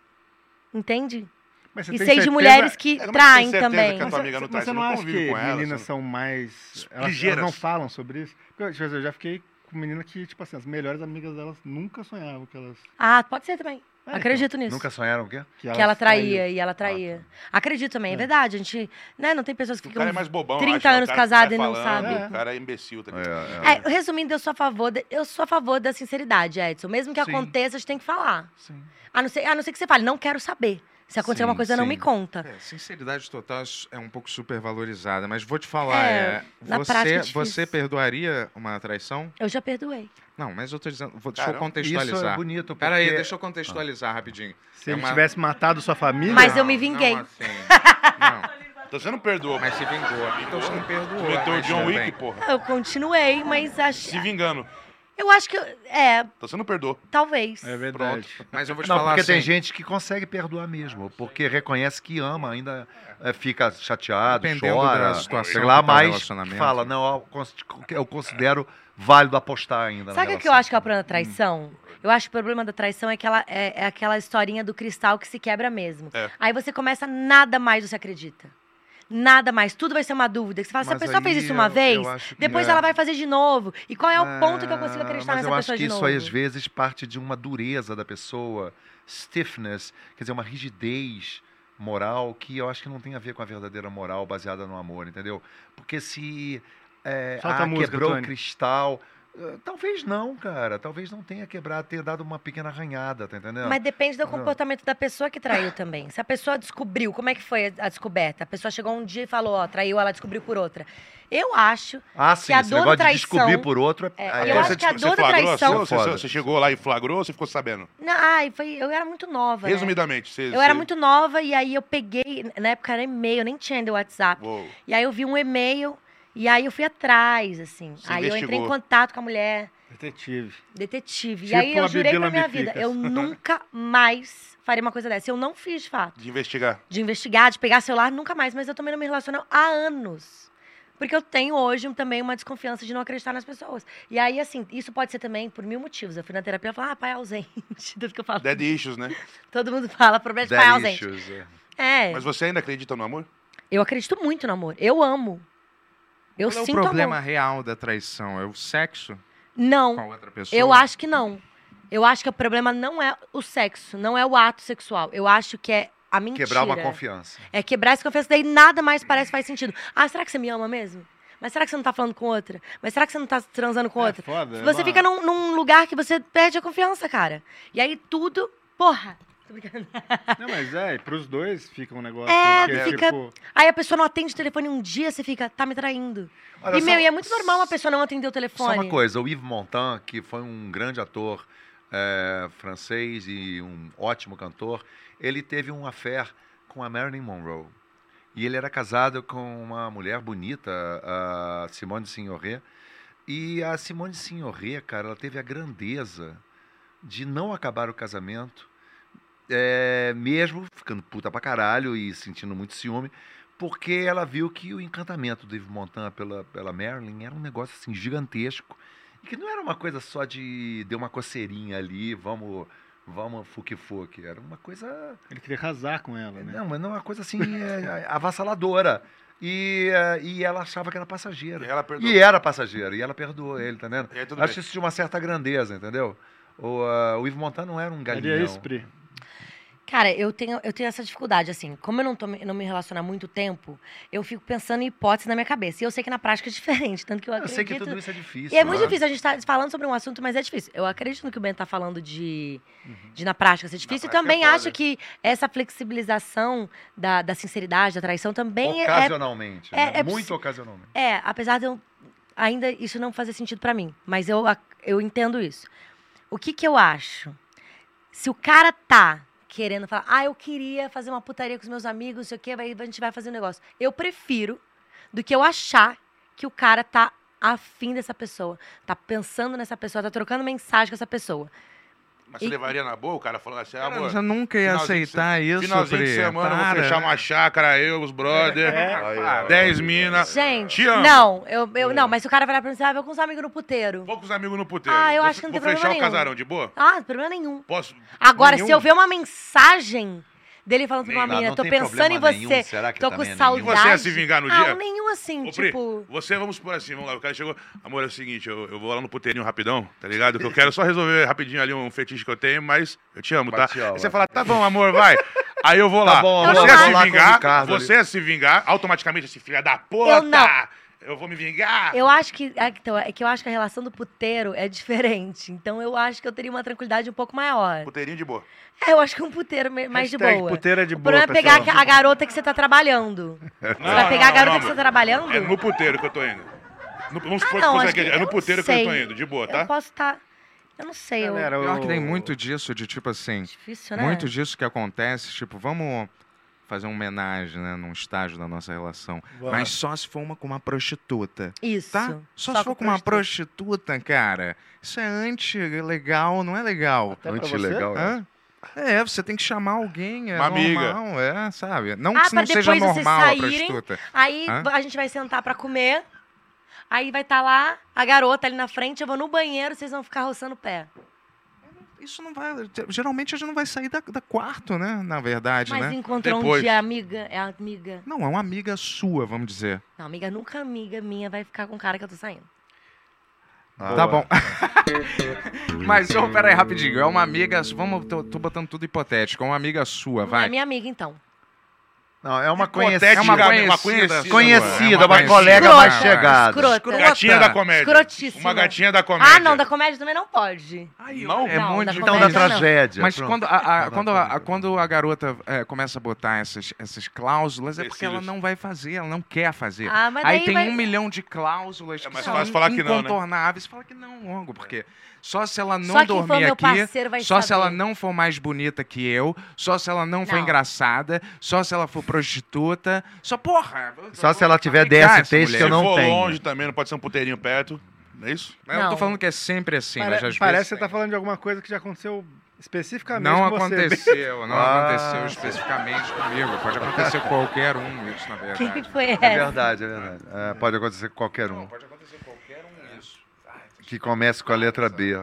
D: entende?
B: Mas você
D: E
B: tem
D: sei de
B: certeza-
D: mulheres
G: Como
D: que
G: é que você tem
D: traem
G: certeza
D: também.
G: que a tua
B: Mas você-
G: amiga não
B: mas
G: traz,
B: você
G: você
B: não
G: não
B: acha
G: convive
B: que
G: com ela, você não-
B: meninas são mais... elas- Elas,
G: Ligeiras.
B: não falam sobre isso? Porque, tipo, eu já fiquei com menina que, tipo assim, as melhores amigas delas nunca sonhavam que elas...
D: Ah, pode ser também.
B: É,
D: Acredito nisso.
E: Nunca sonharam o quê?
D: Que ela traía
B: traíam.
D: e ela traía. Acredito também, é,
B: É.
D: verdade. A gente, né, não tem pessoas que
G: O
D: ficam
G: cara é mais bobão,
D: 30
G: eu acho, né? O
D: anos
G: cara que
D: casado
G: sai
D: e não
G: falando,
B: sabe.
G: O cara é imbecil também.
E: É, é.
D: É, resumindo, eu sou a favor, de- eu sou a favor da sinceridade, Edson. Mesmo que
E: Sim.
D: aconteça, a gente tem que falar.
E: Sim.
D: A não ser, a não ser que você fale, não quero saber. Se acontecer
E: Sim,
D: uma coisa, não
E: sim.
D: me conta.
A: É, sinceridade total é um pouco supervalorizada, mas vou te falar,
D: É,
A: é,
D: na prática
A: você,
D: é difícil.
A: você perdoaria uma traição?
D: Eu já perdoei.
A: Não, mas eu tô dizendo, vou, deixa eu
G: Caramba,
E: Isso é
A: contextualizar.
E: bonito, porque...
A: Pera aí, deixa eu contextualizar rapidinho.
B: Se
A: É
B: ele
A: uma-
B: tivesse matado sua família...
D: Mas eu me vinguei.
A: Não, assim, não,
G: Então você não perdoa.
A: mas se vingou. Então você não perdoou.
G: Meteu o
A: É. mas
G: John
A: tudo
G: Wick,
A: bem.
G: porra.
D: Ah, Eu continuei, mas acho,
G: Se vingando.
D: eu acho que. eu- É,
G: Então você não perdoa.
D: talvez.
B: É verdade.
A: Mas eu vou te
E: Não,
A: falar
E: porque
A: assim.
E: tem gente que consegue perdoar mesmo, porque reconhece que ama, ainda eh, fica chateado,
A: Dependendo
E: chora,
A: da situação
E: sei lá,
A: que tá o
E: mas
A: relacionamento.
E: fala, não, eu cons- eu considero válido apostar ainda. na
D: Sabe o que eu
E: relação.
D: acho que é o problema da traição? Eu acho que o problema da traição é aquela, é, é aquela historinha do cristal que se quebra mesmo.
G: É.
D: Aí você começa, nada mais você acredita. Nada mais. Tudo vai ser uma dúvida. que Você fala, se a
E: Mas
D: pessoa fez
E: aí
D: isso
E: eu-
D: uma
E: eu
D: vez,
E: acho que
D: depois
E: é.
D: ela vai fazer de novo. E qual é o ponto que eu consigo
E: Ah,
D: acreditar
E: mas
D: nessa
E: eu acho
D: pessoa
E: que
D: de
E: isso
D: novo?
E: aí, às vezes, parte de uma dureza da pessoa, stiffness, quer dizer, uma rigidez moral que eu acho que não tem a ver com a verdadeira moral baseada no amor, entendeu? Porque se é,
B: Solta
E: ah,
B: a música,
E: quebrou o
B: Tony.
E: cristal... eh, Talvez não, cara. Talvez não tenha quebrado, ter dado uma pequena arranhada, tá entendendo?
D: Mas depende do
E: Não.
D: comportamento da pessoa que traiu também. Se a pessoa descobriu, como é que foi a a descoberta? A pessoa chegou um dia e falou, ó, traiu, ela descobriu por outra. Eu acho.
E: Ah, sim,
D: a
E: esse
D: dor da
E: negócio
D: traição-
E: de descobrir por outro é.
D: É,
E: é-
D: eu
G: Então
D: acho
G: você
D: que a
G: desco-
D: dor
G: você
D: da
G: flagrou?
D: traição-
G: Você, você- você chegou lá e flagrou ou você ficou sabendo?
D: Não, ai, foi, eu era muito nova. né?
G: Resumidamente, você.
D: Eu era muito nova e aí eu peguei, na época era e-mail, nem tinha ainda o WhatsApp.
G: Uou.
D: E aí eu vi um e-mail e aí eu fui atrás, assim.
G: Você
D: Aí eu entrei em
G: investigou.
D: contato com a mulher,
B: Detetive.
D: detetive. e
B: Tipo
D: aí eu
B: a
D: jurei
B: Bibi
D: pra minha vida,
B: Lambificas.
D: eu nunca mais faria uma coisa dessa. Eu não fiz, de fato.
G: De investigar.
D: De investigar, de pegar celular, nunca mais. Mas eu também não me relaciono há anos. Porque eu tenho hoje um- também uma desconfiança de não acreditar nas pessoas. E aí, assim, isso pode ser também por mil motivos. Eu fui na terapia e falei, ah, pai é ausente. Tudo que eu falo.
G: Dead issues, né?
D: Todo mundo fala, problema de pai é
E: Dead
D: ausente.
E: issues, é.
D: É,
G: Mas você ainda acredita no amor?
D: eu acredito muito no amor. Eu amo. Eu
A: Qual é o
D: sinto
A: problema
D: amor.
A: real da traição? É o sexo
D: Não.
A: com a outra pessoa?
D: Eu acho que não. Eu acho que o problema não é o sexo, não é o ato sexual. Eu acho que é a mentira.
E: Quebrar uma confiança.
D: É quebrar essa confiança, daí nada mais parece que faz sentido. Ah, será que você me ama mesmo? Mas será que você não tá falando com outra? Mas será que você não tá transando com outra?
B: foda, é
D: você
B: uma-
D: fica num, num lugar que você perde a confiança, cara. E aí tudo, porra. Tô brincando.
B: Não, mas é, e pros dois fica um negócio.
D: É,
B: que
D: fica-
B: Tipo,
D: Aí a pessoa não atende o telefone um dia, você fica, tá me traindo.
E: Olha,
D: e,
E: só-
D: meu, e é muito normal uma pessoa não atender o telefone.
E: Só uma coisa, o Yves Montand, que foi um grande ator é, francês e um ótimo cantor, ele teve um affair com a Marilyn Monroe. E ele era casado com uma mulher bonita, a Simone Signoret. E a Simone Signoret, cara, ela teve a grandeza de não acabar o casamento, é, mesmo ficando puta pra caralho e sentindo muito ciúme, porque ela viu que o encantamento do Yves Montand pela, pela Marilyn era um negócio assim gigantesco e que não era uma coisa só de deu uma coceirinha ali, vamos vamos fuque fuque, era uma coisa
B: ele queria casar com ela, né?
E: não, mas não uma coisa assim é, é, avassaladora e, é, e ela achava que era
A: É.
E: passageira
G: E ela perdoa.
E: e era passageiro, e ela perdoou ele, tá vendo?
G: E aí tudo
E: Acho
G: bem.
E: isso de uma certa grandeza, entendeu? O, ah, o Ivo Montan não era um
B: Ele
E: galinhão.
B: é isso, Pri.
D: Cara, eu tenho, eu tenho essa dificuldade, assim. Como eu não, tô, me- não me relaciono há muito tempo, eu fico pensando em hipóteses na minha cabeça. E eu sei que na prática é diferente, tanto que eu
E: eu
D: acredito...
E: sei que tudo isso é difícil.
D: E é muito
E: né?
D: difícil, a gente tá falando sobre um assunto, mas é difícil. Eu acredito no que o Ben tá falando de, de na prática ser difícil. E
G: prática é
D: também
G: foda.
D: acho que essa flexibilização da, da sinceridade, da traição, também é,
E: Ocasionalmente.
D: é-
E: né?
D: é
E: muito
D: possi-
E: ocasionalmente.
D: é, apesar de eu ainda isso não fazer sentido pra mim, mas eu, ac- eu entendo isso. O que que eu acho? Se o cara tá querendo falar, ah, eu queria fazer uma putaria com os meus amigos, não sei o quê, vai- a gente vai fazer um negócio. Eu prefiro do que eu achar que o cara tá afim dessa pessoa, tá pensando nessa pessoa, tá trocando mensagem com essa pessoa.
G: Mas você
D: E-
G: levaria na boa o cara falando assim,
A: Cara,
G: amor,
A: você nunca ia
G: finalzinho de
A: aceitar isso,
G: finalzinho de
A: Pri.
G: semana eu
A: Para.
G: vou fechar uma chácara, eu, os brother,
E: Aí, ó.
G: 10 minas.
D: Gente,
G: Ah, Te amo.
D: não, eu, eu não, mas se o cara vai lá pra mim, ah, vou com os amigos no puteiro.
G: Vou com os amigos no puteiro.
D: Ah, eu
G: Vou-
D: acho que não tem
G: Vou fechar
D: problema
G: o
D: nenhum.
G: casarão de boa?
D: Ah, problema nenhum.
G: Posso?
D: Agora, se
G: Nenhum?
D: eu ver uma mensagem dele falando pra uma
E: Não,
D: menina,
E: não
D: tô
E: tem
D: pensando em
E: problema
D: você,
E: nenhum, será que
D: tô com
E: também é nenhum?
D: saudade.
G: E você ia se vingar no
D: ah,
G: dia?
D: nenhum assim,
G: Ô, Pri,
D: tipo...
G: você, vamos por assim, vamos lá. O cara chegou. Amor, é o seguinte, eu, eu vou lá no puteirinho rapidão, tá ligado? Que eu quero só resolver rapidinho ali um fetiche que eu tenho, mas eu te amo, tá?
E: Bate aula.
G: Aí você fala, tá bom, amor, vai. Aí eu vou
E: Tá
G: lá.
E: bom,
D: amor,
G: você ia
D: eu vou
E: lá né?
G: se
E: com o
G: vingar,
E: Ricardo
G: você ia se vingar, automaticamente esse filho da puta!
D: Eu não.
G: Eu vou me vingar!
D: Eu acho que. ah, Então, é que eu acho que a relação do puteiro é diferente. Então eu acho que eu teria uma tranquilidade um pouco maior.
G: Puteirinho de boa.
D: É, eu acho que um puteiro me- mais de
B: Hashtag
D: boa.
B: puteira de
D: o
B: boa,
D: problema é pegar
B: pessoal.
D: a garota que você tá trabalhando. você vai pegar a garota que você tá trabalhando?
G: É no puteiro que eu tô indo. No, vamos supor
D: Ah, não,
G: que fosse
D: acho que-
G: aquele- É no
D: eu
G: puteiro
D: não
G: que eu tô
D: sei.
G: indo, de boa,
D: Eu
G: tá?
D: posso estar. Eu não sei, eu...
B: Galera,
A: Pior que
B: o-
A: tem muito disso, de tipo assim,
D: difícil, né?
A: Muito disso que acontece, tipo, vamos fazer uma homenagem, né, num estágio da nossa relação.
B: Bora.
A: Mas só se for uma com uma prostituta,
D: Isso.
A: tá? Só, se for com uma prostituta, cara. Isso é anti-legal, não é legal.
B: Até pra
E: Muito
B: você?
E: legal. né?
A: Hã? É, você tem que chamar alguém, é
G: Uma amiga.
A: normal, é, sabe? Não
D: Ah,
A: que não
D: pra
A: seja
D: depois vocês
A: normal
D: saírem.
A: a prostituta.
D: Aí
A: Hã?
D: a gente vai sentar pra comer. Aí vai estar lá a garota ali na frente. Eu vou no banheiro, vocês vão ficar roçando o pé.
A: Isso não vai... Geralmente a gente não vai sair da, da quarto, né, na verdade,
D: Mas
A: né?
D: encontrou
G: Depois.
D: um dia amiga, é amiga.
A: Não, é uma amiga sua, vamos dizer.
D: Não, amiga, nunca amiga minha vai ficar com o cara que eu tô saindo.
E: Ah,
A: Tá bom. Mas, ô, peraí, rapidinho. É uma amiga. Vamos, tô, tô botando tudo hipotético. É uma amiga sua,
D: Não é
A: vai.
D: minha amiga, então.
E: Não, é uma
G: Hipotética,
E: conhecida.
A: É uma conhecida.
G: uma conhecida.
E: Conhecida, uma colega
D: Escrota,
E: mais chegada.
D: Escrota.
G: Gatinha da comédia.
D: Escrotíssima.
G: Uma gatinha da comédia.
D: Ah, não, da comédia também não pode.
A: não, é
D: não,
A: muito
D: da
A: difícil.
E: Então, da
D: comédia, não.
E: tragédia.
A: Mas
E: pronto.
A: quando a, a-
E: Não,
A: quando,
E: não,
A: a,
E: não,
A: a- quando a garota é, começa a botar essas, essas cláusulas, é porque ela
G: Empecilhos.
A: não vai fazer, ela não quer fazer.
D: Ah, mas
A: Aí
D: daí
A: tem
D: vai-
A: um milhão de cláusulas
G: É
A: que
G: mais
A: são
G: fácil falar que não, né?
A: incontornáveis. Fala que não logo, porque só se ela não
D: Só quem for
A: dormir
D: meu
A: aqui,
D: parceiro vai
A: só se
D: saber.
A: ela não for mais bonita que eu, só se ela não for
D: Não.
A: engraçada, só se ela for prostituta, só porra. eu-
E: Só
A: eu-
E: se ela
A: eu-
E: tiver
A: eu- cara,
E: DSTs
A: essa
E: que
A: mulher.
E: eu não
G: Se for
E: tenho.
G: longe também, não pode ser um puteirinho perto. Não é isso?
A: Mas Eu não tô
D: Não.
A: falando que é sempre assim,
B: Pare-
A: mas às
B: parece
A: vezes...
B: que você tá falando de alguma coisa que já aconteceu Especificamente
A: Não
B: com você.
A: aconteceu, não
E: Ah,
A: aconteceu
E: sim.
A: especificamente comigo. Pode acontecer com qualquer um isso, na
D: Quem
A: verdade.
D: foi
E: É
D: essa?
E: verdade, é verdade. É, pode acontecer com qualquer um.
A: Pode acontecer com qualquer um isso.
E: Que comece com a letra B.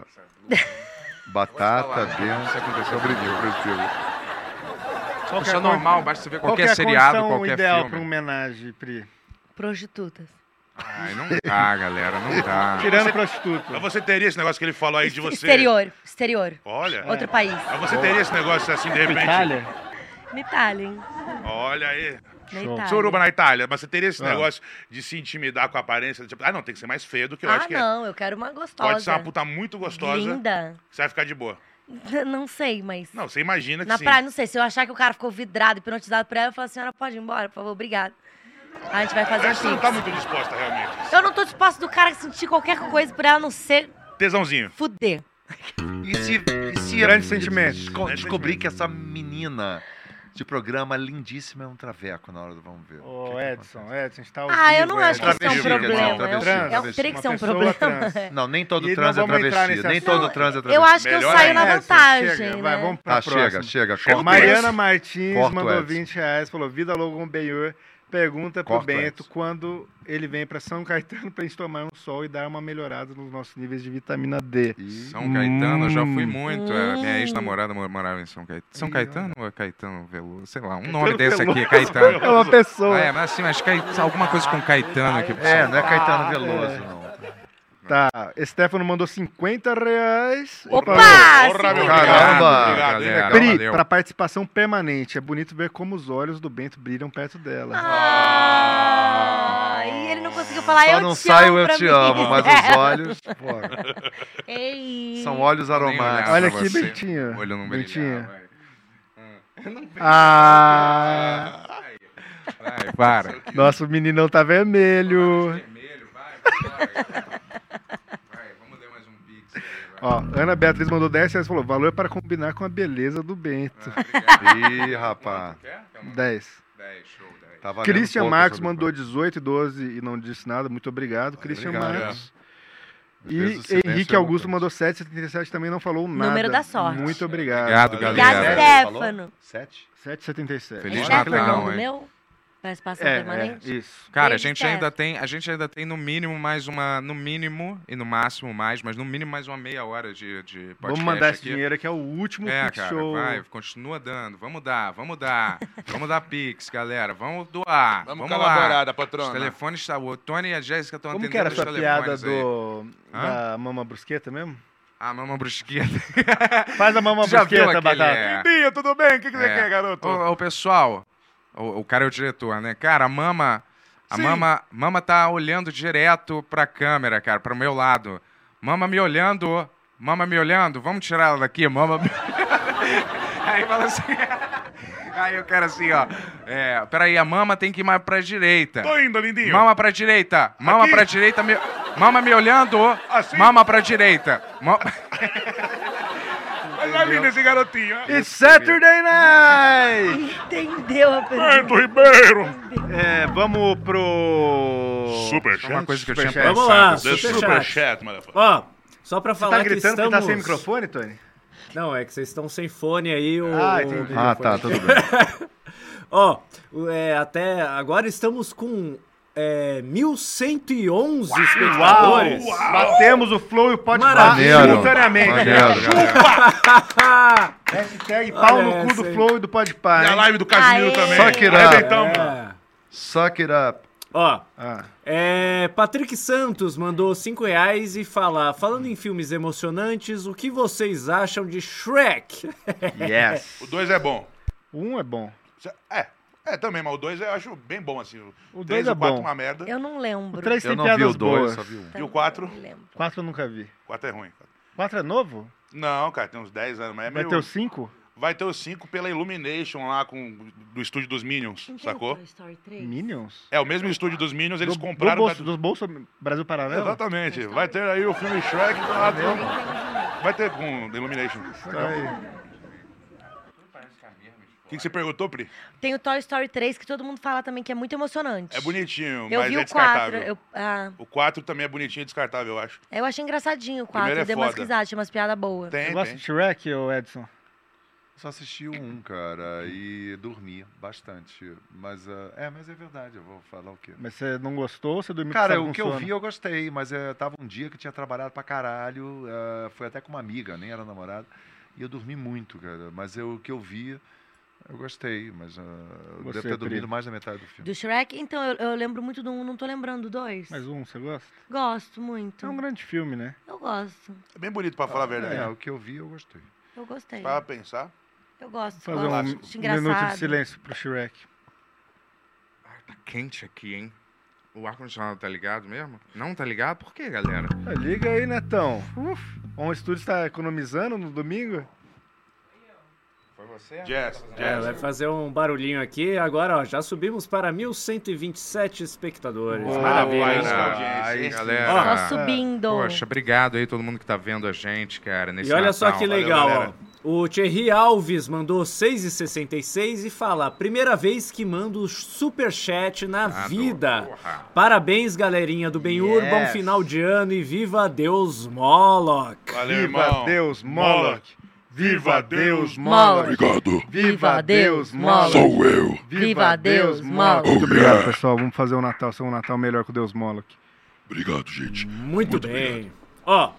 E: Batata, B.
B: né?
A: Isso aconteceu
E: Obrigado, Priscila.
B: Qual que
A: Isso é
B: a con-
A: normal, basta você ver
B: Qual que é
A: qualquer
B: a
A: seriado,
B: condição
A: qualquer
B: ideal
A: filme.
B: para um homenagem, Pri?
D: Prostitutas.
A: Ai, não dá, galera, não dá.
B: Tirando prostituta.
F: Mas você teria esse negócio que ele falou aí de você.
D: Exterior, exterior.
F: Olha.
D: Outro país.
F: Mas você teria esse negócio assim, de repente.
B: Itália?
D: Na Itália, hein?
F: Olha aí.
D: Na Itália.
F: Suruba na Itália, mas você teria
E: Ah.
F: esse negócio de se intimidar com a aparência. Tipo, ah, não, tem que ser mais feio do que eu
D: Ah,
F: acho que é.
D: não, eu quero uma gostosa.
F: Pode ser uma puta muito gostosa.
D: Linda.
F: que Você vai ficar de boa.
D: Não sei, mas.
F: Não, você imagina que
D: Na
F: sim.
D: praia, não sei. Se eu achar que o cara ficou vidrado, hipnotizado por ela, eu falo, senhora, pode ir embora, por favor, obrigado. A gente vai fazer
F: Mas Você
D: um
F: não tá
D: pix.
F: muito disposta, realmente.
D: Eu não tô disposta do cara sentir qualquer coisa por ela a não ser
F: Tesãozinho.
D: fuder.
E: E se, e se
B: Grande sentimento.
E: desco- descobrir que essa menina de programa lindíssima é um traveco na hora do vamos ver.
B: Ô,
E: O que que
B: Edson, Edson, a gente tá ouvindo.
D: Ah, eu não acho que
B: Edson.
D: isso é um
E: Travesti, quer dizer,
D: problema.
E: travesti,
D: Eu- eu-
E: travesti.
D: Teria que ser
B: Uma
D: um
B: pessoa
D: problema.
B: trans.
D: É.
E: Não, nem
B: E
E: todo
B: não
E: trans é
B: vamos entrar
E: travesti.
B: nesse
E: Nem
B: assunto.
E: todo
D: Não,
E: trans é travesti.
D: Eu acho que eu
F: Melhor
D: saio na
F: ainda.
B: Edson,
D: vantagem.
B: chega,
D: né?
B: Vai, vamos pra
E: Tá,
B: próxima.
E: chega, chega. Corta o
B: Mariana
E: Edson.
B: Martins
E: Corta o
B: mandou
E: Edson.
B: 20 reais, falou, vida logo um com o Benhor. Pergunta
E: Corta o
B: pro Bento
E: Edson.
B: quando ele vem pra São Caetano pra gente tomar um sol e dar uma melhorada nos nossos níveis de vitamina D.
E: E-
A: São Caetano, eu já fui
B: Hum.
A: muito. A minha
D: Hum.
A: ex-namorada mo- morava em São Caetano. São
E: Ih,
A: Caetano ou é Caetano Veloso? Sei lá, um nome desse
B: Veloso.
A: aqui, Caetano.
B: É uma pessoa.
A: Ah, é, mas assim, mas Cai- alguma coisa com Caetano aqui.
E: É, não é
D: Ah,
E: Caetano Veloso, não.
B: Tá, Stefano mandou 50 reais.
D: Opa!
F: Porra, meu
D: segura.
E: cara. Caramba!
F: Obrigado, hein,
A: Galera.
F: legal.
B: Pri,
A: valeu.
B: pra participação permanente. É bonito ver como os olhos do Bento brilham perto dela.
D: Ah, e ele não conseguiu falar eu
E: Só
D: te
E: não
D: amo.
E: saio eu
D: pra
E: te
D: mim.
E: amo, mas os olhos pô,
D: Ei. tá
E: são olhos aromáticos.
B: Olha
A: pra
B: aqui,
A: você.
B: Bentinho.
A: Olho não
B: Bentinho.
A: brilhava.
B: Ah,
A: Vai, para.
B: nosso meninão tá vermelho.
A: Vermelho, vai, bora. Vai, vamos ler mais um pix. aí, vai.
B: Ó, Ana Beatriz mandou 10 reais e falou: valor para combinar com a beleza do Bento.
A: Ah,
E: Ih, rapaz.
A: Quer? Quer uma?
B: 10.
A: Dez, show, dez.
E: Tá valendo
B: Christian
E: pouco
B: Marcos
E: sobre o
B: mandou 18 e 12 e não disse nada. Muito obrigado, Christian
E: obrigado.
B: Marcos.
E: Às
B: E
E: vezes o silêncio
B: Henrique
E: é
B: Augusto
E: importante.
B: mandou 7,77 também não falou nada.
D: Número da sorte.
B: Muito obrigado.
A: Obrigado,
D: Obrigado,
A: galera.
E: né?
D: Stefano.
E: Sete?
B: 7,77.
A: Feliz
D: Stefano,
A: Natal,
D: o nome
A: hein?
D: meu? Participação
B: É, é,
D: permanente?
B: isso.
A: Cara, a
D: Beijo,
A: gente
D: Steph.
A: ainda tem, a gente ainda tem no mínimo mais uma, no mínimo e no máximo mais, mas no mínimo mais uma meia hora de, de podcast
B: Vamos mandar esse
A: aqui.
B: dinheiro aqui, é o último
A: É,
B: Pix
A: cara,
B: show.
A: vai, continua dando, vamos dar, vamos dar, vamos dar pix, galera, vamos doar,
G: Vamos,
A: vamos,
G: com a
A: lá.
G: labarada, patrona.
A: Os telefones estão, o Tony e a Jéssica estão
B: Como
A: atendendo
B: que era a
A: os
B: sua piada
A: telefones aí.
B: do,
A: Hã?
B: da mama brusqueta mesmo?
A: Ah, mama brusqueta.
B: Faz a mama
A: Tu já viu
B: brusqueta,
A: aquele,
B: Batata.
A: é,
G: Bia, tudo bem? O que, que você
A: É.
G: quer, garoto?
A: Ô, ô, pessoal, o, o cara é o diretor, né? Cara, a mama. A mama, mama tá olhando direto pra câmera, cara, pro meu lado. Mama me olhando, mama me olhando, vamos tirar ela daqui, mama. me- Aí fala assim. Aí o cara assim, ó. É, peraí, a mama tem que ir mais pra direita.
F: Tô indo, lindinho.
A: Mama pra direita, mama
F: Aqui?
A: pra direita, me... mama me olhando,
F: Assim?
A: mama pra direita. Ma-
F: Mas vai lindo esse garotinho. ó.
B: It's Saturday Night!
D: Entendeu a pergunta?
F: Bento Ribeiro.
B: É, vamos pro...
F: Superchat.
A: Uma coisa que eu tinha
B: Ah,
A: pensado.
B: Superchat.
H: Vamos lá,
F: The
H: superchat.
F: Superchat, motherfucker.
H: Ó, só pra
B: Você tá
H: falar que
B: gritando
H: estamos...
B: que tá sem microfone, Tony?
H: Não, é que vocês estão sem fone aí. O...
B: Ah, entendi.
E: Ah, tá, tudo bem.
H: Ó, o- é, até agora estamos com é, 1.111 espectadores.
B: Batemos o flow e o pode parar
H: Maravilha.
B: Ah, simultaneamente.
E: Maneiro, galera.
B: Hashtag pau no
H: Olha
B: cu
H: essa
B: do
H: aí.
B: flow e do pode
F: E a
B: parar.
F: live do Casimiro
D: Aê.
F: também.
E: Só que irá.
F: Arrebentamos.
H: É.
E: Suck it up.
H: Ó,
B: Ah,
H: é, Patrick Santos mandou 5 reais e fala: Falando em filmes emocionantes, o que vocês acham de Shrek?
B: yes.
F: O dois é bom.
B: Um é bom.
F: É, é também, mas o dois eu acho bem bom, assim. O
B: dois
F: três
B: é
F: e o quatro
B: bom.
F: uma merda.
D: Eu não lembro.
B: O três
E: Eu
B: tem
E: não vi o
B: piadas
E: dois,
B: boas.
E: só vi um.
F: E o quatro?
D: Não lembro.
B: Quatro eu nunca vi.
F: O quatro é ruim.
B: Quatro é novo?
F: Não, cara, tem uns 10 anos, mas é
B: Vai
F: meio...
B: ter o cinco?
F: Vai ter o 5 pela Illumination lá com, do estúdio dos Minions,
D: Não tem é o
F: sacou?
D: Toy Story 3?
B: Minions?
F: É, o mesmo estúdio dos Minions, eles
B: do,
F: compraram...
B: Do bolso,
F: da-
B: Dos bolso Brasil Paralelo?
F: Exatamente. Vai ter aí o filme Shrek do lado. Vai ter com The Illumination.
B: Tá aí.
G: O que, que você perguntou, Pri?
D: Tem o Toy Story 3, que todo mundo fala também que é muito emocionante.
G: É bonitinho,
D: Eu
G: mas
D: vi
G: é
D: o 4.
G: descartável.
D: Eu, ah,
G: O 4 também é bonitinho e descartável, eu acho.
D: eu achei engraçadinho o 4.
G: primeiro é
D: eu dei umas
G: foda.
D: risadas, tinha umas piadas boas.
G: Tem,
B: Você gosta
G: tem.
B: de Shrek, ô Edson?
E: Só assisti um, cara, e dormi bastante. Mas ah, é, mas é verdade, eu vou falar o quê?
B: Mas você não gostou ou você dormiu com
E: Cara,
B: sono
E: o
B: com
E: que eu
B: sono?
E: vi eu gostei, mas eh, tava um dia que eu tinha trabalhado pra caralho, eh, foi até com uma amiga, nem era namorada, e eu dormi muito, cara. Mas eu, o que eu vi, eu gostei, mas ah, eu
B: Você,
E: devo ter dormido
B: Pri?
E: mais da metade do filme.
D: Do Shrek, então eu, eu lembro muito do um, não tô lembrando do dois.
B: Mais um, você gosta?
D: Gosto muito.
B: É um grande filme, né?
D: Eu gosto.
G: É bem bonito, pra falar a verdade.
E: É, o que eu vi eu gostei.
D: Eu gostei.
G: Pra pensar.
D: Eu gosto.
B: Fazer um
D: gosto. Acho
B: minuto de
D: engraçado.
B: silêncio pro Shrek.
A: Tá quente aqui, hein? O ar-condicionado tá ligado mesmo? Não tá ligado? Por quê, galera?
B: Ah, Liga aí, Netão. Uf. Um estúdio está economizando no domingo?
A: Foi você?
G: Jazz,
H: É, vai
G: jazz.
H: fazer um barulhinho aqui. Agora, ó, já subimos para 1.127 espectadores.
B: Boa,
H: Maravilha.
G: Vai,
H: hein?
G: né?
A: Ah, aí,
G: Esse-
D: Só
G: Ah,
A: galera.
D: subindo.
A: Poxa, obrigado aí todo mundo que tá vendo a gente, cara. Nesse
H: E olha só
A: Natal.
H: que
A: Valeu,
H: legal,
A: galera.
H: ó. O Thierry Alves mandou 6,66 e fala: primeira vez que mando superchat na
A: Adoro. Tá
H: vida.
A: Porra.
H: Parabéns, galerinha do Benhur. Bom
E: Yes.
H: final de ano e viva Deus Moloch.
G: Valeu,
B: Viva
G: irmão.
B: Deus, Moloch! Viva Deus,
D: Moloch!
B: Moloch!
C: Obrigado.
B: Viva Deus, Moloch!
C: Sou eu.
D: Viva Deus, Moloch!
B: Muito obrigado, pessoal. Vamos fazer um Natal, ser um Natal melhor com Deus Moloch.
C: Obrigado, gente.
H: Muito, bem. Ó,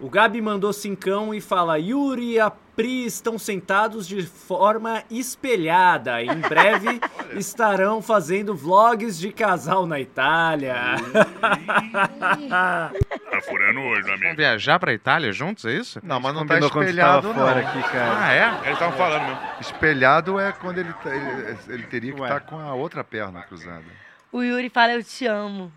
H: o Gabi mandou cincão e fala: Yuri e a Pri estão sentados de forma espelhada. Em breve estarão fazendo vlogs de casal na Itália.
F: Tá furando hoje, amigo.
A: Vamos viajar pra Itália juntos, é isso?
E: Não, mas não tá
B: Combinou quando você tava
E: espelhado,
B: fora
E: não.
B: aqui, cara.
A: Ah, é?
G: Eles estavam falando mesmo.
E: Espelhado é quando ele, tá- ele, ele teria que
B: Ué.
E: estar com a outra perna cruzada.
D: O Yuri fala, eu te amo.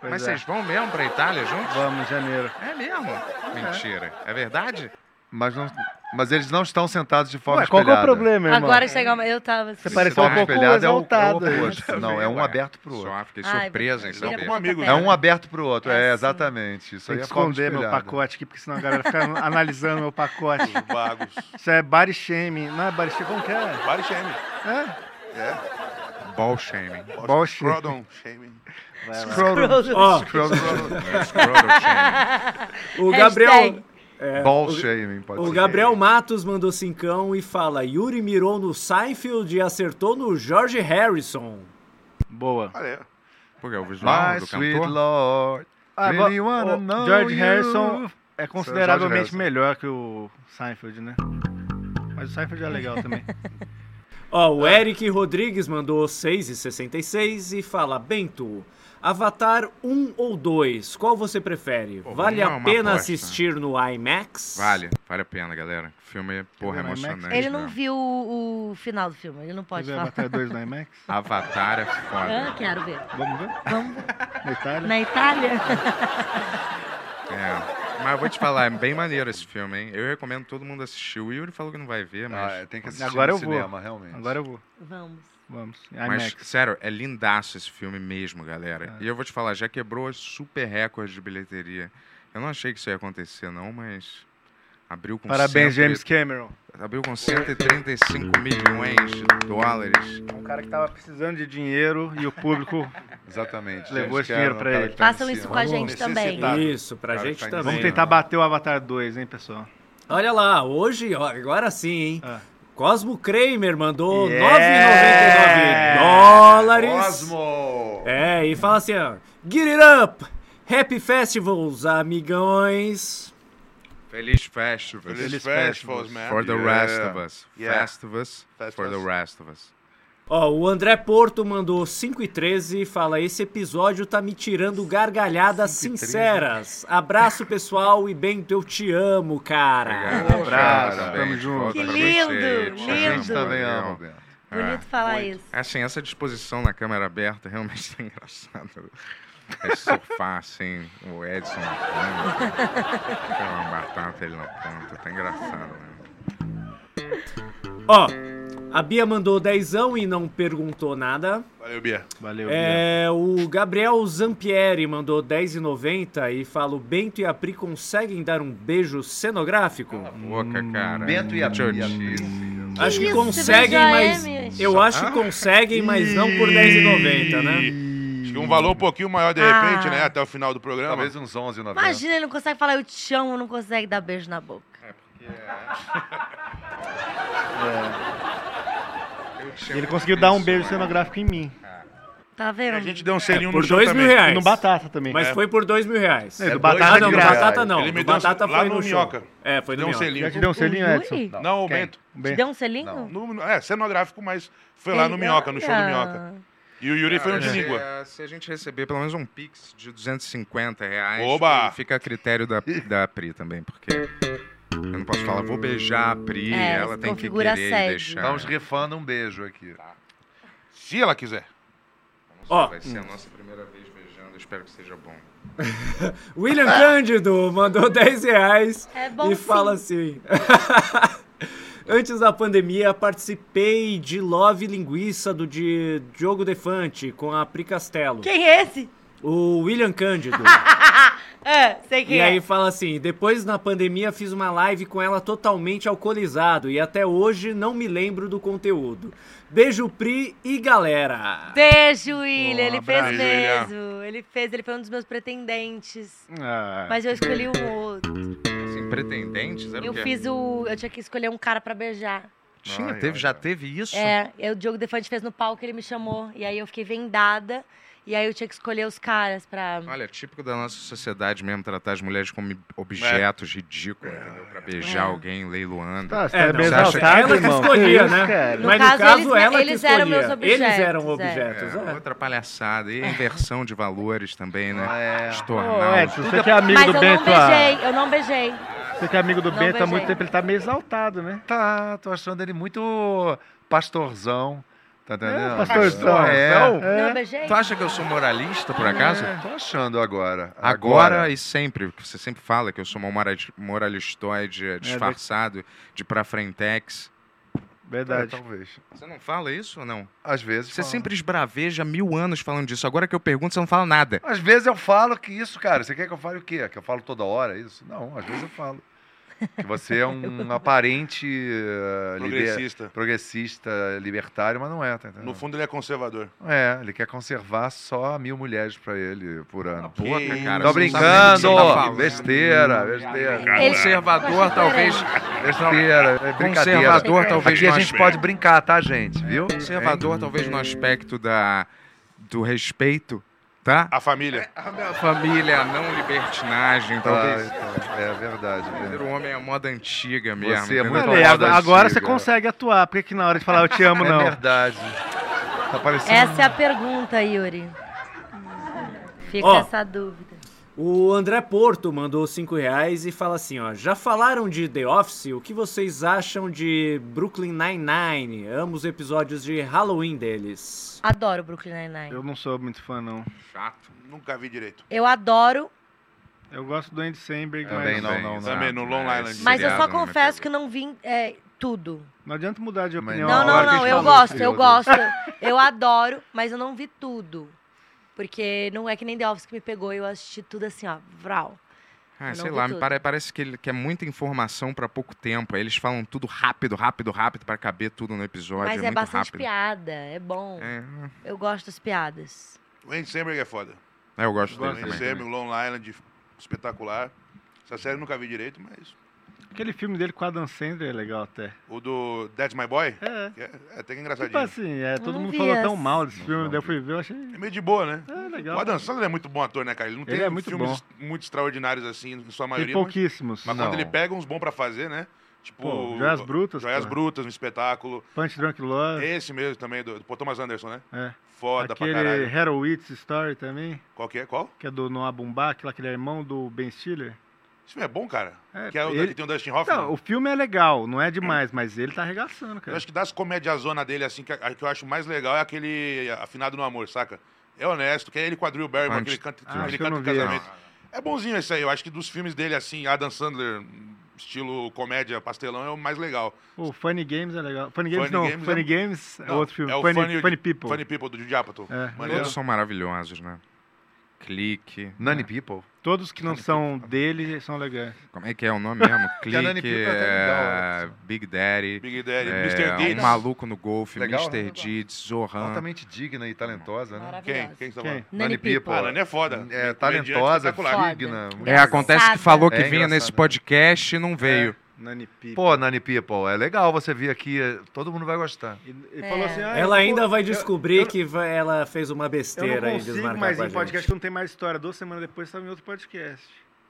B: Pois
A: Mas
B: é.
A: vocês vão mesmo pra Itália juntos?
B: Vamos, janeiro.
A: É mesmo? Mentira. É verdade?
E: Mas, não, mas eles não estão sentados de forma
B: Ué, qual
E: espelhada.
B: que é o problema, irmão?
D: Agora chega uma... Eu tava... assim,
B: Você pareceu um
E: Forma
B: pouco
E: espelhada é o-
B: exaltado.
E: É o, oposto. Não, é um
A: Ué.
E: aberto pro outro.
A: Só fiquei
D: Ai,
A: surpresa em
D: vira
A: saber.
D: ponta
G: então. amigo,
D: perna.
E: É um aberto pro outro,
D: É
E: é,
D: assim.
E: exatamente. Isso
B: Tem
E: aí
B: que
E: é forma
B: esconder meu
E: espelhada.
B: pacote aqui, porque senão a galera fica analisando meu pacote.
G: Os bagos.
B: Isso é body shaming. Não é body shaming, como que é?
G: Body shaming.
B: É?
A: Ball shaming.
B: Ball shaming.
G: Crodon shaming.
B: Scrotum.
H: Ó,
A: Scrotal shaming.
H: o Gabriel.
D: Hashtag.
E: Ball shaming, pode
H: O
E: ser.
H: Gabriel Matos mandou cincão e fala: Yuri mirou no Seinfeld e acertou no George Harrison.
I: Boa.
G: Valeu.
A: Porque é o visual
E: My
A: do
E: sweet
A: cantor?
E: Lord.
B: Agora,
E: Really wanna
B: Ah, é o
E: know
B: George
E: you.
B: Harrison é consideravelmente
E: Harrison.
B: melhor que o Seinfeld, né? Mas o Seinfeld é legal também.
H: Ó, o Eric Rodrigues mandou 6,66 e fala: Bento, Avatar 1 ou 2, qual você prefere?
A: Pô,
H: vale
A: um é
H: a
A: uma
H: pena
A: aposta.
H: assistir no IMAX?
A: Vale, vale a pena, galera. O filme, porra, é
B: vi no IMAX.
A: emocionante.
D: Ele não
A: mesmo.
D: viu o, o final do filme, ele não
B: Quer
D: pode
B: ver
D: falar.
B: Avatar 2 na IMAX?
A: Avatar é foda.
D: Ah, quero ver.
B: Vamos ver?
D: Vamos ver.
B: Na Itália?
D: Na Itália?
A: É. Mas eu vou te falar, é bem maneiro esse filme, hein? Eu recomendo todo mundo assistir. O Yuri falou que não vai ver, mas.
E: Ah, é, tem que assistir
B: Agora
E: no
B: eu vou.
E: cinema, realmente.
B: Agora eu vou.
D: Vamos.
B: Vamos.
A: Mas,
B: IMAX.
A: sério, é lindaço esse filme mesmo, galera. E eu vou te falar, já quebrou super recorde de bilheteria. Eu não achei que isso ia acontecer, não, mas. Abriu com cento
B: Parabéns,
A: e-
B: James Cameron.
A: Abriu com 135 milhões de dólares.
B: Um cara que tava precisando de dinheiro e o público.
A: É.
E: Exatamente.
B: Levou
E: James
B: esse dinheiro
E: Cameron,
B: pra
E: cara
B: ele.
E: que tá em
D: Façam isso
E: cima.
D: com a gente também.
G: necessitar.
H: Isso, pra
E: Cara,
H: gente
E: tá em
H: também.
B: Vamos
E: Sim.
B: tentar bater o Avatar 2, hein, pessoal?
H: Olha lá, hoje, ó, agora sim, hein?
B: Ah.
H: Cosmo Kramer mandou
B: Yeah!
H: 9,99 dólares.
E: Cosmo!
H: É, e fala assim, ó. Get it up! Happy Festivals, amigões!
A: Feliz Festival.
G: Feliz
B: Feliz
G: festivals, man.
A: For the rest of us.
G: Yeah.
A: Festivus for the rest of us.
H: Ó, o André Porto mandou 5 e 13 e fala: Esse episódio tá me tirando gargalhadas sinceras. Abraço, pessoal, e Bento, eu te amo, cara.
A: Obrigado,
B: abraço,
A: parabéns,
B: tamo junto.
A: volta
D: Que
A: pra você,
D: lindo,
A: te
E: A gente
A: amo,
E: também
A: Gabriel.
E: ama, Bento.
F: É,
D: Bonito falar isso.
F: Tá
A: Assim, essa disposição na câmera aberta realmente tá engraçado. É surfar, assim, o Edson na ponta. Tem uma batata ele na ponta. Tá engraçado, né?
H: Ó, a Bia mandou dezão e não perguntou nada.
G: Valeu, Bia.
B: Valeu.
H: É, o Gabriel Zampieri mandou 10,90 e fala: o Bento e a Pri conseguem dar um beijo cenográfico?
A: Boca, cara.
E: Bento e a Bia.
A: Idiotice.
H: Acho que
D: isso, é,
H: conseguem,
D: BGM,
H: mas.
D: gente?
H: Eu acho que conseguem, mas não por R$10,90, né?
F: Acho que um valor um pouquinho maior, de
D: Ah.
F: repente, né? Até o final do programa.
A: um
E: Talvez uns 11,90.
D: Imagina, ele não consegue falar eu te amo, não consegue dar beijo na boca.
B: E ele conseguiu dar um beijo cenográfico em mim.
D: Tá vendo?
F: A gente deu um selinho no
H: É, Por
F: chão
H: dois
F: também.
H: mil reais.
B: E no Batata também.
H: Mas foi por dois mil reais.
B: É, do Batata
H: ah,
B: de
H: não, no
B: graça.
H: Batata não.
F: Ele me
H: no
F: deu um-
H: Batata
F: lá
H: foi
F: no
H: no
F: Minhoca.
H: show. É, foi no
F: Deu um
H: Minhoca.
B: Já
F: selinho.
B: te deu um selinho,
D: Ui, É,
B: Edson?
F: Não, o Bento.
D: Te deu um selinho?
F: No- é, cenográfico, mas foi lá no
D: Ele- Ah.
F: Minhoca, no show do
D: Olha.
F: Minhoca. E o Yuri foi um no de
A: se,
F: língua.
A: eh, se a gente receber pelo menos um pix de 250 reais,
F: Oba!
A: aí fica a critério da, da Pri também, porque eu não posso falar, vou beijar a Pri,
D: É,
A: ela tem que
D: configura
A: querer
D: assédio.
A: e deixar.
E: Estamos rifando um beijo aqui.
F: Se ela quiser.
H: Ó,
A: Vai ser a nossa primeira vez beijando, espero que seja bom.
H: William Cândido mandou 10 reais
D: É bom
H: e
D: sim.
H: fala assim. Antes da pandemia, participei de Love Linguiça do de Diogo Defante com a Pri Castelo.
D: Quem é esse?
H: O William Cândido.
D: Ah, sei quem
H: E aí
D: é.
H: fala assim: depois na pandemia fiz uma live com ela totalmente alcoolizado e até hoje não me lembro do conteúdo. Beijo, Pri e galera.
D: Beijo, William. ele fez
F: abraço. Beijo,
D: mesmo. Ele fez, ele foi um dos meus pretendentes.
F: É.
B: Ah,
D: Mas eu escolhi um outro.
A: Assim, pretendentes, era
D: Eu
A: o quê?
D: fiz o. Eu tinha que escolher um cara pra beijar.
A: Tinha, teve, já teve isso?
D: É, eu, o Diogo Defante fez no palco, ele me chamou. E aí eu fiquei vendada. E aí eu tinha que escolher os caras pra.
A: Olha, típico da nossa sociedade mesmo, tratar as mulheres como objetos ridículos, entendeu? Pra beijar
D: É.
A: alguém, leiloando.
B: tá, você
H: É,
B: tá
H: não,
B: bem
A: você acha que-
B: exaltado,
H: ela que
B: irmão.
H: escolhia,
B: isso,
H: né?
B: cara?
D: No
H: Mas no
D: caso,
H: caso,
D: eles-
H: ela
D: eles
H: que
D: eram
H: escolhia.
D: meus
H: Eles eram
D: objetos, é.
H: objetos.
A: É,
H: é.
A: outra palhaçada. E a inversão de valores também, né?
E: É.
B: Ô,
A: Estornar.
B: Edson, você que é amigo
D: Mas
B: do
D: eu não
B: Bento, ah,
D: beijei, eu não beijei.
B: você que é amigo do
D: Não
B: Bento há muito
D: beijei.
B: tempo, ele tá meio exaltado, né?
E: Tá, tô achando ele muito pastorzão. Tá entendendo?
B: É, pastorzão.
E: É.
D: Não beijei?
A: Tu acha que eu sou moralista,
D: É.
A: por acaso?
E: Tô achando agora.
A: Agora,
B: é
A: e sempre, porque você sempre fala que eu sou uma mora- moralistoide eh, disfarçado de pra frentex.
E: É,
B: Verdade.
E: talvez.
A: Você não fala isso ou não?
E: Às vezes.
A: Você
E: falo.
A: sempre esbraveja há mil anos falando disso. Agora que eu pergunto, você não fala nada.
E: Às vezes eu falo que isso, cara. Você quer que eu fale o quê? Que eu falo toda hora isso? Não, às vezes eu falo. Que você é um aparente eh, liber-
F: Progressista.
E: progressista, libertário, mas não é, tá entendendo?
F: No fundo, ele é conservador.
E: É, ele quer conservar só mil mulheres pra ele por ano.
A: Boa,
F: Que
A: cara.
E: Tô
A: você não sabe
E: brincando!
A: nem o que você tá falando. Hum, é,
E: besteira, é besteira.
D: Ele-
A: Conservador,
D: Ele-
A: talvez.
E: Besteira, é brincadeira.
A: Conservador, talvez.
E: Aqui a
A: no
E: gente
A: aspe-
E: pode brincar, tá, gente? Viu?
A: Conservador, talvez, no aspecto da, do respeito, tá?
F: A família.
A: A minha família, a não libertinagem,
E: Ah,
A: talvez.
E: então, é verdade.
A: Ser
E: né?
A: um homem é moda antiga mesmo.
E: Você é muito
A: entendeu?
B: Olha,
E: moda
B: agora- agora você
E: antiga.
B: consegue atuar, porque que na hora de falar eu te amo,
E: É
B: não.
E: verdade. Tá parecendo.
D: Essa é a pergunta, Yuri. Fica
H: Ó.
D: essa dúvida.
H: O André Porto mandou 5 reais e fala assim, ó. Já falaram de The Office? O que vocês acham de Brooklyn Nine-Nine? Amo os episódios de Halloween deles.
D: Adoro o Brooklyn Nine-Nine.
B: Eu não sou muito fã, não.
A: Chato.
F: Nunca vi direito.
D: Eu adoro,
B: Eu gosto do Andy Samberg,
E: Também
B: mas
E: não, não, não.
F: Também no Long
A: mas
F: Island.
D: mas eu
A: é seriado
D: só
A: não me
D: confesso que
A: pegou.
D: não vi é, tudo.
B: não adianta mudar de
E: Mas
B: opinião.
D: Não, não,
E: agora que a
D: não,
E: gente
D: eu
E: falou
D: gosto,
E: do
D: eu
E: período.
D: gosto. Eu adoro, mas eu não vi tudo. Porque não é que nem The Office que me pegou, eu assisti tudo assim, ó, vral.
A: Ah,
D: Eu não
A: sei
D: vi
A: lá, me
D: tudo.
A: pare- parece que, ele, que é muita informação pra pouco tempo. Aí eles falam tudo rápido, rápido, rápido, pra caber tudo no episódio.
D: Mas
A: é,
D: é
A: muito
D: bastante
A: rápido.
D: piada, é bom.
A: É,
D: Eu gosto das piadas.
F: O Andy Samberg é foda.
A: é, eu gosto
F: O
A: dele
F: Andy
A: também.
F: Samberg, o Long Island, espetacular. Essa série eu nunca vi direito, mas...
B: Aquele filme dele com a Adam Sandler é legal até.
F: O do That's My Boy,
B: É.
F: que é, é até que
B: Tipo
F: engraçadinho.
B: assim, é, todo
D: não
B: mundo
D: vi
B: falou
D: esse.
B: tão mal desse filme, daí eu fui ver, eu achei
F: É meio de boa, né?
B: é, legal.
F: O Adam Sandler é muito bom ator, né, cara? Ele não tem
B: Ele é muito
F: filmes muito extraordinários, assim, em sua
B: Tem
F: maioria. Mas,
B: pouquíssimos.
F: mas
E: Não.
F: quando ele pega uns bons pra fazer, né? Tipo...
B: Pô, Joias Brutas,
F: Joias
B: pô.
F: Brutas, no espetáculo.
B: Punch Drunk Love,
F: Esse mesmo também, do, do Thomas Anderson, né?
B: é.
F: Foda pra
B: aquele
F: caralho.
B: Harrowitz Story também,
F: Qual que é? Qual?
B: que é do Noah Baumbach, lá que ele é irmão do Ben Stiller.
F: Esse filme é bom, cara.
B: É,
F: que é o
B: ele-
F: que tem o Dustin Hoffman.
B: Não, o filme é legal, não é demais, mas ele tá arregaçando,
F: Eu
B: cara.
F: acho que das comédias zona dele, assim, que, a- que eu acho mais legal é aquele Afinado no Amor, saca? É honesto, que é ele com a Drew Barrymore,
A: Punch.
F: aquele canto,
B: Ah, acho
F: aquele
B: que eu
F: canto
B: não
F: de
B: vi,
F: casamento. É bonzinho esse aí, eu acho que dos filmes dele, assim, Adam Sandler, estilo comédia, pastelão, é o mais legal.
B: O Funny Games é legal. Funny Games
F: Funny
B: não,
F: Games
B: Funny
F: é-
B: Games é
F: Não,
B: outro filme.
F: é o
B: funny, funny, People.
F: Funny People, do Judy Apatow.
B: É.
F: Maneiro.
A: Todos são maravilhosos, né? Clique.
E: Nanny People.
B: Todos que não são dele são legais.
A: Como é que é o nome mesmo?
E: Canani
A: Clique,
E: Pipa é até legal,
A: é, Big Daddy,
F: Big Daddy,
A: é,
F: Mr. Deeds.
A: um maluco no golfe,
E: Legal,
A: Mr.
E: né?
A: Deeds, Zohan.
E: Altamente digna e talentosa, né?
F: Quem?
D: Maravilhosa.
F: Quem que tá
B: Quem?
F: falando?
D: Nani
E: Nani
D: Pipo.
E: Pipo.
F: Ah, Nani é foda.
E: É
F: Comediante
E: talentosa,
F: espetacular.
E: digna.
D: Foda.
A: É, acontece que
D: Engraçada.
A: falou que
E: É
A: vinha nesse
E: engraçado, né?
A: podcast e não veio.
B: Nani Pipa.
E: Pô, Nani People, é legal você vir aqui, é- todo mundo vai gostar.
B: E, e falou assim, ah, eu
H: é. Ela
B: não
H: ainda
B: vou-
H: vai
B: eu-
H: descobrir
B: eu-
H: que vai- ela fez uma
B: Eu
H: besteira
B: não
H: aí
B: consigo
H: desmarcar
B: mais
H: com a
B: em
H: gente.
B: podcast que não tem mais história. Duas semanas depois estava em outro podcast.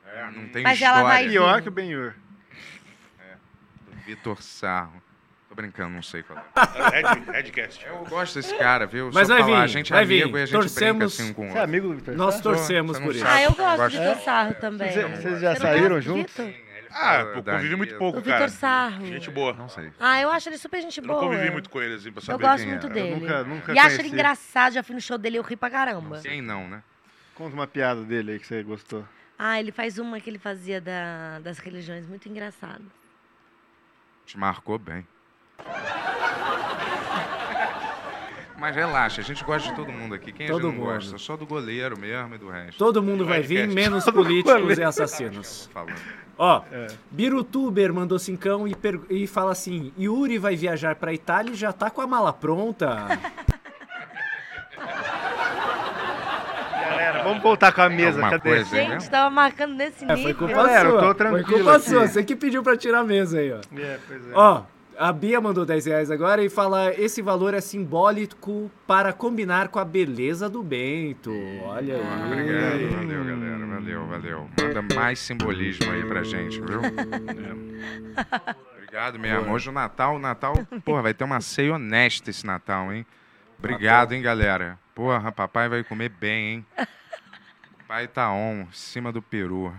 A: É, não tem
D: Mas ela
A: história.
D: vai vir.
B: Pior que o Benhur.
A: Vitor Sarro. Tô brincando, não sei qual é.
F: Red-
B: É,
F: Redcast.
A: Eu gosto desse cara, viu?
H: Mas
A: Só
H: vai
A: falar,
H: vir,
A: a gente é
H: vai
A: amigo
H: vir.
A: e a gente brinca
H: Torcemos-
A: assim um com o
B: Você é
A: outro.
B: amigo do Vitor?
H: Nós
B: Sarro?
H: torcemos
A: Você não
H: por isso.
A: sabe.
D: Ah, eu gosto
A: Gosto.
D: de Vitor Sarro também.
B: Vocês vocês
D: Você
B: já
D: não
B: saíram
D: gosta do
B: juntos?
D: Vitor?
F: Ah, pô, convivi muito pouco,
D: O
F: cara.
D: Vitor Sarro.
F: Gente boa.
E: Não sei.
D: Ah, eu acho ele super gente
F: Eu
D: boa.
F: não convivi muito com ele, assim, pra
D: Eu
F: saber
D: gosto
F: quem
D: muito
F: era.
D: dele.
B: Eu nunca, nunca
D: E acho ele
B: conheci.
D: engraçado, já fui no show dele, eu ri pra caramba.
A: Quem não, né?
B: Conta uma piada dele aí que você gostou.
D: Ah, ele faz uma que ele fazia da- das religiões, muito engraçado.
A: Te marcou bem. Mas relaxa, a gente gosta de todo mundo aqui. Quem a gente
H: Todo
A: não
H: mundo.
A: gosta? Só do goleiro mesmo e do resto.
H: Todo mundo vai vir, menos políticos e assassinos.
A: Falando.
H: Ó,
B: É.
H: Birutuber mandou cincão e, per- e fala assim: Yuri vai viajar pra Itália e já tá com a mala pronta.
B: Galera, vamos voltar com a mesa.
A: alguma
B: Cadê?
A: coisa? Tem
D: Gente,
A: mesmo?
D: tava marcando nesse
H: É,
D: nível.
H: foi culpa
B: Galera, eu
H: sua.
B: tô
H: Foi
B: tranquilo
H: culpa
B: aqui.
H: sua, você que pediu pra tirar a mesa aí, ó.
B: É, pois é.
H: Ó, a Bia mandou 10 reais agora e fala: esse valor é simbólico para combinar com a beleza do Bento.
B: É.
H: Olha aí.
A: Obrigado, valeu, galera. Valeu, valeu. Manda mais simbolismo aí pra gente, viu? É. Obrigado mesmo. Hoje o Natal, o Natal, porra, vai ter uma ceia honesta esse Natal, hein? Obrigado, hein, galera. Porra, papai vai comer bem, hein? O pai tá on, em cima do peru.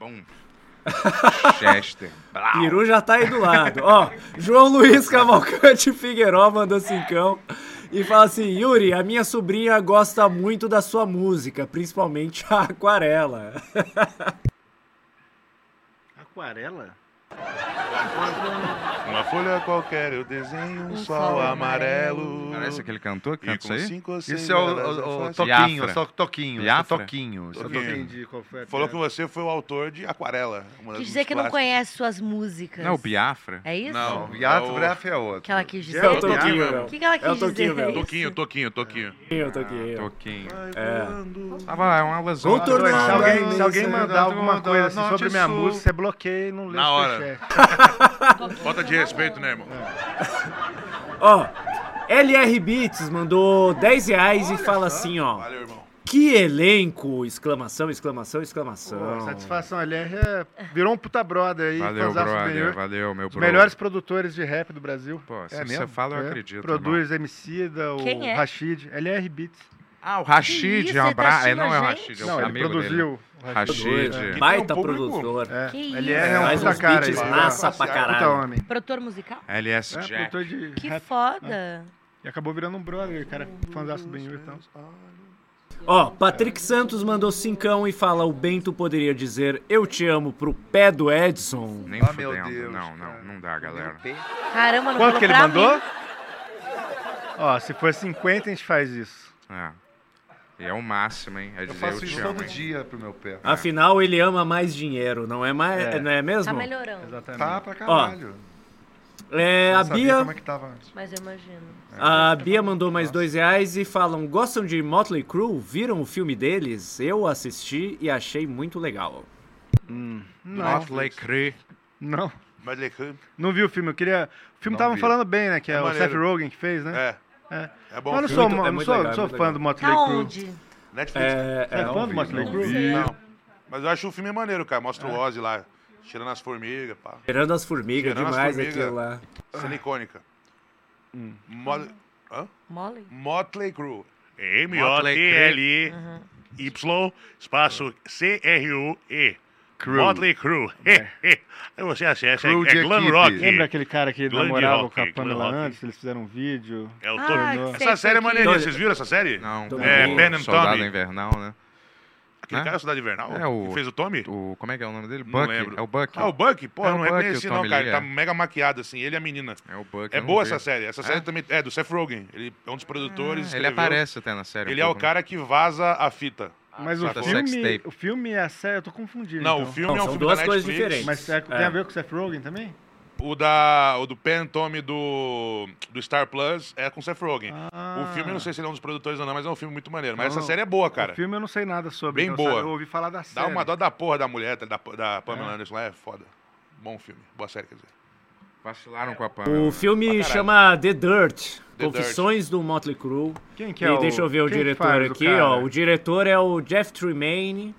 A: Bom. Chester. Blau.
H: Peru já tá aí do lado. Ó, João Luiz Cavalcante Figueiró mandou cincão e fala assim: Yuri, a minha sobrinha gosta muito da sua música, principalmente a aquarela.
B: Aquarela?
F: Uma folha qualquer, eu desenho um,
D: Um
F: sol,
D: sol
F: amarelo.
A: Parece aquele cantor que
F: E
A: canta
F: com
A: isso aí?
F: cinco ou seis
E: Isso é o,
F: horas eu
E: o- o
F: faço-
E: Toquinho,
A: Biafra.
E: só Toquinho, isso é
A: Biafra?
E: Toquinho. isso é
F: Toquinho.
E: Toquinho.
B: Entendi qual foi a
F: Falou que é.
B: piada.
F: você foi o autor de Aquarela. uma das
D: Quis dizer
F: dos
D: que não
F: clássicos.
D: conhece suas músicas.
A: Não, o Biafra.
D: É isso?
F: Não.
E: O Biafra Biafra é
D: O
E: outro.
D: que ela quis dizer?
B: É
H: o
D: O
B: Toquinho,
H: meu.
D: que, que ela
H: É o
D: quis dizer?
H: Toquinho, meu.
D: isso?
F: Toquinho, Toquinho, Toquinho.
H: Eu
B: Ah,
H: toquei. eu.
A: Toquinho.
F: É.
A: Tava lá, é uma lesão.
H: Contornando.
B: Se alguém, se alguém
H: Isso,
B: mandar
E: Eduardo,
B: alguma coisa assim
E: Norte
B: sobre
E: e
B: minha
E: Sul.
B: música, você bloqueia e não lê
F: Na
B: o
F: hora.
B: superchat.
F: Falta de respeito, né, irmão?
H: Ó, LR Beats mandou 10 reais e fala assim: ó,
F: Valeu, irmão.
H: que elenco! Exclamação, exclamação, exclamação.
B: Pô, Satisfação, LR é... virou um puta brother aí.
A: Valeu,
B: fãzaço do
A: brother.
B: Benhur.
A: Valeu, meu
B: Os
A: brother.
B: melhores produtores de rap do Brasil.
A: Pô, se
E: É
A: você
E: mesmo?
A: fala, eu
B: É.
A: acredito. irmão.
B: Produz MC da o
D: Quem é?
B: Rashid, LR Beats.
A: Ah, o Rashid
D: isso,
A: é um
D: ele tá
A: abraço.
D: assistindo
A: É, não é o
D: a
A: Rashid,
D: gente?
A: é o
B: Não, ele
A: amigo dele.
B: produziu. o
A: Rashid.
B: É.
H: Baita
F: tem um público.
H: produtor.
B: É.
D: Que
B: LR é um
D: isso.
H: Faz
B: puta
H: uns
B: cara.
H: beats
B: aí. Então,
H: massa pra
B: Puta
H: caralho.
B: homem.
D: Produtor musical?
A: LS
B: É,
A: Jack.
B: produtor de
D: Que
B: rap.
D: foda.
B: E acabou virando um brother, cara. Fãzaço então. do Benhur e tal.
H: Ó, Patrick Santos mandou cincão e fala: o Bento poderia dizer eu te amo pro pé do Edson.
A: Nem
E: Ah, meu
A: fudendo.
E: Deus,
A: não, não, não dá, galera.
D: Caramba,
B: Quanto
D: não falou
B: que ele
D: pra
B: mandou?
D: mim.
B: Ó, se for 50, a gente faz isso.
A: É. E é o máximo, hein? É
E: Eu
A: dizer eu,
E: faço
A: te
E: isso
A: amo.
E: todo dia pro meu pé.
H: Afinal, ele ama mais dinheiro, não é, mais,
B: É.
H: Não é mesmo?
D: Tá melhorando.
E: Tá pra caralho.
H: É, a
E: Não sabia
H: Bia,
E: como é que tava antes.
D: Mas eu imagino.
H: a Bia mandou mais dois reais e falam: gostam de Motley Crue? Viram o filme deles? Eu assisti e achei muito legal.
A: Not like Cree.
B: Não.
F: Mas Lecan-
B: Não vi o filme, eu queria. O filme
E: Não
B: tava
E: vi.
B: falando bem, né? Que é,
F: É
B: o
F: maneiro.
B: Seth Rogen que fez, né?
F: É. É bom.
B: Mas eu não
F: filme.
B: sou,
H: muito-
B: mo-
H: é
B: não
H: muito
B: sou,
H: legal, é
B: sou
H: muito
B: fã
H: legal.
B: do Motley
D: Tá
B: Crue.
D: onde?
F: Netflix.
H: É,
B: Você é fã do Motley Crue?
F: Não. Mas eu acho o filme maneiro, cara. Mostra o Ozzy lá, tirando as formigas, pá.
H: Cheirando as formigas,
F: Cheirando as
H: demais
F: formigas.
H: aquilo lá.
F: Cena icônica. Mo- Hã?
D: Mole?
F: Motley Crue.
A: M-O-T-L-E,
F: Y, espaço C-R-U-E.
B: Motley
F: Crue.
A: É.
F: assim, Aí você acessa,
E: é- Crew é de glam equipe. rock.
B: Lembra aquele cara que
F: Glenn
B: namorava
F: Rock,
B: com a Pamela
F: Glenn Rock.
B: antes? Eles fizeram um vídeo.
F: É o
D: Ah,
F: Tony.
D: sei
F: Essa
D: qual
F: série é
D: que-
F: maneirinha. Vocês viram essa série?
A: Não,
F: É,
A: o
F: Ben and
A: Soldado
F: Tommy.
A: Invernal, né?
F: Aquele
A: Hã?
F: cara da Cidade Invernal?
A: É o-
F: Que fez o Tommy?
A: O, como é que é o nome dele?
F: Não
A: Buck.
F: lembro.
A: É o Buck.
F: Ah, o Buck? Pô,
A: É
F: eu
A: o
F: não
A: Buck,
F: reconheci
A: o
F: não,
A: Tommy
F: cara.
A: Lee,
F: Ele tá
A: é.
F: mega maquiado, assim. Ele e a menina.
A: É o Buck.
F: É
A: eu não
F: boa
A: vi.
F: essa série. Essa série também é do Seth Rogen. Ele é um dos produtores.
A: Ah, Ele
F: escreveu.
A: aparece até na série. um
F: Ele é o
A: pouco, né?
F: cara que vaza a fita.
B: Mas o
A: tá bom. Sex
B: filme,
A: tape.
B: o filme e a série, eu tô confundindo.
F: Não,
B: então.
F: o filme é um
H: São
F: filme
H: duas
F: da
H: coisas
F: Netflix.
H: diferentes.
B: Mas é- tem
H: É.
B: a ver com o Seth Rogen também?
F: O da o do Pen Tommy do do Star Plus é com Seth Rogen.
B: Ah.
F: O filme eu não sei se ele é um dos produtores ou não, mas é um filme muito maneiro. Mas
B: Não.
F: essa série é boa, cara.
B: O filme eu não sei nada sobre.
F: Bem
B: então,
F: boa.
B: sabe? Eu ouvi falar da série.
F: Dá uma dó da porra da mulher, da, da Pamela Anderson lá, é foda. Bom filme, boa série, quer dizer.
A: Vacilaram com a Pamela.
H: O filme chama The Dirt.
F: The
H: Confissões do Motley Crue.
B: Quem que
H: E
B: é o...
H: deixa eu ver o
B: quem que
H: diretor
B: faz o
H: aqui,
B: cara?
H: ó. O diretor é o Jeff Tremaine.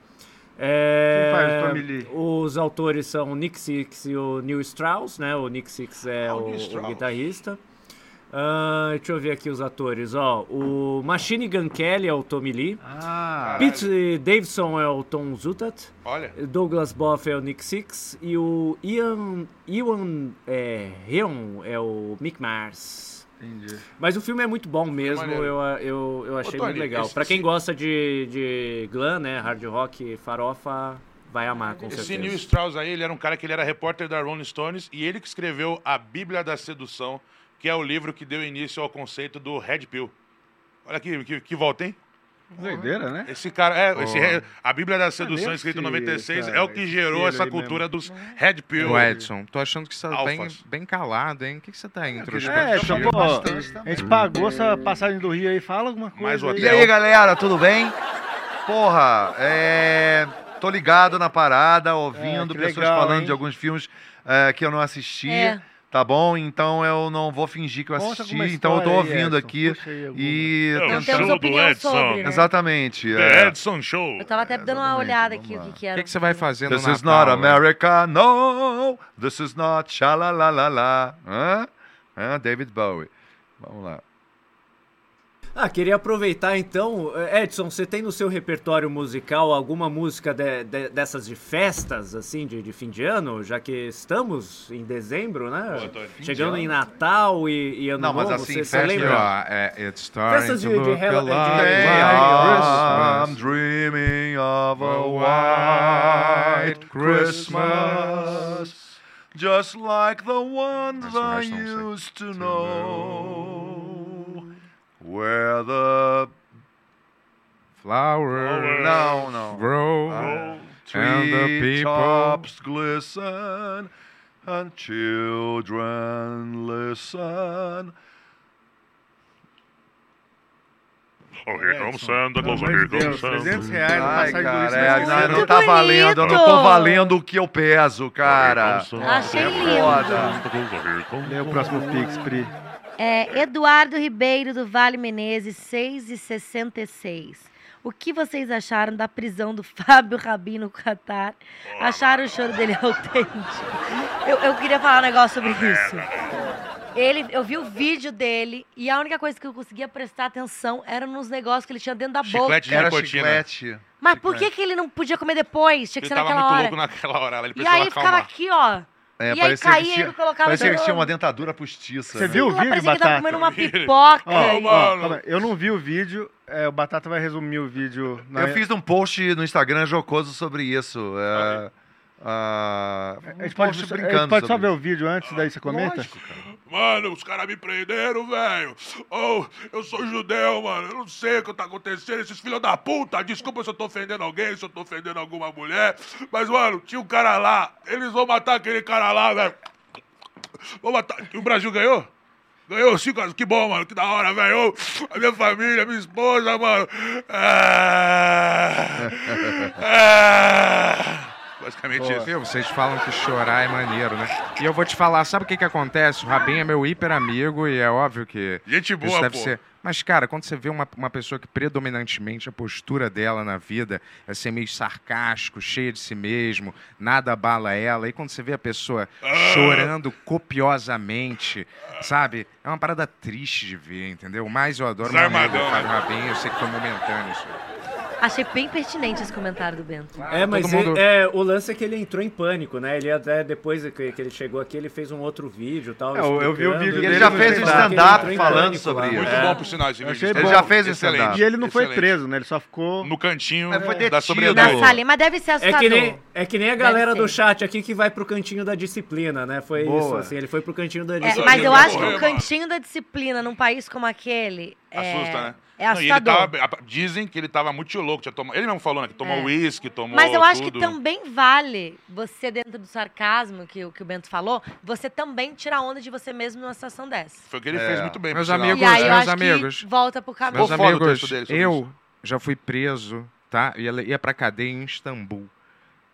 H: É,
B: Quem faz o Tommy Lee?
H: Os autores são o Nick Six e o Neil Strauss, né? O Nick Six é
F: Ah, o
H: o,
F: Neil
H: o
F: Strauss.
H: guitarrista. Ah, deixa eu ver aqui os atores, ó. O Machine Gun Kelly é o Tommy Lee.
B: Ah,
H: Pete Davidson é o Tom Zutat.
F: Olha,
H: Douglas Boff é o Nick Six. E o Ian, Ian é, Heon é o Mick Mars.
B: entendi.
H: Mas o filme é muito bom mesmo,
F: maneiro.
H: eu, eu, eu achei
F: Tony,
H: muito legal.
F: esse-
H: Pra quem
F: esse-
H: gosta de, de glam, né, hard rock, farofa, vai amar, com
F: esse Neil
H: certeza.
F: Strauss aí, ele era um cara que ele era repórter da Rolling Stones e ele que escreveu A Bíblia da Sedução, que é o livro que deu início ao conceito do Red Pill. Olha que, que, que volta, hein?
B: Doideira, né?
F: Esse cara, é, esse re- a Bíblia da Sedução,
B: Cadê
F: escrita em
B: esse É
F: 96,
B: cara,
F: é o que
B: esse
F: gerou
B: filho
F: essa
B: aí mesmo? é?
F: cultura dos Red Pill.
E: é,
A: Ô, Edson, tô achando que você tá bem,
F: Alphas.
A: bem calado, hein? O que, que você tá
B: É,
A: introspectivo?
B: então, pô, a gente pagou essa passagem do Rio aí, fala alguma coisa.
F: Mais o
B: aí.
E: E aí, galera, tudo bem? Porra, é... Tô ligado na parada, ouvindo
B: É, que
E: pessoas
B: legal,
E: falando
B: hein?
E: de alguns filmes é, que eu não assisti,
D: É.
E: tá bom? Então eu não vou fingir que eu
B: Conta
E: assisti,
B: alguma
E: então eu tô
B: história aí,
E: ouvindo
B: Edson.
E: aqui
B: Puxa aí alguma.
E: e...
F: É,
D: Não
F: o
E: tentando-
D: temos
F: show do
D: opinião
F: Edson.
D: sobre, né?
E: Exatamente.
F: The
E: é.
F: Edson Show.
D: Eu tava até dando uma
E: Exatamente,
D: olhada
E: vamos
D: aqui o
E: lá.
D: que, que era.
A: O que, que você vai fazer
E: This
A: no
E: is not
A: Natal, né?
E: America, no! This is not xalalalala. Hã? Hã? David Bowie. Vamos lá.
H: Ah, queria aproveitar então, eh, Edson, você tem no seu repertório musical alguma música de- de- dessas de festas, assim, de, de fim de ano? Já que estamos em dezembro, né?
F: Pô, Tony, fim de
H: Chegando em Natal e, e ano
E: Não, mas
H: novo,
E: assim,
H: você, você
E: festa,
H: lembra?
A: Ó, é, it's starting
H: Festas de-
A: to
H: de
A: look
H: Hela- de-
A: like
H: de-
A: Christmas.
E: I'm dreaming of a
A: A
E: white
A: white
E: Christmas, just like the one
A: That's
E: I
A: nice, don't say.
E: used to know, where the
A: Flowers
E: no no
A: grow.
E: Ah.
A: And the
E: tree
A: people-
E: tops glisten and children listen.
F: Oh, here comes Santa Claus,
B: Pelo amor de Deus, 300 reais na
E: Ai,
B: passagem do
E: cara,
B: Rio.
E: é,
B: mas
E: não,
D: Muito
E: não tá
D: bonito.
E: valendo, eu não tô valendo o que eu peso, cara. É
D: Achei lindo.
E: Foda.
B: Lê o próximo Pix, Pri.
D: É, Eduardo Ribeiro do Vale Menezes, 6 e 66. O que vocês acharam da prisão do Fábio Rabino no Catar? Acharam o choro dele autêntico? Eu, eu queria falar um negócio sobre isso. Ele, eu vi o vídeo dele e a única coisa que eu conseguia prestar atenção era nos negócios que ele tinha dentro da boca.
F: Chiclete de
E: Era
F: nicotina.
A: né?
E: chiclete.
D: Mas por que, que ele não podia comer depois? Tinha que
F: Ele
D: ser
F: tava
D: naquela
F: muito
D: hora.
F: louco naquela hora, ele
D: E
F: precisava
D: aí ficava
F: acalmar.
D: aqui, ó.
E: É,
D: e aí
E: parecia que
D: caía e
E: tinha-
D: ele colocava
E: Parecia que
D: no-
E: tinha uma dentadura postiça.
B: Você
E: né?
B: viu o
D: Aquilo lá
B: vídeo,
D: Parecia que ele tava
B: Batata?
D: comendo uma
F: Vi.
D: pipoca.
B: Ó,
F: Ô,
B: ó,
F: mano.
B: calma aí, eu não vi o vídeo, é, o Batata vai resumir o vídeo. né? na-
E: Eu fiz um post no Instagram jocoso sobre isso. É, ah,
B: A
E: um
B: gente pode,
E: post
B: só-
E: brincando.
B: a gente pode só
E: sobre
B: ver o vídeo antes, daí você comenta?
F: Mano, os caras me prenderam, velho. Oh, eu sou judeu, mano. Eu não sei o que tá acontecendo. Esses filhos da puta. Desculpa se eu tô ofendendo alguém, se eu tô ofendendo alguma mulher. Mas, mano, tinha um cara lá. Eles vão matar aquele cara lá, velho. Vão matar. E O Brasil ganhou? Ganhou cinco a- Que bom, mano. Que da hora, velho. Ô, A minha família, a minha esposa, mano. É... É... Basicamente isso.
A: Meu, vocês falam que chorar é maneiro, né? E eu vou te falar, sabe o que que acontece? O Rabin é meu hiper amigo e é óbvio que
F: Gente
A: isso
F: boa,
A: deve
F: pô.
A: ser... Mas, cara, quando você vê uma, uma pessoa que predominantemente a postura dela na vida é ser meio sarcástico, cheia de si mesmo, nada abala ela, e quando você vê a pessoa
F: Ah!
A: chorando copiosamente, sabe? É uma parada triste de ver, entendeu? Mas eu adoro meu amigo,
F: Desarmadão, né?
A: o Fábio Rabin, eu sei que foi momentâneo isso.
D: Achei bem pertinente esse comentário do Bento.
H: É, mas
A: Todo mundo-
H: ele- é, o lance é que ele entrou em pânico, né? Ele até depois que, que ele chegou aqui, ele fez um outro vídeo e tal.
B: É, eu- eu vi o
H: explicando.
B: vídeo
E: Ele dele já no fez um
H: Ele
E: stand-up
H: entrou em
E: falando
H: pânico
E: sobre
H: lá.
E: isso.
F: Muito
H: É.
F: bom, por sinal, esse vídeo.
B: Achei
E: Ele
B: bom.
E: já fez o
F: Excelente.
A: Tá.
E: stand-up.
B: E ele não foi
F: Excelente.
B: preso, né? Ele só ficou...
F: No cantinho
E: Mas foi
F: da
E: detido.
F: sobriedade.
D: Na salinha, mas deve ser
H: É
D: assustador.
H: que, nem, é que nem a galera
D: Deve
H: do
D: ser.
H: chat aqui que vai pro cantinho da disciplina, né? Foi
E: Boa.
H: isso, assim, ele foi pro cantinho da
D: É,
H: disciplina.
D: mas eu
F: Morrer,
D: acho que o
F: mano.
D: cantinho da disciplina num país como aquele
G: Assusta, né?
D: É
G: Não, e ele
D: assustador.
G: tava- dizem que ele tava muito louco. Tinha tomado, ele mesmo falou, né? Que tomou
D: É.
G: uísque, tomou.
D: Mas eu acho que
G: tudo.
D: também vale você, dentro do sarcasmo que, o- que o Bento falou, você também tirar onda de você mesmo numa situação dessa.
G: Foi o que ele fez muito bem.
A: Meus
G: por sinal.
A: amigos,
D: e aí eu
A: meus
D: acho
A: amigos.
D: que volta pro caminho.
A: Meus
G: Ficou foda o
A: amigos,
G: texto dele sobre
A: eu já fui preso, tá? Ia, ia pra cadeia em Istambul.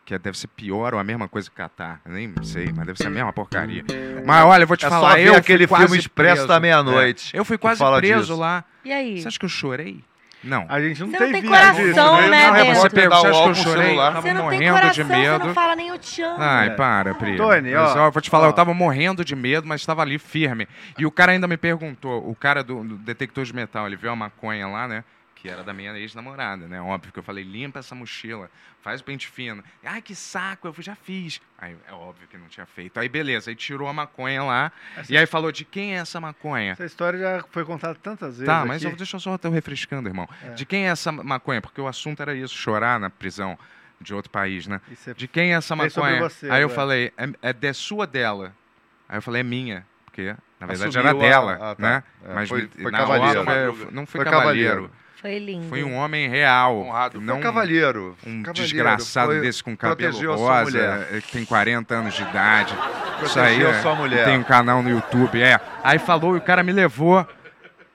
A: Que deve ser pior ou a mesma coisa que Catar. Nem sei, mas deve ser a mesma porcaria. Mas olha, eu vou te
E: É só
A: falar,
E: ver
A: eu fui
E: aquele
A: quase
E: filme Expresso
A: preso.
E: da meia-noite
A: É. Eu fui
E: que
A: quase
E: fala
A: preso
E: disso.
A: lá.
D: E aí?
A: Você acha que eu chorei? Não.
B: A gente não
D: Você não
B: tem
D: tem
B: vídeo
D: coração,
B: disso,
D: Então,
G: Não,
D: né,
G: não, é
D: Bento?
G: você pegar
A: Você
G: o
A: acha que eu
G: álcool
A: chorei?
G: celular.
A: Tava
D: Você não tem
A: morrendo
D: coração,
A: de
D: você
A: medo. Ah,
D: não fala nem eu te amo.
A: Ai, para, Pri.
B: É. Tony,
A: Mas,
B: ó,
A: eu vou te falar,
B: ó.
A: eu tava morrendo de medo, mas tava ali firme. E o cara ainda me perguntou, o cara do, do detector de metal, ele viu a maconha lá, né? Que era da minha ex-namorada, né? Óbvio que eu falei, limpa essa mochila, faz o pente fino. Ai, que saco, eu já fiz. Aí, é óbvio que não tinha feito. Aí, beleza, aí tirou a maconha lá, e aí falou, de quem é essa maconha?
B: Essa história já foi contada tantas vezes.
A: Tá, mas eu,
B: aqui.
A: deixa eu só até refrescando, irmão. De quem é essa maconha? Porque o assunto era isso, chorar na prisão de outro país, né?
B: E você-
A: De quem é essa
B: Fez sobre
A: maconha?
B: você,
A: aí eu
B: né?
A: falei, é, é de sua dela. Aí eu falei, é minha. Porque, na verdade,
E: Assumiu
A: era
E: a-
A: dela,
E: ah, tá.
A: né?
E: É,
A: Mas
E: foi-
A: me-
E: foi
A: na
E: cavalheiro.
A: hora, eu f- não fui
E: Foi
A: cavalheiro.
E: cavalheiro.
D: Foi lindo.
A: Foi um homem real.
G: Honrado. Foi
A: Não
E: Foi cavalheiro.
A: um
E: cavalheiro,
A: desgraçado
E: foi-
A: desse com cabelo
E: protegeu a sua
A: rosa,
E: mulher.
A: eh, que tem 40 anos de idade. Isso aí,
E: Protegeu
A: é,
E: sua mulher.
A: tem um canal no YouTube, é. Aí falou e o cara me levou,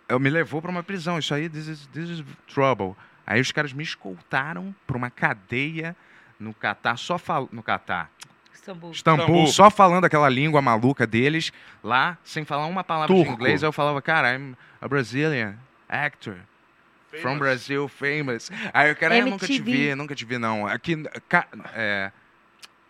A: eu me levou pra uma prisão. Isso aí, this is, this is trouble. Aí os caras me escoltaram pra uma cadeia no Catar, só fal... no Catar,
D: Istambul.
A: Istambul,
G: Istambul.
A: só falando aquela língua maluca deles lá, sem falar uma palavra de
E: Turco.
A: inglês. Aí eu falava, cara, I'm a Brazilian actor. From Brazil, famous. Aí o cara, eu nunca te
D: MTV.
A: vi, nunca te vi, não. Aqui, ca- é,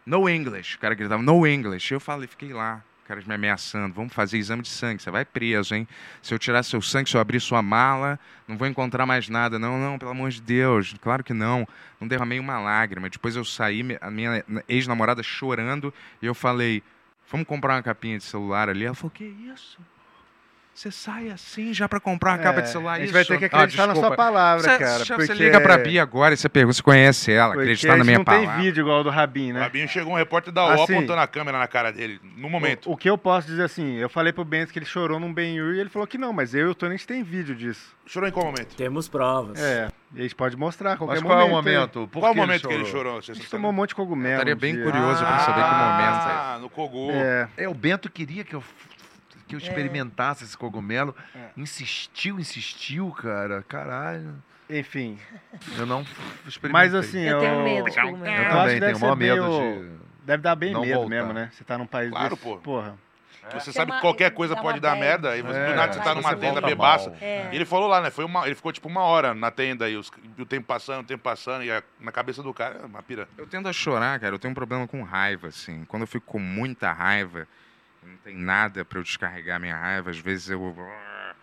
A: no English, o cara gritava, no English. Eu falei, fiquei lá, caras me ameaçando, vamos fazer exame de sangue, você vai preso, hein? Se eu tirar seu sangue, se eu abrir sua mala, não vou encontrar mais nada. Não, não, pelo amor de Deus, claro que não. Não derramei uma lágrima. Depois eu saí, me- a minha ex-namorada chorando, e eu falei, vamos comprar uma capinha de celular ali? Ela falou, que isso? Você sai assim já pra comprar uma capa de celular?
B: É, A gente
A: isso?
B: vai ter que
A: Ah,
B: acreditar na sua
A: desculpa.
B: palavra,
A: Você-
B: cara.
A: você
B: porque...
A: liga pra Bia agora e você pergunta se conhece ela,
B: porque
A: acreditar na
B: a gente
A: minha
B: não tem
A: palavra.
B: vídeo igual ao do Rabin, né?
G: Rabinho chegou um repórter da UOL
B: Assim.
G: apontando a câmera na cara dele, no momento.
B: O, o que eu posso dizer assim, eu falei pro Bento que ele chorou num ben e ele falou que não, mas eu e o Tony a gente tem vídeo disso.
G: Chorou em qual momento?
H: Temos provas.
B: É, e a gente pode mostrar a qualquer
E: Mas qual é o
B: momento. hein?
E: momento? Por
G: qual
E: que
G: o momento que ele chorou?
B: A
G: Vocês
B: gente
G: sabem?
B: tomou um monte de cogumelo.
A: Eu estaria
B: um
A: bem
B: dia.
A: curioso pra saber que momento é
G: Ah, no Cogu.
B: É,
E: É, o Bento queria que eu, que eu experimentasse esse cogumelo.
B: É.
E: Insistiu, insistiu, cara. Caralho.
B: enfim.
E: Eu não experimentei.
B: Mas assim,
D: Eu tenho medo de
B: Eu
D: cogumelo.
E: Eu
B: acho que deve
E: também tenho o maior
B: ser
E: medo
B: meio-
E: de...
B: Deve dar bem
E: Não
B: medo
E: voltar.
B: mesmo, né? Você tá num país
G: Claro,
B: desse.
G: pô.
B: Porra.
G: Você
D: É.
G: sabe que
D: Dá
G: qualquer
D: uma-
G: coisa
D: dá
G: pode
D: uma
G: dar
D: bad.
G: merda. Aí você,
E: É,
G: do nada você tá
D: aí
G: numa
D: você
G: tenda
D: volta
G: bebaça.
E: mal.
D: É.
G: E ele falou lá, né? Foi uma, ele ficou tipo uma hora na tenda e, os- e o tempo passando, o tempo passando, e a- na cabeça do cara, é uma pira.
A: Eu tendo a chorar, cara, eu tenho um problema com raiva, assim. Quando eu fico com muita raiva, não tem nada pra eu descarregar minha raiva, às vezes eu. ah,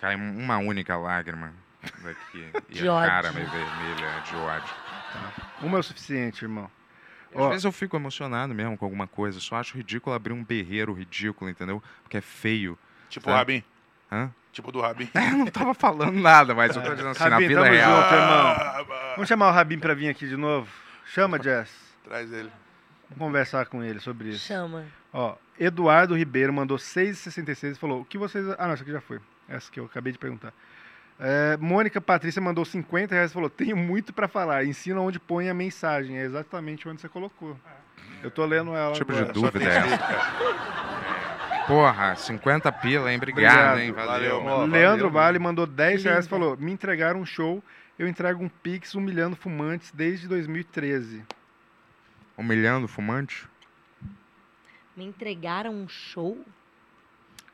A: Cai um, uma única lágrima daqui.
D: De
A: e a cara
D: ódio.
A: meio vermelha de ódio.
B: Uma é o suficiente, irmão.
A: Às
B: Ó.
A: vezes eu fico emocionado mesmo com alguma coisa, só acho ridículo abrir um berreiro ridículo, entendeu? Porque é feio.
G: Tipo
A: Tá.
G: o Rabin.
A: Hã?
G: Tipo do Rabin.
A: É, Eu não tava falando nada, mas eu tô dizendo assim, na
B: Rabin,
A: vida
B: tamo
A: real.
B: junto, irmão.
G: Ah, bah.
B: Vamos chamar o Rabin pra vir aqui de novo? Chama, Jess.
G: Traz ele.
B: Vamos conversar com ele sobre isso.
D: Chama.
B: Ó, Eduardo Ribeiro mandou 6,66 e falou: O que vocês. Ah, não, essa aqui já foi. Essa que eu acabei de perguntar. É, Mônica Patrícia mandou 50 reais e falou: Tenho muito pra falar, ensina onde põe a mensagem. É exatamente onde você colocou.
E: É.
B: Eu tô lendo ela.
A: Tipo de
B: agora.
A: Du- Dúvida é essa.
G: cara.
A: Porra, 50 pila, hein?
B: Obrigado.
A: Obrigado, hein? Valeu.
G: Valeu,
A: mano.
E: Ó, valeu,
B: Leandro
E: mano.
B: Vale mandou 10 reais e
D: Lindo.
B: falou: Me entregaram um show, eu entrego um Pix humilhando fumantes desde 2013.
A: Humilhando o fumante?
D: Me entregaram um show?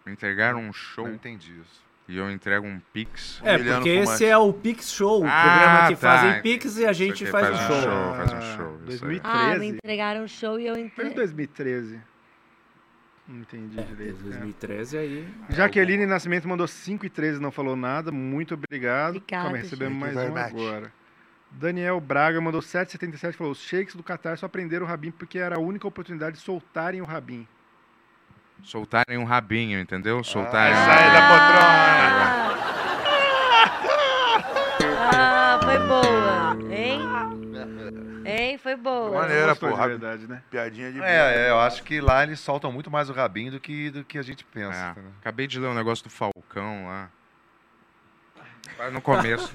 A: Me entregaram um show
E: Não entendi isso.
A: e eu entrego um pix.
H: É,
G: Humilhando
H: porque
G: fumante.
H: esse é o Pix Show, o
A: Ah,
H: programa que
A: tá.
H: fazem Pix e a
A: Isso
H: gente
A: aqui
H: faz,
A: faz
H: o
A: um
H: show.
A: show. faz um show, isso aí.
B: 2013?
D: Ah, me entregaram um show e eu
E: É.
B: Foi de
D: entrei.
B: 2013. Não entendi direito. né?
H: 2013 aí.
B: Jaqueline Nascimento mandou 5 e 13, não falou nada. Muito obrigado.
D: Obrigada,
B: Calma, aí, recebemos
G: gente.
B: mais
G: Thank
B: um
G: you very much.
B: agora. Daniel Braga mandou 7,77 falou: os shakes do Qatar só prenderam o Rabin porque era a única oportunidade de soltarem o Rabin.
A: Soltarem um rabinho, entendeu?
D: é.
A: Soltarem. um
G: Sai da
A: rabinho.
G: poltrona.
D: Ah, Ah, foi boa. Hein? Hein? Foi boa.
G: Maneiro. Maneira,
B: Gostou de
G: porra.
B: verdade, né?
G: Piadinha de merda.
E: É, é, eu acho que lá eles soltam muito mais o rabinho do que, do que a gente pensa.
A: É,
E: entendeu?
A: Acabei de ler um negócio do Falcão lá. Vai no começo.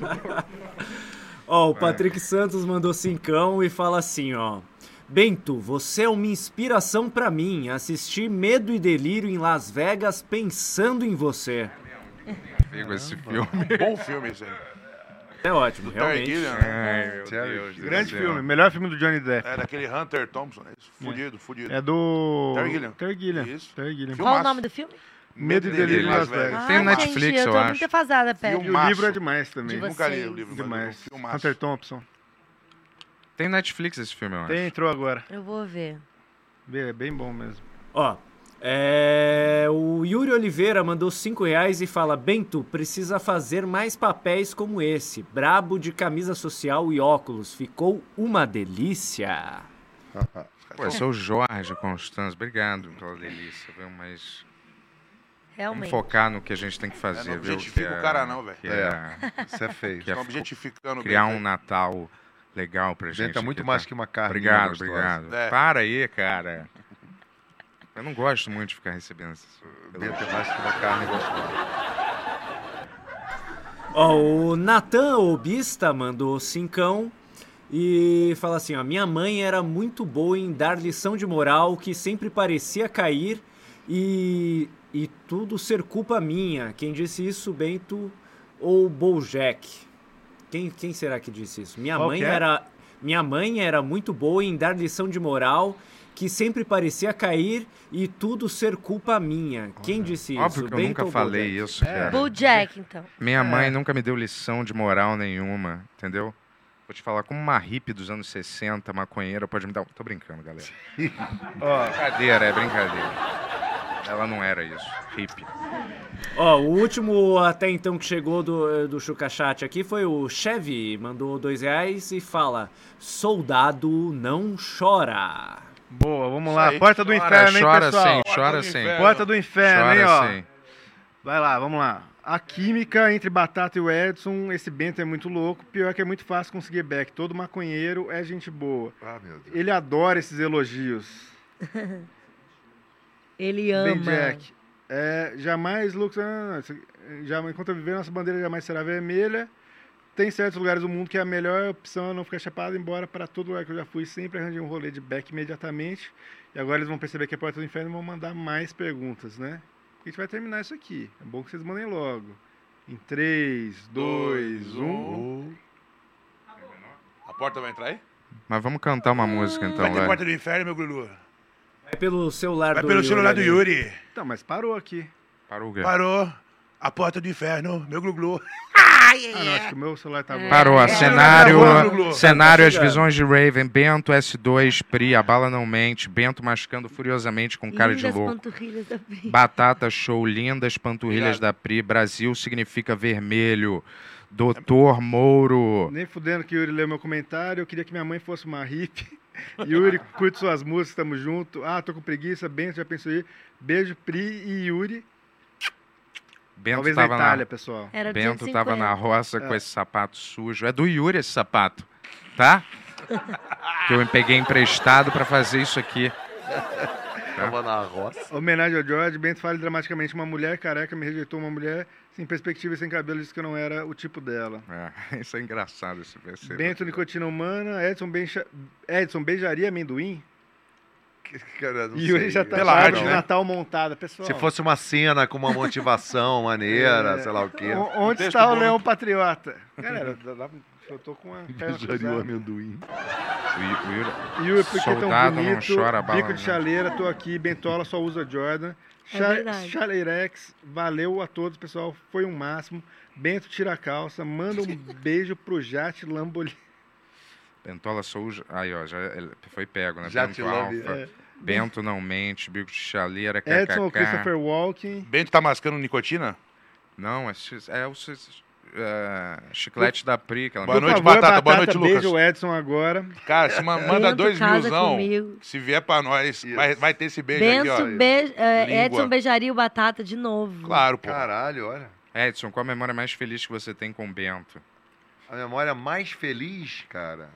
H: Ó, o Patrick Santos mandou cincão e fala assim, ó. Bento, você é uma inspiração pra mim. Assisti Medo e Delírio em Las Vegas pensando em você.
A: Pego esse filme.
G: Um Bom filme esse aí.
H: É ótimo,
G: Terry
H: realmente.
G: Gilliam,
F: É,
G: né?
A: Ai, meu Deus. do
B: Grande
A: céu.
B: filme, melhor filme do Johnny Depp.
G: É daquele Hunter Thompson, né? Isso, Fudido, fudido.
B: É do.
G: Terry Gilliam.
B: Terry Gilliam.
G: Isso.
B: Terry Gilliam.
G: Filmaço.
D: Qual o nome do filme?
B: Medo e Delírio em Las Vegas.
D: Ah,
A: Tem no
D: gente,
A: Netflix,
D: eu
A: eu
D: tô
A: acho.
D: muito defasada, Pedro.
B: E o
G: Filmaço.
B: livro é demais também.
D: De você.
G: Nunca li o livro, mas
B: Demais.
G: é um filmaço.
B: Hunter Thompson.
A: Tem Netflix esse filme, eu acho.
B: Tem, entrou agora.
D: Eu vou ver.
B: Bem- É bem bom mesmo.
H: Ó, é, o Yuri Oliveira mandou 5 reais e fala: Bento, precisa fazer mais papéis como esse. Brabo de camisa social e óculos. Ficou uma delícia.
A: Pô, eu sou o Jorge Constanzo. Obrigado pela delícia, viu? Mas vamos
D: Realmente.
A: focar no que a gente tem que fazer,
G: não
A: viu?
G: objetifica
A: Que é-
G: o cara não, velho.
A: Que é,
E: Isso é feio.
A: que é
G: Estão objetificando o
A: criar
G: Bento
F: né?
A: um Natal legal pra gente.
E: Gente, é muito
A: aqui,
E: mais
A: tá?
E: que uma carne.
A: Obrigado, obrigado.
G: É.
A: Para aí, cara. Eu não gosto muito de ficar recebendo essas
E: Bento é mais que uma carne gostosa.
H: Ó, o Natan Obista mandou cincão e fala assim: ó, minha mãe era muito boa em dar lição de moral que sempre parecia cair e, e tudo ser culpa minha. Quem disse isso, Bento ou Bojack? Quem, quem será que disse isso? Minha
B: Qual
H: mãe
B: que é?
H: era minha mãe era muito boa em dar lição de moral que sempre parecia cair e tudo ser culpa minha. Quem disse
A: Óbvio
H: isso?
A: que eu nunca
H: ou
A: falei
H: Bojack?
A: isso,
B: É.
A: cara.
D: Bull Jack, então.
A: Minha mãe nunca me deu lição de moral nenhuma, entendeu? Vou te falar, como uma hippie dos anos 60, maconheira, pode me dar. um- Tô brincando, galera. brincadeira, é brincadeira. Ela não era isso. Hippie.
H: Ó, o último até então que chegou do, do ChucaChat aqui foi o Chevy, mandou dois reais e fala: Soldado não chora.
B: Boa, vamos
G: Isso
B: lá.
G: aí.
B: Porta do inferno, Tá hein,
A: chora
B: pessoal?
A: sim,
G: Porta
A: chora
G: do
A: sim.
G: inferno.
B: Porta do inferno, hein, ó.
A: Chora sim.
B: Vai lá, vamos lá. A química entre Batata e o Edson, esse Bento é muito louco. Pior que é muito fácil conseguir back. Todo maconheiro é gente boa.
E: Ah, meu Deus.
B: Ele adora esses elogios.
D: Ele ama.
B: Ben Jack. É, jamais, Lucas. não, não, não, isso- já, enquanto eu viver, nossa bandeira jamais será vermelha. Tem certos lugares do mundo que a melhor opção é não ficar chapado, embora para todo lugar que eu já fui, sempre arranjei um rolê de back imediatamente. E agora eles vão perceber que é a porta do inferno e vão mandar mais perguntas, né? A gente vai terminar isso aqui. É bom que vocês mandem logo. Em um. 3, 2, 1.
G: A porta vai entrar aí? é
A: Mas vamos cantar uma música então,
F: Vai ter
A: vai.
F: porta do inferno, meu Grulu.
H: É pelo celular
F: Vai
H: do
F: pelo
H: Yuri
F: celular do
H: ali.
F: Yuri.
B: Então, mas parou aqui.
A: Parou,
G: É.
A: Guerra.
F: Parou. A porta do inferno, meu Grulu.
B: Ah, não, acho que o meu celular tá bom.
A: Parou, a cenário,
F: Parou, Gugu.
A: cenário, as
H: chegando.
A: visões de Raven, Bento S2, Pri, a bala não mente, Bento mascando furiosamente com cara de
D: Lindas
A: louco.
D: panturrilhas da Pri.
A: Batata show, lindas panturrilhas da Pri. Brasil significa vermelho.
B: É.
A: Doutor Mouro.
B: Nem fudendo que o Yuri leu meu comentário. Eu queria que minha mãe fosse uma hippie. Yuri, curte suas músicas, tamo junto. Ah, tô com preguiça, Bento, já pensou aí. Beijo, Pri e Yuri.
A: Bento
B: Talvez na
A: estava
B: Itália,
A: na,
B: pessoal.
D: Era assim, o
A: Bento
D: 250.
A: tava na roça com esse sapato sujo. É do Yuri esse sapato, tá? que eu me peguei emprestado pra fazer isso aqui.
E: Tava na roça.
B: Homenagem ao George. Bento fala dramaticamente. Uma mulher careca me rejeitou. Uma mulher sem perspectiva e sem cabelo disse que eu não era o tipo dela.
A: É, isso é engraçado esse PC.
B: Bento, nicotina humana. Edson, beija... Edson beijaria amendoim?
E: Cara, não
B: E Yuri
E: sei.
B: já tá
E: Pela
B: com a
E: arte,
B: árvore de
E: né?
B: Natal montada, pessoal.
E: Se fosse uma cena com uma motivação maneira, sei lá o quê.
B: O- Onde
G: texto
B: está o
G: bonito.
B: leão patriota? Galera, dá- dá- eu tô com a perna
E: Beijaria o
B: cruzada.
E: amendoim.
A: O Yu- o Yuri-
B: Yuri, porque
A: Soldado
B: é tão
A: não
B: bonito,
A: chora, bala
G: né?
B: bico de
A: não.
B: chaleira, tô aqui, Bentola só usa Jordan.
D: É
B: Cha
D: verdade.
B: Chaleirex, valeu a todos, pessoal, foi um máximo. Bento tira a calça, manda um beijo pro Jate Lamborghini.
A: Bentola Souza. Aí, ó, já ele foi pego, né?
E: Já te
A: Bento
E: love,
A: Alfa. Bento não mente, bico de chaleira,
B: é. Edson ou
A: kkk.
B: Christopher Walken?
G: Bento tá mascando nicotina?
A: Não, é, chi- é o chi- é, chiclete da Pri, que ela
G: Boa
B: Por
G: noite,
A: mandou.
B: favor,
G: Batata. Boa noite,
B: beijo
G: Lucas.
B: o Edson agora.
G: Cara, se ma- manda
D: Bento,
G: dois
D: casa
G: milzão,
D: comigo.
G: se vier pra nós, vai, vai ter esse beijo aqui, ó.
D: Benço, be... é,
G: Língua.
D: Edson beijaria o Batata de novo.
G: Claro, pô.
E: Caralho, olha.
A: Edson, qual a memória mais feliz que você tem com o Bento?
E: A memória mais feliz, cara.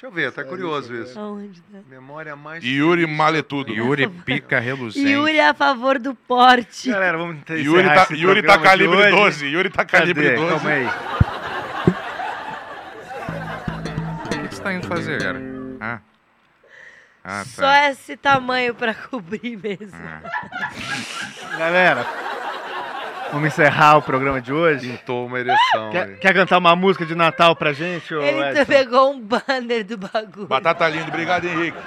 E: Deixa eu ver, tá curioso isso.
D: Aonde tá?
E: Memória mais.
G: Yuri Maletudo.
A: Yuri Pica Reluzente.
D: Yuri é a favor do porte.
B: Galera, vamos ter
G: Yuri
F: é
G: tá, Yuri tá calibre 12. Yuri tá calibre 12.
B: Calma aí.
A: O que que você tá indo fazer, cara? Ah. Ah,
D: Só
A: tá. Ah.
D: esse tamanho pra cobrir mesmo.
B: Galera, vamos encerrar o programa de hoje.
E: Pintou uma ereção.
B: Quer,
E: aí.
B: quer cantar uma música de Natal pra gente? ô
D: Ele
B: Edson?
D: pegou um banner do bagulho.
G: Batata linda, obrigado, Henrique.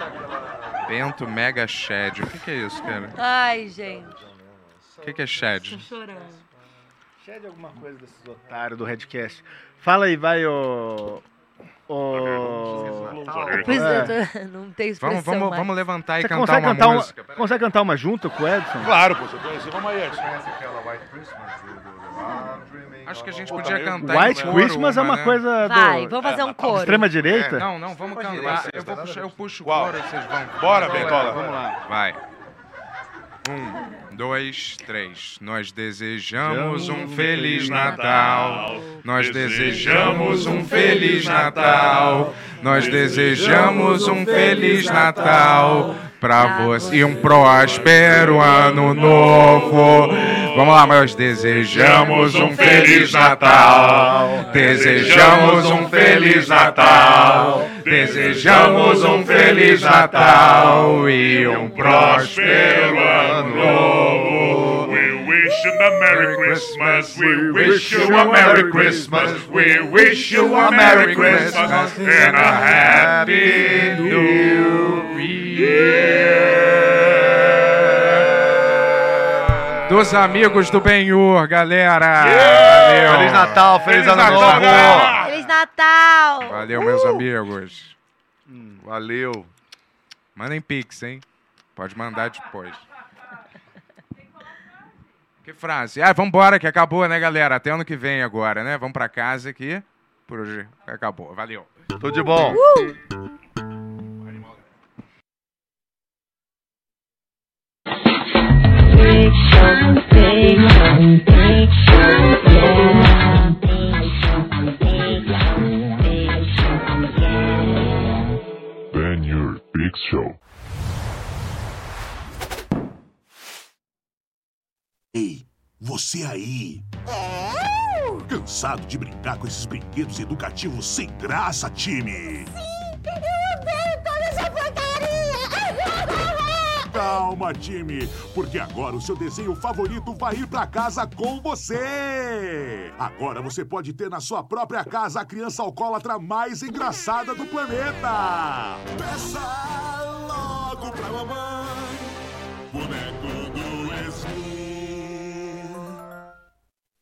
A: Bento Mega Shed. O que, que é isso, cara?
D: Ai, gente,
A: O que, que é
D: tô
A: Shed?
D: chorando.
B: Cede alguma coisa desses otários do Redcast. Fala aí, vai, ô. Ô.
D: Eu preciso-
B: É.
D: eu tô- não tem expressão
A: Vamos, vamos,
D: mais.
A: vamos levantar e
B: Você
A: cantar
B: consegue
A: uma
B: cantar, um uma,
A: música.
B: consegue cantar uma junto com o Edson?
G: Claro, pô, você conhece. Vamos aí, Edson.
A: Acho que a gente
G: Pô,
A: podia
G: também eu-
A: cantar em
B: White
A: coro
B: Christmas é
A: uma,
B: uma
A: né? É,
B: coisa
D: Vai,
B: do
D: vamos fazer um coro.
B: extrema-direita?
A: Não, não, vamos cantar. Eu, vou puxar, eu puxo o
G: Qual?
A: coro e vocês vão.
G: Bora, Bentola.
B: Vamos lá.
A: Vai. Um, dois, três. Nós desejamos um Feliz Natal. Nós desejamos um Feliz Natal. Nós desejamos um Feliz Natal. Pra você e um próspero ano novo. Vamos lá, nós desejamos um Feliz Natal. Desejamos um Feliz Natal. Desejamos um Feliz Natal e um próspero ano novo.
F: We wish you a Merry Christmas. We wish you a Merry Christmas. We wish you a Merry Christmas and a Happy New
A: Dos amigos do Benhur, galera. Valeu.
E: Feliz Natal, feliz,
G: Feliz
E: ano
G: Natal,
E: novo!
G: galera!
D: Feliz Natal! Uh!
A: Valeu, meus amigos.
E: Valeu.
A: Mandem pix, hein? Pode mandar depois. Que frase? Ah, vambora, que acabou, né, galera? Até ano que vem agora, né? Vamos pra casa aqui. Por hoje acabou. Valeu.
E: Tudo de bom.
C: Ben Your Big Show.
K: Ei, você aí! Cansado de brincar com esses brinquedos educativos sem graça, time? Calma, time, porque agora o seu desenho favorito vai ir pra casa com você! Agora você pode ter na sua própria casa a criança alcoólatra mais engraçada do planeta! Peça logo pra mamãe! Boneco